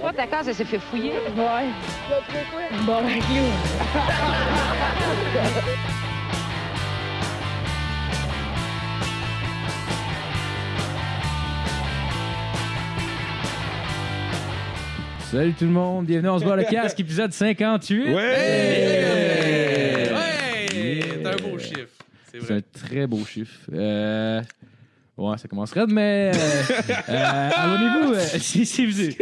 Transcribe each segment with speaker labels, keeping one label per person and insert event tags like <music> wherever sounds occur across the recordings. Speaker 1: Toi, ta case, elle s'est fait fouiller.
Speaker 2: Ouais. Bon, avec nous.
Speaker 3: Salut tout le monde, bienvenue, on se voit le casque, épisode 58.
Speaker 4: Ouais!
Speaker 3: Yeah.
Speaker 5: Ouais! C'est un beau chiffre. C'est
Speaker 3: C'est un
Speaker 5: vrai.
Speaker 3: très beau chiffre. Euh, ouais, ça commencerait, mais euh,
Speaker 5: <laughs>
Speaker 3: euh, abonnez-vous. euh, <laughs> si, si vous,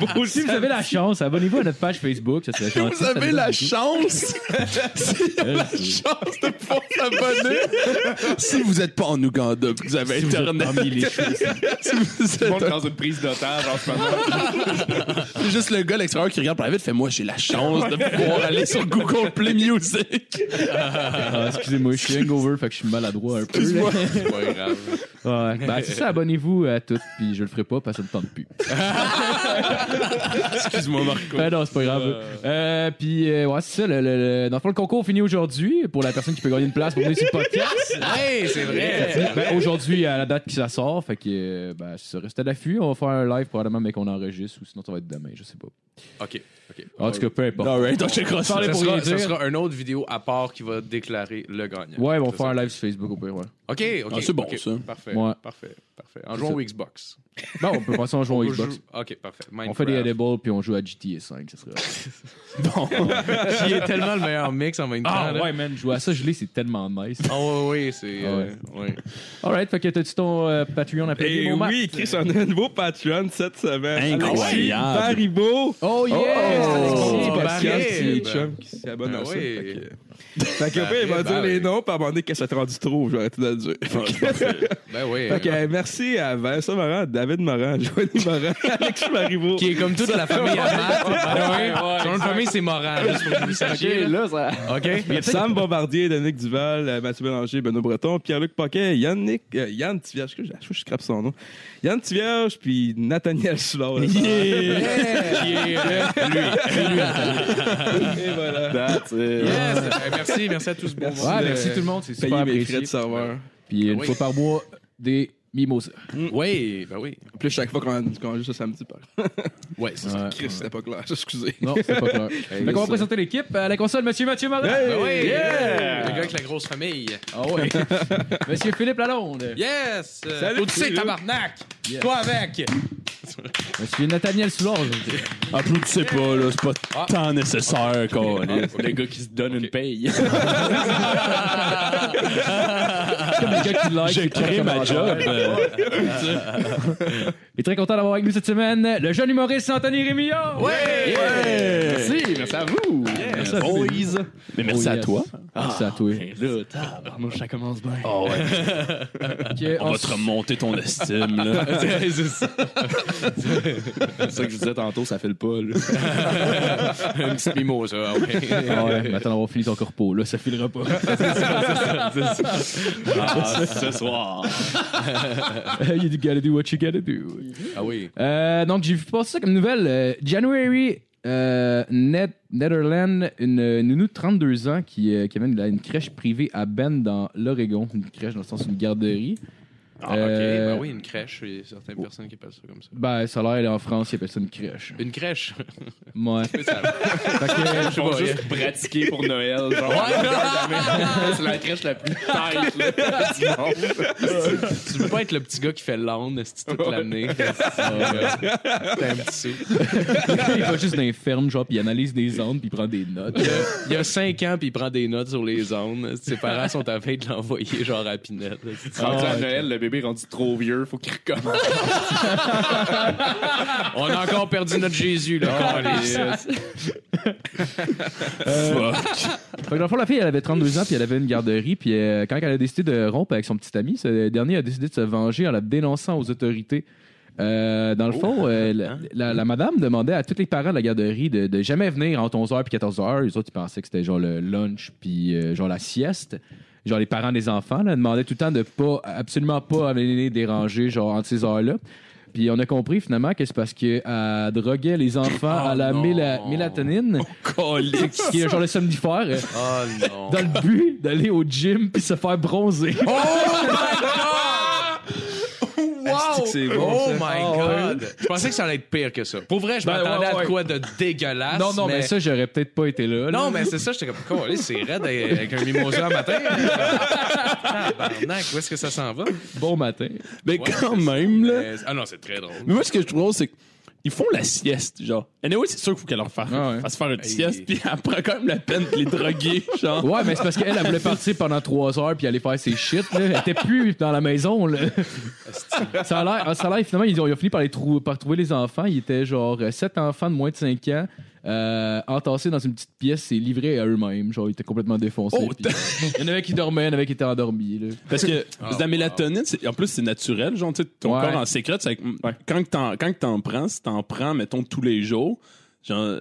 Speaker 4: Beau
Speaker 3: si vous
Speaker 4: sac.
Speaker 3: avez la chance, abonnez-vous à notre page Facebook. Ça serait gentil,
Speaker 4: Vous
Speaker 3: ça
Speaker 4: avez
Speaker 3: nous
Speaker 5: <laughs>
Speaker 4: la
Speaker 3: aide beaucoup.
Speaker 4: chance, chance de pouvoir s'abonner. Si vous n'êtes pas en Ouganda, puis que vous avez
Speaker 3: Si vous êtes
Speaker 4: Internet.
Speaker 3: parmi les choux.
Speaker 4: <laughs> Si vous
Speaker 5: Tout le
Speaker 4: êtes
Speaker 5: monde dans une prise d'otage en ce moment.
Speaker 4: <laughs> C'est juste le gars à l'extérieur qui regarde par la vitre fait Moi, j'ai la chance de pouvoir aller sur Google Play Music.
Speaker 3: Ah, Excusez-moi, je suis hangover, fait que je suis maladroit un peu. là.
Speaker 4: Excuse-moi.
Speaker 5: C'est pas grave.
Speaker 3: Ouais, ben, c'est ça, abonnez-vous à tout, puis je le ferai pas parce que ça me tente plus.
Speaker 4: Excuse-moi, Marco.
Speaker 3: Ah non, c'est pas grave. Euh, puis, euh, ouais, c'est ça. Le, le- le- Dans le fond, le concours finit aujourd'hui pour la personne qui peut gagner une place pour venir sur le podcast. <laughs>
Speaker 5: Hey, c'est vrai.
Speaker 3: Ben, aujourd'hui, à la date qui ça sort, fait que euh, ben, c'est ça, restez à l'affût. On va faire un live probablement, mais qu'on enregistre, ou sinon ça va être demain, je sais pas.
Speaker 5: OK. OK.
Speaker 3: En tout cas, peu importe.
Speaker 4: Alright, on checkera ça.
Speaker 3: Parlez
Speaker 5: Ce
Speaker 3: pour
Speaker 5: sera,
Speaker 3: rien
Speaker 5: ce
Speaker 3: dire.
Speaker 5: sera une autre vidéo à part qui va déclarer le gagnant.
Speaker 3: Ouais, ils vont
Speaker 5: C'est
Speaker 3: faire
Speaker 5: ça.
Speaker 3: un live sur Facebook au pire, <laughs> ouais.
Speaker 5: OK, OK.
Speaker 4: Ah, c'est bon,
Speaker 5: OK.
Speaker 4: ça.
Speaker 5: Parfait,
Speaker 3: Ouais.
Speaker 5: parfait, parfait. En jouant
Speaker 3: ça.
Speaker 5: au Xbox.
Speaker 3: Non, Ben, on peut passer en jouant au
Speaker 5: On
Speaker 3: Xbox.
Speaker 5: joue- OK, parfait.
Speaker 3: On fait des edibles, puis on joue à GTA 5, ça serait...
Speaker 4: Bon.
Speaker 5: Qui est tellement le meilleur mix en même temps.
Speaker 3: Ah
Speaker 5: là.
Speaker 3: ouais, man, jouer à ça, je l'ai, c'est tellement nice.
Speaker 5: Ah ouais, ouais, c'est... euh, ouais.
Speaker 3: Alright, fait que t'as-tu ton euh, Patreon à payer,
Speaker 6: Et
Speaker 3: mon Matt?
Speaker 6: oui, Chris, on a un nouveau Patreon cette semaine.
Speaker 4: Incroyable.
Speaker 6: Paribo.
Speaker 3: Oh yeah!
Speaker 4: Oh,
Speaker 3: Alexis, Ah,
Speaker 5: Pascal.
Speaker 3: Pascal.
Speaker 6: petit
Speaker 5: Barib.
Speaker 6: chum qui s'abonne
Speaker 5: Ben
Speaker 6: à ça.
Speaker 5: oui.
Speaker 6: Fait que- Fait que, après, il va
Speaker 5: Barib,
Speaker 6: dire les
Speaker 5: Barib.
Speaker 6: noms, puis à un moment donné, que ça te rendu trop, je vais arrêter de le dire.
Speaker 5: Ben ouais.
Speaker 6: Fait que, euh, merci à Vincent Morin, David Morin, <laughs> Joanie Morin, Alex Paribo.
Speaker 5: Qui est comme toute la famille à Matt. Ben ouais. Son nom de famille, c'est Morin. Juste pour que vous sachiez. là. OK.
Speaker 6: Sam Bombardier, Dominique Duval, euh, Mathieu Bélanger, Benoît Breton, Pierre-Luc Paquet, Yannick, euh, Yann Tivierge, que je, je, je scrape son nom. Yann Tivierge, puis Nathaniel
Speaker 3: <laughs>
Speaker 6: Soulard. là.
Speaker 5: Qui est, euh,
Speaker 6: Et voilà.
Speaker 5: Yes! Eh, merci, merci à tous. Bon
Speaker 3: Ouais, merci tout le monde, c'est super
Speaker 6: Payer euh, mes
Speaker 3: apprécié.
Speaker 6: frais de serveur.
Speaker 3: Puis euh, une
Speaker 5: Oui.
Speaker 3: fois par mois, des mimosas.
Speaker 5: monde. Oui, ben oui.
Speaker 6: En Plus chaque fois qu'on qu'on joue ce samedi, par
Speaker 5: Ouais, c'est
Speaker 3: Ouais.
Speaker 6: Chris, c'était pas clair, <laughs> excusez.
Speaker 3: Non, c'est pas clair. <laughs> Fait qu'on va présenter l'équipe. À la console, monsieur Mathieu Marin.
Speaker 5: Ben oui!
Speaker 6: Yeah!
Speaker 5: Le gars avec la grosse famille.
Speaker 3: Ah ouais. monsieur Philippe Lalonde.
Speaker 5: Yes! Euh,
Speaker 6: Salut,
Speaker 5: toi, tu sais,
Speaker 6: Philippe.
Speaker 5: tabarnak!
Speaker 3: Yes.
Speaker 5: Toi avec!
Speaker 3: Monsieur Nathaniel Soulard. je veux dire.
Speaker 4: Applaudissez pas, là. C'est pas
Speaker 5: Ah.
Speaker 4: tant nécessaire, qu'on
Speaker 5: Le Ah, gars qui se donne une paix.
Speaker 3: C'est comme le gars qui like.
Speaker 4: J'ai
Speaker 3: qui prend
Speaker 4: créé
Speaker 3: comme
Speaker 4: ma job.
Speaker 3: commentaire. Il est très content d'avoir avec nous cette semaine le jeune humoriste Anthony Rémillon.
Speaker 5: Ouais!
Speaker 4: Merci, merci à vous.
Speaker 3: Merci à vous.
Speaker 4: Mais merci
Speaker 3: Oh,
Speaker 4: à
Speaker 3: yes.
Speaker 4: toi.
Speaker 3: Merci à toi.
Speaker 4: Ah. ça commence bien. ouais.
Speaker 3: Ok,
Speaker 4: On va
Speaker 3: s-
Speaker 4: te remonter ton estime, là. <laughs>
Speaker 5: C'est ça.
Speaker 4: C'est ça que je disais tantôt, ça fait le pas, là.
Speaker 5: <laughs> Un petit mimosa, ok.
Speaker 3: Ah <laughs> ouais, mais attends, on va finir ton corpo. Là, ça filera pas.
Speaker 4: Ah, ce soir.
Speaker 3: <laughs> you gotta do what you gotta do.
Speaker 5: Ah oui.
Speaker 3: Euh, donc, j'ai vu passer ça comme nouvelle. Euh, January euh, Net Netherland, une euh, nounou de 32 ans qui, euh, qui amène la- une crèche privée à Ben dans l'Oregon. Une crèche dans le sens une garderie.
Speaker 5: Ah,
Speaker 3: Euh,
Speaker 5: ok. Ben oui, une crèche. Il y a certaines personnes qui appellent ça comme ça.
Speaker 3: Ben, ça a l'air, elle est en France, ils appellent ça une crèche.
Speaker 5: Une crèche.
Speaker 3: Ouais. fait
Speaker 5: C'est ça.
Speaker 3: que,
Speaker 5: <laughs> Je sais pas,
Speaker 4: Juste pratiquer pour Noël, genre.
Speaker 5: C'est la crèche la plus taille. tu veux pas être le petit gars qui fait l'onde toute l'année. T'es un petit sou.
Speaker 3: <laughs> il va juste dans les fermes, genre, puis il analyse des ondes, puis il prend des notes.
Speaker 5: Il y a- Il y a 5 ans, puis il prend des notes sur les ondes. Ses parents sont en train de l'envoyer genre à Pinette. Ah,
Speaker 4: Rendu à Noël, le bébé est rendu trop vieux, faut qu'il recommence.
Speaker 5: <laughs> On a encore perdu notre Jésus, là.
Speaker 3: Fait que dans le fond, la fille, elle avait 32 ans, puis elle avait une garderie, puis euh, quand elle a décidé de rompre avec son petit ami, ce dernier a décidé de se venger en la dénonçant aux autorités. Euh, dans le fond, euh, la, la- la madame demandait à tous les parents de la garderie de, de jamais venir entre 11h et 14h. Les autres, ils pensaient que c'était genre le lunch puis euh, genre la sieste. Genre les parents des enfants là, demandaient tout le temps de pas absolument pas aller déranger genre entre ces heures-là. Puis on a compris finalement que c'est parce qu'elle droguait les enfants à la
Speaker 5: non.
Speaker 3: méla- mélatonine, qui est genre le somnifère. euh,
Speaker 5: Oh non.
Speaker 3: <laughs> dans le but Ah, d'aller au gym puis se faire bronzer.
Speaker 5: Oh my god!
Speaker 7: Asti que c'est bon,
Speaker 5: oh
Speaker 7: ça.
Speaker 5: my god! Je pensais que ça allait être pire que ça. Pour vrai, je
Speaker 3: Ben,
Speaker 5: m'attendais
Speaker 3: ouais,
Speaker 5: à
Speaker 3: ouais.
Speaker 5: de quoi de dégueulasse.
Speaker 3: Non, non, mais, ça, j'aurais peut-être pas été là. là.
Speaker 5: Non, mais c'est ça, j'étais comme, quoi, allez, c'est raide avec un mimosa le matin. Tabarnak, où est-ce que ça s'en va?
Speaker 3: Bon matin.
Speaker 4: Mais
Speaker 5: Ouais,
Speaker 4: quand
Speaker 5: c'est ça.
Speaker 4: même, là.
Speaker 5: Mais- Ah non, c'est très drôle.
Speaker 4: Mais moi, ce que je trouve drôle, c'est qu'ils font la sieste, genre. Anyway, c'est sûr qu'il faut qu'elle leur fasse,
Speaker 3: Ah ouais.
Speaker 4: fasse faire une
Speaker 5: Hey.
Speaker 4: sieste, puis elle prend quand même la peine de les droguer, genre.
Speaker 3: Ouais, mais c'est parce qu'elle, elle voulait partir pendant trois heures puis aller faire ses shit. Là. Elle était plus dans la maison. Là. ça a l'air, ah, ça a l'air, finalement, ils ont, ils ont fini par, les trou- par trouver les enfants. Ils étaient genre euh, sept enfants de moins de cinq ans, euh, entassés dans une petite pièce et livrés à eux-mêmes. Genre, ils étaient complètement défoncés.
Speaker 4: Oh,
Speaker 3: puis- il y en avait qui dormaient, il y en avait qui étaient endormis. Là.
Speaker 4: Parce que
Speaker 5: Ah,
Speaker 4: la mélatonine, c'est- en plus, c'est naturel, genre, tu sais, ton
Speaker 3: Ouais.
Speaker 4: corps en secret, c'est que, mm, quand que t'en- quand que t'en prends, si t'en prends, mettons, tous les jours, genre,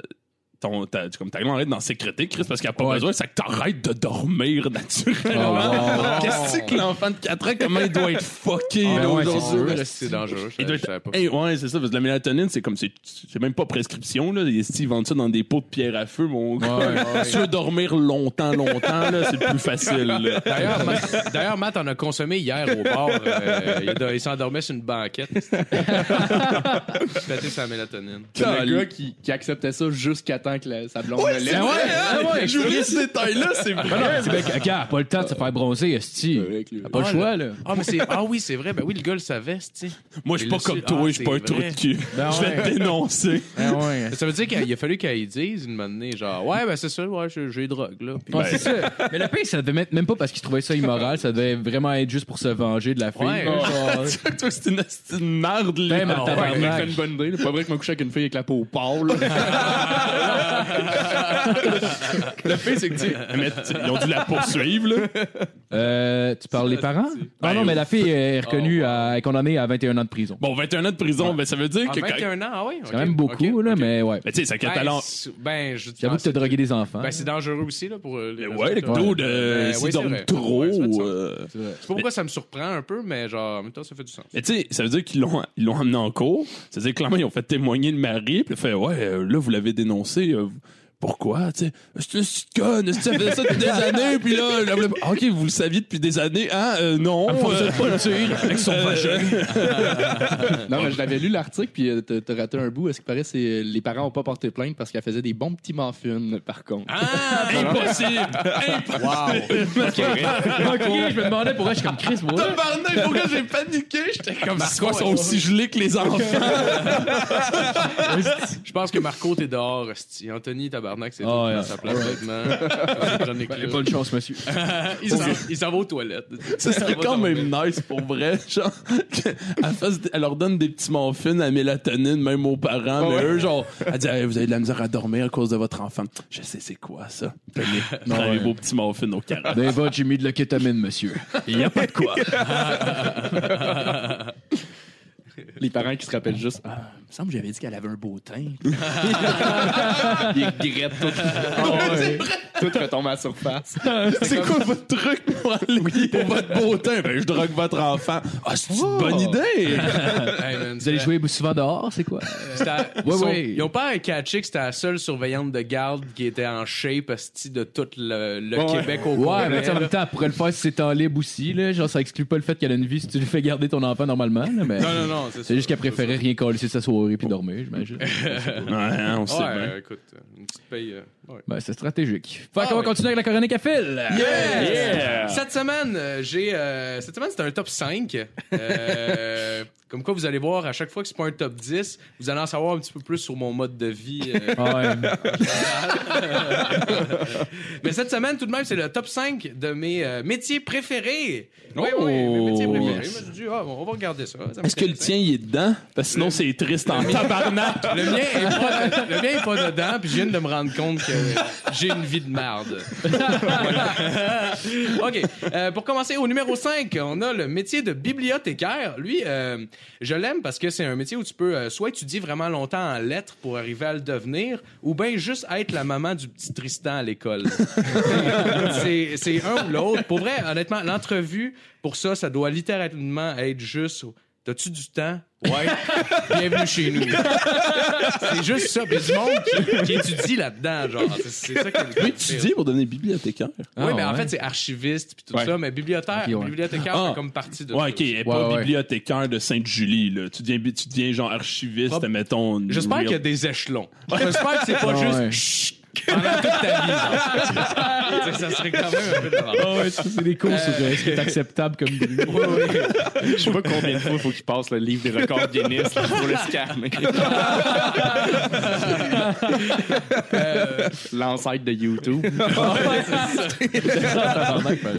Speaker 4: ton, ta, comme ta glande est dans sécréter, Chris, parce qu'elle a pas
Speaker 3: Ouais.
Speaker 4: besoin, c'est que t'arrêtes de dormir naturellement.
Speaker 3: Oh, wow.
Speaker 4: <laughs> Qu'est-ce que l'enfant de 4 ans, comment il doit être fucké,
Speaker 5: Ah,
Speaker 4: là,
Speaker 5: non,
Speaker 3: ouais, c'est
Speaker 4: aujourd'hui?
Speaker 3: sûr. Ben,
Speaker 5: c'est c'est dangereux. Je
Speaker 4: Il
Speaker 5: savais-
Speaker 4: doit
Speaker 5: je
Speaker 4: être-
Speaker 5: savais pas.
Speaker 4: Hey, ouais, c'est ça, parce que la mélatonine, c'est comme, c'est c'est même pas prescription, là. Ils ils vendent ça dans des pots de pierre à feu, mon gars. Si <laughs> tu veux dormir longtemps, longtemps, là, c'est plus facile, là.
Speaker 5: <laughs> D'ailleurs, Matt, d'ailleurs, Matt en a consommé hier au bar. euh, il do- il s'endormait sur une banquette. Pété sa mélatonine.
Speaker 6: C'est
Speaker 4: Cali.
Speaker 6: le gars qui, qui acceptait ça jusqu'à temps que la- sa blonde le lève.
Speaker 3: Ah ouais, je-
Speaker 4: J'oublie ce <laughs> détail-là, c'est vrai.
Speaker 3: Ah non, mais c'est bien que- regarde, pas le temps de se faire bronzer, Esti. T'as pas le
Speaker 5: Ah,
Speaker 3: choix, là.
Speaker 5: Ah, mais c'est, ah oui, c'est vrai. Ben oui, le gars le savait, tu sais.
Speaker 4: Moi, je suis pas
Speaker 5: Et là,
Speaker 4: comme
Speaker 5: c'est-
Speaker 4: toi,
Speaker 5: ah,
Speaker 4: je suis pas un
Speaker 5: c'est
Speaker 4: trou de
Speaker 5: vrai.
Speaker 4: cul.
Speaker 3: Ben
Speaker 4: Je vais
Speaker 3: ouais.
Speaker 4: te dénoncer. <laughs>
Speaker 3: Ah ouais.
Speaker 5: Ça veut dire qu'il a fallu qu'il dise une matinée, genre, ouais, ben c'est ça, ouais, j'ai, j'ai drogue, là. Puis-
Speaker 3: Ouais, c'est ça. Ben, <laughs> Mais la paix, ça devait être même pas parce qu'il trouvait ça immoral, ça devait vraiment être juste pour se venger de la fille.
Speaker 5: Ouais.
Speaker 3: <laughs> Genre,
Speaker 4: Tu vois que toi, c'est une, c'est une merde,
Speaker 3: Ben, ma
Speaker 4: là.
Speaker 6: Ah Ouais, mais
Speaker 3: tabarnak.
Speaker 6: c'est une bonne idée. là. Pas vrai que m'a couché avec une fille avec la peau pâle.
Speaker 4: Le fait, c'est que,
Speaker 5: <laughs>
Speaker 4: tu sais, <laughs> mais, tu sais, ils ont dû la poursuivre, là.
Speaker 3: Euh, tu parles les parents? Ah non, mais la fille est reconnue à, condamnée à 21 ans de prison.
Speaker 4: Bon, 21 ans de prison, ben, ça veut dire
Speaker 5: Ah,
Speaker 4: que. Quand...
Speaker 5: 21 ans, ah oui.
Speaker 3: C'est quand même beaucoup, là, mais ouais.
Speaker 4: Ben, tu sais, ça
Speaker 5: Ben,
Speaker 4: quête talent.
Speaker 5: c'est- ben, je
Speaker 3: J'avoue que t'as hein. drogué des enfants.
Speaker 5: Ben, c'est dangereux aussi, là, pour. euh, les
Speaker 4: Mais
Speaker 5: raisons
Speaker 4: ouais, le
Speaker 5: que t'as-
Speaker 4: dos de.
Speaker 5: Ben,
Speaker 4: S'ils
Speaker 5: ouais, c'est
Speaker 4: dorment
Speaker 5: vrai.
Speaker 4: trop.
Speaker 5: Ouais, ça fait du sens.
Speaker 4: euh,
Speaker 5: Je sais pas pourquoi ça me surprend un peu, mais genre, en même temps, ça fait du sens.
Speaker 4: Mais tu sais, ça veut dire qu'ils l'ont, ils l'ont amené en cours. Ça veut dire que clairement, ils ont fait témoigner le mari. Puis il fait Ouais, euh, là, vous l'avez dénoncé. euh, pourquoi Tu sais, c'est une petite conne. Ça faisait ça depuis des années. Puis là, elle voulait pas- Ah, Ok, vous le saviez depuis des années. Ah, euh, non. euh, <laughs> euh,
Speaker 6: non, mais je l'avais lu l'article, puis euh, t'as t'as raté un bout. Est-ce qu'il paraît que c'est- euh, les parents ont pas porté plainte parce qu'elle faisait des bons petits muffins, par
Speaker 4: <laughs>
Speaker 6: contre?
Speaker 5: Ah!
Speaker 4: Impossible.
Speaker 3: <laughs> ok, je me demandais pourquoi je suis comme Chris, moi.
Speaker 4: Tabarnak, pourquoi j'ai paniqué J'étais comme
Speaker 5: Marco,
Speaker 4: C'est quoi, ils sont
Speaker 5: ouais.
Speaker 4: aussi gelés que les enfants.
Speaker 5: Je pense que Marco, t'es dehors, hostie. Anthony Tabarnak, c'est
Speaker 3: Ah,
Speaker 5: toi qui
Speaker 3: ouais.
Speaker 5: prends sa place
Speaker 3: Ben,
Speaker 5: <laughs> maintenant.
Speaker 3: bonne chance, monsieur.
Speaker 5: Il s'en- Il s'en va aux toilettes.
Speaker 4: Ça serait
Speaker 5: Il s'en va
Speaker 4: quand
Speaker 5: dans-
Speaker 4: même nice pour vrai. <laughs> Genre, qu'elle fasse- elle leur donne des petits morphines à mélatonine, même aux parents. mais eux, genre, elle dit Hey, Vous avez de la misère à dormir à cause de votre enfant. Je sais, c'est quoi ça <laughs> Tenez, prenez
Speaker 3: ouais.
Speaker 4: vos petits morphines au carré.
Speaker 3: Des votes, j'ai mis Ben, de la kétamine, monsieur.
Speaker 4: Il n'y a pas de quoi.
Speaker 6: Les parents qui se rappellent juste Ah, il me semble que j'avais dit qu'elle avait un beau teint.
Speaker 7: Il regrette tout.
Speaker 6: Tout retombe à la surface.
Speaker 4: <laughs> c'est quoi votre truc pour, aller- pour votre beau teint Ben, je drogue votre enfant. Ah, c'est une bonne idée.
Speaker 5: Hey, man,
Speaker 3: Vous allez jouer souvent dehors, c'est quoi?
Speaker 5: C'était à-
Speaker 3: Ouais,
Speaker 5: son-
Speaker 3: ouais.
Speaker 5: Ils ont pas catché que c'était la seule surveillante de garde qui était en shape hostie, de tout le, le Québec au
Speaker 3: Ouais,
Speaker 5: complet.
Speaker 3: mais tu sais, en
Speaker 5: là.
Speaker 3: même temps, elle pourrait le faire si c'est en libre aussi, là. Genre, ça exclut pas le fait qu'elle a une vie si tu lui fais garder ton enfant normalement, là, mais.
Speaker 5: Non, non, non, c'est
Speaker 3: C'est juste
Speaker 5: ça,
Speaker 3: qu'elle préférait rien coller sa soirée puis dormir, j'imagine.
Speaker 5: <laughs>
Speaker 4: Ouais, on
Speaker 5: c'est
Speaker 4: sait
Speaker 5: ça. Ouais,
Speaker 4: bien.
Speaker 5: euh, écoute, euh, une petite paye. euh, ouais.
Speaker 3: Ben, c'est stratégique. Fait qu'on va
Speaker 5: ouais.
Speaker 3: continuer avec la chronique à fil.
Speaker 5: Cette semaine, euh, j'ai. euh, cette semaine, c'était un top 5.
Speaker 4: <laughs>
Speaker 5: Euh, comme quoi, vous allez voir, à chaque fois que c'est pas un top 10, vous allez en savoir un petit peu plus sur mon mode de vie.
Speaker 4: <laughs>
Speaker 5: euh,
Speaker 3: Ah Ouais.
Speaker 5: <laughs> Mais cette semaine, tout de même, c'est le top 5 de mes euh, métiers préférés. Oui,
Speaker 4: Oh,
Speaker 5: oui, mes métiers préférés.
Speaker 4: yes.
Speaker 5: Moi, j'ai dit, ah, bon, on va regarder ça. Ça
Speaker 4: Est-ce que le
Speaker 5: m'intéresse.
Speaker 4: tien il est dedans Parce que Ben, sinon, c'est triste en tabarnak.
Speaker 5: Le mien, est pas, le mien est pas dedans, puis je viens de me rendre compte que j'ai une vie de marde. <laughs> OK. Euh, pour commencer, au numéro 5, on a le métier de bibliothécaire. Lui, euh, je l'aime parce que c'est un métier où tu peux euh, soit étudier vraiment longtemps en lettres pour arriver à le devenir, ou bien juste être la maman du petit Tristan à l'école. <laughs> c'est c'est un ou l'autre. Pour vrai, honnêtement, l'entrevue, pour ça, ça doit littéralement être juste... T'as-tu du temps? Ouais. <laughs> Bienvenue chez nous. c'est juste ça. Puis du monde qui, qui étudie là-dedans, genre. C'est- C'est ça qui est le
Speaker 4: Mais tu dis pour devenir bibliothécaire.
Speaker 5: Oui, mais en
Speaker 3: ouais.
Speaker 5: fait, c'est archiviste puis tout
Speaker 4: Ouais.
Speaker 5: ça, mais bibliothécaire,
Speaker 3: Ok, ouais.
Speaker 5: bibliothécaire,
Speaker 4: Ah.
Speaker 5: c'est comme partie de
Speaker 4: Ouais,
Speaker 5: ça
Speaker 4: ok,
Speaker 5: aussi.
Speaker 4: elle est pas
Speaker 3: Ouais, ouais.
Speaker 4: bibliothécaire de Sainte-Julie, là. Tu deviens, bi- tu deviens genre archiviste,
Speaker 5: Prob-
Speaker 4: mettons. une
Speaker 5: J'espère
Speaker 4: real-
Speaker 5: qu'il y a des échelons. J'espère que c'est pas
Speaker 3: Ah,
Speaker 5: juste
Speaker 3: ouais.
Speaker 5: Chut pendant toute ta vie. genre. Tu sais, ça serait quand même un peu de
Speaker 3: c'est des courses
Speaker 5: Euh,
Speaker 3: sur euh, ce qui est acceptable comme
Speaker 8: Je sais pas combien de fois il faut qu'il passe le livre des records Guinness là, pour le
Speaker 9: <laughs>
Speaker 8: se calmer. L'ancêtre de YouTube.
Speaker 4: Ah,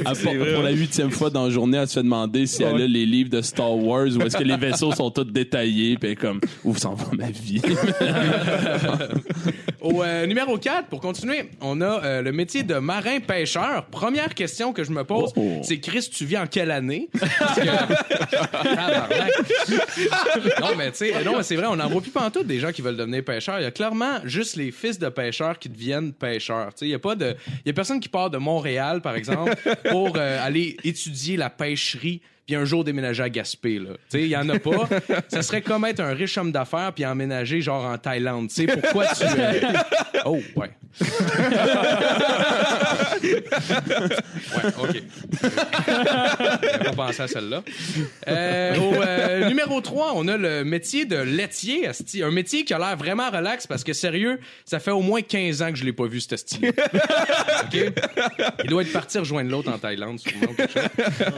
Speaker 4: pour, pour la huitième fois dans la journée, elle se fait demander si elle a les livres de Star Wars ou est-ce que les vaisseaux sont tous détaillés, puis elle est comme, où s'en va
Speaker 3: <laughs>
Speaker 4: ma vie?
Speaker 5: Au euh, numéro 4, pour continuer, on a euh, le métier de marin-pêcheur. Première question que je me pose,
Speaker 4: Oh, oh.
Speaker 5: c'est Chris, tu vis en quelle année? <laughs> Parce que- <laughs> Tabarnak. non, mais tu sais, non, mais c'est vrai, on n'en voit plus pantoute des gens qui veulent devenir pêcheurs. Il y a clairement juste les fils de pêcheurs qui deviennent pêcheurs. Tu sais, il y a pas de, il y a personne qui part de Montréal, par exemple, pour euh, aller étudier la pêcherie puis un jour déménager à Gaspé, là. Tu sais, il y en a pas. Ça serait comme être un riche homme d'affaires puis emménager, genre, en Thaïlande. Tu sais, pourquoi tu... euh, Oh, ouais. ouais, OK. J'avais pas pensé à celle-là. Euh, au euh, numéro 3, on a le métier de laitier. asti. Un métier qui a l'air vraiment relax parce que, sérieux, ça fait au moins 15 ans que je l'ai pas vu, ce style. OK? Il doit être parti rejoindre l'autre en Thaïlande, sûrement, ou quelque chose.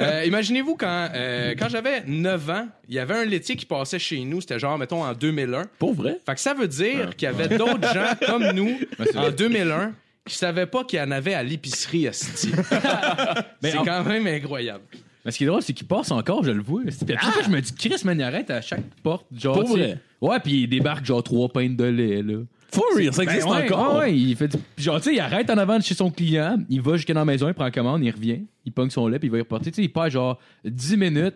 Speaker 5: Euh, Imaginez-vous quand, euh, quand j'avais 9 ans, il y avait un laitier qui passait chez nous. C'était genre, mettons, en 2001.
Speaker 4: pour vrai?
Speaker 5: Fait que ça veut dire qu'il y avait d'autres gens comme <laughs> nous en 2001 qui savaient pas qu'il y en avait à l'épicerie à <laughs> C'est
Speaker 3: en-
Speaker 5: quand même incroyable.
Speaker 3: Mais ce qui est drôle, c'est qu'il passe encore, je le vois. c'est- Puis à chaque
Speaker 5: Ah!
Speaker 3: fois, je me dis, Chris, man, il arrête à chaque porte. Genre,
Speaker 4: Pour
Speaker 3: tu sais.
Speaker 4: vrai?
Speaker 3: Ouais, puis il débarque genre trois pintes de lait, là.
Speaker 4: For real, ça existe
Speaker 3: Ben ouais,
Speaker 4: encore?
Speaker 3: ouais, ouais, il fait du- puis genre, tu sais, il arrête en avant de chez son client, il va jusqu'à dans la maison, il prend la commande, il revient, il pogne son lait, puis il va y reporter. Tu sais, il passe genre 10 minutes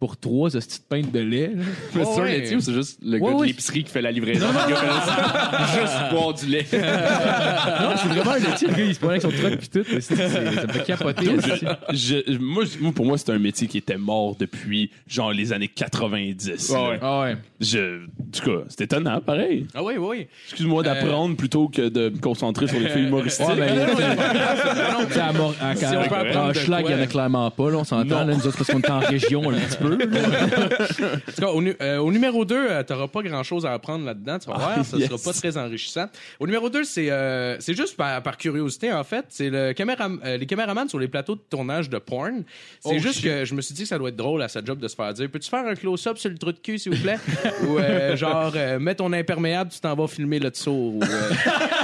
Speaker 3: pour trois de petites pintes de lait. <laughs> là.
Speaker 5: Oh,
Speaker 10: C'est un
Speaker 5: ouais.
Speaker 10: laitier ou c'est juste le
Speaker 3: Ouais,
Speaker 10: gars de
Speaker 3: ouais.
Speaker 10: l'épicerie qui fait la livraison?
Speaker 8: Juste boire du lait.
Speaker 3: Ah, Non, c'est vraiment le type, le gars, il se promène avec son truck, puis tout. mais c'est- c'est- Ça me fait capoter. esti.
Speaker 4: <laughs> Je- moi, je- moi, pour moi, c'est un métier qui était mort depuis genre les années 90. là.
Speaker 3: Ah ouais.
Speaker 4: Je, en tout cas, c'est étonnant, pareil.
Speaker 5: Ah oui, oui.
Speaker 4: Excuse-moi d'apprendre plutôt que de me concentrer sur les films
Speaker 10: <laughs>
Speaker 4: humoristiques.
Speaker 3: Ouais, ben, tu sais, à Mor- à-
Speaker 5: Si on
Speaker 3: à-
Speaker 5: peut apprendre
Speaker 3: à
Speaker 5: de
Speaker 3: Schlag,
Speaker 5: quoi.
Speaker 3: il y en a clairement pas, là, on s'entend,
Speaker 4: Non.
Speaker 3: là, nous autres, parce qu'on est en région un petit peu. là.
Speaker 5: En tout cas, au, nu- euh, au numéro 2, t'auras pas grand-chose à apprendre là-dedans,
Speaker 6: Ah,
Speaker 5: tu vas voir, ça
Speaker 4: yes.
Speaker 5: sera pas très enrichissant. Au numéro 2, c'est euh, c'est juste par, par curiosité, en fait, c'est le caméram- euh, les caméramans sur les plateaux de tournage de porn. C'est
Speaker 6: Oh,
Speaker 5: juste que je me suis dit que ça doit être drôle à sa job de se faire dire « Peux-tu faire un close-up sur le trou de cul, s'il vous plaît? » Ou
Speaker 6: <laughs>
Speaker 5: euh, genre euh, Mets ton imperméable, tu t'en vas filmer le dessous. » Ou, euh,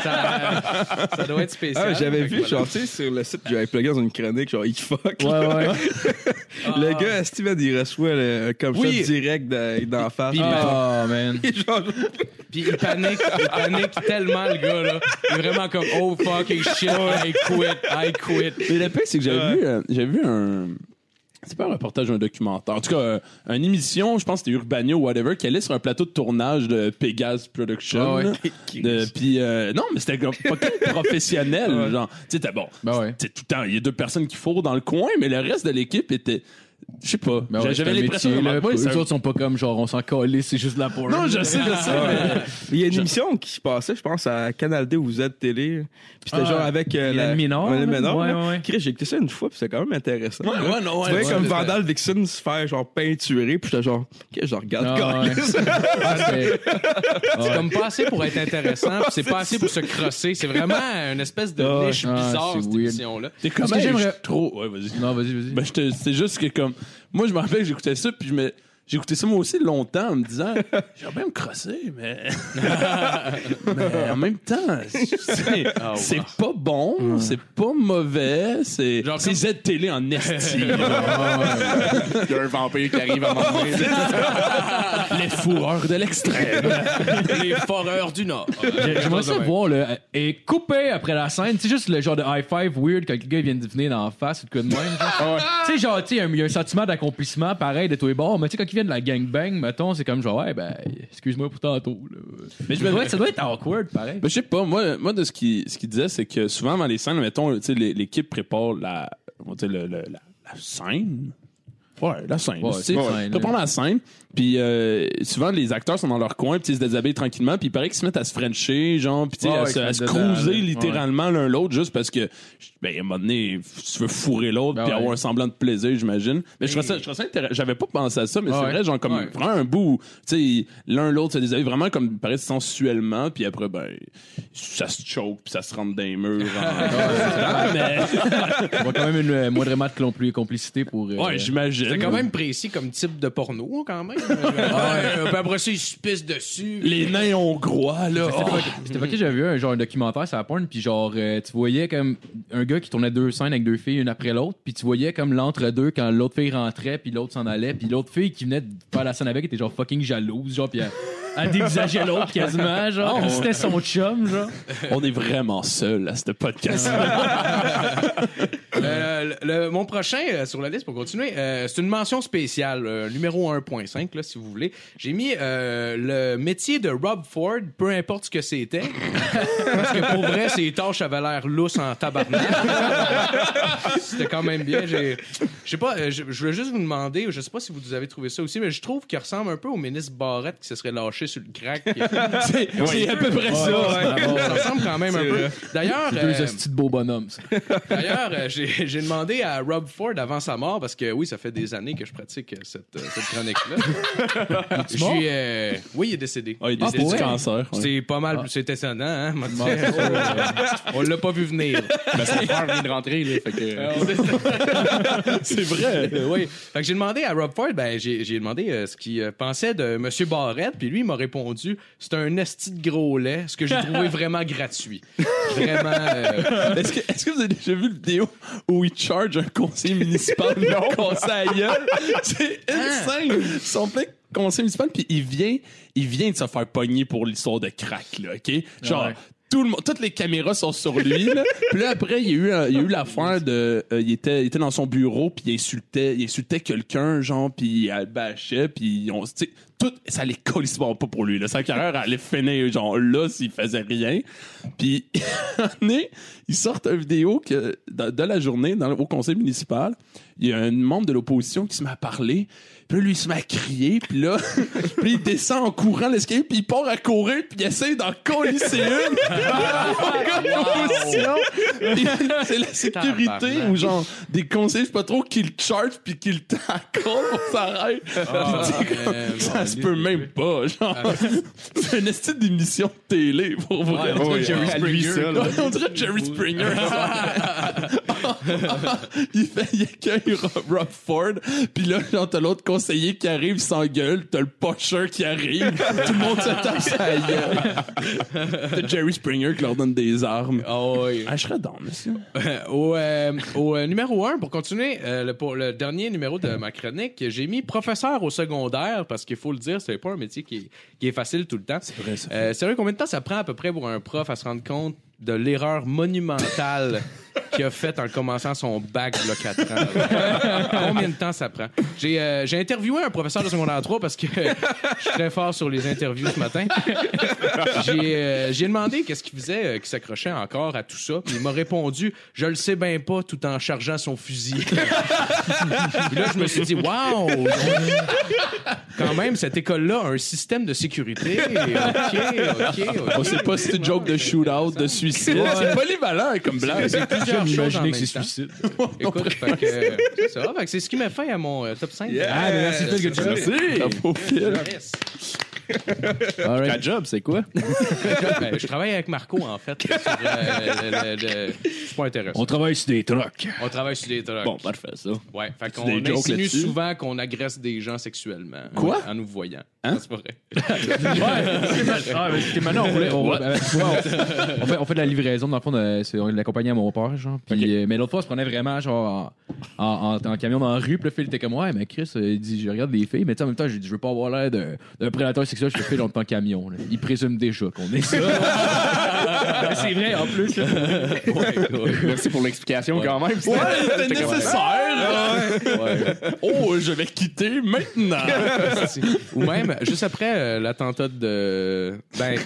Speaker 5: ça, euh, ça doit être spécial.
Speaker 6: Ah, j'avais
Speaker 5: Fait que
Speaker 6: vu,
Speaker 5: voilà.
Speaker 6: genre, tu sais, sur le site, j'avais plugué dans une chronique, genre, il fuck.
Speaker 3: Ouais, ouais.
Speaker 6: <laughs> Le gars, Steven, il reçoit le comme
Speaker 5: Oui.
Speaker 6: shot direct de- d'en face.
Speaker 3: Oh, man.
Speaker 6: Et <laughs> genre,
Speaker 5: Puis il panique, il panique tellement le gars là. Il est vraiment comme oh fucking shit, I quit, I quit.
Speaker 4: Mais le pire, c'est que j'avais vu, euh, j'avais vu un. C'est pas un reportage, un documentaire. En tout cas, euh, une émission, je pense que c'était Urbania ou whatever, qui allait sur un plateau de tournage de Pegasus Production.
Speaker 3: Ah ouais.
Speaker 4: là. De- Puis, euh, non, mais c'était comme fucking
Speaker 3: <laughs>
Speaker 4: professionnel.
Speaker 6: Ouais.
Speaker 4: Genre, tu sais, t'as- bon,
Speaker 3: Ben ouais.
Speaker 4: c'est tout le temps, il y a deux personnes qui fourrent dans le coin, mais le reste de l'équipe était. Je sais pas.
Speaker 3: Ben ouais,
Speaker 4: J'avais
Speaker 3: c'est un
Speaker 4: l'impression
Speaker 3: métier, là,
Speaker 4: Ouais,
Speaker 3: puis
Speaker 4: c'est
Speaker 3: Les
Speaker 4: un-
Speaker 3: autres sont pas comme genre on s'en calisse, c'est juste de la porn.
Speaker 4: Non, je sais, je sais.
Speaker 6: il y a une émission qui passait, je pense, à Canal D ou Z Télé. Puis c'était
Speaker 3: Ah,
Speaker 6: genre avec euh,
Speaker 3: Mylène Minor,
Speaker 6: Mylène
Speaker 3: là.
Speaker 6: Minor,
Speaker 3: Ouais,
Speaker 6: là.
Speaker 3: ouais, ouais.
Speaker 6: Chris, j'ai écouté ça une fois, puis c'était quand même intéressant.
Speaker 4: Ouais, ouais, non, ouais,
Speaker 6: Tu voyais
Speaker 4: ouais.
Speaker 6: comme Vandal Vixen se faire genre peinturer, puis j'étais genre, qu'est-ce que je regarde
Speaker 3: Ah,
Speaker 6: quand <laughs>
Speaker 3: ouais. Ah, c'est-
Speaker 5: C'est comme pas assez pour être intéressant, puis c'est pas assez pour se crosser. C'est vraiment une espèce de
Speaker 6: Ah,
Speaker 5: niche
Speaker 3: ah,
Speaker 5: bizarre
Speaker 3: c'est
Speaker 5: cette
Speaker 3: weird.
Speaker 5: émission là.
Speaker 4: T'es comme,
Speaker 3: Parce que
Speaker 4: hey,
Speaker 3: j'aimerais-
Speaker 4: je suis trop. Ouais, vas-y.
Speaker 3: Non, vas-y, vas-y.
Speaker 4: Ben, je te- c'est juste que comme moi je me rappelle que j'écoutais ça puis je me j'écoutais ça moi aussi longtemps en me
Speaker 5: <laughs>
Speaker 4: disant j'aurais bien me crosser mais <laughs> mais en même temps c'est
Speaker 5: Ah,
Speaker 4: c'est pas bon c'est pas mauvais c'est
Speaker 5: Genre
Speaker 4: c'est
Speaker 5: comme-
Speaker 4: Z télé
Speaker 5: <laughs>
Speaker 4: en esti
Speaker 10: Il y a un vampire qui arrive à manger.
Speaker 4: les fourreurs de
Speaker 3: <laughs>
Speaker 4: l'extrême
Speaker 5: Les foreurs du Nord.
Speaker 3: J'ai- J'aimerais ça voir le et coupé après la scène, c'est juste le genre de high five weird quand le gars il vient de venir dans la face ou de quoi de même. genre.
Speaker 5: Ah
Speaker 3: Tu sais genre tu sais, il y a un sentiment d'accomplissement pareil de tous les bords, mais tu sais quand il vient de la gangbang, mettons, c'est comme genre ouais ben excuse-moi pour tantôt. Mais je me ça doit être awkward pareil.
Speaker 4: Ben, je sais pas, moi, moi de ce qu'il ce qu'il disait, c'est que souvent dans les scènes, mettons, tu sais, l'é- l'équipe prépare la, on va dire le- le- la, la scène. Ouais, la scène.
Speaker 11: Ouais,
Speaker 4: tu
Speaker 11: c'est
Speaker 4: sais.
Speaker 11: la scène,
Speaker 4: Tu
Speaker 11: là.
Speaker 4: prends la scène, puis euh, souvent les acteurs sont dans leur coin, puis ils se déshabillent tranquillement, puis il paraît qu'ils se mettent à se frencher, genre, puis tu sais,
Speaker 11: Ouais,
Speaker 4: à,
Speaker 11: ouais,
Speaker 4: se- à
Speaker 11: qu'ils
Speaker 4: se
Speaker 11: se mettent
Speaker 4: cruiser
Speaker 11: dedans, là.
Speaker 4: littéralement l'un l'autre, juste parce que, ben, à un moment donné, f- tu veux fourrer l'autre,
Speaker 11: Ben
Speaker 4: puis
Speaker 11: ouais.
Speaker 4: avoir un semblant de plaisir, j'imagine. Mais je trouvais ça, je trouvais ça intéressant. J'avais pas pensé à ça, mais
Speaker 11: Ah
Speaker 4: c'est
Speaker 11: ouais.
Speaker 4: vrai, genre, comme,
Speaker 5: Ouais.
Speaker 4: prends un bout, tu sais, l'un l'autre se déshabille vraiment comme, il paraît sensuellement, puis après, ben, ça se choke, puis ça se rentre dans les murs.
Speaker 5: <laughs>
Speaker 4: en- mais,
Speaker 11: On voit quand même une euh, moindre mat de complicité pour. euh,
Speaker 4: ouais, j'imagine.
Speaker 5: C'est quand même précis comme type de porno, quand même. ouais, puis après ça, ils se pissent dessus.
Speaker 4: Les nains hongrois, là.
Speaker 11: C'était pas- C'était pas que j'avais vu un genre un documentaire sur la porn, puis genre, euh, tu voyais comme un gars qui tournait deux scènes avec deux filles, une après l'autre, puis tu voyais comme l'entre-deux quand l'autre fille rentrait, puis l'autre s'en allait, puis l'autre fille qui venait de faire la scène avec était genre fucking jalouse, genre, puis elle, elle dévisageait l'autre quasiment,
Speaker 5: Ah,
Speaker 11: genre, comme si c'était son chum, genre.
Speaker 4: Oh, On est vraiment seul à ce podcast.
Speaker 5: Euh, le- le- mon prochain euh, sur la liste pour continuer, euh, c'est une mention spéciale, euh, numéro 1.5, là, si vous voulez. J'ai mis euh, le métier de Rob Ford, peu importe ce que c'était. <laughs> parce que pour vrai, ses tâches avaient l'air lousses en tabarnak. <laughs> c'était quand même bien. J'ai- Je sais pas, euh, je je voulais juste vous demander, je sais pas si vous avez trouvé ça aussi, mais je trouve qu'il ressemble un peu au ministre Barrette qui se serait lâché sur le crack.
Speaker 11: <laughs>
Speaker 4: c'est c'est à peu près ça.
Speaker 5: Ça ressemble quand même un peu. D'ailleurs.
Speaker 11: Deux
Speaker 5: euh,
Speaker 11: hosties de beaux bonhommes, ça.
Speaker 5: D'ailleurs, euh, j'ai <laughs> j'ai demandé à Rob Ford avant sa mort, parce que oui, ça fait des années que je pratique euh, cette, euh, cette chronique-là. Je
Speaker 11: mort?
Speaker 5: suis, euh, oui, il est décédé.
Speaker 4: Ah, il est
Speaker 5: Ah,
Speaker 4: décédé
Speaker 5: pour
Speaker 4: du
Speaker 5: vrai?
Speaker 4: cancer. ouais. Ah.
Speaker 5: C'est pas mal, c'est étonnant, hein? moi, tu sais. <laughs> On l'a pas vu venir.
Speaker 4: Ben,
Speaker 9: père vient de rentrer, là. Fait
Speaker 5: <laughs>
Speaker 9: que.
Speaker 4: <laughs> C'est vrai.
Speaker 5: Ah, Euh, oui. Fait que j'ai demandé à Rob Ford, ben, j'ai j'ai demandé euh, ce qu'il euh, pensait de M. Barrette, puis lui, il m'a répondu c'est un esti de gros lait, ce que j'ai
Speaker 4: <laughs>
Speaker 5: trouvé vraiment gratuit. Vraiment. euh,
Speaker 4: Est-ce que, est-ce que vous avez déjà vu la vidéo où il charge un conseiller municipal de conseil à gueule? C'est insane. Ils sont plein de conseillers municipaux, puis il vient, il vient de se faire pogner pour l'histoire de crack, là, OK? Genre,
Speaker 11: Ouais.
Speaker 4: tout le monde, toutes les caméras sont sur lui. Là. Puis là, après, il y a eu, un- il y a eu l'affaire de. euh, il, était, il était dans son bureau, puis il insultait, il insultait quelqu'un, genre, puis il le bâchait, puis on. tu sais, Tout, ça allait colissement pas pour lui. Là. Sa carrière allait finir, genre, là, s'il faisait rien. Puis, <laughs> un moment donné, ils sortent une vidéo que, de, de la journée dans, le- au conseil municipal. Il y a un membre de l'opposition qui se met à parler. Puis là, lui, il se met à crier. Puis là, <laughs> puis il descend en courant l'escalier. Puis il part à courir. Puis il essaie d'en colisser une. Au gars de l'opposition. Puis C'est la sécurité
Speaker 5: Tabarnak.
Speaker 4: ou genre des conseillers, je sais pas trop, qui le charge. Puis qui le tacle pour s'arrêter. Puis tu sais,
Speaker 5: euh,
Speaker 4: comme, ça se peut même pas. Genre, c'est une estime d'émission de télé pour vrai.
Speaker 9: Oh, oui,
Speaker 5: Jerry
Speaker 9: à lui seul.
Speaker 4: Ouais, on dirait Jerry Springer. <laughs> il, fait, il accueille Rob, Rob Ford, puis là, genre, t'as l'autre conseiller qui arrive, il s'engueule, t'as le pocheur qui arrive, tout le monde se tape sa gueule. T'as Jerry Springer qui leur donne des armes.
Speaker 5: ah
Speaker 4: <laughs>
Speaker 5: oui.
Speaker 4: Ah, je serais dans, monsieur.
Speaker 5: Euh, au, euh, au, euh, numéro 1, pour continuer, euh, le, pour le dernier numéro de ma chronique, j'ai mis professeur au secondaire parce qu'il faut le dire, c'est pas un métier qui est, qui est facile tout le temps. Euh, C'est
Speaker 4: vrai, ça.
Speaker 5: sérieux, combien de temps ça prend à peu près pour un prof à se rendre compte de l'erreur
Speaker 4: <laughs>
Speaker 5: monumentale qu'il a faite en commençant son bac il y a 4
Speaker 4: <laughs>
Speaker 5: ans? combien de temps ça prend? J'ai euh, j'ai interviewé un professeur de secondaire 3 parce que <laughs> je suis très fort sur les interviews ce matin. J'ai euh, j'ai demandé qu'est-ce qu'il faisait, euh, qu'il s'accrochait encore à tout ça. Puis il m'a répondu Je le sais bien pas, tout en chargeant son fusil. <laughs> Puis là, je me suis dit Waouh Quand même, cette école-là a un système de sécurité. OK, OK, OK.
Speaker 4: On sait pas si Oh, c'est une joke de shootout, de suicide. C'est polyvalent comme blague.
Speaker 5: C'est plusieurs choses en même temps.
Speaker 11: suicide.
Speaker 5: Écoute, fait que, euh, c'est ça. Fait que c'est ce qui m'a fait à mon euh, top 5.
Speaker 11: Ah, mais merci, Phil, que tu
Speaker 5: Merci.
Speaker 4: Bravo, Phil.
Speaker 5: Yes.
Speaker 11: All right.
Speaker 9: Ta job, c'est quoi?
Speaker 5: Ben, je travaille avec Marco, en fait, sur euh, le, le- le- C'est pas intéressant.
Speaker 11: On travaille sur des trucs.
Speaker 5: On travaille sur des trucs.
Speaker 9: Bon, parfait, ça.
Speaker 5: Ouais, fait qu'on
Speaker 4: des jokes
Speaker 5: insinue
Speaker 4: là-dessus?
Speaker 5: souvent qu'on agresse des gens sexuellement.
Speaker 4: Quoi?
Speaker 5: Ouais, en nous voyant.
Speaker 4: Hein?
Speaker 5: Non, C'est pas <laughs> vrai.
Speaker 11: Ah, mais c'est- maintenant, on, roulait- on-
Speaker 4: Ouais.
Speaker 11: euh, tu vois, on- on fait, on fait de la livraison, dans le fond, de- c'est- on l'accompagnait à mon père, genre. Puis, euh, mais l'autre fois, on se prenait vraiment, genre, en, en- en- en camion dans la rue, puis le Phil était comme, ouais, mais Chris, euh, il dit, je regarde les filles, mais tu sais, en même temps, je dis, je veux pas
Speaker 8: <laughs>
Speaker 11: avoir l'air d'un d'un prédateur sexuel, je te fais dans le temps camion. là. Il présume déjà qu'on est ça.
Speaker 9: Ben, c'est vrai, en plus. là.
Speaker 8: Merci pour l'explication
Speaker 11: Ouais.
Speaker 8: quand même.
Speaker 4: Ouais,
Speaker 8: C'était-
Speaker 4: c'était
Speaker 8: c'était comme-
Speaker 4: nécessaire. Oh, je vais quitter maintenant.
Speaker 5: Ou même, juste après euh, l'attentat de. Ben,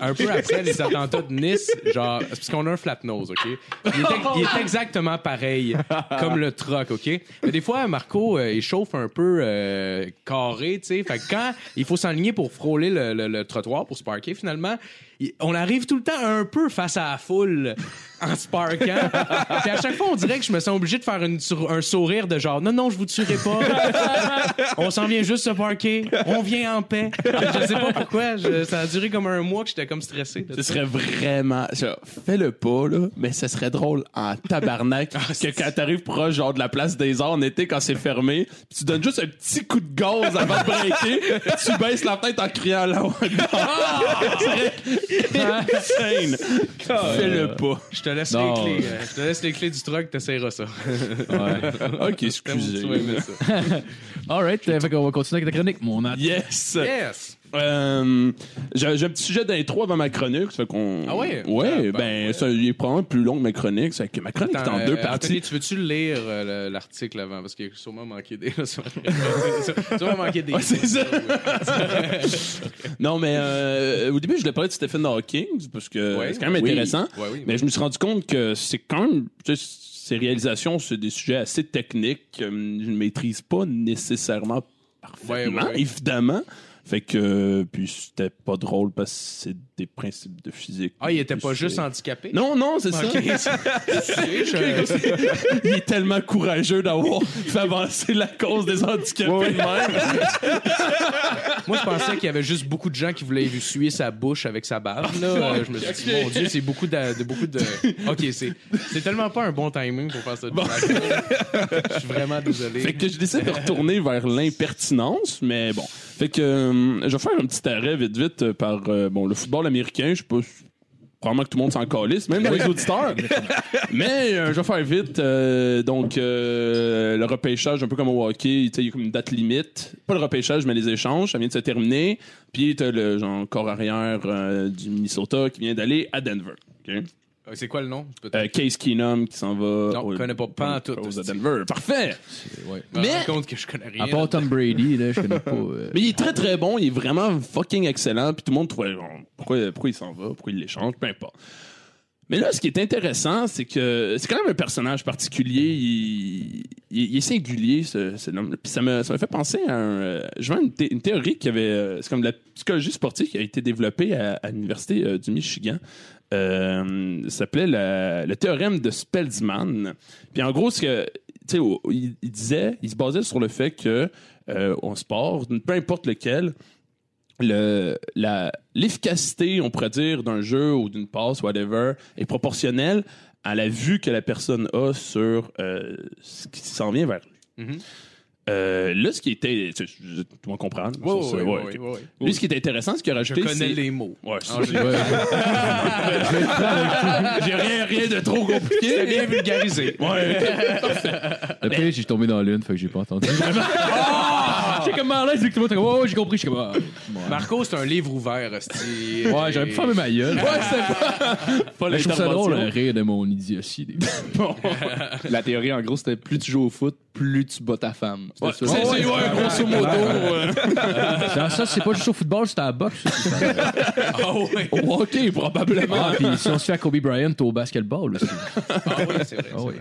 Speaker 5: un peu après les attentats de Nice, genre. c'est Parce qu'on a un flat nose, OK? Il est, il est exactement pareil, comme le troc, OK? Mais des fois, Marco, euh, il chauffe un peu euh, carré, tu sais. Fait que quand il faut s'enligner pour frôler le, le- le trottoir, pour se parquer, finalement, il- on arrive tout le temps un peu face à la foule en se parquant. Puis à chaque fois, on dirait que je me sens obligé de faire une sour- un sourire de genre, non, non, je vous tuerai pas. On s'en vient juste se parquer. On vient en paix. Je sais pas pourquoi. je- ça a duré comme un mois que j'étais comme stressé. de
Speaker 4: Ce
Speaker 5: ça.
Speaker 4: serait vraiment. genre, Fais-le pas, là, mais ce serait drôle en tabarnak que quand t'arrives proche genre, de la place des arts en été, quand c'est fermé, pis tu donnes juste un petit coup de gaz avant de breaker, pis tu baisses la tête en criant là Ah, Insane! Fais-le pas.
Speaker 5: Je te laisse
Speaker 11: Non.
Speaker 5: les clés. euh, Je te laisse les clés du truck. T'essayeras ça.
Speaker 4: Ok, excusez.
Speaker 5: Tu vas aimer
Speaker 4: <laughs>
Speaker 5: ça.
Speaker 11: Alright, euh, fait qu'on va continuer avec ta chronique, mon ami.
Speaker 4: Yes!
Speaker 5: Yes.
Speaker 4: Euh, j'ai j'ai un petit sujet d'intro avant ma chronique. ça fait qu'on...
Speaker 5: Ah ouais?
Speaker 4: Ouais,
Speaker 5: Ah, ben,
Speaker 4: ben,
Speaker 5: ouais.
Speaker 4: ça, il est probablement plus long que ma chronique. ça fait que ma chronique
Speaker 5: Attends,
Speaker 4: est en
Speaker 5: euh,
Speaker 4: deux parties.
Speaker 5: Anthony, tu veux-tu lire euh, le- l'article avant? Parce qu'il y a sûrement manqué des... <laughs> sûrement manqué des...
Speaker 4: Ouais, c'est ça. non, mais euh, au début, je voulais parler de Stephen Hawking parce que
Speaker 5: Ouais,
Speaker 4: c'est quand même
Speaker 5: oui.
Speaker 4: intéressant.
Speaker 5: Ouais, oui,
Speaker 4: Mais je me suis rendu compte que c'est quand même. tu sais, Ces réalisations, c'est des sujets assez techniques que mm, je ne maîtrise pas nécessairement parfaitement,
Speaker 5: Ouais, ouais, ouais.
Speaker 4: évidemment. Fait que. euh, Puis c'était pas drôle parce que c'est des principes de physique.
Speaker 5: Ah, il était pas
Speaker 4: C'est-
Speaker 5: juste handicapé?
Speaker 4: Non, non, c'est ça.
Speaker 5: Tu sais,
Speaker 4: <laughs>
Speaker 5: je-
Speaker 4: il est tellement courageux d'avoir fait avancer la cause des handicapés.
Speaker 5: Moi, je pensais qu'il y avait juste beaucoup de gens qui voulaient essuyer sa bouche avec sa barbe. Là, Euh, je me suis dit, mon Dieu, c'est beaucoup de, de- beaucoup de. Ok, c'est, c'est tellement pas un bon timing pour faire ça. Je suis vraiment désolé.
Speaker 4: Fait que je décide de retourner vers l'impertinence, mais bon. Fait que euh, je vais faire un petit arrêt vite vite euh, par euh, bon le football américain, je sais pas. si- Probablement que tout le monde s'en calisse, même
Speaker 5: <laughs>
Speaker 4: les auditeurs. Mais euh, je vais faire vite. euh, donc, euh, le repêchage, un peu comme au hockey, tu sais, il y a comme une date limite. Pas le repêchage, mais les échanges, ça vient de se terminer. Puis, tu le genre, corps arrière euh, du Minnesota qui vient d'aller à Denver. ok?
Speaker 5: Euh, C'est quoi le nom? Peut-être.
Speaker 4: Euh, Case Keenum qui s'en va.
Speaker 5: Non,
Speaker 4: au-
Speaker 5: connais pas, pas en tout.
Speaker 4: aux- à Denver. Parfait!
Speaker 5: Ouais. Je me
Speaker 4: mais-
Speaker 5: rends compte que je connais rien.
Speaker 11: À part Tom Brady, là, je connais pas. euh,
Speaker 4: Mais il est très très bon, il est vraiment fucking excellent, puis tout le monde trouvait genre, pourquoi, pourquoi il s'en va, pourquoi il l'échange, peu importe. Mais là, ce qui est intéressant, c'est que c'est quand même un personnage particulier, il, il- il est singulier, ce, cet homme-là. Puis ça me, ça me fait penser à un, euh, je vois une, thé- une théorie qui avait, euh, c'est comme de la psychologie sportive qui a été développée à, à l'université euh, du Michigan. Euh, ça s'appelait la- le théorème de Speltzman. Puis en gros, ce que, tu sais, au- il, il disait, il se basait sur le fait que euh, en sport, peu importe lequel, le, la, l'efficacité, on pourrait dire, d'un jeu ou d'une passe, whatever, est proportionnelle à la vue que la personne a sur euh, ce qui s'en vient vers lui.
Speaker 5: Mhm.
Speaker 4: Euh, là, ce qui était. Tu, tu- tu vas comprendre.
Speaker 5: Ouais,
Speaker 4: Ça,
Speaker 5: ouais, ouais,
Speaker 4: c'est- ouais,
Speaker 5: ouais,
Speaker 4: ok.
Speaker 5: ouais, ouais.
Speaker 4: Lui, ce qui est intéressant, ce qu'il a
Speaker 5: Je
Speaker 4: rajouté.
Speaker 5: connais
Speaker 4: c'est-
Speaker 5: les Ah, mots.
Speaker 4: Ouais, c'est-
Speaker 5: En général.
Speaker 11: ouais.
Speaker 4: j'ai rien, rien de trop compliqué.
Speaker 5: C'est bien vulgarisé.
Speaker 4: Ouais.
Speaker 11: Le pire, j'ai tombé dans l'une, fait que j'ai pas
Speaker 8: <laughs>
Speaker 11: entendu.
Speaker 8: Ah!
Speaker 11: J'ai comme mal à l'aise, vu que tout le monde était comme, ouais, ouais, j'ai compris, je suis comme, ah,
Speaker 5: Marco, c'est un livre ouvert, hostie.
Speaker 11: ouais, j'aurais pu fermer ma gueule.
Speaker 4: Pas
Speaker 11: Mais je trouve ça
Speaker 4: l'intervention.
Speaker 11: drôle, le rire de mon idiotie. des-
Speaker 8: La théorie, en gros, c'était plus tu joues au foot, plus tu bats ta femme. C'était
Speaker 4: Ouais,
Speaker 8: ça.
Speaker 4: c'est, c'est- ouais, grosso modo. euh,
Speaker 5: <laughs>
Speaker 11: Ça, ça, c'est pas juste au football, c'est à la boxe.
Speaker 5: Ah ouais.
Speaker 4: au hockey, probablement.
Speaker 11: Ah, puis si on se fait à Kobe Bryant, t'es au basketball aussi.
Speaker 5: Ah ouais, c'est vrai.
Speaker 11: Ah oui.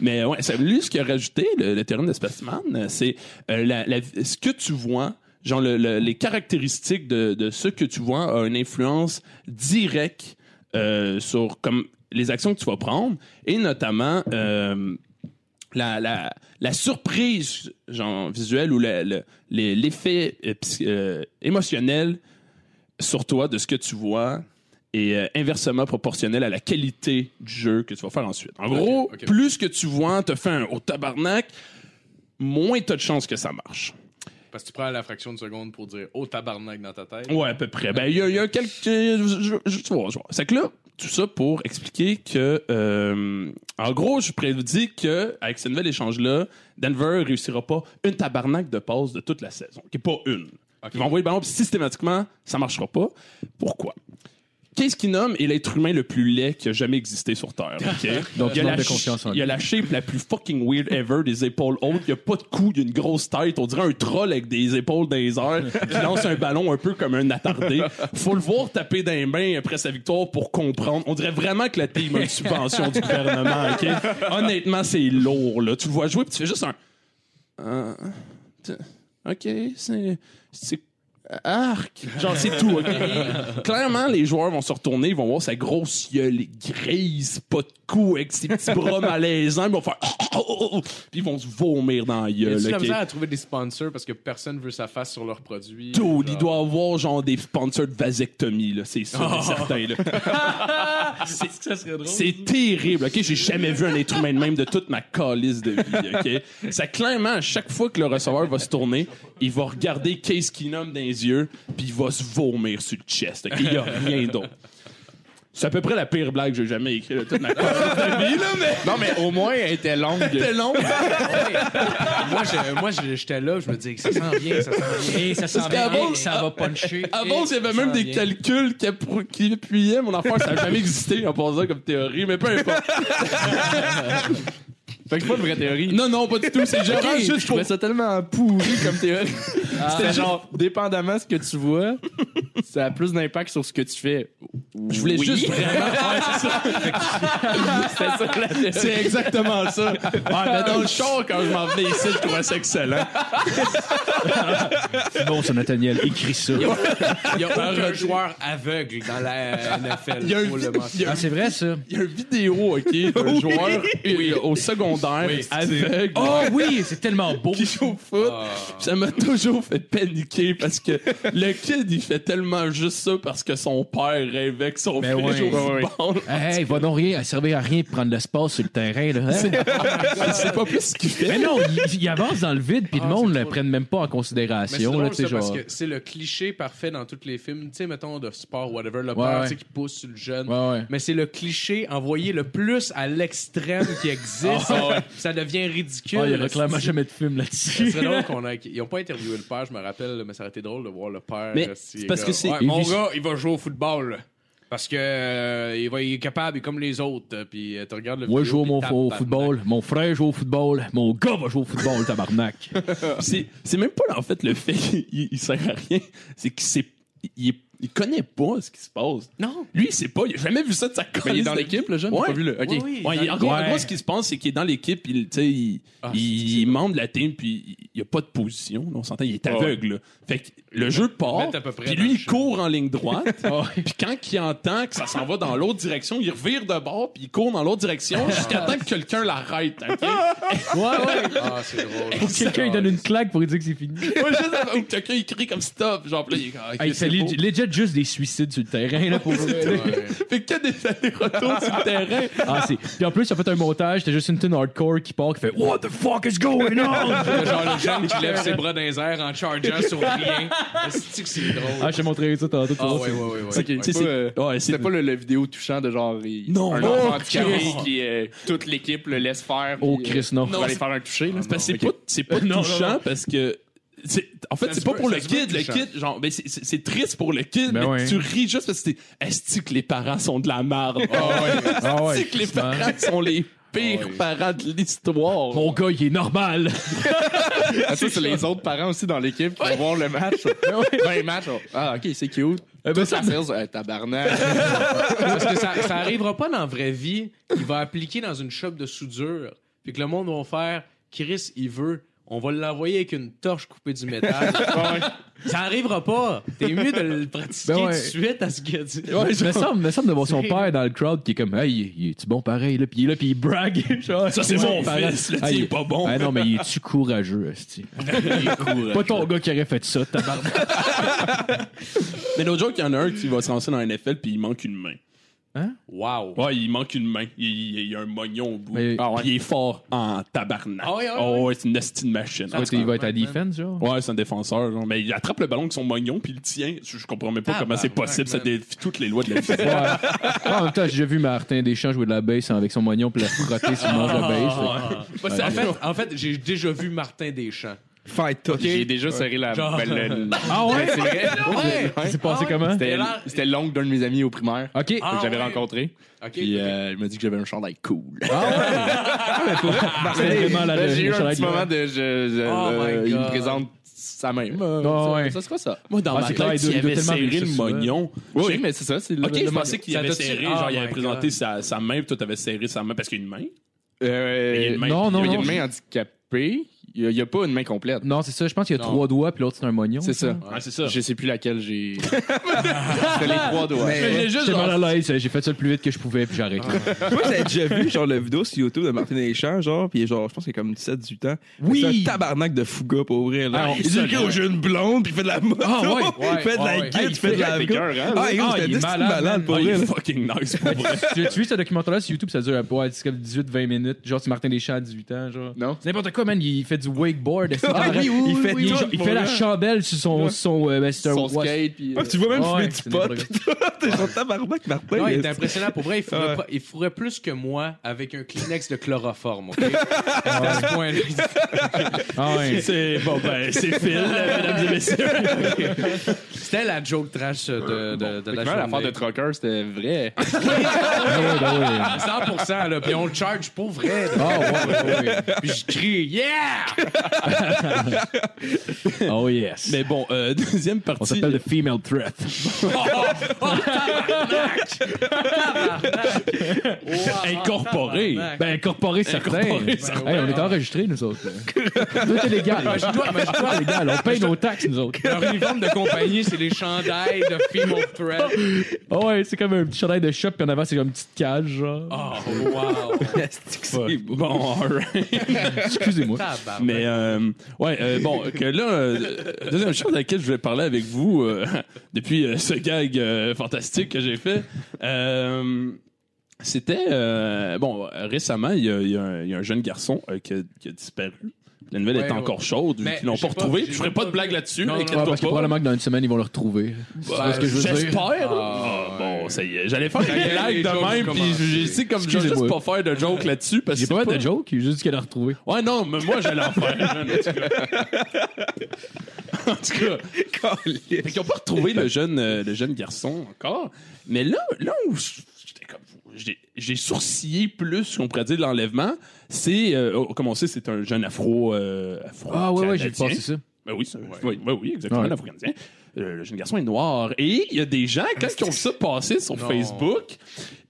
Speaker 4: Mais ouais, ça, lui, ce qu'il a rajouté, le, le théorème de Spaceman, euh, c'est euh, la- la- ce que tu vois, genre le- le- les caractéristiques de, de ce que tu vois a une influence directe euh, sur comme, les actions que tu vas prendre et notamment euh, la, la, la surprise genre, visuelle ou la- le- les- l'effet euh, psy- euh, émotionnel sur toi de ce que tu vois est euh, inversement proportionnel à la qualité du jeu que tu vas faire ensuite. En gros,
Speaker 5: ok.
Speaker 4: plus que tu vois, te fait un haut tabarnak, moins t'as de chances que ça marche.
Speaker 5: Parce que tu prends la fraction de seconde pour dire oh tabarnak dans ta tête.
Speaker 4: Ouais, à peu près. Ben, il y a, il y a quelques. Je, je- tu vois, je vois. C'est que là, tout ça pour expliquer que, euh, en gros, je prédis que, avec ce nouvel échange-là, Denver réussira pas une tabarnak de passe de toute la saison. Qui est pas une. Ils vont envoyer le ballon, puis systématiquement, ça marchera pas. Pourquoi? Qu'est-ce qu'il nomme est l'être humain le plus laid qui a jamais existé sur Terre. ok?
Speaker 11: <laughs> Donc,
Speaker 4: il y a,
Speaker 11: manque
Speaker 4: la
Speaker 11: de
Speaker 4: ch-
Speaker 11: confiance en
Speaker 4: il y a
Speaker 11: lui.
Speaker 4: la shape la plus fucking weird ever, des épaules hautes, il y a pas de cou, il y a une grosse tête, on dirait un troll avec des épaules dans les airs, qui lance un ballon un peu comme un attardé. Faut le voir taper dans les mains après sa victoire pour comprendre. On dirait vraiment que la team a une subvention du gouvernement, ok? Honnêtement, c'est lourd, là. Tu le vois jouer, puis tu fais juste un... Euh, t- OK, c'est... c'est- Arc! Genre, c'est tout, OK? Et Clairement, les joueurs vont se retourner, ils vont voir sa grosse gueule grise, pas de cou, avec ses petits bras malaisants, ils vont faire... <laughs> Oh, oh, oh, oh Puis ils vont se vomir dans la
Speaker 5: Il y a
Speaker 4: gueule,
Speaker 5: de la
Speaker 4: OK?
Speaker 5: misère à trouver des sponsors parce que personne veut sa face sur leurs produits.
Speaker 4: Dude, il
Speaker 5: Genre.
Speaker 4: doit avoir genre des sponsors de vasectomie, là, c'est sûr et certain. Là. C'est terrible, ok? J'ai jamais vu un être humain de même de toute ma calice de vie, ok? Ça, clairement, à chaque fois que le receveur va se tourner, il va regarder Case Keenum dans les yeux, puis il va se vomir sur le chest, ok? Il n'y a rien d'autre. C'est à peu près la pire blague que j'ai jamais écrite de toute ma calice de vie, là, mais...
Speaker 8: Non, mais au moins, elle était longue.
Speaker 4: C'était long.
Speaker 5: moi, je- moi, je- j'étais là, je me dis que ça sent bien, ça sent bien.
Speaker 3: Et ça s'en
Speaker 4: qu'à
Speaker 3: vient,
Speaker 4: Vos-
Speaker 3: et ça va puncher.
Speaker 4: Avant,
Speaker 3: et
Speaker 4: il y avait
Speaker 3: ça
Speaker 4: même des
Speaker 3: vient.
Speaker 4: calculs qui, appro- qui appuyaient. Mon affaire, ça n'a jamais existé en pensant comme théorie, mais peu importe.
Speaker 9: Fait que c'est pas une vraie théorie.
Speaker 4: Non, non, pas du tout.
Speaker 9: <laughs>
Speaker 4: C'est Gérard Ah.
Speaker 9: Juste,
Speaker 4: juste
Speaker 9: je
Speaker 4: pour.
Speaker 9: trouvais ça tellement pourri comme théorie. <laughs> C'était genre, dépendamment ce que tu vois, ça a plus d'impact sur ce que tu fais.
Speaker 4: Je voulais juste <laughs> vraiment.
Speaker 9: C'est ça la théorie.
Speaker 4: C'est exactement ça. Ah, ben, dans le char, quand je m'en venais ici, je trouvais ça excellent.
Speaker 11: Bon, ça, Nathaniel, écris ça.
Speaker 5: Il y a aucun joueur aveugle dans la NFL.
Speaker 4: Il y a un-
Speaker 5: faut le mentionner.
Speaker 3: Ah, c'est vrai, ça.
Speaker 4: Il y a une vidéo, OK, d'un joueur euh, au secondaire aveugle.
Speaker 3: Oh oui, c'est tellement beau.
Speaker 4: qui joue au foot. Ça m'a toujours fait paniquer parce que le kid, il fait tellement juste ça parce que son père rêvait que son
Speaker 3: Ben Ah.
Speaker 4: fils
Speaker 3: ouais.
Speaker 4: joue au
Speaker 9: Ouais, ouais.
Speaker 4: football.
Speaker 3: Hey, il va donc rien, elle servir à rien de prendre l'espace sur le terrain. Là. Hein?
Speaker 4: C'est pas plus ce qu'il fait.
Speaker 3: Mais non, il, il avance dans le vide, puis
Speaker 5: Ah,
Speaker 3: le monde
Speaker 5: c'est
Speaker 3: ne
Speaker 5: drôle.
Speaker 3: prenne même pas en
Speaker 5: Mais c'est
Speaker 3: considération.
Speaker 5: drôle,
Speaker 3: Là, tu sais,
Speaker 5: ça, parce
Speaker 3: genre...
Speaker 5: que c'est le cliché parfait dans tous les films, tu sais, mettons, de sport, whatever, le
Speaker 3: Ouais,
Speaker 5: père,
Speaker 3: ouais.
Speaker 5: tu sais, qui pousse sur le jeune.
Speaker 3: Ouais, ouais.
Speaker 5: Mais c'est le cliché envoyé le plus à l'extrême qui existe. Ça devient ridicule.
Speaker 3: Ah, il n'y aura clairement
Speaker 5: C'est-
Speaker 3: jamais de film
Speaker 5: Ça
Speaker 3: là-dessus. <laughs>
Speaker 5: serait drôle qu'on a... Ils n'ont pas interviewé le père, je me rappelle, mais ça aurait été drôle de voir le père.
Speaker 4: Mais
Speaker 5: euh, si,
Speaker 4: c'est parce
Speaker 5: gars,
Speaker 4: que c'est-
Speaker 5: Ouais,
Speaker 4: il
Speaker 5: mon
Speaker 4: vit-
Speaker 5: gars, il va jouer au football. Parce que euh, il, va, il est capable, il est comme les autres. euh, Puis euh, tu regardes le
Speaker 3: Moi, je
Speaker 5: vidéo,
Speaker 3: joue au mon-
Speaker 5: puis tape,
Speaker 3: au
Speaker 5: tape,
Speaker 3: football. Mon frère joue au football. Mon gars va jouer au football, tabarnak.
Speaker 4: C'est c'est même pas en fait le fait qu'il il sert à rien, c'est qu'il sait il, est- il connaît pas ce qui se passe.
Speaker 5: Non.
Speaker 4: Lui, il sait pas, il a jamais vu ça de sa
Speaker 8: Mais il est
Speaker 4: colise
Speaker 8: dans
Speaker 4: de-
Speaker 8: l'équipe, le jeune,
Speaker 4: Ouais.
Speaker 8: j'ai pas vu le. OK.
Speaker 5: Oui, oui,
Speaker 4: Ouais,
Speaker 5: dans
Speaker 4: il- en, gros, en
Speaker 3: Ouais.
Speaker 4: gros, ce qui se passe, c'est qu'il est dans l'équipe, il, tu sais, il,
Speaker 5: Ah, c'est-
Speaker 4: il, il est membre de la team, puis il- il a pas de position, là, on s'entend, il est aveugle. là. Fait que le jeu part,
Speaker 5: mettent à peu près
Speaker 4: puis
Speaker 5: dans
Speaker 4: lui,
Speaker 5: le
Speaker 4: il
Speaker 5: jeu.
Speaker 4: court en ligne
Speaker 8: <laughs>
Speaker 4: droite,
Speaker 8: Ah
Speaker 4: puis quand il entend que ça s'en va dans l'autre direction, il revire de bord, puis il court dans l'autre
Speaker 8: <laughs>
Speaker 4: direction jusqu'à temps que quelqu'un l'arrête. ok?
Speaker 3: <laughs> ouais, ouais.
Speaker 5: tape. Ah, c'est drôle.
Speaker 3: Pour que quelqu'un il donne une claque pour lui dire que c'est fini.
Speaker 4: Ou juste avant- ou quelqu'un il crie comme stop, genre, puis là, il est comme, Ah, ok,
Speaker 3: Hey,
Speaker 4: c'est
Speaker 3: c'est
Speaker 4: beau.
Speaker 3: lég- legit juste des suicides sur le terrain, là, pour vrai, là.
Speaker 5: Ouais.
Speaker 4: Fait que des allers-retours sur le terrain.
Speaker 3: Ah, c'est. Puis en plus, ils ont fait un montage, t'as juste une tune hardcore qui part, qui fait What the fuck is going on?
Speaker 5: Le genre le jeune qui lève ses bras dans les airs en chargeant
Speaker 3: <laughs>
Speaker 5: sur rien. C'est-tu que c'est drôle?
Speaker 3: Ah, je t'ai montré ça tantôt. tu
Speaker 5: Ah,
Speaker 3: vois,
Speaker 5: ouais,
Speaker 3: c'est-
Speaker 5: ouais, ouais. ouais.
Speaker 8: C'est-
Speaker 5: Ouais.
Speaker 8: c'est pas, euh,
Speaker 4: Ouais, c'est-
Speaker 8: C'était pas le, le vidéo touchant de genre. il-
Speaker 4: Non, Oh,
Speaker 8: un
Speaker 4: non,
Speaker 8: enfant
Speaker 4: Christ.
Speaker 8: handicapé qui.
Speaker 9: Qui, euh, toute l'équipe le laisse faire.
Speaker 3: Oh,
Speaker 9: puis, euh,
Speaker 3: Chris, non.
Speaker 9: pour aller faire un toucher, là.
Speaker 4: C'est parce que c'est pas, c'est
Speaker 8: <laughs>
Speaker 4: pas
Speaker 3: Non, non,
Speaker 4: touchant parce que. c'est- En fait,
Speaker 5: Ça
Speaker 4: c'est
Speaker 5: se
Speaker 4: pas
Speaker 5: peut-
Speaker 4: pour
Speaker 5: ça
Speaker 4: le
Speaker 5: se peut
Speaker 4: kid. Le
Speaker 5: touchant.
Speaker 4: kid, genre, ben, c'est- c'est c'est triste pour le kid,
Speaker 3: Ben
Speaker 4: mais
Speaker 3: ouais.
Speaker 4: tu ris juste parce que c'est. Est-ce que les parents sont de la merde? <laughs>
Speaker 3: Ah, ouais,
Speaker 4: Est-ce que les
Speaker 3: Christ, man.
Speaker 4: parents sont les pires
Speaker 5: Ah ouais.
Speaker 4: parents de l'histoire?
Speaker 3: Mon gars, il est normal.
Speaker 4: <laughs>
Speaker 8: Ah, ça, c'est les autres parents aussi dans l'équipe qui vont voir le
Speaker 3: <laughs>
Speaker 8: match. Ben, le match. oh. Ah, ok, c'est cute.
Speaker 3: Eh ben,
Speaker 8: Tout ça, c'est euh,
Speaker 3: <laughs>
Speaker 8: tabarnak.
Speaker 5: Parce que ça, ça arrivera pas dans la vraie vie. Il va appliquer dans une shop de soudure. Puis que le monde va faire Chris, il veut. On va l'envoyer avec une torche coupée
Speaker 3: <laughs>
Speaker 5: du métal. ça arrivera pas. T'es mieux de le pratiquer
Speaker 3: Ben ouais.
Speaker 5: tout de suite à ce que
Speaker 3: <laughs>
Speaker 5: tu.
Speaker 3: Ouais, me semble, me semble de voir son
Speaker 5: C'est-
Speaker 3: père dans le crowd qui est comme Hey, il est-tu bon pareil? Là? Puis il est là, puis il brague. <laughs> Genre,
Speaker 4: Ça, c'est
Speaker 3: Ouais,
Speaker 4: mon
Speaker 3: pareil.
Speaker 4: fils. Le
Speaker 3: Ah,
Speaker 4: tien
Speaker 3: il-
Speaker 4: est pas bon.
Speaker 3: Ah non, mais il est-tu courageux, esti? Pas ton gars qui aurait fait ça, tabarnak.
Speaker 4: Mais l'autre jour, il y en a un qui va se lancer dans la NFL puis il manque une main.
Speaker 3: Hein?
Speaker 5: Wow.
Speaker 4: Ouais, il manque une main. Il, il- il y a un mognon au bout.
Speaker 3: Mais-
Speaker 4: Ah ouais. Puis il est fort en tabarnak.
Speaker 5: Ah ouais, ah ouais,
Speaker 4: oh, ouais, c'est une hostie de machine.
Speaker 3: Ouais, il va être à defense, genre.
Speaker 4: Ouais, c'est un défenseur. genre. Mais il attrape le ballon avec son mognon, puis il le tient. Je, je comprends même pas
Speaker 5: Ah,
Speaker 4: comment
Speaker 5: bah,
Speaker 4: c'est possible. Ça
Speaker 5: man.
Speaker 4: défie toutes les lois de la
Speaker 3: <laughs>
Speaker 4: physique.
Speaker 3: Ouais. Ah, En même temps, j'ai déjà vu Martin Deschamps jouer de la bass avec
Speaker 5: Ah,
Speaker 3: son moignon puis la frotter sur le manche de bass.
Speaker 5: En fait, en fait, j'ai déjà vu Martin Deschamps.
Speaker 6: Fight touch.
Speaker 9: J'ai déjà serré la.
Speaker 5: Genre-
Speaker 9: ben, le-
Speaker 3: Ah ouais?
Speaker 9: C'est vrai.
Speaker 5: Ouais.
Speaker 3: C'est passé
Speaker 5: Ah ouais?
Speaker 3: comment?
Speaker 9: C'était- C'était l'oncle d'un de mes amis au primaire.
Speaker 3: Ok.
Speaker 5: Ah
Speaker 9: que j'avais
Speaker 5: ouais.
Speaker 9: rencontré.
Speaker 5: Ok.
Speaker 9: Puis euh, il m'a dit que j'avais un chandail cool.
Speaker 3: C'est vraiment la
Speaker 9: Là, Ah, j'ai eu
Speaker 3: le
Speaker 9: un
Speaker 3: chandail
Speaker 9: petit
Speaker 3: de-
Speaker 9: moment de. je- je-
Speaker 5: Oh
Speaker 9: euh,
Speaker 5: my
Speaker 9: il me
Speaker 5: God.
Speaker 9: présente sa main.
Speaker 3: Ah
Speaker 9: ça,
Speaker 3: ouais.
Speaker 9: ça sera ça.
Speaker 4: Moi, dans
Speaker 3: Ah,
Speaker 4: ma
Speaker 3: c'est clair, il
Speaker 4: tête,
Speaker 3: doit-
Speaker 4: il
Speaker 3: il doit
Speaker 4: avait
Speaker 3: tellement
Speaker 4: serré
Speaker 3: aimer
Speaker 4: le
Speaker 3: ça, souvent.
Speaker 4: mognon.
Speaker 9: Oui,
Speaker 4: J'ai-
Speaker 9: mais c'est ça. C'est le,
Speaker 4: Ok,
Speaker 9: le
Speaker 4: je
Speaker 9: moment.
Speaker 4: pensais qu'il
Speaker 5: Ça
Speaker 4: avait
Speaker 5: t'a-tu-
Speaker 4: serré,
Speaker 5: Oh
Speaker 3: Ah,
Speaker 4: genre, il avait
Speaker 5: my
Speaker 4: présenté
Speaker 5: God.
Speaker 4: sa, sa main, puis toi, t'avais serré sa main parce qu'il y a une main.
Speaker 9: Euh,
Speaker 4: Il y a une main,
Speaker 3: non,
Speaker 4: puis
Speaker 3: non,
Speaker 9: il y a
Speaker 3: non,
Speaker 9: une main handicapée. Il n'y a, pas une main complète.
Speaker 3: Non, c'est ça. Je pense qu'il y a
Speaker 5: Non.
Speaker 3: trois doigts, puis l'autre, c'est un mognon.
Speaker 9: C'est ça.
Speaker 4: Ouais, c'est ça.
Speaker 9: Je sais plus laquelle j'ai. C'était les trois doigts.
Speaker 6: Mais
Speaker 4: J'ai juste
Speaker 3: J'étais
Speaker 4: genre-
Speaker 3: mal à l'aise. J'ai fait ça le plus vite que je pouvais, puis j'arrête.
Speaker 6: moi, j'avais déjà vu, genre, la vidéo sur YouTube de Martin Deschamps, genre, pis genre, je pense qu'il a comme 17, 18 ans. C'est un tabarnak de fouga, pour vrai, là.
Speaker 3: Ah,
Speaker 6: il dit qu'il j'ai une blonde, pis il fait de la moto. <laughs> il fait de la
Speaker 5: ouais, ouais.
Speaker 6: guide, il fait de la
Speaker 9: Avec
Speaker 6: go.
Speaker 9: cœur, hein?
Speaker 6: Ah, gros,
Speaker 3: Ah,
Speaker 6: c'était
Speaker 3: il est
Speaker 6: des petits
Speaker 3: malade,
Speaker 6: malades, pour
Speaker 4: Ah, il
Speaker 6: vrai,
Speaker 4: est
Speaker 6: là.
Speaker 4: fucking nice, pour vrai.
Speaker 3: tu, tu vu ce documentaire-là sur YouTube, ça dure à ouais, 18-20 minutes. Genre, c'est Martin Deschamps à 18 ans. Genre.
Speaker 9: Non.
Speaker 3: C'est n'importe quoi, man. Il fait du wakeboard. etc.
Speaker 6: Ah, oui, oui,
Speaker 3: il fait, il,
Speaker 6: oui, oui,
Speaker 3: genre,
Speaker 6: oui,
Speaker 3: il
Speaker 6: pour
Speaker 3: fait
Speaker 6: vrai.
Speaker 3: la chandelle sur son. son, euh, ben, c'est un-
Speaker 9: Son
Speaker 3: ouais,
Speaker 9: skate. Puis,
Speaker 6: Ah,
Speaker 9: euh,
Speaker 6: pis tu vois même
Speaker 3: Ouais,
Speaker 6: fumer
Speaker 3: c'est
Speaker 6: du pot,
Speaker 3: n'importe
Speaker 6: pis tout. T'es genre tabarnak, Martin.
Speaker 5: Non, il était
Speaker 6: là.
Speaker 5: impressionnant
Speaker 6: <laughs>
Speaker 5: pour vrai. Il fourrait,
Speaker 6: Ouais.
Speaker 5: pas- il fourrait plus que moi avec un Kleenex de chloroforme. ok? C'était à ce point-là.
Speaker 3: Ah,
Speaker 9: <laughs>
Speaker 3: ouais.
Speaker 4: C'est bon,
Speaker 3: <laughs>
Speaker 4: ben, c'est Phil, euh, mesdames et messieurs.
Speaker 5: C'était la joke trash de, de, de Euh, la
Speaker 9: Effectivement, l'affaire
Speaker 5: journée.
Speaker 9: de Trucker, c'était
Speaker 8: <laughs>
Speaker 9: vrai.
Speaker 3: Ouais, ben ouais.
Speaker 5: 100 là, puis on le charge pour vrai. là.
Speaker 3: Ah, ouais, ouais, ouais.
Speaker 5: Puis je crie yeah!
Speaker 3: Oh, yes.
Speaker 4: Mais bon, euh, deuxième
Speaker 3: On
Speaker 4: partie.
Speaker 3: s'appelle le Female Threat.
Speaker 4: Incorporé.
Speaker 3: Ben, incorporé, certain.
Speaker 9: ben
Speaker 4: Incorporé,
Speaker 5: certain.
Speaker 3: Hey, on est enregistrés, nous autres.
Speaker 9: <laughs>
Speaker 3: là. Tout est légal. Tout est légal. On paye nos taxes, nous autres.
Speaker 5: Leur uniforme de compagnie, c'est les chandails de Female Threat.
Speaker 3: Ah ouais, c'est comme un petit chandail de shop, puis en avant, c'est comme une petite cage, genre.
Speaker 5: Oh, wow!
Speaker 4: Bon, alright.
Speaker 3: Excusez-moi.
Speaker 5: Tabarnak.
Speaker 4: <laughs> Mais, euh, ouais, euh, bon, que là, euh, deuxième chose à laquelle je voulais parler avec vous euh, <laughs> depuis euh, ce gag euh, fantastique que j'ai fait, euh, c'était, euh, bon, récemment, il y a, il y a un, il y a un jeune garçon euh, qui, a, qui a disparu. La nouvelle
Speaker 5: Ouais,
Speaker 4: est
Speaker 5: ouais.
Speaker 4: encore chaude, vu
Speaker 5: Mais
Speaker 4: qu'ils l'ont
Speaker 5: j'ai
Speaker 4: pas
Speaker 5: pas-
Speaker 4: retrouvé.
Speaker 5: j'ai
Speaker 4: Je ferai
Speaker 5: même
Speaker 4: pas
Speaker 5: pas
Speaker 4: de
Speaker 5: vu.
Speaker 4: blague là-dessus,
Speaker 5: Non, non,
Speaker 3: Ouais,
Speaker 4: inquiète-toi
Speaker 3: parce que
Speaker 4: pas.
Speaker 3: probablement que dans une semaine, ils vont le retrouver. C'est pas ce que je veux dire.
Speaker 4: J'espère.
Speaker 5: Ah,
Speaker 4: Ah, bon, ça y est.
Speaker 5: <laughs>
Speaker 4: J'allais faire
Speaker 5: Ça y est,
Speaker 4: des
Speaker 5: les
Speaker 4: blagues
Speaker 5: jokes
Speaker 4: de même, puis
Speaker 5: commencent.
Speaker 4: j'ai dit comme je veux juste
Speaker 3: Excusez-moi.
Speaker 4: pas faire de joke là-dessus parce
Speaker 3: J'ai
Speaker 4: que
Speaker 3: pas
Speaker 4: c'est
Speaker 3: fait de joke, j'ai juste qu'elle a retrouvé.
Speaker 4: Ouais, non, mais moi j'allais en faire. en tout cas. <laughs> En tout cas,
Speaker 6: Caliste.
Speaker 4: fait qu'ils ont pas retrouvé le jeune, euh, le jeune garçon encore. Mais là, là où j'étais comme j'ai- j'ai sourcillé plus qu'on pourrait dire de l'enlèvement, c'est euh, oh, comme on sait, c'est un jeune afro euh, afro
Speaker 3: Ah ouais, ouais, j'ai
Speaker 4: Canadien.
Speaker 3: passé ça.
Speaker 4: Ben oui, ça- oui, oui, oui, exactement,
Speaker 3: Ouais.
Speaker 4: l'Afro-Canadien. Euh, le jeune garçon est noir. Et il y a des gens, quand ils ont vu ça passer sur
Speaker 5: Non.
Speaker 4: Facebook,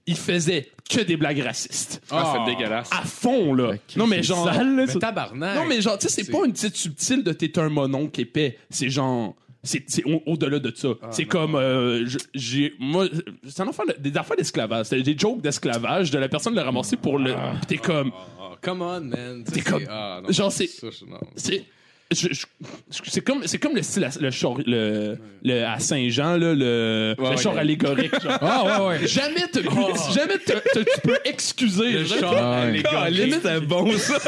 Speaker 4: ils faisaient que des blagues racistes.
Speaker 9: Ah,
Speaker 5: Ah.
Speaker 9: c'est dégueulasse.
Speaker 4: À fond, là. non, mais genre.
Speaker 5: Mais tabarnak!
Speaker 4: non, mais genre, tu sais, c'est
Speaker 5: C'est-
Speaker 4: pas une petite subtile de t'es un monon qui est épais. C'est genre. C'est c'est au- au-delà de ça. c'est comme. euh, je- j'ai. Moi, c'est un enfant de- des affaires d'esclavage. C'est des jokes d'esclavage de la personne de le ramasser pour le. Pis t'es comme.
Speaker 5: Ah, ah, come on, man!
Speaker 4: T'es comme-
Speaker 5: Ah, non,
Speaker 4: genre, c'est-
Speaker 5: ça, je- non.
Speaker 4: C'est. je- je- C'est comme, c'est comme le style à, le chor- le, le- à Saint-Jean, là, le, le char allégorique. genre.
Speaker 3: Ah ouais,
Speaker 4: <laughs>
Speaker 3: ouais.
Speaker 4: Jamais, te- jamais te- te- tu peux excuser.
Speaker 5: Le
Speaker 4: genre.
Speaker 5: char
Speaker 3: Ah
Speaker 6: Caliste, c'était bon, ça.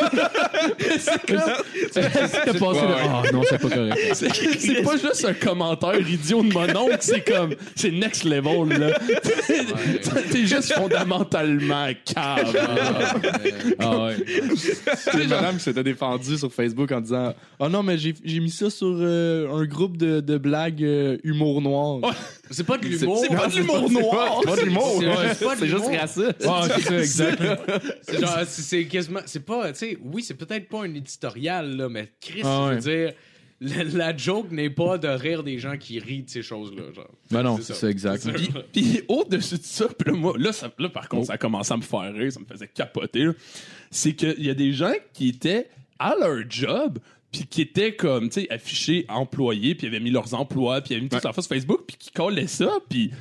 Speaker 3: T'as passé le. Ah non, c'est pas correct.
Speaker 6: <laughs>
Speaker 4: C'est- C'est pas juste un commentaire idiot de mon oncle, c'est comme. C'est next level, là. T'es juste fondamentalement cave.
Speaker 3: Ah ouais.
Speaker 9: C'est une madame qui s'était défendue sur Facebook en disant Oh non, mais j'ai j'ai mis ça sur euh, un groupe de, de blagues euh, humour noir.
Speaker 5: C'est pas de l'humour!
Speaker 9: C'est- c'est
Speaker 5: pas de l'humour noir!
Speaker 9: Pas d'humour!
Speaker 5: C'est
Speaker 9: ouais.
Speaker 5: juste pas de
Speaker 9: C'est juste
Speaker 5: l'humour.
Speaker 9: raciste.
Speaker 3: Ah, c'est ça, exact.
Speaker 5: C'est genre, ah, c'est- c'est quasiment. C'est pas, tu sais, oui, c'est peut-être pas un éditorial, là, mais Chris,
Speaker 3: Ah
Speaker 5: je veux dire, la, la joke n'est pas de rire des gens qui rient de ces choses-là, genre.
Speaker 3: Ben non,
Speaker 5: C'est
Speaker 3: c'est
Speaker 5: ça.
Speaker 3: ça, exact.
Speaker 5: <laughs>
Speaker 4: Puis, puis au-dessus de ça, puis là, moi, là, ça- là, par
Speaker 5: Oh.
Speaker 4: contre, ça a commencé à me faire rire, ça me faisait capoter. là. C'est qu'il y a des gens qui étaient à leur job, puis qui étaient comme, tu sais, affichés employés, puis ils avaient mis leurs emplois, puis ils avaient mis tout ça sur Facebook, puis qui collaient ça,
Speaker 5: <laughs>
Speaker 4: puis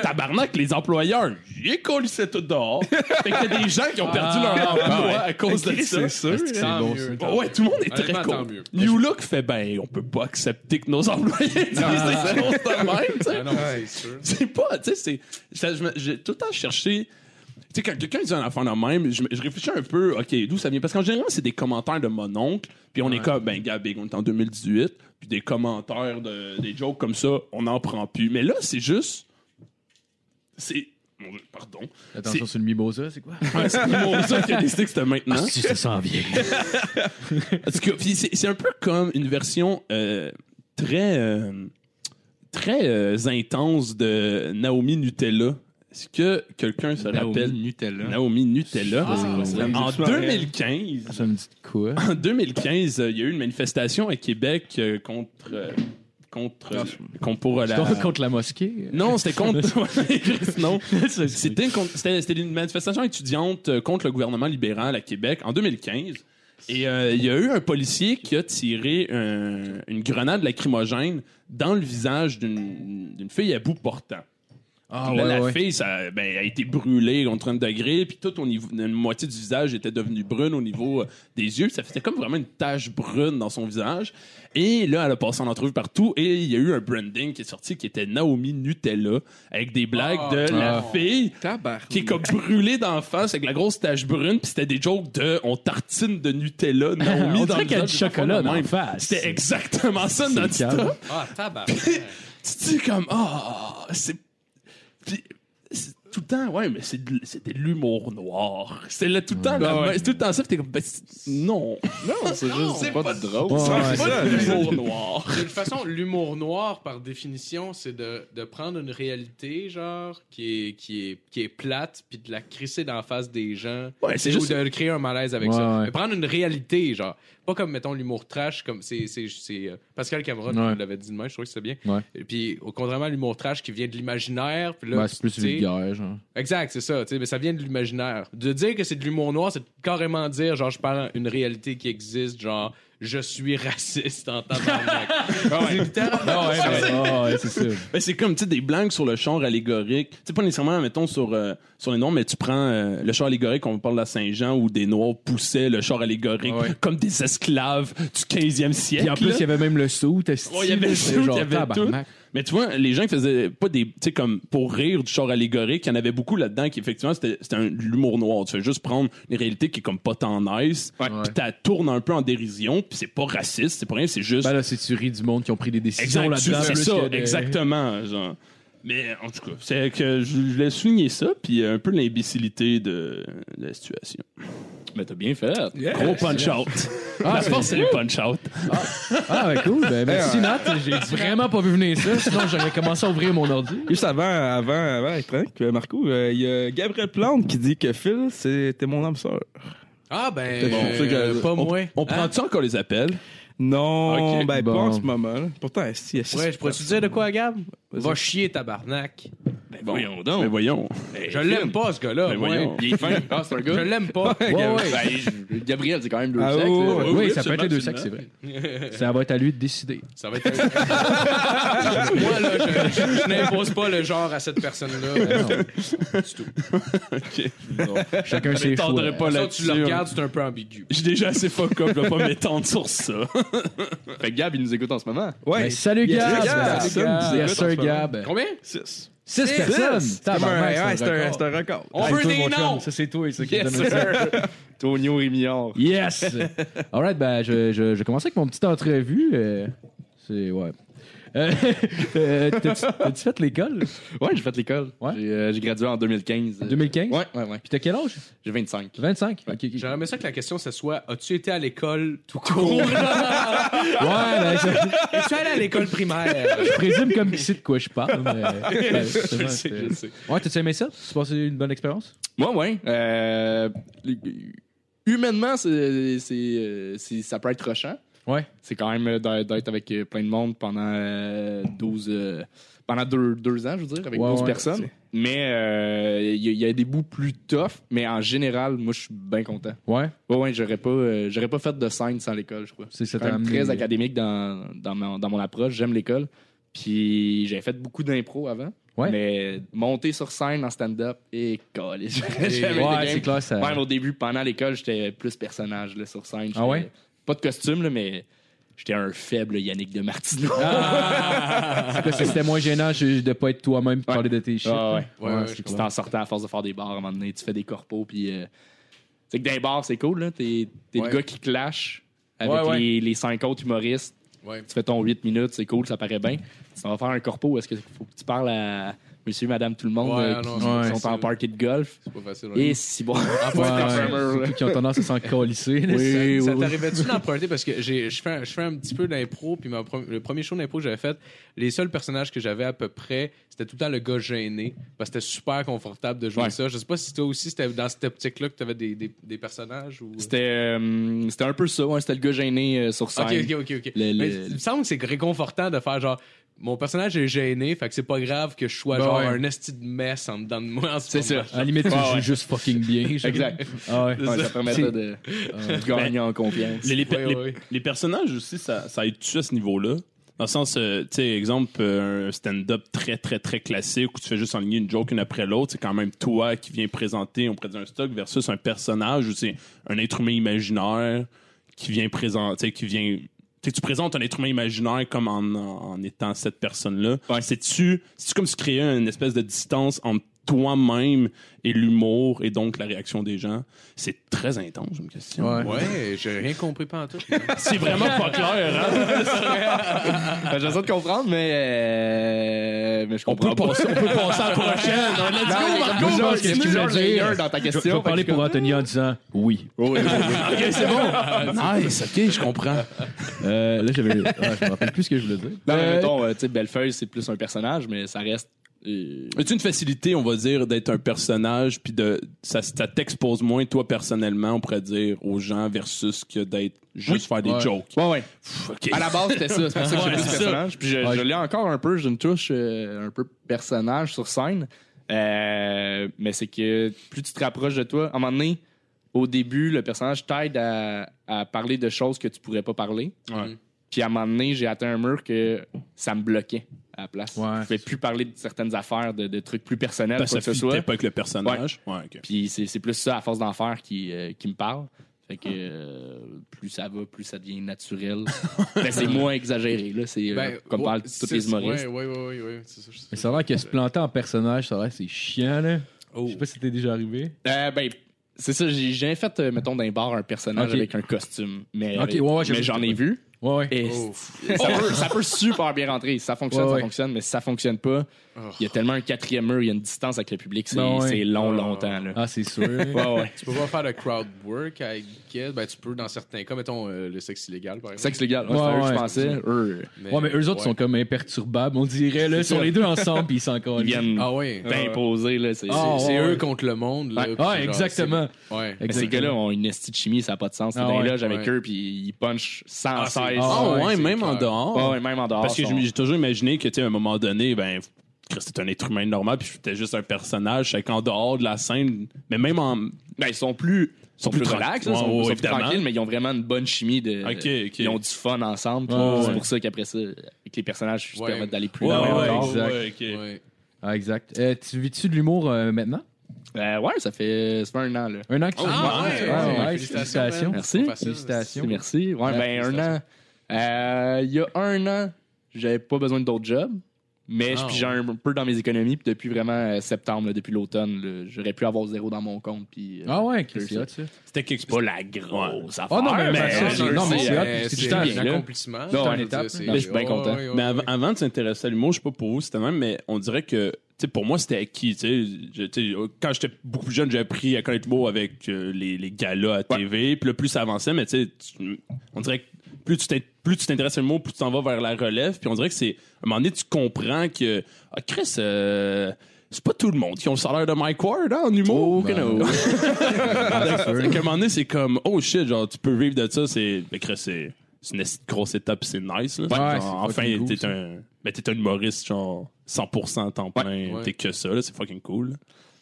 Speaker 4: tabarnak, les employeurs, ils collaient tout dehors. fait qu'il y a des gens qui ont perdu
Speaker 5: Ah,
Speaker 4: leur emploi à cause de ça.
Speaker 6: C'est sûr.
Speaker 5: Tant
Speaker 3: bon,
Speaker 5: mieux.
Speaker 4: Bon, ouais, tout le monde est très
Speaker 5: Honnêtement, tant
Speaker 4: con.
Speaker 5: mieux.
Speaker 4: New Look fait, ben, on peut pas accepter que nos employés disent des choses de même, tu sais.
Speaker 5: Ah non, c'est sûr.
Speaker 4: C'est pas, tu sais, c'est. ça, je me- J'ai tout le temps cherché. Tu sais, quand quelqu'un dit un enfant de même, je, me- je réfléchis un peu, OK, d'où ça vient? Parce qu'en général, c'est des commentaires de mon oncle, puis on est comme, ben, gars, big, on est en 2018, puis des commentaires, de, des jokes comme ça, on n'en prend plus. Mais là, c'est juste. C'est. Mon Dieu, pardon.
Speaker 11: Attention,
Speaker 4: C'est-
Speaker 11: c'est le Mimosa, c'est quoi?
Speaker 4: Ouais, c'est Mimosa qui a décidé que c'était maintenant.
Speaker 3: Si ça s'en vient.
Speaker 4: En tout cas, puis c'est c'est un peu comme une version euh, très, euh, très euh, intense de Naomi Nutella. Est-ce que quelqu'un se rappelle
Speaker 8: Nutella.
Speaker 4: Naomi Nutella? en
Speaker 6: Ça me dit rien.
Speaker 4: 2015,
Speaker 11: Ça me dit de quoi?
Speaker 4: en 2015, euh, il y a eu une manifestation à Québec euh, contre, euh, contre, euh, contre pour euh, la...
Speaker 11: Contre la mosquée?
Speaker 4: Non, c'était contre. <laughs> Ouais, Chris, <laughs> non,
Speaker 11: C'est-
Speaker 4: c'était une, con- c'était- c'était une manifestation étudiante euh, contre le gouvernement libéral à Québec en 2015. Et euh, il y a eu un policier qui a tiré un- une grenade lacrymogène dans le visage d'une d'une fille à bout portant.
Speaker 11: Ah,
Speaker 4: Puis là,
Speaker 11: ouais,
Speaker 4: la
Speaker 11: ouais.
Speaker 4: fille, ça, ben, a été brûlée contre 30 degrés, puis tout au niveau, une moitié du visage était devenue brune au niveau euh, des yeux. Ça faisait comme vraiment une tache brune dans son visage. Et là, elle a passé en entrevue partout, et il y a eu un branding qui est sorti qui était Naomi Nutella, avec des blagues de la
Speaker 3: Ah.
Speaker 4: fille qui est comme brûlée d'en face avec la grosse tache brune, puis c'était des jokes de on tartine de Nutella,
Speaker 3: <laughs>
Speaker 4: Naomi
Speaker 3: On
Speaker 4: dans
Speaker 3: dirait
Speaker 4: le
Speaker 3: qu'il y a du
Speaker 4: visage, des affaires
Speaker 3: chocolat
Speaker 4: de
Speaker 3: dans
Speaker 4: même.
Speaker 3: la face.
Speaker 4: C'était exactement ça notre
Speaker 3: C'est
Speaker 4: stop
Speaker 5: Ah, tabac.
Speaker 4: tu te dis comme ah c'est Puis, c'est tout le temps ouais mais c'est de- c'était de l'humour noir c'est le tout le temps la- c'est tout le temps ça puis t'es comme ben, c'est- Bah non
Speaker 8: Non, c'est juste c'est pas, drôle.
Speaker 4: c'est
Speaker 6: ça,
Speaker 4: pas de l'humour noir
Speaker 5: De toute façon, l'humour noir, par définition, c'est de, de prendre une réalité, genre, qui est, qui est, qui est plate, puis de la crisser dans la face des gens.
Speaker 4: ouais c'est juste
Speaker 5: Ou de créer un malaise avec
Speaker 11: Ouais,
Speaker 5: ça.
Speaker 11: ouais.
Speaker 5: Mais prendre une réalité, genre. Pas comme, mettons, l'humour trash, comme c'est, c'est, c'est, euh, Pascal Cameron
Speaker 11: Ouais.
Speaker 5: qui l'avait dit demain, je trouvais que c'est bien.
Speaker 11: Ouais.
Speaker 5: Et puis, au contrairement à l'humour trash qui vient de l'imaginaire, puis là,
Speaker 11: Ouais, c'est plus
Speaker 5: tu sais,
Speaker 11: vulgaire, genre.
Speaker 5: Exact, c'est ça, tu sais, mais ça vient de l'imaginaire. De dire que c'est de l'humour noir, c'est carrément dire, genre, je parle une réalité qui existe, genre, je suis raciste en tabarnak. C'est littéralement
Speaker 11: Ah, ouais,
Speaker 5: ça.
Speaker 11: ouais, ouais, ouais, c'est ça.
Speaker 4: Ben, c'est comme tu sais, des blagues sur le char allégorique. Tu sais, pas nécessairement, mettons, sur, euh, sur les Noirs, mais tu prends euh, le char allégorique, on parle de la Saint-Jean, où des Noirs poussaient le char allégorique comme des esclaves du 15e siècle.
Speaker 11: Puis en plus,
Speaker 4: là.
Speaker 11: il y avait même le saut, t'as
Speaker 4: Ouais, il y avait le suit, il y avait Mais tu vois, les gens qui faisaient pas des. Tu sais, comme pour rire du char allégorique, il y en avait beaucoup là-dedans qui, effectivement, c'était c'était un l'humour noir. Tu fais juste prendre une réalité qui est comme pas tant nice, puis tu la tournes un peu en dérision, puis c'est pas raciste, c'est pas rien, c'est juste.
Speaker 11: Ben là, c'est tu ris du monde qui ont pris des décisions
Speaker 4: Exact,
Speaker 11: là-dedans.
Speaker 4: c'est
Speaker 11: plus
Speaker 4: ça,
Speaker 11: que de-
Speaker 4: exactement. Genre. Mais en tout cas, c'est que je voulais souligner ça, puis euh, un peu l'imbécilité de, de la situation.
Speaker 8: Mais Ben, t'as bien fait.
Speaker 4: Gros punch-out. la force, c'est le punch-out.
Speaker 11: Ah, ouais, cool. Ben, merci, Nat. J'ai vraiment pas vu venir ça. Sinon, j'aurais commencé à ouvrir mon ordi.
Speaker 6: Juste avant, avant, avant, avec Franck, euh, Marco, euh, il y a Gabriel Plante qui dit que Phil, c'était mon âme sœur.
Speaker 5: Ah, ben,
Speaker 6: C'est bon,
Speaker 5: euh,
Speaker 6: c'est que-
Speaker 5: pas
Speaker 4: on-
Speaker 5: moi.
Speaker 4: On prend-tu encore les appels?
Speaker 6: Non,
Speaker 4: Ok,
Speaker 6: ben pas
Speaker 11: bon.
Speaker 6: en ce moment. là. Pourtant, si, si.
Speaker 5: Ouais, je pourrais-tu dire de quoi, Gab? Va chier, tabarnak.
Speaker 4: voyons donc. Mais voyons.
Speaker 5: Je l'aime pas, ce gars-là.
Speaker 4: Ben
Speaker 5: moi.
Speaker 4: voyons.
Speaker 8: Il est fin. Ah, c'est un
Speaker 5: Je
Speaker 8: gars.
Speaker 5: l'aime <laughs> pas.
Speaker 8: Ben, je- Gabriel, c'est quand même deux
Speaker 6: Ah,
Speaker 8: sexes,
Speaker 6: ouais,
Speaker 8: là.
Speaker 6: ouais.
Speaker 11: Oui,
Speaker 4: oui,
Speaker 11: ça peut être les deux sexes, c'est vrai. <laughs> Ça va être à lui de décider.
Speaker 5: Ça va être. <laughs> moi, là, je, je- je n'impose pas le genre à cette
Speaker 11: Ben
Speaker 5: personne-là.
Speaker 11: Chacun
Speaker 4: Je
Speaker 11: ses choix.
Speaker 4: m'étendrai pas
Speaker 5: Quand tu
Speaker 4: là-dessus.
Speaker 5: le regardes, c'est un peu ambigu.
Speaker 4: Je suis déjà assez fuck up, je vais pas m'étendre sur ça.
Speaker 8: Fait que Gab, il nous écoute en ce moment.
Speaker 6: Ouais,
Speaker 11: Ben, salut,
Speaker 6: Yes,
Speaker 11: Gab!
Speaker 6: Gab.
Speaker 11: Yes,
Speaker 6: Personne nous écoute en ce
Speaker 11: sir,
Speaker 6: moment.
Speaker 11: Gab!
Speaker 5: Combien?
Speaker 6: six.
Speaker 11: Six
Speaker 5: Six.
Speaker 11: personnes!
Speaker 6: C'est comme un-
Speaker 11: Tabarnak,
Speaker 6: ouais, c'est un,
Speaker 11: record.
Speaker 6: c'est un record.
Speaker 5: On veut des noms!
Speaker 11: Ça, c'est toi, ça, qui
Speaker 8: Yes,
Speaker 11: donne ça.
Speaker 8: Tonio Rémillard.
Speaker 11: <laughs> Yes! All right, ben, je, je, je commence avec mon petite entrevue. euh, c'est... Ouais. Euh, <laughs> euh, T'as-tu t'as-tu fait l'école?
Speaker 8: Ouais, j'ai fait l'école.
Speaker 11: Ouais.
Speaker 8: J'ai euh, j'ai gradué en 2015. Euh,
Speaker 11: 2015?
Speaker 8: Ouais, Ben, ouais, ouais.
Speaker 11: Puis t'as quel âge?
Speaker 8: J'ai 25.
Speaker 11: 25? Ok, ok.
Speaker 5: J'aimerais bien ça que la question, ce soit As-tu été à l'école tout court
Speaker 11: Ouais, ben, ça-
Speaker 5: <laughs> Es-tu allé à l'école primaire
Speaker 11: je présume comme ici de quoi je parle.
Speaker 8: <laughs>
Speaker 11: Mais, ben, justement, c'était- Ouais, t'as-tu aimé ça? Tu passé une bonne expérience?
Speaker 8: Moi, ouais. Euh, humainement, c'est, c'est, euh, c'est- ça peut être rushant.
Speaker 11: Ouais.
Speaker 8: C'est quand même euh, d'être d'être avec euh, plein de monde pendant euh, 12... euh, pendant deux, deux ans, je veux dire, avec
Speaker 11: Ouais,
Speaker 8: 12
Speaker 11: ouais.
Speaker 8: personnes. Mais euh, il y, a- il y a des bouts plus tough, mais en général, moi, je suis bien content.
Speaker 11: Ouais.
Speaker 8: Ouais, ouais, j'aurais pas, euh, j'aurais pas fait de scène sans l'école, je crois.
Speaker 11: C'est ça
Speaker 8: quand
Speaker 11: t'a
Speaker 8: même
Speaker 11: amené-
Speaker 8: très académique dans, dans, mon, dans mon approche. J'aime l'école. Puis j'avais fait beaucoup d'impro avant.
Speaker 11: Ouais.
Speaker 8: Mais monter sur scène en stand-up et coller. J'aurais <laughs> jamais été
Speaker 11: Ouais,
Speaker 8: game.
Speaker 11: c'est clair, ça.
Speaker 8: Même au début, pendant l'école, j'étais plus personnage là, sur scène.
Speaker 11: euh, Ah
Speaker 8: J'étais-
Speaker 11: ouais?
Speaker 8: Pas de costume, là, mais j'étais un faible Yannick de Martino.
Speaker 11: Ah, Parce que c'était moins gênant je- de pas être toi-même et parler de tes shit.
Speaker 8: Ah ouais.
Speaker 5: Ouais,
Speaker 8: <laughs>
Speaker 5: ouais, je
Speaker 8: Puis
Speaker 5: comprends.
Speaker 8: c'est en sortant à force de faire des bars, à un moment donné, tu fais des corpos, puis. euh, c'est que dans les bars, c'est cool, là. T'es t'es
Speaker 5: Ouais.
Speaker 8: le gars qui clash avec
Speaker 11: Ouais, ouais.
Speaker 8: Les, les cinq autres humoristes.
Speaker 5: Ouais.
Speaker 8: Tu fais ton 8 minutes, c'est cool, ça paraît bien. Tu vas faire un corpo, est-ce que faut que tu parles à Monsieur, Madame, tout le monde
Speaker 5: Ouais,
Speaker 8: euh,
Speaker 5: non,
Speaker 8: qui
Speaker 5: c'est
Speaker 11: pas
Speaker 8: sont en
Speaker 5: facile.
Speaker 8: party de golf.
Speaker 5: C'est pas facile. hein. ouais.
Speaker 8: Et si bon. <laughs>
Speaker 11: Ouais,
Speaker 5: Emprunter-
Speaker 11: ouais. Surtout qui ont tendance à s'en colisser. là.
Speaker 8: Oui,
Speaker 5: ça,
Speaker 8: oui,
Speaker 5: ça
Speaker 8: oui.
Speaker 5: t'arrivait-tu d'emprunter? Parce que j'ai- je fais, un- je fais un petit peu d'impro, puis ma pro- le premier show d'impro que j'avais fait, les seuls personnages que j'avais à peu près, c'était tout le temps le gars gêné, parce que c'était super confortable de jouer
Speaker 8: Ouais.
Speaker 5: ça. Je sais pas si toi aussi, c'était dans cette optique-là que t'avais des, des, des personnages ou...
Speaker 8: C'était euh, c'était un peu ça, ouais, c'était le gars gêné euh, sur scène.
Speaker 5: Ok, ok, ok. ok.
Speaker 8: Le-
Speaker 5: Mais
Speaker 8: le-
Speaker 5: il me semble que c'est réconfortant de faire genre... Mon personnage est gêné, fait que c'est pas grave que je sois
Speaker 11: Ben
Speaker 5: genre
Speaker 11: ouais.
Speaker 5: un esti de messe en dedans de moi en ce
Speaker 8: C'est ça.
Speaker 5: moment.
Speaker 11: À la limite, tu
Speaker 8: Ouais,
Speaker 11: joues
Speaker 8: ouais.
Speaker 11: juste fucking bien. genre.
Speaker 8: Exact.
Speaker 11: Ah ouais.
Speaker 8: Ouais, ça permettait de gagner en confiance.
Speaker 4: Les, les-
Speaker 5: Ouais,
Speaker 4: les-
Speaker 5: ouais.
Speaker 4: les personnages aussi, ça, ça aide-tu à ce niveau-là? Dans le sens, euh, tu sais, exemple, euh, un stand-up très, très, très classique où tu fais juste enligner une joke une après l'autre, c'est quand même toi qui viens présenter auprès d'un stock versus un personnage où c'est un être humain imaginaire qui vient présenter, qui vient. tu sais, tu présentes un être humain imaginaire comme en, en étant cette personne-là. C'est-tu c'est-tu comme si tu créais une espèce de distance entre toi-même et l'humour et donc la réaction des gens? C'est très intense, j'ai une question.
Speaker 11: Ouais.
Speaker 5: Ouais, j'ai rien compris pas en tout.
Speaker 4: C'est vraiment pas clair, hein?
Speaker 8: Ben, J'essaie de comprendre, mais, euh, mais je
Speaker 4: On peut,
Speaker 8: comprends pas.
Speaker 4: passer, on peut passer <laughs> à la prochaine. hein. Let's
Speaker 8: Non,
Speaker 4: go,
Speaker 8: mais <laughs>
Speaker 4: Marco!
Speaker 8: je pense que
Speaker 11: continue.
Speaker 8: tu veux
Speaker 11: Je vais-
Speaker 8: dire dans ta
Speaker 11: Je, je
Speaker 8: question.
Speaker 11: vais parler pour Anthony en disant oui.
Speaker 4: Ok, c'est bon. nice, ok, je comprends.
Speaker 11: Euh, là, j'avais. ah, je me rappelle plus ce que je voulais dire.
Speaker 8: Non, mais
Speaker 11: Euh,
Speaker 8: mettons, euh, tu sais, Bellefeuille, c'est plus un personnage, mais ça reste. euh,
Speaker 4: As-tu une facilité, on va dire, d'être un personnage, puis de ça, ça t'expose moins, toi, personnellement, on pourrait dire, aux gens, versus que d'être juste faire des
Speaker 11: Ouais.
Speaker 4: jokes?
Speaker 8: Ouais, ouais.
Speaker 4: Pff, ok.
Speaker 8: À la base, c'était ça. C'est pour ça que j'ai
Speaker 4: Ouais,
Speaker 8: pris ce
Speaker 4: c'est ça.
Speaker 8: personnage. Puis je,
Speaker 11: Ouais.
Speaker 8: je l'ai encore un peu. J'ai une touche euh, un peu personnage sur scène. Euh, mais c'est que plus tu te rapproches de toi, à un moment donné, au début, le personnage t'aide à, à parler de choses que tu pourrais pas parler.
Speaker 4: Ouais.
Speaker 8: Puis à un moment donné, j'ai atteint un mur que ça me bloquait à la place.
Speaker 11: Ouais.
Speaker 8: je pouvais plus parler de certaines affaires, de, de trucs plus personnels,
Speaker 4: Parce
Speaker 8: quoi
Speaker 4: que
Speaker 8: que ce
Speaker 4: ça
Speaker 8: soit.
Speaker 4: fitait pas avec le personnage. Ouais, ok.
Speaker 8: Puis c'est c'est plus ça, à force d'en faire, qui, euh, qui me parle. Fait que euh, plus ça va, plus ça
Speaker 11: <laughs>
Speaker 8: devient naturel. ben, c'est moins exagéré, là. C'est euh,
Speaker 11: Ben,
Speaker 5: Ben,
Speaker 8: comme
Speaker 5: ouais,
Speaker 8: parlent tous
Speaker 5: c'est-
Speaker 8: les humoristes.
Speaker 5: Ouais, ouais, ouais, ouais, ouais, c'est ça. je-
Speaker 11: Mais ça a l'air que se planter en personnage, ça a l'air que c'est chiant, là.
Speaker 5: Oh.
Speaker 11: Je sais pas si c'était déjà arrivé.
Speaker 8: Euh, ben, c'est ça, j'ai j'ai fait, euh, mettons, d'un bar un personnage
Speaker 11: Ok.
Speaker 8: avec un costume. Mais,
Speaker 11: Ok,
Speaker 8: avec-
Speaker 11: ouais, ouais, j'ai
Speaker 8: mais
Speaker 11: vu,
Speaker 8: j'en
Speaker 11: ouais.
Speaker 8: ai vu.
Speaker 11: Ouais, ouais.
Speaker 8: Et
Speaker 5: Oh.
Speaker 8: ça, peut, ça peut super bien rentrer. Ça fonctionne,
Speaker 11: Ouais, ouais.
Speaker 8: ça fonctionne, mais si ça fonctionne pas,
Speaker 5: Oh.
Speaker 8: il y a tellement un quatrième mur, il y a une distance avec le public, c'est
Speaker 11: Ben ouais.
Speaker 8: c'est long, longtemps. Là.
Speaker 11: Ah, c'est sûr.
Speaker 8: Ouais,
Speaker 11: <laughs>
Speaker 8: ouais.
Speaker 5: Tu peux pas faire de crowd work, I guess. Ben, tu peux dans certains cas, mettons euh, le sexe illégal, par exemple.
Speaker 8: Sexe légal, ouais,
Speaker 11: Ouais,
Speaker 8: c'est à eux que
Speaker 11: ouais.
Speaker 8: je pensais. Eux, euh,
Speaker 11: ouais, mais eux autres sont comme imperturbables, on dirait, là. Ils sont les deux ensemble, puis ils sont encore.
Speaker 8: ils viennent
Speaker 5: Ah ouais.
Speaker 8: t'imposer. là, c'est-
Speaker 11: Ah,
Speaker 5: c'est
Speaker 11: ouais.
Speaker 5: eux contre le monde. Là,
Speaker 8: Ouais.
Speaker 5: puis
Speaker 11: Ah,
Speaker 5: genre,
Speaker 11: exactement.
Speaker 5: c'est- Ouais.
Speaker 8: Mais ces gars-là ont une esti de chimie, ça n'a pas de sens. T'es
Speaker 11: Ah
Speaker 8: dans
Speaker 11: ouais,
Speaker 8: les loges avec
Speaker 5: ouais.
Speaker 8: eux, puis ils punchent sans
Speaker 4: Ah, c'est-
Speaker 8: cesse.
Speaker 4: Ah,
Speaker 11: Ah,
Speaker 4: ouais,
Speaker 5: ouais, c'est
Speaker 4: même en
Speaker 5: clair.
Speaker 4: dehors.
Speaker 8: Ouais, ouais, même en dehors.
Speaker 4: Parce que
Speaker 8: sont-
Speaker 4: je- j'ai toujours imaginé que, tu sais, à un moment donné, ben, Chris, t'es un être humain normal, puis j'étais juste un personnage, c'est qu'en dehors de la scène, mais même en.
Speaker 8: Ben, ils sont plus, ils sont
Speaker 4: Plus
Speaker 8: plus,
Speaker 4: tranquilles.
Speaker 8: relax, là, ils
Speaker 4: Ouais,
Speaker 8: sont,
Speaker 4: ouais,
Speaker 8: ils sont plus
Speaker 4: évidemment.
Speaker 8: tranquilles, mais ils ont vraiment une bonne chimie. De,
Speaker 4: Ok, ok.
Speaker 8: Ils ont du fun ensemble. puis
Speaker 11: Ouais,
Speaker 8: c'est
Speaker 11: ouais.
Speaker 8: pour ça qu'après ça, avec les personnages, ils se
Speaker 5: Ouais.
Speaker 8: permettent d'aller plus
Speaker 4: Ouais,
Speaker 8: loin.
Speaker 4: ouais,
Speaker 8: encore.
Speaker 11: exact.
Speaker 4: ouais, ok.
Speaker 5: ouais.
Speaker 11: Ah, exact. Euh, tu vis-tu de l'humour euh, maintenant?
Speaker 8: Euh, ouais, ça fait, ça fait un an. Là.
Speaker 11: Un an que tu vis?
Speaker 5: Ah, ouais,
Speaker 11: Ah,
Speaker 5: ouais,
Speaker 11: ouais,
Speaker 5: félicitations,
Speaker 11: félicitations.
Speaker 5: man.
Speaker 8: Merci.
Speaker 5: C'est pas facile.
Speaker 11: Félicitations.
Speaker 8: Merci. Ouais,
Speaker 5: Ouais,
Speaker 8: ben, un an. Euh, Il y a un an, j'avais pas besoin d'autres jobs. Mais je
Speaker 5: Ah,
Speaker 8: pigeais un peu dans mes économies. Puis depuis vraiment euh, septembre, là, depuis l'automne, là, j'aurais pu avoir zéro dans mon compte. Puis, euh,
Speaker 11: Ah ouais, Chris,
Speaker 8: C'est
Speaker 11: c'est hot, ça.
Speaker 4: C'était quelque
Speaker 8: pas la grosse
Speaker 11: Ah
Speaker 8: affaire.
Speaker 11: non, mais,
Speaker 8: mais,
Speaker 11: ben, ça,
Speaker 8: euh,
Speaker 11: c'est-
Speaker 8: je-
Speaker 11: non, mais
Speaker 5: sais,
Speaker 11: c'est hot,
Speaker 5: euh,
Speaker 11: c'est tout
Speaker 5: C'est
Speaker 11: le temps
Speaker 5: un
Speaker 8: bien, là.
Speaker 5: accomplissement.
Speaker 8: Non,
Speaker 5: je
Speaker 8: ouais,
Speaker 5: veux dire,
Speaker 11: étape,
Speaker 5: c'est-
Speaker 11: là.
Speaker 8: Mais je suis bien
Speaker 5: ouais,
Speaker 8: content.
Speaker 5: ouais, Ah, ouais,
Speaker 4: Mais av-
Speaker 5: ouais.
Speaker 4: avant de s'intéresser à l'humour, je sais pas pour vous, c'était même, mais on dirait que, tu sais, pour moi, c'était acquis. tu sais. Je- tu sais, euh, quand j'étais beaucoup plus jeune, j'ai appris à connaître l'humour avec euh, les, les galas à TV. Puis là, plus ça avançait, mais tu sais, tu- on dirait que plus tu t'in- plus tu t'intéresses à l'humour, plus tu t'en vas vers la relève. Puis on dirait que c'est. À un moment donné, tu comprends que. Ah, Chris, euh, c'est pas tout le monde qui ont le salaire de Mike Ward hein, en humour.
Speaker 8: Oh, que non.
Speaker 4: <laughs> Fait qu'à un moment donné, c'est comme, oh shit, genre, tu peux vivre de ça, c'est. ben, Chris, c'est c'est une esti de grosse étape, puis c'est nice, là.
Speaker 11: Ouais,
Speaker 4: Genre,
Speaker 11: c'est
Speaker 4: enfin,
Speaker 11: fucking cool,
Speaker 4: t'es
Speaker 11: ça.
Speaker 4: un. Mais t'es un humoriste, genre, 100% temps plein,
Speaker 5: ouais.
Speaker 4: t'es que ça, là, c'est fucking cool.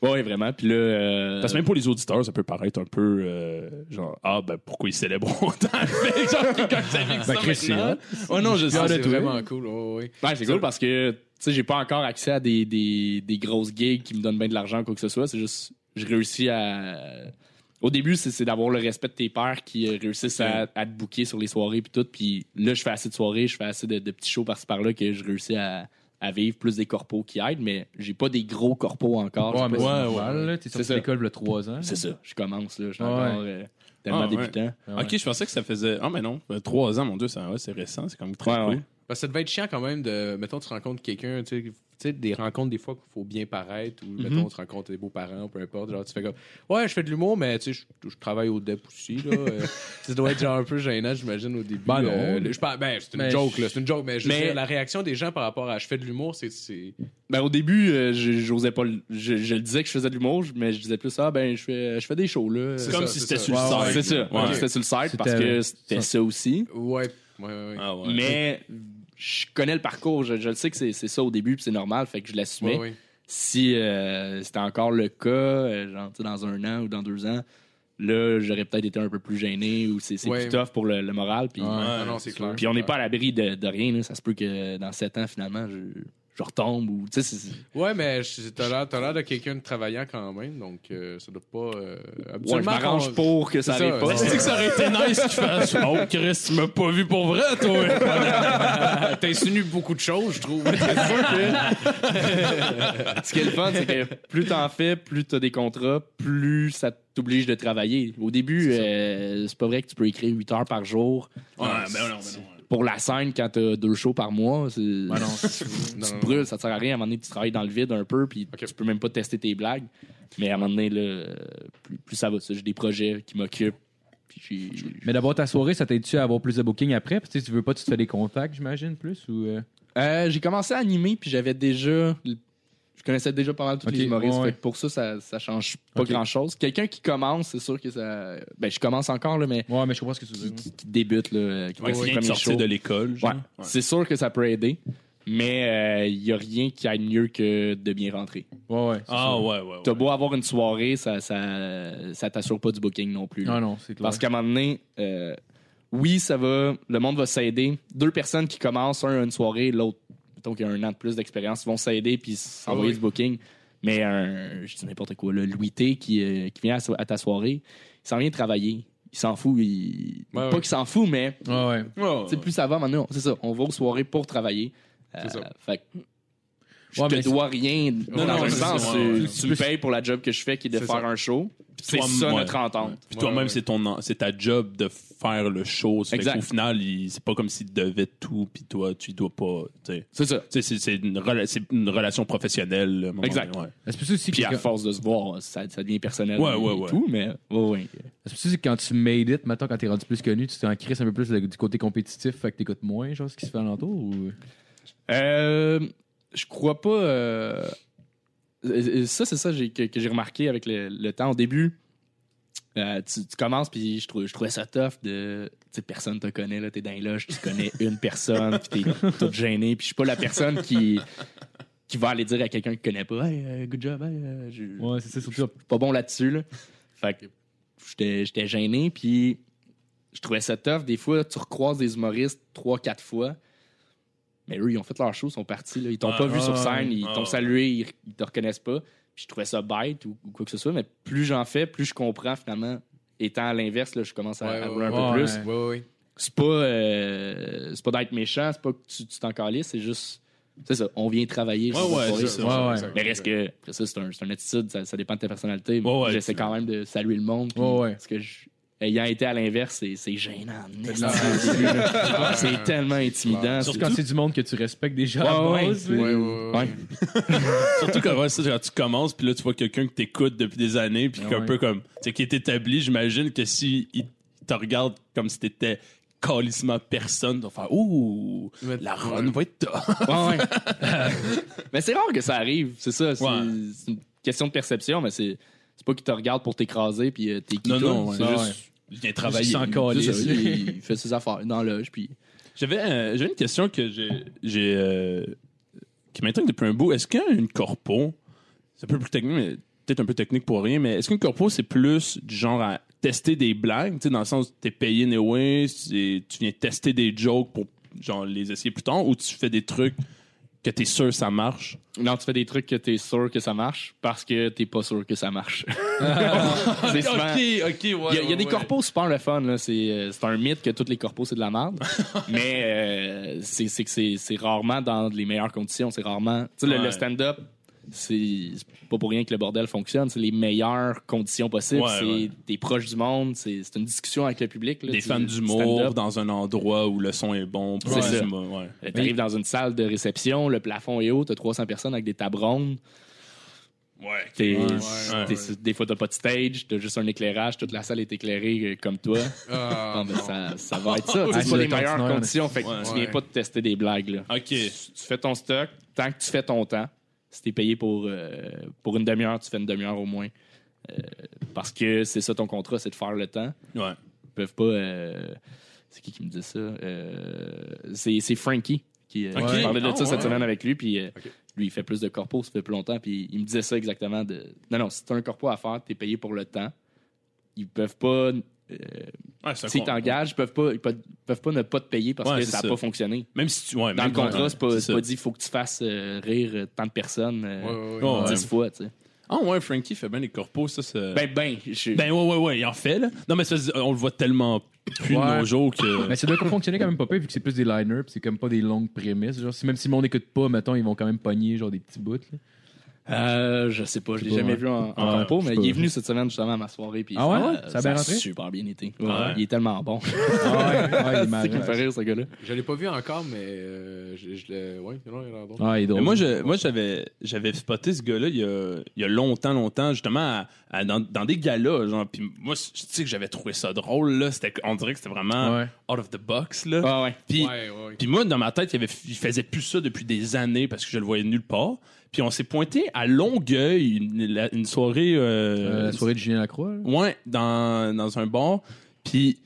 Speaker 4: là.
Speaker 8: Ouais, vraiment. Puis là. euh,
Speaker 4: Parce que même pour les auditeurs, ça peut paraître un peu, euh, genre, ah, ben, pourquoi ils célèbrent autant? Fait que genre, quelqu'un qui savait que ça
Speaker 11: Ben, Chris, c'est
Speaker 4: maintenant.
Speaker 8: Oh
Speaker 4: Ouais, non, je sais.
Speaker 5: Ah,
Speaker 4: c'est
Speaker 5: C'est
Speaker 4: vrai.
Speaker 5: vraiment cool. ouais, ouais.
Speaker 8: Ouais, c'est cool parce que, tu sais, j'ai pas encore accès à des, des, des grosses gigs qui me donnent bien de l'argent, quoi que ce soit. C'est juste, je réussis à. Au début, c'est c'est d'avoir le respect de tes pairs qui euh, réussissent à, à te booker sur les soirées puis tout. Puis là, je fais assez de soirées, je fais assez de, de petits shows par-ci par-là que je réussis à, à vivre, plus des corpos qui aident, mais j'ai pas des gros corpos encore.
Speaker 11: Ouais, mais c'est
Speaker 8: J'ai pas-
Speaker 11: normal, là. T'es sorti de
Speaker 8: ça.
Speaker 11: l'école il y a trois ans.
Speaker 8: C'est ça, je commence, là. Je suis
Speaker 11: Ouais.
Speaker 8: encore euh, tellement
Speaker 4: Ah, ouais.
Speaker 8: débutant.
Speaker 11: Ouais.
Speaker 4: Ok, je pensais que ça faisait. Ah, mais non, euh, trois ans, mon Dieu, ça, ouais, c'est récent, c'est quand même très
Speaker 8: Ouais,
Speaker 4: cool.
Speaker 8: ouais.
Speaker 5: Parce que ça devait être chiant quand même de. Mettons, tu rencontres quelqu'un, tu sais, tu sais, des rencontres des fois qu'il faut bien paraître, ou
Speaker 8: Mhm.
Speaker 5: mettons, tu rencontres tes beaux-parents, peu importe. Genre, tu fais comme. Ouais, je fais de l'humour, mais tu sais, je, je travaille au DEP aussi, là.
Speaker 8: <laughs>
Speaker 5: Euh, ça doit être genre un peu gênant, j'imagine, au début.
Speaker 11: Ben non.
Speaker 5: Euh, le- je parle- ben, c'est une
Speaker 11: Mais
Speaker 5: joke,
Speaker 11: je-
Speaker 5: là. C'est une joke, mais je veux
Speaker 8: Mais-
Speaker 5: dire, la réaction des gens par rapport à je fais de l'humour, c'est. c'est-
Speaker 8: Ben, au début, euh, je- j'osais pas. le- Je, je le disais que je faisais de l'humour, mais je disais plus ça, ben, je fais, je fais des shows, là.
Speaker 5: C'est
Speaker 8: Euh,
Speaker 5: ça,
Speaker 4: Comme si
Speaker 5: c'est
Speaker 4: c'était
Speaker 5: ça.
Speaker 4: sur le
Speaker 5: Ouais,
Speaker 4: site.
Speaker 8: C'est ça.
Speaker 4: Ouais.
Speaker 8: Ouais, C'était sur le site parce
Speaker 11: C'était-
Speaker 8: que c'était ça aussi.
Speaker 5: Ouais, ouais, ouais.
Speaker 4: Ah ouais.
Speaker 8: Mais je connais le parcours. Je, je le sais que c'est c'est ça au début, puis c'est normal, fait que je l'assumais.
Speaker 5: Ouais, ouais.
Speaker 8: Si euh, c'était encore le cas, euh, genre, tu sais, dans un an ou dans deux ans, là, j'aurais peut-être été un peu plus gêné ou c'est c'est
Speaker 5: Ouais.
Speaker 8: plus tough pour le, le moral. Puis
Speaker 5: Ah non, c'est clair.
Speaker 8: puis on n'est pas à l'abri de, de rien. là. Ça se peut que dans sept ans, finalement, je, je retombe ou. Tu sais, c'est- c'est-
Speaker 5: Ouais, mais je- t'as l'air, t'as l'air de quelqu'un de travaillant quand même, donc euh, ça doit pas. euh,
Speaker 8: Ouais, je
Speaker 5: habituellement,
Speaker 8: m'arrange
Speaker 5: quand-
Speaker 8: pour que ça
Speaker 5: C'est ça,
Speaker 8: arrive pas.
Speaker 5: c'est
Speaker 4: C'est que ça aurait été nice qu'il fasse. Oh, Chris, tu m'as pas vu pour vrai, toi.
Speaker 5: T'insinues beaucoup de choses, je trouve.
Speaker 8: Ce qui est le fun, c'est que plus t'en fais, plus t'as des contrats, plus ça t'oblige de travailler. Au début, euh, c'est pas vrai que tu peux écrire 8 heures par jour.
Speaker 4: Ouais, ben non, ben non.
Speaker 8: Pour la scène, quand t'as deux shows par mois, c'est-
Speaker 5: Non,
Speaker 8: <laughs> tu
Speaker 5: non,
Speaker 8: te brûles, ça te sert à rien. À un moment donné, tu travailles dans le vide un peu, puis
Speaker 5: Ok.
Speaker 8: tu peux même pas tester tes blagues. Mais à un moment donné, là, euh, plus, plus ça va. ça. J'ai des projets qui m'occupent. puis j'ai-
Speaker 11: Mais d'avoir ta soirée, ça t'aide-tu à avoir plus de bookings après? Puis, tu sais, tu veux pas, tu te fais des contacts, j'imagine, plus? Ou, euh,
Speaker 8: Euh, j'ai commencé à animer, puis j'avais déjà. Je connaissais déjà pas mal tous
Speaker 11: Ok,
Speaker 8: les humoristes.
Speaker 11: ouais, ouais.
Speaker 8: fait que pour ça, ça, ça change pas
Speaker 11: Ok.
Speaker 8: grand-chose. Quelqu'un qui commence, c'est sûr que ça. Ben, je commence encore, là, mais
Speaker 11: Ouais, mais je comprends ce que tu veux dire.
Speaker 8: qui, qui débute, là, euh, qui
Speaker 4: Ouais,
Speaker 8: fait ses
Speaker 4: c'est bien de
Speaker 8: premiers
Speaker 4: sortir
Speaker 8: shows.
Speaker 4: de l'école. genre.
Speaker 8: Ouais. C'est sûr que ça peut aider, mais il y a rien qui aille mieux que de bien rentrer.
Speaker 11: Ouais, ouais. c'est
Speaker 4: Ah
Speaker 11: ça.
Speaker 4: ouais, ouais. ouais.
Speaker 8: T'as beau avoir une soirée, ça, ça, ça t'assure pas du booking non plus. là.
Speaker 11: Ah, Non, non, c'est clair.
Speaker 8: Parce qu'à un moment donné, euh, oui, ça va, le monde va s'aider. Deux personnes qui commencent, un a une soirée, l'autre, mettons qu'il y a un an de plus d'expérience, vont s'aider puis s'envoyer
Speaker 5: Oui.
Speaker 8: du booking. Mais un, je dis n'importe quoi, le Louis T qui, euh, qui vient à, so- à ta soirée, il s'en vient travailler. Il s'en fout. il-
Speaker 5: Ouais,
Speaker 8: pas
Speaker 5: ouais.
Speaker 8: qu'il s'en fout, mais
Speaker 11: Ouais, ouais.
Speaker 4: Ouais,
Speaker 8: tu sais,
Speaker 4: ouais.
Speaker 8: plus ça va, maintenant, c'est ça, on va aux soirées pour travailler. Euh,
Speaker 5: ça.
Speaker 8: Fait que je
Speaker 11: Ouais, mais
Speaker 8: te dois rien dans
Speaker 4: non,
Speaker 8: un
Speaker 4: c'est
Speaker 8: sens.
Speaker 4: ça,
Speaker 8: tu-
Speaker 4: ouais, ouais.
Speaker 8: Tu me payes pour la job que je fais qui est de
Speaker 5: C'est
Speaker 8: faire
Speaker 5: ça.
Speaker 8: un show. C'est
Speaker 4: toi,
Speaker 8: ça
Speaker 4: ouais.
Speaker 8: notre entente.
Speaker 4: Puis
Speaker 5: Ouais,
Speaker 4: toi-même,
Speaker 5: ouais.
Speaker 4: c'est ton c'est ta job de faire le show. Fait
Speaker 8: Exact.
Speaker 4: Au final, il- c'est pas comme s'il devait tout, puis toi, tu dois pas. tu sais.
Speaker 8: C'est ça.
Speaker 4: Tu sais, C'est c'est une, rela- c'est une relation professionnelle. là, à un moment
Speaker 8: Exact.
Speaker 4: donné, ouais.
Speaker 11: C'est pour ça aussi que-
Speaker 8: Puis à force de se voir, ça, ça devient personnel
Speaker 4: Ouais,
Speaker 8: et
Speaker 4: ouais, ouais.
Speaker 8: tout, mais ouais, ouais.
Speaker 11: c'est pour ça que quand tu made it, maintenant, quand t'es rendu plus connu, tu t'en crisses un peu plus le- du côté compétitif, fait que t'écoutes moins, genre, ce qui se fait alentour? Ou...
Speaker 8: Euh, je crois pas. euh, euh, Ça, c'est ça j'ai- que, que j'ai remarqué avec le, le temps. Au début, euh, tu, tu commences, puis je, trou- je trouvais ça tough de. Tu sais, personne te connaît, là, t'es dans les loges, tu connais une personne, puis t'es tout gêné, puis je suis pas la personne qui. Qui va aller dire à quelqu'un qui connaît pas, hey, euh, good job, hey, euh, je-
Speaker 11: Ouais, c'est ça, surtout.
Speaker 8: pas bon là-dessus. Là. Fait que j'étais j'étais gêné, puis je trouvais ça tough. Des fois, tu recroises des humoristes trois, quatre fois. Mais eux, ils ont fait leur show, ils sont partis. Là. Ils t'ont
Speaker 4: Ah,
Speaker 8: pas vu
Speaker 4: ah,
Speaker 8: sur scène, ils
Speaker 4: ah.
Speaker 8: t'ont salué, ils, ils te reconnaissent pas. Puis je trouvais ça bête ou, ou quoi que ce soit. Mais plus j'en fais, plus je comprends finalement. Étant à l'inverse, là, je commence à,
Speaker 5: Ouais,
Speaker 8: à
Speaker 5: ouais,
Speaker 8: vouloir un
Speaker 11: ouais.
Speaker 8: peu
Speaker 11: Ouais.
Speaker 8: plus.
Speaker 5: Ouais, ouais, ouais.
Speaker 8: C'est pas, euh, c'est pas d'être méchant, c'est pas que tu tu t'en calisses, c'est juste. C'est ça, on vient travailler.
Speaker 4: Ouais,
Speaker 8: c'est notre
Speaker 4: ouais,
Speaker 8: soirée,
Speaker 4: c'est
Speaker 8: c'est
Speaker 4: ça,
Speaker 11: ouais, ouais.
Speaker 8: mais reste que, après ça, c'est un, c'est une attitude, ça, ça dépend de ta personnalité.
Speaker 4: Ouais, ouais,
Speaker 8: J'essaie
Speaker 4: tu-
Speaker 8: quand même de saluer le monde. puis-
Speaker 11: Ouais, ouais.
Speaker 8: Parce que, je- ayant été à l'inverse, c'est- c'est gênant. n'est-ce
Speaker 5: clair.
Speaker 8: pas, au début, là. C'est tellement intimidant.
Speaker 11: Surtout quand c'est du monde que tu respectes déjà à
Speaker 8: Ouais, ouais.
Speaker 11: base,
Speaker 5: Ouais,
Speaker 11: là.
Speaker 5: ouais, ouais, ouais.
Speaker 8: Ouais.
Speaker 4: Surtout quand, ouais, c'est ça, quand tu commences, puis là, tu vois quelqu'un que t'écoutes depuis des années, puis
Speaker 8: Ah
Speaker 4: qu'un
Speaker 11: ouais.
Speaker 4: peu comme. Tu sais, qui est établi, j'imagine que si il te regarde comme si t'étais calissement personne, tu vas faire Ouh,
Speaker 5: Mais-
Speaker 4: la run <laughs> va être top.
Speaker 8: Ouais, <laughs> ouais. mais c'est rare que ça arrive, c'est ça. C'est
Speaker 4: Ouais.
Speaker 8: c'est une question de perception, mais c'est c'est pas qu'il te regarde pour t'écraser puis euh, t'es qui
Speaker 4: Non,
Speaker 8: toi,
Speaker 4: non, ouais.
Speaker 8: c'est
Speaker 4: Ah,
Speaker 8: juste.
Speaker 4: ouais. Je viens travailler.
Speaker 11: Juste sans calisse.
Speaker 8: c'est ça, il, il fait ses affaires dans l'âge, puis
Speaker 4: J'avais euh, j'avais une question que j'ai j'ai, euh, qui m'intrigue depuis un bout. Est-ce qu'une corpo, c'est un peu plus technique, mais peut-être un peu technique pour rien, mais est-ce qu'une corpo c'est plus du genre à tester des blagues, tu sais, dans le sens où t'es payé anyway, c'est- tu viens tester des jokes pour genre les essayer plus tard, ou tu fais des trucs que t'es sûr ça marche.
Speaker 8: Non, tu fais des trucs que t'es sûr que ça marche parce que t'es pas sûr que ça marche. <laughs> c'est souvent-
Speaker 4: Ah. ok, ouais.
Speaker 8: Il y a, il y a des corpos super le fun. là. C'est euh, c'est un mythe que tous les corpos, c'est de la merde.
Speaker 4: <laughs>
Speaker 8: mais euh, c'est c'est que c'est c'est rarement dans les meilleures conditions. C'est rarement. Tu sais, le- le,
Speaker 4: Ouais.
Speaker 8: stand-up, c'est c'est pas pour rien que le bordel fonctionne. C'est les meilleures conditions possibles.
Speaker 4: Ouais,
Speaker 8: c'est
Speaker 4: ouais.
Speaker 8: t'es proche du monde. C'est c'est une discussion avec le public. là,
Speaker 4: Des
Speaker 8: du
Speaker 4: fans d'humour
Speaker 8: stand-up.
Speaker 4: dans un endroit où le son est bon. pour
Speaker 8: C'est
Speaker 4: les
Speaker 8: ça.
Speaker 4: humours, ouais.
Speaker 8: Euh, T'arrives dans une salle de réception, le plafond est haut, t'as 300 personnes avec des tables rondes.
Speaker 4: Ouais.
Speaker 8: T'es,
Speaker 4: Ouais.
Speaker 8: t'es- Des fois, t'as pas de stage, t'as juste un éclairage, toute la salle est éclairée euh, comme toi.
Speaker 5: Ah,
Speaker 8: Bon, ben, ça, ça va être ça.
Speaker 3: Ah,
Speaker 8: C'est
Speaker 3: c'est
Speaker 8: pas les
Speaker 3: le temps
Speaker 8: meilleures
Speaker 3: ordinaire,
Speaker 8: conditions. Fait que
Speaker 4: Ouais.
Speaker 8: tu viens
Speaker 5: Ouais.
Speaker 8: pas de tester des blagues. Là.
Speaker 4: OK.
Speaker 8: Tu, tu fais ton stock. Tant que tu fais ton temps, si t'es payé pour, euh, pour une demi-heure, tu fais une demi-heure au moins. Euh, parce que c'est ça ton contrat, c'est de faire le temps.
Speaker 4: Ouais.
Speaker 8: Ils peuvent pas. euh, c'est qui qui me dit ça? Euh, c'est c'est Frankie. Qui, euh,
Speaker 4: Ok.
Speaker 8: je parlais de
Speaker 4: Ah,
Speaker 8: ça cette
Speaker 4: ouais.
Speaker 8: semaine avec lui. Puis euh,
Speaker 5: Ok.
Speaker 8: lui, il fait plus de corpo, ça fait plus longtemps. Puis il me disait ça exactement. De... Non, non, si t'as un corpo à faire, t'es payé pour le temps. Ils peuvent pas. euh,
Speaker 4: Ouais, c'est un
Speaker 8: S'ils
Speaker 4: con-
Speaker 8: t'engagent, ils peuvent pas, ils peuvent- peuvent pas ne pas te payer parce
Speaker 4: Ouais,
Speaker 8: que
Speaker 4: c'est
Speaker 8: ça n'a
Speaker 4: ça.
Speaker 8: pas fonctionné.
Speaker 4: Même si tu. Ouais,
Speaker 8: Dans
Speaker 4: même
Speaker 8: le contrat,
Speaker 4: ouais,
Speaker 8: c'est pas,
Speaker 4: ça.
Speaker 8: c'est pas dit faut que tu fasses euh, rire euh, tant de personnes euh,
Speaker 5: ouais, ouais.
Speaker 4: Ouais, ouais.
Speaker 8: 10 fois. tu sais.
Speaker 4: Ah ouais, Frankie fait bien les corpos, ça, c'est...
Speaker 8: Ben, ben, je-
Speaker 4: Ben ouais, ouais, ouais, il en fait, là. Non, mais ça, on le voit tellement plus de
Speaker 3: Ouais.
Speaker 4: nos jours que...
Speaker 3: Mais ça doit fonctionner quand même pas pire, vu que c'est plus des liners, puis c'est comme pas des longues prémices. Genre, si, même si le monde n'écoute pas, mettons, ils vont quand même pogner genre des petits bouts. là.
Speaker 8: Euh, je sais pas, je l'ai
Speaker 3: pas,
Speaker 8: jamais
Speaker 3: ouais.
Speaker 8: vu en, en
Speaker 4: Ouais,
Speaker 8: compo,
Speaker 3: je
Speaker 8: mais
Speaker 3: sais pas.
Speaker 8: il est venu cette semaine justement à ma soirée. Puis
Speaker 3: Ah ouais?
Speaker 8: euh,
Speaker 3: Ça a bien rentré?
Speaker 8: super bien été.
Speaker 4: Ouais.
Speaker 8: Ouais, Il est tellement bon.
Speaker 3: Ah ouais, ouais, il est
Speaker 8: c'est qui me
Speaker 3: malade.
Speaker 8: fait rire, ce gars-là.
Speaker 5: Je l'ai pas vu encore, mais euh, je, je l'ai- ouais, non, il y en a d'autres.
Speaker 3: Ah, il est drôle.
Speaker 4: Mais moi, je- moi, j'avais, j'avais spoté ce gars-là il y a, il y a longtemps, longtemps, justement, à- à- dans, dans des galas. Genre, puis moi, je tu sais que j'avais trouvé ça drôle, là. C'était, on dirait que c'était vraiment
Speaker 3: Ouais.
Speaker 4: out of the box, là.
Speaker 8: Ah ouais.
Speaker 4: Puis,
Speaker 5: Ouais, ouais.
Speaker 4: puis moi, dans ma tête, il, y avait, il faisait plus ça depuis des années parce que je le voyais nulle part. Puis on s'est pointé à Longueuil, une, la- une soirée.
Speaker 3: Euh,
Speaker 4: euh,
Speaker 3: la soirée de Julien Lacroix. là.
Speaker 4: Ouais, dans, dans un bar. Puis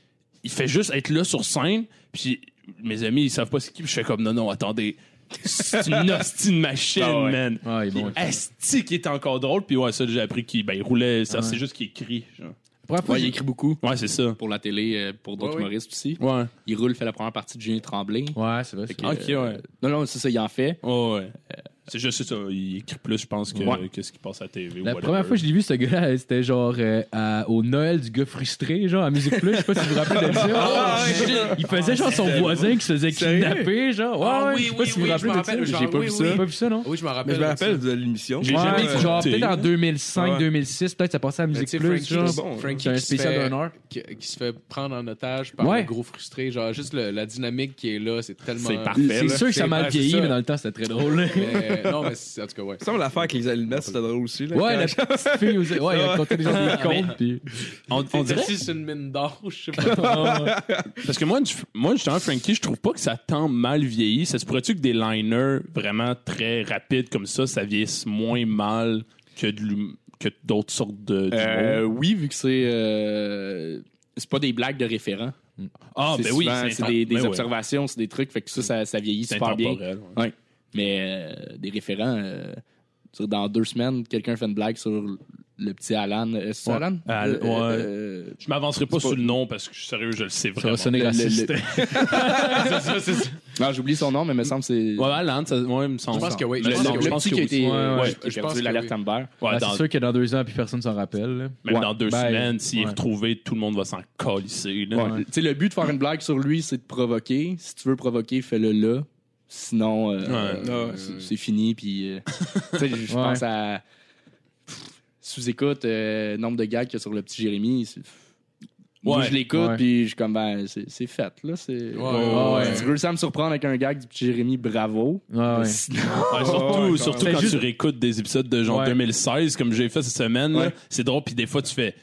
Speaker 4: il fait juste être là sur scène. Puis mes amis, ils savent pas c'est qui. Puis je fais comme, non, non, attendez. C'est une hostie de <laughs> machine,
Speaker 8: Ah ouais.
Speaker 4: man.
Speaker 3: Ah, il est bon. La
Speaker 4: Asti qui est encore drôle. Puis ouais, ça, j'ai appris qu'il ben, il roulait. Ça, c'est juste qu'il écrit. genre.
Speaker 3: première fois
Speaker 8: Ouais, il
Speaker 3: que-
Speaker 8: écrit beaucoup
Speaker 4: Ouais, c'est ça.
Speaker 8: pour la télé, euh, pour d'autres
Speaker 5: Ouais, ouais.
Speaker 8: humoristes aussi.
Speaker 4: Ouais.
Speaker 8: Il roule, fait la première partie de Julien Tremblay. euh,
Speaker 3: Ouais, c'est vrai. c'est vrai.
Speaker 4: Ok, ouais.
Speaker 8: Non, non, c'est ça, il en fait.
Speaker 4: Ouais, ouais. Euh, C'est juste ça. Il écrit plus, je pense, que,
Speaker 8: Ouais.
Speaker 4: que ce qui passe à la TV. ou
Speaker 3: La
Speaker 4: whatever.
Speaker 3: première fois que je l'ai vu, ce gars-là, c'était genre euh, à- au Noël du gars frustré, genre à Musique Plus. Je sais pas si vous vous rappelez de ça. il faisait genre son voisin qui se faisait kidnapper, genre. Ouais,
Speaker 5: Ah
Speaker 3: ouais,
Speaker 5: oui,
Speaker 3: je sais pas
Speaker 5: oui,
Speaker 3: si vous vous
Speaker 5: oui,
Speaker 3: rappelez
Speaker 5: je me
Speaker 3: de ça.
Speaker 5: rappelle, genre,
Speaker 3: J'ai pas
Speaker 5: oui,
Speaker 3: vu
Speaker 5: oui.
Speaker 3: ça. J'ai pas vu ça, non?
Speaker 5: Oui, je m'en rappelle.
Speaker 6: Mais je me
Speaker 5: de
Speaker 6: rappelle
Speaker 5: ça.
Speaker 6: de l'émission.
Speaker 4: J'ai jamais
Speaker 6: Ouais.
Speaker 4: écouté.
Speaker 3: genre
Speaker 4: écouté.
Speaker 3: peut-être en 2005,
Speaker 6: Ouais.
Speaker 3: 2006, peut-être ça passait à
Speaker 5: Mais
Speaker 3: Musique
Speaker 5: tu sais,
Speaker 3: Plus,
Speaker 5: Frankie,
Speaker 3: genre.
Speaker 5: qui-
Speaker 6: bon,
Speaker 5: Frankie
Speaker 3: C'est un
Speaker 5: qui se
Speaker 3: spécial
Speaker 5: fait-
Speaker 3: d'honneur.
Speaker 5: Qui, qui se fait prendre en otage par
Speaker 3: Ouais.
Speaker 5: un gros frustré. Genre, juste le- la dynamique qui est là, c'est tellement.
Speaker 4: C'est
Speaker 3: C'est
Speaker 4: parfait.
Speaker 3: sûr que ça
Speaker 5: C'est-
Speaker 3: m'a
Speaker 5: ouais, c'est
Speaker 3: vieilli,
Speaker 5: ça.
Speaker 3: mais
Speaker 4: <laughs>
Speaker 3: dans le temps, c'était très drôle. là.
Speaker 5: Mais, non, mais c'est- en tout cas, ouais.
Speaker 6: Il me semble l'affaire avec les allumettes, c'était drôle aussi. Là,
Speaker 3: Ouais, la petite fille, aussi- ouais, il a compté des gens des comptes, puis.
Speaker 4: On, on dirait.
Speaker 5: Si c'est une mine d'or, je sais pas.
Speaker 4: Parce que moi, je- moi, justement, Frankie, je trouve pas que ça tant mal vieilli. Ça se pourrait-tu que des liners vraiment très rapides comme ça, ça vieillisse moins mal que, de l'hum- que d'autres sortes de.
Speaker 8: Euh,
Speaker 4: d'humour?
Speaker 8: oui, vu que c'est. euh, c'est pas des blagues de référent.
Speaker 4: ah,
Speaker 8: c'est
Speaker 4: ben
Speaker 8: souvent-
Speaker 4: oui,
Speaker 8: c'est
Speaker 4: inten-
Speaker 8: des, des
Speaker 4: ben ouais,
Speaker 8: observations, c'est des trucs, fait que ça, ça, ça vieillit
Speaker 4: c'est
Speaker 8: super bien.
Speaker 4: intemporel, ouais.
Speaker 8: Ouais. Mais euh, des référents, euh, tu sais, dans deux semaines, quelqu'un fait une blague sur le petit Alan. Euh, c'est
Speaker 4: Ouais.
Speaker 8: Alan?
Speaker 4: Al-
Speaker 8: Euh,
Speaker 4: ouais.
Speaker 8: euh,
Speaker 4: Je m'avancerai pas
Speaker 8: C'est
Speaker 4: sur
Speaker 8: pas-
Speaker 4: le nom parce que je suis sérieux, je le sais
Speaker 3: Ça va
Speaker 4: vraiment.
Speaker 3: sonner
Speaker 8: le-
Speaker 3: raciste.
Speaker 8: le-
Speaker 4: <laughs>
Speaker 8: le- Non, j'oublie son nom, mais il me semble que c'est.
Speaker 4: Ouais, Alan, ça, ouais, il me semble.
Speaker 5: Je pense que oui,
Speaker 4: Mais
Speaker 5: je
Speaker 8: Le,
Speaker 5: pense
Speaker 4: non,
Speaker 8: le-
Speaker 5: que
Speaker 8: le
Speaker 5: oui.
Speaker 8: petit qui a
Speaker 4: oui.
Speaker 8: été.
Speaker 3: Ouais, ouais,
Speaker 8: ouais,
Speaker 5: je-
Speaker 8: qui a
Speaker 5: je
Speaker 8: perdu
Speaker 5: pense que
Speaker 8: l'alerte
Speaker 5: oui.
Speaker 8: Amber.
Speaker 4: Ouais,
Speaker 3: Ah,
Speaker 4: dans-
Speaker 3: C'est sûr que dans deux ans, puis personne s'en rappelle. là.
Speaker 4: même
Speaker 8: ouais.
Speaker 4: dans deux
Speaker 3: Ben,
Speaker 4: semaines, s'il est
Speaker 3: ouais.
Speaker 4: retrouvé, tout le monde va s'en calisser. là.
Speaker 8: Ouais. Tu sais, le but de faire une blague sur lui, c'est de provoquer. Si tu veux provoquer, fais-le là. Sinon, euh,
Speaker 4: Ouais.
Speaker 8: euh,
Speaker 5: Ouais.
Speaker 8: c'est- c'est fini.
Speaker 4: <laughs>
Speaker 8: Puis, euh, tu sais, je pense à pff, sous-écoute, euh, nombre de gags qu'il y a sur le petit Jérémy. c'est- pff, Moi,
Speaker 4: Ouais.
Speaker 8: je l'écoute,
Speaker 3: Ouais.
Speaker 8: puis je suis comme, ben, c'est c'est fait, là. c'est-
Speaker 5: Ouais, ouais, ouais.
Speaker 8: Si tu veux ça me surprendre avec un gag du petit Jérémy, bravo.
Speaker 3: Ouais,
Speaker 8: Mais
Speaker 3: ouais.
Speaker 8: sinon-
Speaker 4: Ouais, surtout surtout
Speaker 3: Mais
Speaker 4: quand
Speaker 3: juste-
Speaker 4: tu réécoutes des épisodes de genre
Speaker 3: Ouais.
Speaker 4: 2016, comme j'ai fait cette semaine, là,
Speaker 8: Ouais.
Speaker 4: c'est drôle, puis des fois tu fais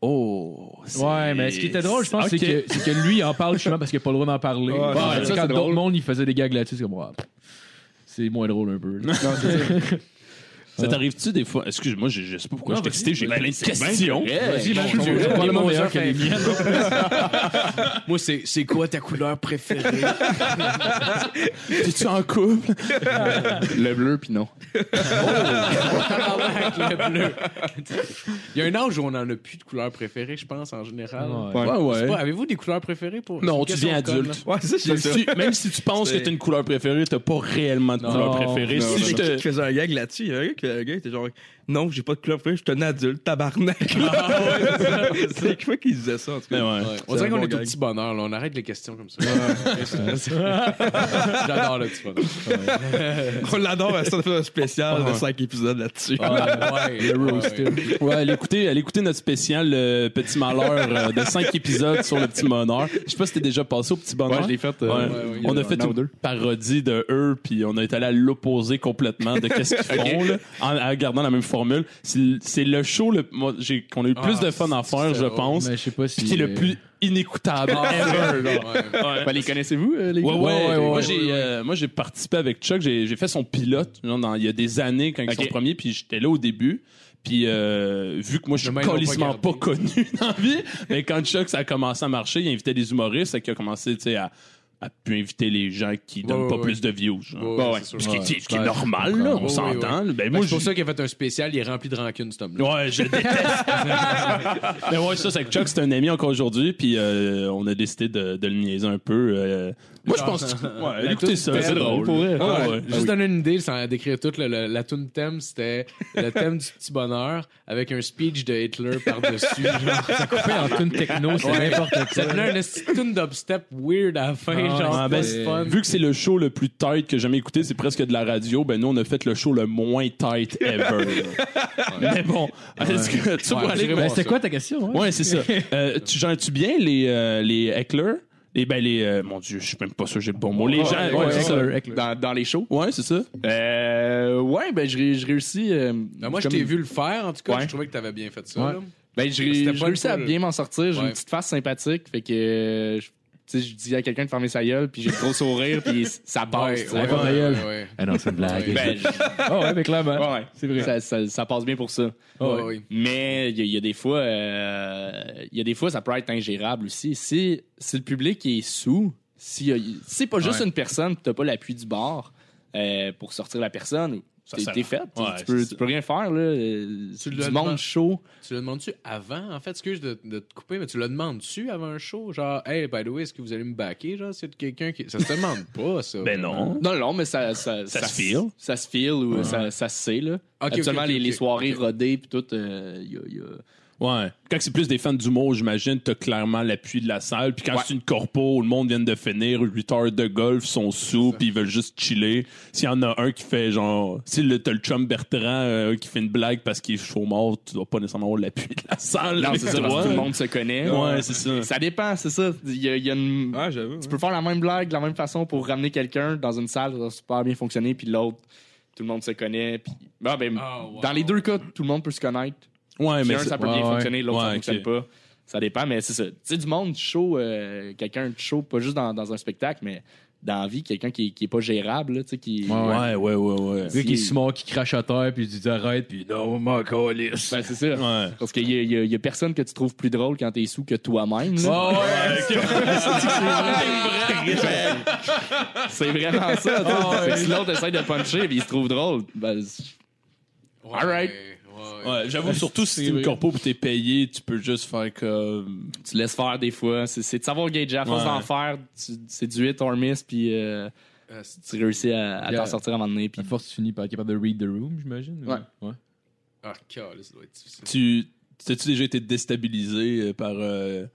Speaker 4: Oh. c'est-
Speaker 3: Ouais, mais ce qui était drôle, je pense,
Speaker 4: Ok.
Speaker 3: c'est que, c'est que lui, il en parle justement parce qu'il n'a pas le droit d'en parler.
Speaker 6: Ouais,
Speaker 3: Ouais,
Speaker 6: ça,
Speaker 3: tu sais,
Speaker 8: c'est
Speaker 3: quand
Speaker 8: drôle.
Speaker 3: d'autres monde, il faisait des gags là-dessus, c'est comme, ouais, pff, c'est moins drôle un peu. là. <laughs>
Speaker 4: Ça t'arrive-tu des fois Excuse-moi, je, je sais pas pourquoi je
Speaker 3: Non,
Speaker 4: suis excité, j'ai plein de questions.
Speaker 3: Vas-y,
Speaker 5: Mon-
Speaker 4: <laughs>
Speaker 3: Mathieu,
Speaker 5: mon-
Speaker 3: tu veux
Speaker 5: mon-
Speaker 3: probablement
Speaker 5: mon-
Speaker 3: meilleur que les
Speaker 5: mon- <laughs> Moi, c'est c'est quoi ta couleur préférée?
Speaker 4: T'es-tu en couple
Speaker 8: Le bleu, puis non.
Speaker 5: Ah ouais. avec le bleu. Il y a un âge où on n'en a plus de couleur préférée, je pense, en général.
Speaker 4: Ouais,
Speaker 5: C'est
Speaker 4: Ah ouais.
Speaker 5: pas- Avez-vous des couleurs préférées pour.
Speaker 4: Non, tu
Speaker 5: c'est une
Speaker 4: deviens
Speaker 5: question de
Speaker 4: adulte.
Speaker 6: Ouais, c'est ça,
Speaker 4: Même
Speaker 6: j'ai
Speaker 4: si, même si tu penses que t'as une couleur préférée, t'as pas réellement de couleur préférée.
Speaker 6: Non,
Speaker 4: si
Speaker 6: c'est qui
Speaker 4: je
Speaker 6: qui
Speaker 4: te...
Speaker 6: faisait un gag là-dessus. Il y a un gars qui un gars qui était genre Non, j'ai pas de couleur préférée, je suis un adulte, tabarnak. <laughs> C'est qui fois qu'il disait ça en tout
Speaker 4: Mais
Speaker 6: cas.
Speaker 4: ouais.
Speaker 5: code. On dirait
Speaker 6: un
Speaker 5: qu'on
Speaker 6: bon
Speaker 5: est au
Speaker 6: gag.
Speaker 5: petit bonheur, là. On arrête les questions comme ça. <laughs> J'adore le petit bonheur.
Speaker 6: On l'adore, ça fait un spécial de 5 épisodes là-dessus.
Speaker 5: Ouais, ouais, ouais.
Speaker 4: Ouais, allez écouter, allez écouter notre spécial euh, Petit Malheur euh, de 5 <laughs> épisodes sur le Petit Bonheur. Je sais pas si t'es déjà passé au Petit Bonheur.
Speaker 8: Ouais, je l'ai fait.
Speaker 4: Ouais.
Speaker 8: euh, il y
Speaker 4: on a
Speaker 8: un
Speaker 4: fait
Speaker 8: an ou
Speaker 4: une
Speaker 8: deux.
Speaker 4: parodie de eux, puis on est allé à l'opposé complètement de qu'est-ce qu'ils font, là, en, en gardant la même formule. C'est le- C'est le show le- moi, j'ai- qu'on a eu le plus
Speaker 5: Ah,
Speaker 4: de fun à faire, je
Speaker 5: c'est-
Speaker 4: pense,
Speaker 11: Mais je sais pas
Speaker 4: puis
Speaker 11: si.
Speaker 4: qui est
Speaker 3: euh,
Speaker 4: le plus inécoutable ever. là. Ouais.
Speaker 8: Ben, les connaissez-vous, euh, les
Speaker 4: Ouais,
Speaker 8: gars?
Speaker 4: ouais, ouais,
Speaker 8: ouais,
Speaker 4: Moi,
Speaker 8: ouais.
Speaker 4: j'ai, euh, moi, j'ai participé avec Chuck. J'ai, j'ai fait son pilote genre, dans- il y a des années quand ils sont premiers, puis j'étais là au début. Puis euh, vu que moi, je suis
Speaker 5: Mais ils l'ont pas
Speaker 4: colissement
Speaker 5: gardé.
Speaker 4: pas, connu <laughs> dans la vie, mais quand Chuck, ça a commencé à marcher, il invitait des humoristes, et qu'il a commencé, tu sais, à à pu inviter les gens qui donnent
Speaker 5: ouais,
Speaker 4: pas
Speaker 5: ouais.
Speaker 4: plus de views. genre.
Speaker 5: Ouais,
Speaker 4: Bah
Speaker 5: ouais,
Speaker 4: ouais.
Speaker 5: c'est
Speaker 4: Ce qui,
Speaker 5: sûr.
Speaker 4: ce qui est normal, là, on
Speaker 5: Ouais,
Speaker 4: s'entend. Ben,
Speaker 5: Moi,
Speaker 4: moi,
Speaker 5: c'est pour
Speaker 4: je-
Speaker 5: ça qu'il a fait un spécial, il est rempli de rancune, cet homme-là.
Speaker 4: Ouais, je déteste. <laughs> mais ouais, ça, c'est que Chuck, c'est un ami encore aujourd'hui, puis euh, on a décidé de, de le niaiser un peu. euh. Moi, je pense que. Ouais,
Speaker 5: La
Speaker 4: écoutez
Speaker 5: toute
Speaker 4: ça.
Speaker 5: belle,
Speaker 4: C'est drôle.
Speaker 8: pour vrai.
Speaker 4: Ah ouais.
Speaker 5: Juste donner une idée, sans décrire tout, le- le- la tune thème, c'était le thème du petit bonheur avec un speech de Hitler par-dessus. genre.
Speaker 11: coupé en tune techno, c'est
Speaker 5: Ouais.
Speaker 11: n'importe quoi.
Speaker 5: Ça donnait un esti de tune d'upstep weird à la fin,
Speaker 11: Ah,
Speaker 5: genre, c'est
Speaker 4: ouais, ben,
Speaker 5: pas si fun.
Speaker 4: Vu que c'est le show le plus tight que j'ai jamais écouté, c'est presque de la radio, ben nous on a fait le show le moins tight <laughs> ever. Mais bon, est-ce que tu
Speaker 5: Ouais,
Speaker 4: pourrais aller-
Speaker 5: c'est
Speaker 11: Ben,
Speaker 5: bon,
Speaker 11: c'était
Speaker 5: ça.
Speaker 11: quoi ta question? ouais?
Speaker 4: Ouais, c'est ça. Euh, tu gères-tu bien les euh, les hecklers Et ben les euh, mon dieu, je suis même pas sûr que j'ai le bon ah, mot. Les gens ouais, c'est ça.
Speaker 11: Heckler, Heckler.
Speaker 8: Dans, dans les shows?
Speaker 4: Ouais, c'est ça.
Speaker 8: Euh, ouais, ben, je ré- je réussis. euh,
Speaker 5: Ben, moi, je
Speaker 8: comme-
Speaker 5: t'ai vu le faire, en tout cas,
Speaker 8: Ouais.
Speaker 5: je trouvais que t'avais bien fait ça.
Speaker 11: Ouais.
Speaker 5: là.
Speaker 8: Ben, je
Speaker 5: C'était
Speaker 8: ré- je
Speaker 5: pas
Speaker 8: réussis
Speaker 5: le
Speaker 8: à
Speaker 5: fun.
Speaker 8: bien m'en sortir. J'ai
Speaker 5: Ouais.
Speaker 8: une petite face sympathique, fait que. euh, je- Tu sais, je dis à quelqu'un de fermer sa gueule, puis j'ai le gros sourire, puis ça passe. tu sais.
Speaker 5: ouais,
Speaker 11: pas
Speaker 5: ouais,
Speaker 11: réel.
Speaker 5: ouais, ouais.
Speaker 11: Ah non, c'est une blague.
Speaker 8: Ben, je-
Speaker 11: Ah ouais, mais clairement.
Speaker 8: Ouais, ouais. Ça, ça- ça passe bien pour ça.
Speaker 3: Ah
Speaker 5: Ouais, ouais.
Speaker 8: Mais il y, a- il y a des fois, euh, il y a des fois, ça peut être ingérable aussi. Si, si le public est sous, si, y a- si c'est pas juste une personne, tu t'as pas l'appui du bord euh, pour sortir la personne, t'es
Speaker 4: sert.
Speaker 8: t'es fait. Tu-
Speaker 4: Ouais,
Speaker 8: tu, peux,
Speaker 4: c'est
Speaker 8: tu peux rien faire là. euh,
Speaker 5: Tu le
Speaker 8: du
Speaker 5: demandes.
Speaker 8: monde chaud.
Speaker 5: Tu le demandes-tu avant, en fait, excuse de, de te couper, mais tu le demandes-tu avant un show? Genre, hey, by the way, est-ce que vous allez me backer? Genre, c'est quelqu'un qui. Ça se demande <laughs> pas, ça.
Speaker 4: Ben non.
Speaker 8: Non, non, mais ça, ça,
Speaker 4: Ça se feel.
Speaker 8: Ça se feel ou ça, ça se sait là.
Speaker 5: Ok, ok,
Speaker 8: Habituellement,
Speaker 5: ok,
Speaker 8: les, les
Speaker 5: ok.
Speaker 8: soirées rodées puis tout, euh, il y a- il y a...
Speaker 4: Ouais. Quand c'est plus des fans d'humour, j'imagine, t'as clairement l'appui de la salle. Puis quand
Speaker 8: Ouais.
Speaker 4: c'est une corpo où le monde vient de finir, 8 heures de golf, sont sous, puis ils veulent juste chiller. S'il y en a un qui fait genre. Si le, t'as le chum Bertrand euh, qui fait une blague parce qu'il est chaud mort, tu dois pas nécessairement avoir l'appui de la salle.
Speaker 8: Non,
Speaker 4: avec
Speaker 8: c'est ça,
Speaker 4: toi.
Speaker 8: parce que tout le monde se connaît.
Speaker 4: Ouais, c'est ça.
Speaker 8: Ça dépend, c'est ça. Il y a, il y a une-
Speaker 6: Ouais, j'avoue.
Speaker 8: Tu peux faire la même blague de la même façon pour ramener quelqu'un dans une salle, ça va super bien fonctionner, puis l'autre, tout le monde se connaît. Puis... Ah, ben,
Speaker 5: Ah, wow.
Speaker 8: Dans les deux cas, tout le monde peut se connaître.
Speaker 4: Ouais,
Speaker 8: Puis
Speaker 4: mais
Speaker 8: un,
Speaker 4: c'est-
Speaker 8: ça peut
Speaker 4: ouais,
Speaker 8: bien
Speaker 4: ouais.
Speaker 8: fonctionner, l'autre, ça
Speaker 4: Ouais,
Speaker 8: fonctionne
Speaker 4: ok.
Speaker 8: pas. Ça dépend, mais c'est ça. Tu sais, du monde chaud, euh, quelqu'un de chaud, pas juste dans, dans un spectacle, mais dans la vie, quelqu'un qui, qui est pas gérable, là, tu sais, qui.
Speaker 4: Ouais, ouais, ouais, ouais.
Speaker 11: Le gars qui se mord, qui crache à terre, puis il dit arrête, puis non, ma calice.
Speaker 8: Ben, c'est ça.
Speaker 4: Ouais.
Speaker 8: Parce qu'il y, a- il y a- il y a personne que tu trouves plus drôle quand t'es sous que toi-même. là. C'est vraiment ça. tu sais. Fait que si l'autre essaie de puncher puis il se trouve drôle, ben, c'est-
Speaker 5: Ouais,
Speaker 8: Alright.
Speaker 5: ouais, ouais.
Speaker 4: Ouais, j'avoue, surtout si c'est une corpo où t'es payé, tu peux juste faire comme.
Speaker 8: tu laisses faire des fois. C'est- C'est de savoir gager. À force
Speaker 4: Ouais.
Speaker 8: d'en faire, tu- c'est du hit or miss, puis euh,
Speaker 5: Euh, c'est-
Speaker 8: tu réussis à, à
Speaker 11: Yeah.
Speaker 8: t'en sortir à un moment donné.
Speaker 6: Mm-hmm.
Speaker 8: Puis
Speaker 11: À force, tu finis par être capable de read the room, j'imagine.
Speaker 8: Ouais.
Speaker 11: ouais.
Speaker 5: Ah, câlisse, ça doit être difficile.
Speaker 4: Tu t'as-tu déjà été déstabilisé euh, par euh,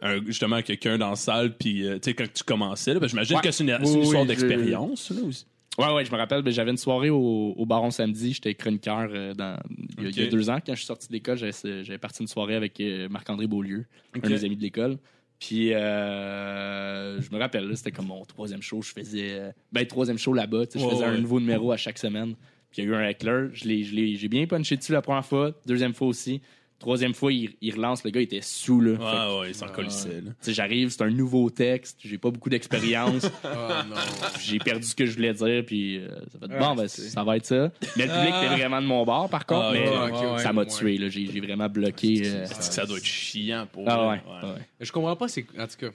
Speaker 4: un- justement quelqu'un dans la salle puis euh, tu sais quand tu commençais là, parce que j'imagine
Speaker 8: Ouais.
Speaker 4: que c'est une, c'est
Speaker 8: Oui,
Speaker 4: une
Speaker 8: oui,
Speaker 4: histoire
Speaker 8: je-
Speaker 4: d'expérience là aussi.
Speaker 8: Ouais, ouais, je me rappelle, ben, j'avais une soirée au, au Baron Samedi, j'étais chroniqueur euh, dans, il, y a, il y a
Speaker 4: Ok.
Speaker 8: deux ans. Quand je suis sorti de l'école, j'avais- j'avais parti une soirée avec euh, Marc-André Beaulieu, un de mes amis de l'école. Puis, euh, je me rappelle, là, c'était comme mon troisième show, je faisais, euh, ben, troisième show là-bas, tu sais, je
Speaker 4: Ouais,
Speaker 8: faisais
Speaker 4: ouais.
Speaker 8: un nouveau numéro à chaque semaine. Puis, il y a eu un heckler, je l'ai- je l'ai- j'ai bien punché dessus la première fois, deuxième fois aussi. Troisième fois, il, il relance, le gars il était sous, là. Fait que,
Speaker 4: Ouais ouais, ils s'en collissaient là.
Speaker 8: tu sais, J'arrive, c'est un nouveau texte, j'ai pas beaucoup d'expérience.
Speaker 5: Ah, non.
Speaker 8: Puis j'ai perdu ce que je voulais dire, puis euh, ça fait
Speaker 5: Ah,
Speaker 8: bon, ben, ça va être ça. Mais le public était vraiment de mon bord, par contre,
Speaker 4: Ah,
Speaker 8: mais
Speaker 4: ouais, Ah,
Speaker 5: ouais, ouais,
Speaker 8: ça m'a
Speaker 5: ouais.
Speaker 8: tué, là. J'ai, j'ai vraiment bloqué. euh,
Speaker 4: C'est que ça doit être chiant pour
Speaker 8: Ah ouais,
Speaker 4: eux,
Speaker 8: ouais.
Speaker 5: Je comprends pas, c'est. En tout cas,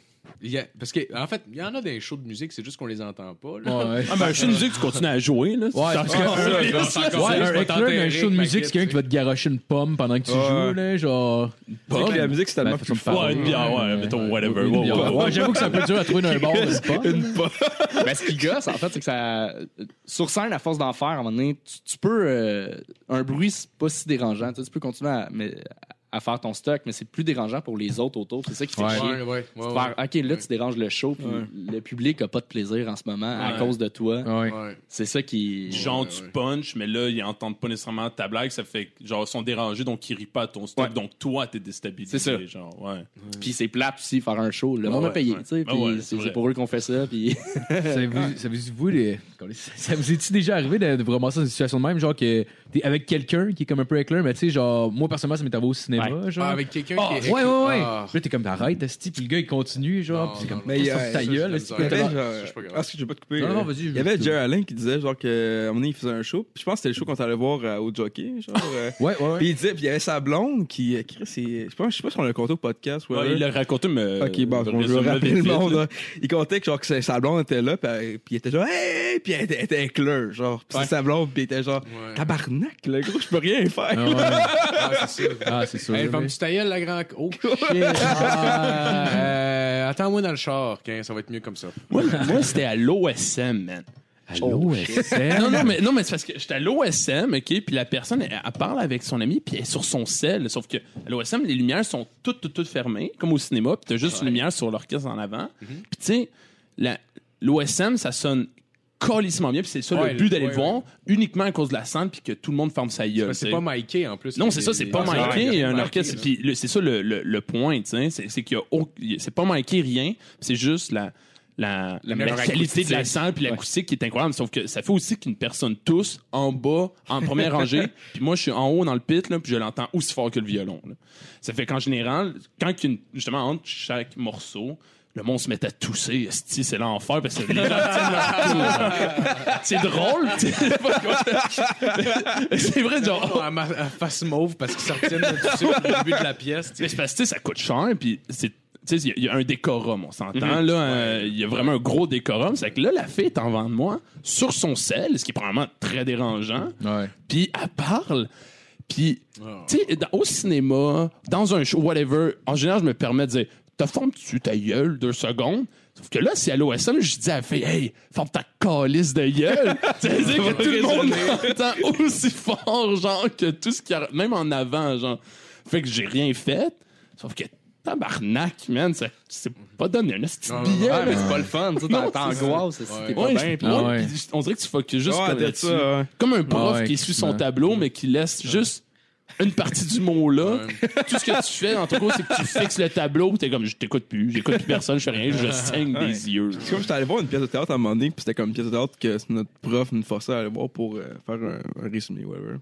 Speaker 5: Il y a- parce que, en fait, il y en a des shows de musique, c'est juste qu'on les entend pas. là.
Speaker 3: Ouais.
Speaker 4: <laughs> Ah, mais un show de musique, tu continues à jouer, là.
Speaker 3: Ouais,
Speaker 4: <laughs> Parce
Speaker 3: parce
Speaker 4: que-
Speaker 3: que-
Speaker 5: Ouais, c'est encore-
Speaker 3: Ouais,
Speaker 5: c'est
Speaker 3: un
Speaker 5: pas
Speaker 3: éclair, mais un
Speaker 5: t'enterrer,
Speaker 3: show de musique, c'est
Speaker 5: t'inquiète,
Speaker 3: quelqu'un qui va te garocher une pomme pendant que tu joues, là, genre.
Speaker 6: C'est que la musique, c'est tellement
Speaker 3: Ben, faut
Speaker 6: plus
Speaker 3: que
Speaker 6: fort.
Speaker 4: Ouais, une bière, ouais, mettons, whatever.
Speaker 3: Une
Speaker 4: ouais,
Speaker 3: bière.
Speaker 4: ouais, ouais.
Speaker 3: Ouais, j'avoue que c'est un peu dur à trouver dans un bar, mais c'est pas.
Speaker 8: Ben, ce qui gosse, en fait, c'est que ça. Sur scène, à force d'en faire, à un moment donné, tu, tu peux. euh, Un bruit, c'est pas si dérangeant. Tu, sais, tu peux continuer à, mais- à faire ton stock, mais c'est plus dérangeant pour les autres autour. C'est ça qui fait
Speaker 5: c'est-
Speaker 8: chier.
Speaker 5: Ouais, ouais, ouais,
Speaker 8: Tu
Speaker 5: ouais,
Speaker 8: vas faire, OK, là, tu déranges le show, puis le public a pas de plaisir en ce moment à
Speaker 4: Ouais.
Speaker 8: cause de toi.
Speaker 6: <laughs>
Speaker 3: Ouais.
Speaker 5: ouais.
Speaker 8: C'est ça qui.
Speaker 4: Genre,
Speaker 5: Ouais,
Speaker 4: tu
Speaker 5: ouais.
Speaker 4: punches, mais là, ils entendent pas nécessairement ta blague, ça fait que, genre, ils sont dérangés, donc ils rient pas à ton stock,
Speaker 8: Ouais.
Speaker 4: donc toi, t'es déstabilisé.
Speaker 8: C'est ça.
Speaker 4: Genre, ouais.
Speaker 8: Puis c'est plate aussi, faire un show. Le monde a
Speaker 4: ouais,
Speaker 8: payé,
Speaker 4: ouais.
Speaker 8: tu sais.
Speaker 4: Ben
Speaker 8: puis
Speaker 4: ouais, c'est
Speaker 8: c'est
Speaker 4: vrai.
Speaker 8: c'est pour eux qu'on fait ça, puis.
Speaker 3: Ça vous, ça vous, vous, les- ça vous est-il déjà arrivé de, de vous ramasser dans une situation de même, genre que t'es avec quelqu'un qui est comme un peu éclair, mais tu sais, genre, moi personnellement, ça m'est arrivé au cinéma, genre.
Speaker 5: Ah, avec quelqu'un
Speaker 3: Ah,
Speaker 5: qui
Speaker 3: ouais,
Speaker 5: est.
Speaker 3: ouais, ouais.
Speaker 5: Ah.
Speaker 3: Puis là, t'es comme, arrête, esti, puis le gars, il continue, genre,
Speaker 5: Non,
Speaker 3: puis c'est
Speaker 5: non,
Speaker 3: comme,
Speaker 6: non.
Speaker 3: mais
Speaker 6: Mais, euh,
Speaker 3: ta
Speaker 5: ça,
Speaker 3: gueule,
Speaker 5: c'est
Speaker 3: esti,
Speaker 5: bizarre.
Speaker 3: puis
Speaker 6: Il y
Speaker 3: t'es
Speaker 6: avait,
Speaker 3: comme,
Speaker 6: genre,
Speaker 5: je sais pas grave.
Speaker 6: Ah, si, je vais pas te couper.
Speaker 3: Non, non, non,
Speaker 6: euh,
Speaker 3: vas-y,
Speaker 6: Il y avait
Speaker 3: vas-y.
Speaker 6: Jerry Allen qui disait, genre, que, à un moment donné, il faisait un show. Puis je pense que c'était le show qu'on allait voir euh, au jockey, genre. euh,
Speaker 3: Ouais, ouais, ouais.
Speaker 6: Puis il disait, puis il y avait sa blonde qui. euh, Chris, il- je, pense, je sais pas si on l'a compté au podcast.
Speaker 4: Ouais,
Speaker 6: whatever.
Speaker 4: il l'a raconté, mais. euh,
Speaker 6: Ok, bon,
Speaker 4: le
Speaker 6: on veut
Speaker 4: résumé
Speaker 6: rappeler
Speaker 4: vite,
Speaker 6: le
Speaker 4: vite,
Speaker 6: monde.
Speaker 4: là.
Speaker 6: là. Il comptait que, genre, que sa- sa blonde était là, puis elle- puis il était genre, hey! Puis elle était, elle était éclair, genre. Puis c'est sa blonde, puis il était genre,
Speaker 5: Ah, Ouais.
Speaker 6: tabarnak, le gros, je peux rien faire.
Speaker 3: Ah, ouais.
Speaker 5: Ah, c'est sûr.
Speaker 3: Ah, c'est sûr.
Speaker 5: Hey, va me
Speaker 3: mais-
Speaker 5: tuer ta gueule, la grand. Oh, <laughs> shit. Ah, euh, Attends-moi dans le char, ok, ça va être mieux comme ça.
Speaker 4: Moi, moi, c'était à l'OSM, man.
Speaker 5: oh,
Speaker 3: Allô, SM?
Speaker 5: <laughs>
Speaker 4: Non, non, mais, non, mais c'est parce que j'étais à l'OSM, OK, puis la personne, elle, elle parle avec son ami, puis elle est sur son sel. Sauf que à l'OSM, les lumières sont toutes, toutes, toutes fermées, comme au cinéma, puis t'as juste une lumière sur l'orchestre en avant.
Speaker 5: Mhm.
Speaker 4: Puis tu sais, la- l'OSM, ça sonne colissement bien, puis c'est ça
Speaker 5: Ouais,
Speaker 4: le but d'aller
Speaker 5: ouais,
Speaker 4: voir, uniquement à cause de la scène, puis que tout le monde ferme sa gueule.
Speaker 5: Parce que C'est
Speaker 4: tu sais.
Speaker 5: pas Mikey en plus.
Speaker 4: Non, c'est ça, c'est pas
Speaker 5: Ah,
Speaker 4: Mikey,
Speaker 5: vrai,
Speaker 4: un
Speaker 5: Mikey,
Speaker 4: orchestre.
Speaker 5: là.
Speaker 4: Puis le- c'est ça le, le, le point, tu sais. C'est c'est qu'il y a. au- il y a- C'est pas Mikey rien. C'est juste la. La, la,
Speaker 8: meilleure
Speaker 4: qualité de la
Speaker 8: acoustique.
Speaker 4: salle puis l'acoustique qui est incroyable sauf que ça fait aussi qu'une personne tousse en bas en première rangée puis moi je suis en haut dans le pit là puis je l'entends aussi fort que le violon là. ça fait qu'en général quand qu'une- justement entre chaque morceau le monde se met à tousser esti, c'est l'enfer parce que les gens tiennent leur tour. c'est drôle tu sais, je sais pas comment- <laughs> c'est vrai genre
Speaker 5: Oh, à ma- à face mauve parce qu'ils sortaient de tout ça au début de la pièce. tu
Speaker 4: Mais
Speaker 5: sais.
Speaker 4: c'est parce que tu sais, ça coûte cher, puis c'est. tu sais, Il y, a- il y a un décorum, on s'entend. là, euh, il y a vraiment un gros décorum. C'est que là, la fille est en vent de moi sur son sel, ce qui est probablement très dérangeant.
Speaker 3: Ouais.
Speaker 4: Puis elle parle. Puis,
Speaker 5: Oh.
Speaker 4: tu sais, dans- au cinéma, dans un show, whatever, en général, je me permets de dire T'as forme-tu ta gueule deux secondes Sauf que là, c'est à l'OSM, je dis à la fille Hey, forme ta calice de gueule. tu sais, c'est que tout le monde m'entend aussi fort, genre, que tout ce qu'il y a, même en avant, genre. Fait que j'ai rien fait. Sauf que tabarnak, man, ça- c'est pas donné un petit
Speaker 5: Non, non, non.
Speaker 4: billet.
Speaker 8: Ah,
Speaker 4: là.
Speaker 8: mais c'est pas le fun, tu sais,
Speaker 4: Non,
Speaker 8: t'as-
Speaker 4: c'est ça.
Speaker 8: t'angoises, c'est-
Speaker 5: Ouais.
Speaker 8: t'es pas
Speaker 4: Ouais,
Speaker 8: bien.
Speaker 4: je-
Speaker 8: puis-
Speaker 3: Ah
Speaker 4: ouais,
Speaker 3: ouais.
Speaker 4: puis je- on dirait que tu fuck juste
Speaker 6: Ouais,
Speaker 4: comme
Speaker 6: t'as
Speaker 4: là-dessus.
Speaker 6: ça, ouais.
Speaker 4: Comme un prof
Speaker 3: Ah ouais,
Speaker 4: qui est sous son
Speaker 3: effectivement.
Speaker 4: tableau, mais qui laisse juste une partie du mot là. Tout ce que tu fais, en tout cas, c'est que tu fixes le tableau, pis t'es comme, je t'écoute plus, j'écoute plus personne, je fais rien, je saigne
Speaker 6: Ouais.
Speaker 4: des yeux.
Speaker 6: C'est comme j'étais allé voir une pièce de théâtre à un moment donné, puis c'était comme une pièce de théâtre que notre prof nous forçait à aller voir pour euh, faire un, un résumé, whatever.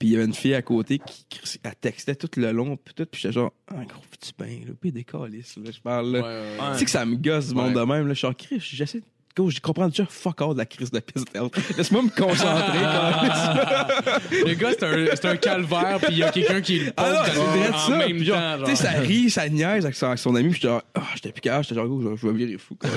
Speaker 6: Puis il y avait une fille à côté qui qui- elle textait tout le long, puis tout, puis j'étais genre, ah, gros petit pain, là, puis des calices, là, je parle, là.
Speaker 5: Ouais, ouais, ouais.
Speaker 6: Tu sais que ça me gosse du monde de même, là. Je suis en crise, j'essaie de. Go, je comprends déjà fuck all de la crise de la pièce de théâtre. Laisse-moi me concentrer, quand
Speaker 5: Le gars, c'est un, c'est un calvaire, puis il y a quelqu'un qui le
Speaker 6: Ah non,
Speaker 5: pose
Speaker 6: c'est vrai de
Speaker 5: en, en
Speaker 6: ça,
Speaker 5: même temps. genre.
Speaker 6: Tu sais, ça rit, ça niaise avec son, avec son ami, puis j'étais genre, ah, j'étais plus calme, j'étais genre, go, je je vais virer fou, quoi.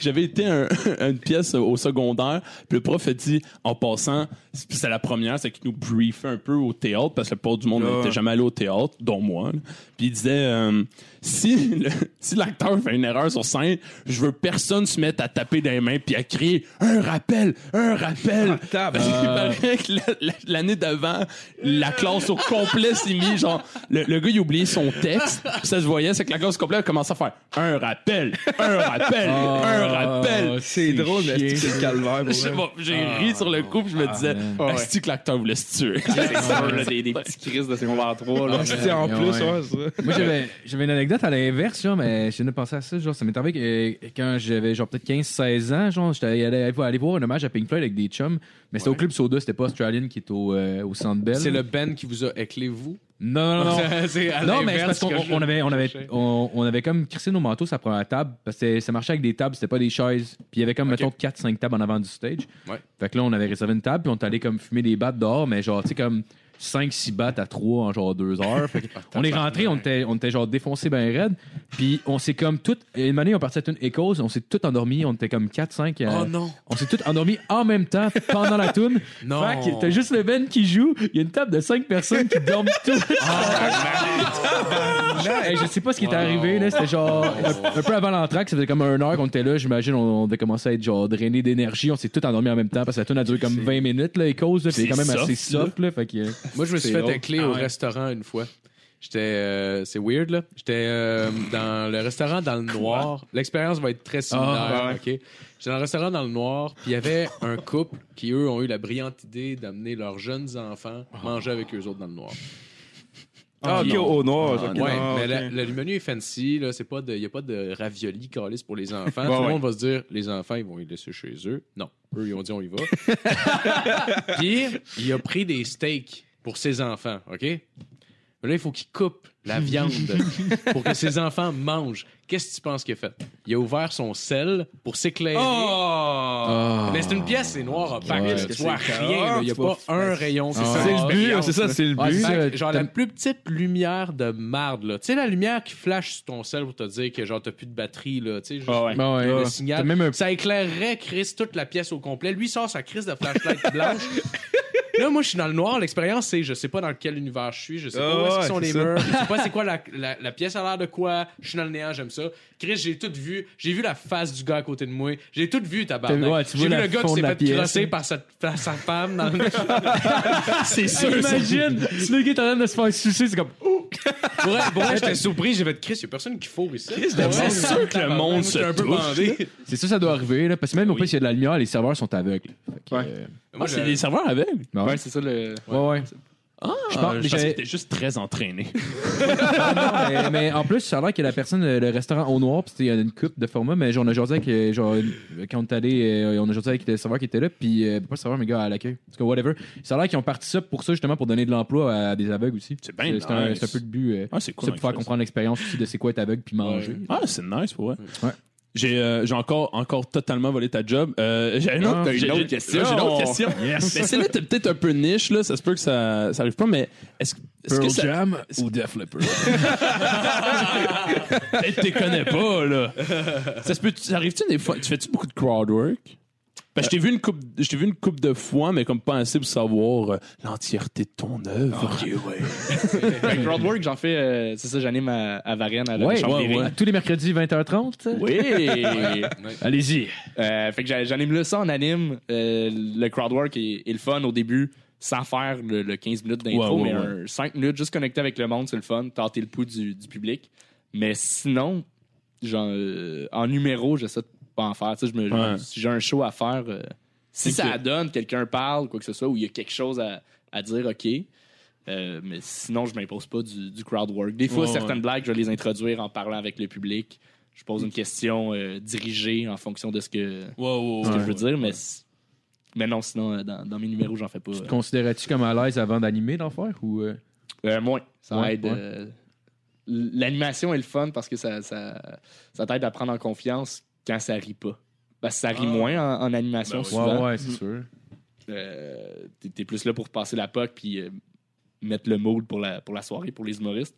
Speaker 4: J'avais été un- <laughs> à une pièce au secondaire, puis le prof a dit, en passant, puis c'est la première, c'est qu'il nous briefait un peu au théâtre, parce que le port du monde
Speaker 6: Ouais.
Speaker 4: n'était jamais allé au théâtre, dont moi. là. Puis il disait, euh, si le- <laughs> si l'acteur fait une erreur sur scène, je veux personne se mettre à taper dans les mains puis à crier un rappel, un rappel. Parce qu'il paraît que la- la- l'année d'avant, la classe au complet s'est mis, genre, le, le gars, il oubliait son texte, puis ça se voyait, c'est que la classe au complet a commencé à faire un rappel, un rappel,
Speaker 5: Ah,
Speaker 4: un
Speaker 5: oh,
Speaker 4: rappel.
Speaker 6: <laughs> C'est drôle, mais c'est- c'est le calvaire,
Speaker 4: Je
Speaker 6: pour
Speaker 4: sais
Speaker 6: vrai.
Speaker 4: pas, j'ai ri sur le coup, puis je me disais, est-ce que l'acteur voulait se tuer?
Speaker 8: C'est sûr, là, des, des petits crises de secondaire 3. Là.
Speaker 6: Ah, c'est en
Speaker 3: Ouais.
Speaker 6: plus, ouais, c'est ça.
Speaker 3: Moi, j'avais, j'avais une anecdote à l'inverse, genre, mais je viens de penser à ça. Genre, ça m'est arrivé que, euh, quand j'avais genre peut-être 15-16 ans, genre, j'étais allé, allé- allé voir un hommage à Pink Floyd avec des chums, mais c'était au Club Soda, c'était pas Australian qui est au, euh, au Centre Bell.
Speaker 5: C'est le Ben qui vous a éclé, vous.
Speaker 3: Non, non, non.
Speaker 5: <laughs> C'est à
Speaker 3: Non, mais c'est
Speaker 5: l'inverse
Speaker 3: parce qu'on
Speaker 5: que je-
Speaker 3: on- on avait, on avait, on, on avait comme crissé nos manteaux sur la première table parce que ça marchait avec des tables, c'était pas des chaises. Puis il y avait comme, mettons, 4-5 tables en avant du stage.
Speaker 5: Ouais.
Speaker 3: Fait que là, on avait réservé une table, puis on est allé comme fumer des battes dehors, mais genre, tu sais, comme, 5-6 battes à 3 en genre 2 heures.
Speaker 5: <laughs>
Speaker 3: Fait que on est rentré, on était, on était genre défoncé ben raide. Puis on s'est comme tout. Une année, on partait à une Echoes, on s'est tout endormi. On était comme euh, 4-5.
Speaker 5: Oh non!
Speaker 3: On s'est tous endormis en même temps pendant la <laughs> tune.
Speaker 5: Non.
Speaker 3: Fait que t'as juste le Ben qui joue, il y a une table de 5 personnes qui <laughs> dorment tout. Ah, Hey, je sais pas ce qui est arrivé, là. C'était genre un, un peu avant l'entraque, ça faisait comme un heure qu'on était là. J'imagine, on, on devait commencer à être genre drainé d'énergie. On s'est tous endormis en même temps parce que la tune a duré comme 20 minutes, là, et cause, là. Puis c'est quand même assez soft, là. Fait que. euh,
Speaker 5: Moi, je me suis fait un clé au restaurant une fois. J'étais. euh, c'est weird, là. J'étais euh, dans le restaurant dans le noir. L'expérience va être très similaire. OK? J'étais dans le restaurant dans le noir, puis il y avait un couple qui, eux, ont eu la brillante idée d'amener leurs jeunes enfants manger avec eux autres dans le noir.
Speaker 6: Ah, ok,
Speaker 5: Puis-
Speaker 6: au noir. ok.
Speaker 5: Ouais,
Speaker 6: Ah,
Speaker 5: mais
Speaker 6: ok.
Speaker 5: la- la- le menu est fancy, là, c'est pas de, y a pas de ravioli calice pour les enfants.
Speaker 6: Ouais,
Speaker 5: Tout le
Speaker 6: ouais.
Speaker 5: monde va se dire, les enfants, ils vont les laisser chez eux. Non, eux, ils ont dit, on y
Speaker 6: <laughs>
Speaker 5: va. Puis, il a pris des steaks pour ses enfants, OK? Mais là, il faut qu'il coupe la
Speaker 6: <laughs>
Speaker 5: viande pour que ses enfants mangent. Qu'est-ce que tu penses qu'il a fait? Il a ouvert son sel pour s'éclairer.
Speaker 3: Ah.
Speaker 5: Mais c'est une pièce, c'est noir, opaque.
Speaker 3: Ouais.
Speaker 5: là, tu vois
Speaker 6: Oh! Parce que c'est
Speaker 5: rien, il n'y a
Speaker 6: clair,
Speaker 5: pas
Speaker 6: tu vois.
Speaker 5: un rayon. C'est
Speaker 6: C'est le but,
Speaker 5: Ah,
Speaker 6: c'est ça, c'est le
Speaker 3: Ah,
Speaker 6: but.
Speaker 3: c'est-
Speaker 5: fait que,
Speaker 3: Euh,
Speaker 5: genre
Speaker 3: t'as-
Speaker 5: la plus petite lumière de marde là, tu sais la lumière qui flash sur ton sel pour te dire que genre t'as plus de batterie là, tu sais juste
Speaker 3: Ben ouais,
Speaker 5: le
Speaker 3: là.
Speaker 5: signal.
Speaker 3: T'as même un-
Speaker 5: Ça éclairerait Chris toute la pièce au complet. Lui il sort sa crise de
Speaker 3: <laughs>
Speaker 5: flashlight blanche. Là, moi, je suis dans le noir. L'expérience, c'est je sais pas dans quel univers je suis, je sais pas
Speaker 6: Ah
Speaker 5: où est-ce
Speaker 6: ouais,
Speaker 5: qu'ils sont
Speaker 6: c'est
Speaker 5: les
Speaker 6: ça.
Speaker 5: murs, je sais
Speaker 3: <laughs>
Speaker 5: pas c'est quoi la, la- la pièce à l'air de quoi. Je suis dans le néant, j'aime ça. Chris, j'ai tout vu. J'ai vu la face du gars à côté de moi. J'ai tout vu, tabarnak.
Speaker 3: T'as- ouais, tu
Speaker 5: j'ai
Speaker 3: vois
Speaker 5: vu
Speaker 3: la
Speaker 5: le gars
Speaker 3: fond
Speaker 5: qui
Speaker 3: de
Speaker 5: s'est
Speaker 3: la
Speaker 5: fait
Speaker 3: pièce.
Speaker 5: crosser par sa, par sa femme dans le
Speaker 3: <laughs>
Speaker 5: <laughs>
Speaker 3: C'est sûr. <laughs> Imagine, le gars est en train de se faire sucer, c'est comme. oh!
Speaker 5: Pour vrai, pour vrai, j'étais surpris, j'ai fait Chris, il y a personne qui fourre ici.
Speaker 4: C'est sûr que le monde se touche.
Speaker 6: hein?
Speaker 3: C'est ça, ça doit arriver, là. Parce que même au plus, il y a de la lumière, les serveurs sont aveugles. Fait que,
Speaker 8: Ouais.
Speaker 3: euh,
Speaker 4: Moi, Ah, c'est des serveurs aveugles.
Speaker 3: ben ouais.
Speaker 8: Ouais, c'est ça le.
Speaker 3: Ouais, ouais.
Speaker 4: Ah, euh, Je
Speaker 3: pense-
Speaker 4: pense que
Speaker 3: j'avais- Ah,
Speaker 4: t'étais juste très entraîné.
Speaker 3: mais, mais en plus, ça a l'air que la personne, euh, le restaurant au noir, puis c'était- il y en a une coupe de format, mais genre, on a jasé avec, euh, genre, une- quand on est allé, euh, on a jasé avec le serveur qui était là, puis euh, pas le serveur, mais le gars à l'accueil. En tout cas, whatever. Ça a l'air qu'ils ont parti ça pour ça, justement, pour donner de l'emploi à des aveugles aussi.
Speaker 4: C'est bien
Speaker 3: C'est un,
Speaker 4: nice.
Speaker 3: c'est un peu le but. euh,
Speaker 4: Ah, c'est cool.
Speaker 3: ça, pour faire comprendre l'expérience aussi de c'est quoi être aveugle puis manger.
Speaker 4: Ah, c'est nice pour vrai.
Speaker 3: Ouais.
Speaker 4: J'ai euh, j'ai encore, encore totalement volé ta job. Euh, j'ai une autre,
Speaker 8: t'as une
Speaker 4: j'ai-
Speaker 8: autre
Speaker 4: j'ai-
Speaker 8: question.
Speaker 4: Ouais, J'ai une autre question. Mais <laughs> celle-là, t'es peut-être un peu niche, là. Ça se peut que ça, ça arrive pas, mais est-ce que- est-ce que ça-
Speaker 3: Jam
Speaker 4: ou Def <laughs> Leppard. Peut-être t'es connais pas, là. Ça se peut, ça arrive-tu des fois? Tu fais-tu beaucoup de crowd work? Parce que je t'ai vu une coupe, je t'ai vu une coupe de fois, mais comme pas assez pour savoir euh, l'entièreté de ton œuvre.
Speaker 8: Ben, crowdwork, j'en fais. euh, c'est ça, j'anime à, à Varennes à la
Speaker 3: Ouais,
Speaker 8: Chambre
Speaker 4: ouais,
Speaker 8: des
Speaker 4: ouais.
Speaker 8: Rings.
Speaker 3: Tous les mercredis 20h30.
Speaker 8: Oui!
Speaker 3: Allez-y.
Speaker 8: Euh, fait que j'a- j'anime le ça en anime. Euh, le crowdwork est, est le fun au début, sans faire le, le 15 minutes d'intro,
Speaker 4: Ouais, ouais,
Speaker 8: mais
Speaker 4: ouais.
Speaker 8: un 5 minutes, juste connecter avec le monde, c'est le fun, tenter le pouls du, du public. Mais sinon, genre, euh, en numéro, j'essaie de pas en faire. Tu sais, je me- je me-
Speaker 4: Ouais.
Speaker 8: Si j'ai un show à faire, euh, si ça donne, quelqu'un parle, quoi que ce soit, ou il y a quelque chose à, à dire, OK. Euh, mais sinon, je m'impose pas du, du crowd work. Des fois,
Speaker 4: Ouais,
Speaker 8: certaines blagues, je vais les introduire en parlant avec le public. Je pose une question euh, dirigée en fonction de ce que,
Speaker 4: <laughs> Wow,
Speaker 8: ce que je veux dire, mais, c- mais non, sinon, euh, dans, dans mes numéros, j'en fais pas.
Speaker 3: Te
Speaker 8: euh.
Speaker 3: Considérais-tu comme à l'aise avant d'animer l'enfer ou. euh?
Speaker 8: Euh, moins. Ça
Speaker 3: Ouais,
Speaker 8: aide.
Speaker 3: ouais.
Speaker 8: euh, l- L'animation est le fun parce que ça, ça, ça t'aide à prendre en confiance quand ça rit pas. Parce que ça rit moins en, en animation
Speaker 4: Ben oui.
Speaker 8: souvent.
Speaker 3: ouais, c'est sûr.
Speaker 8: Euh, t'es, t'es plus là pour passer la POC puis euh, mettre le mood pour la, pour la soirée, pour les humoristes.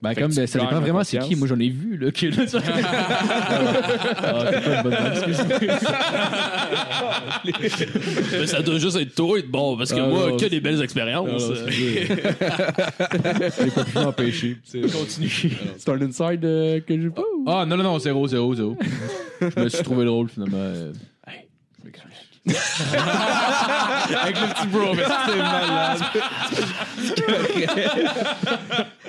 Speaker 3: Ben,
Speaker 8: Fait
Speaker 3: comme,
Speaker 8: que tu
Speaker 3: ben, ça
Speaker 8: gagnes
Speaker 3: dépend
Speaker 8: en
Speaker 3: vraiment c'est
Speaker 8: confiance.
Speaker 3: qui. Moi, j'en ai vu, là. Que, là ça- Ah, c'est pas une bonne blague, excuse.
Speaker 4: Mais ça doit juste être toi et de bon, parce que
Speaker 3: Ah,
Speaker 4: moi,
Speaker 3: non,
Speaker 4: que
Speaker 3: c'est-
Speaker 4: des belles expériences.
Speaker 3: Non, non, J'ai pas pu m'empêcher.
Speaker 8: C'est un inside euh, que j'ai pas.
Speaker 3: Ah, non, non, non, 0, 0, 0. Je me suis trouvé drôle, finalement. Euh,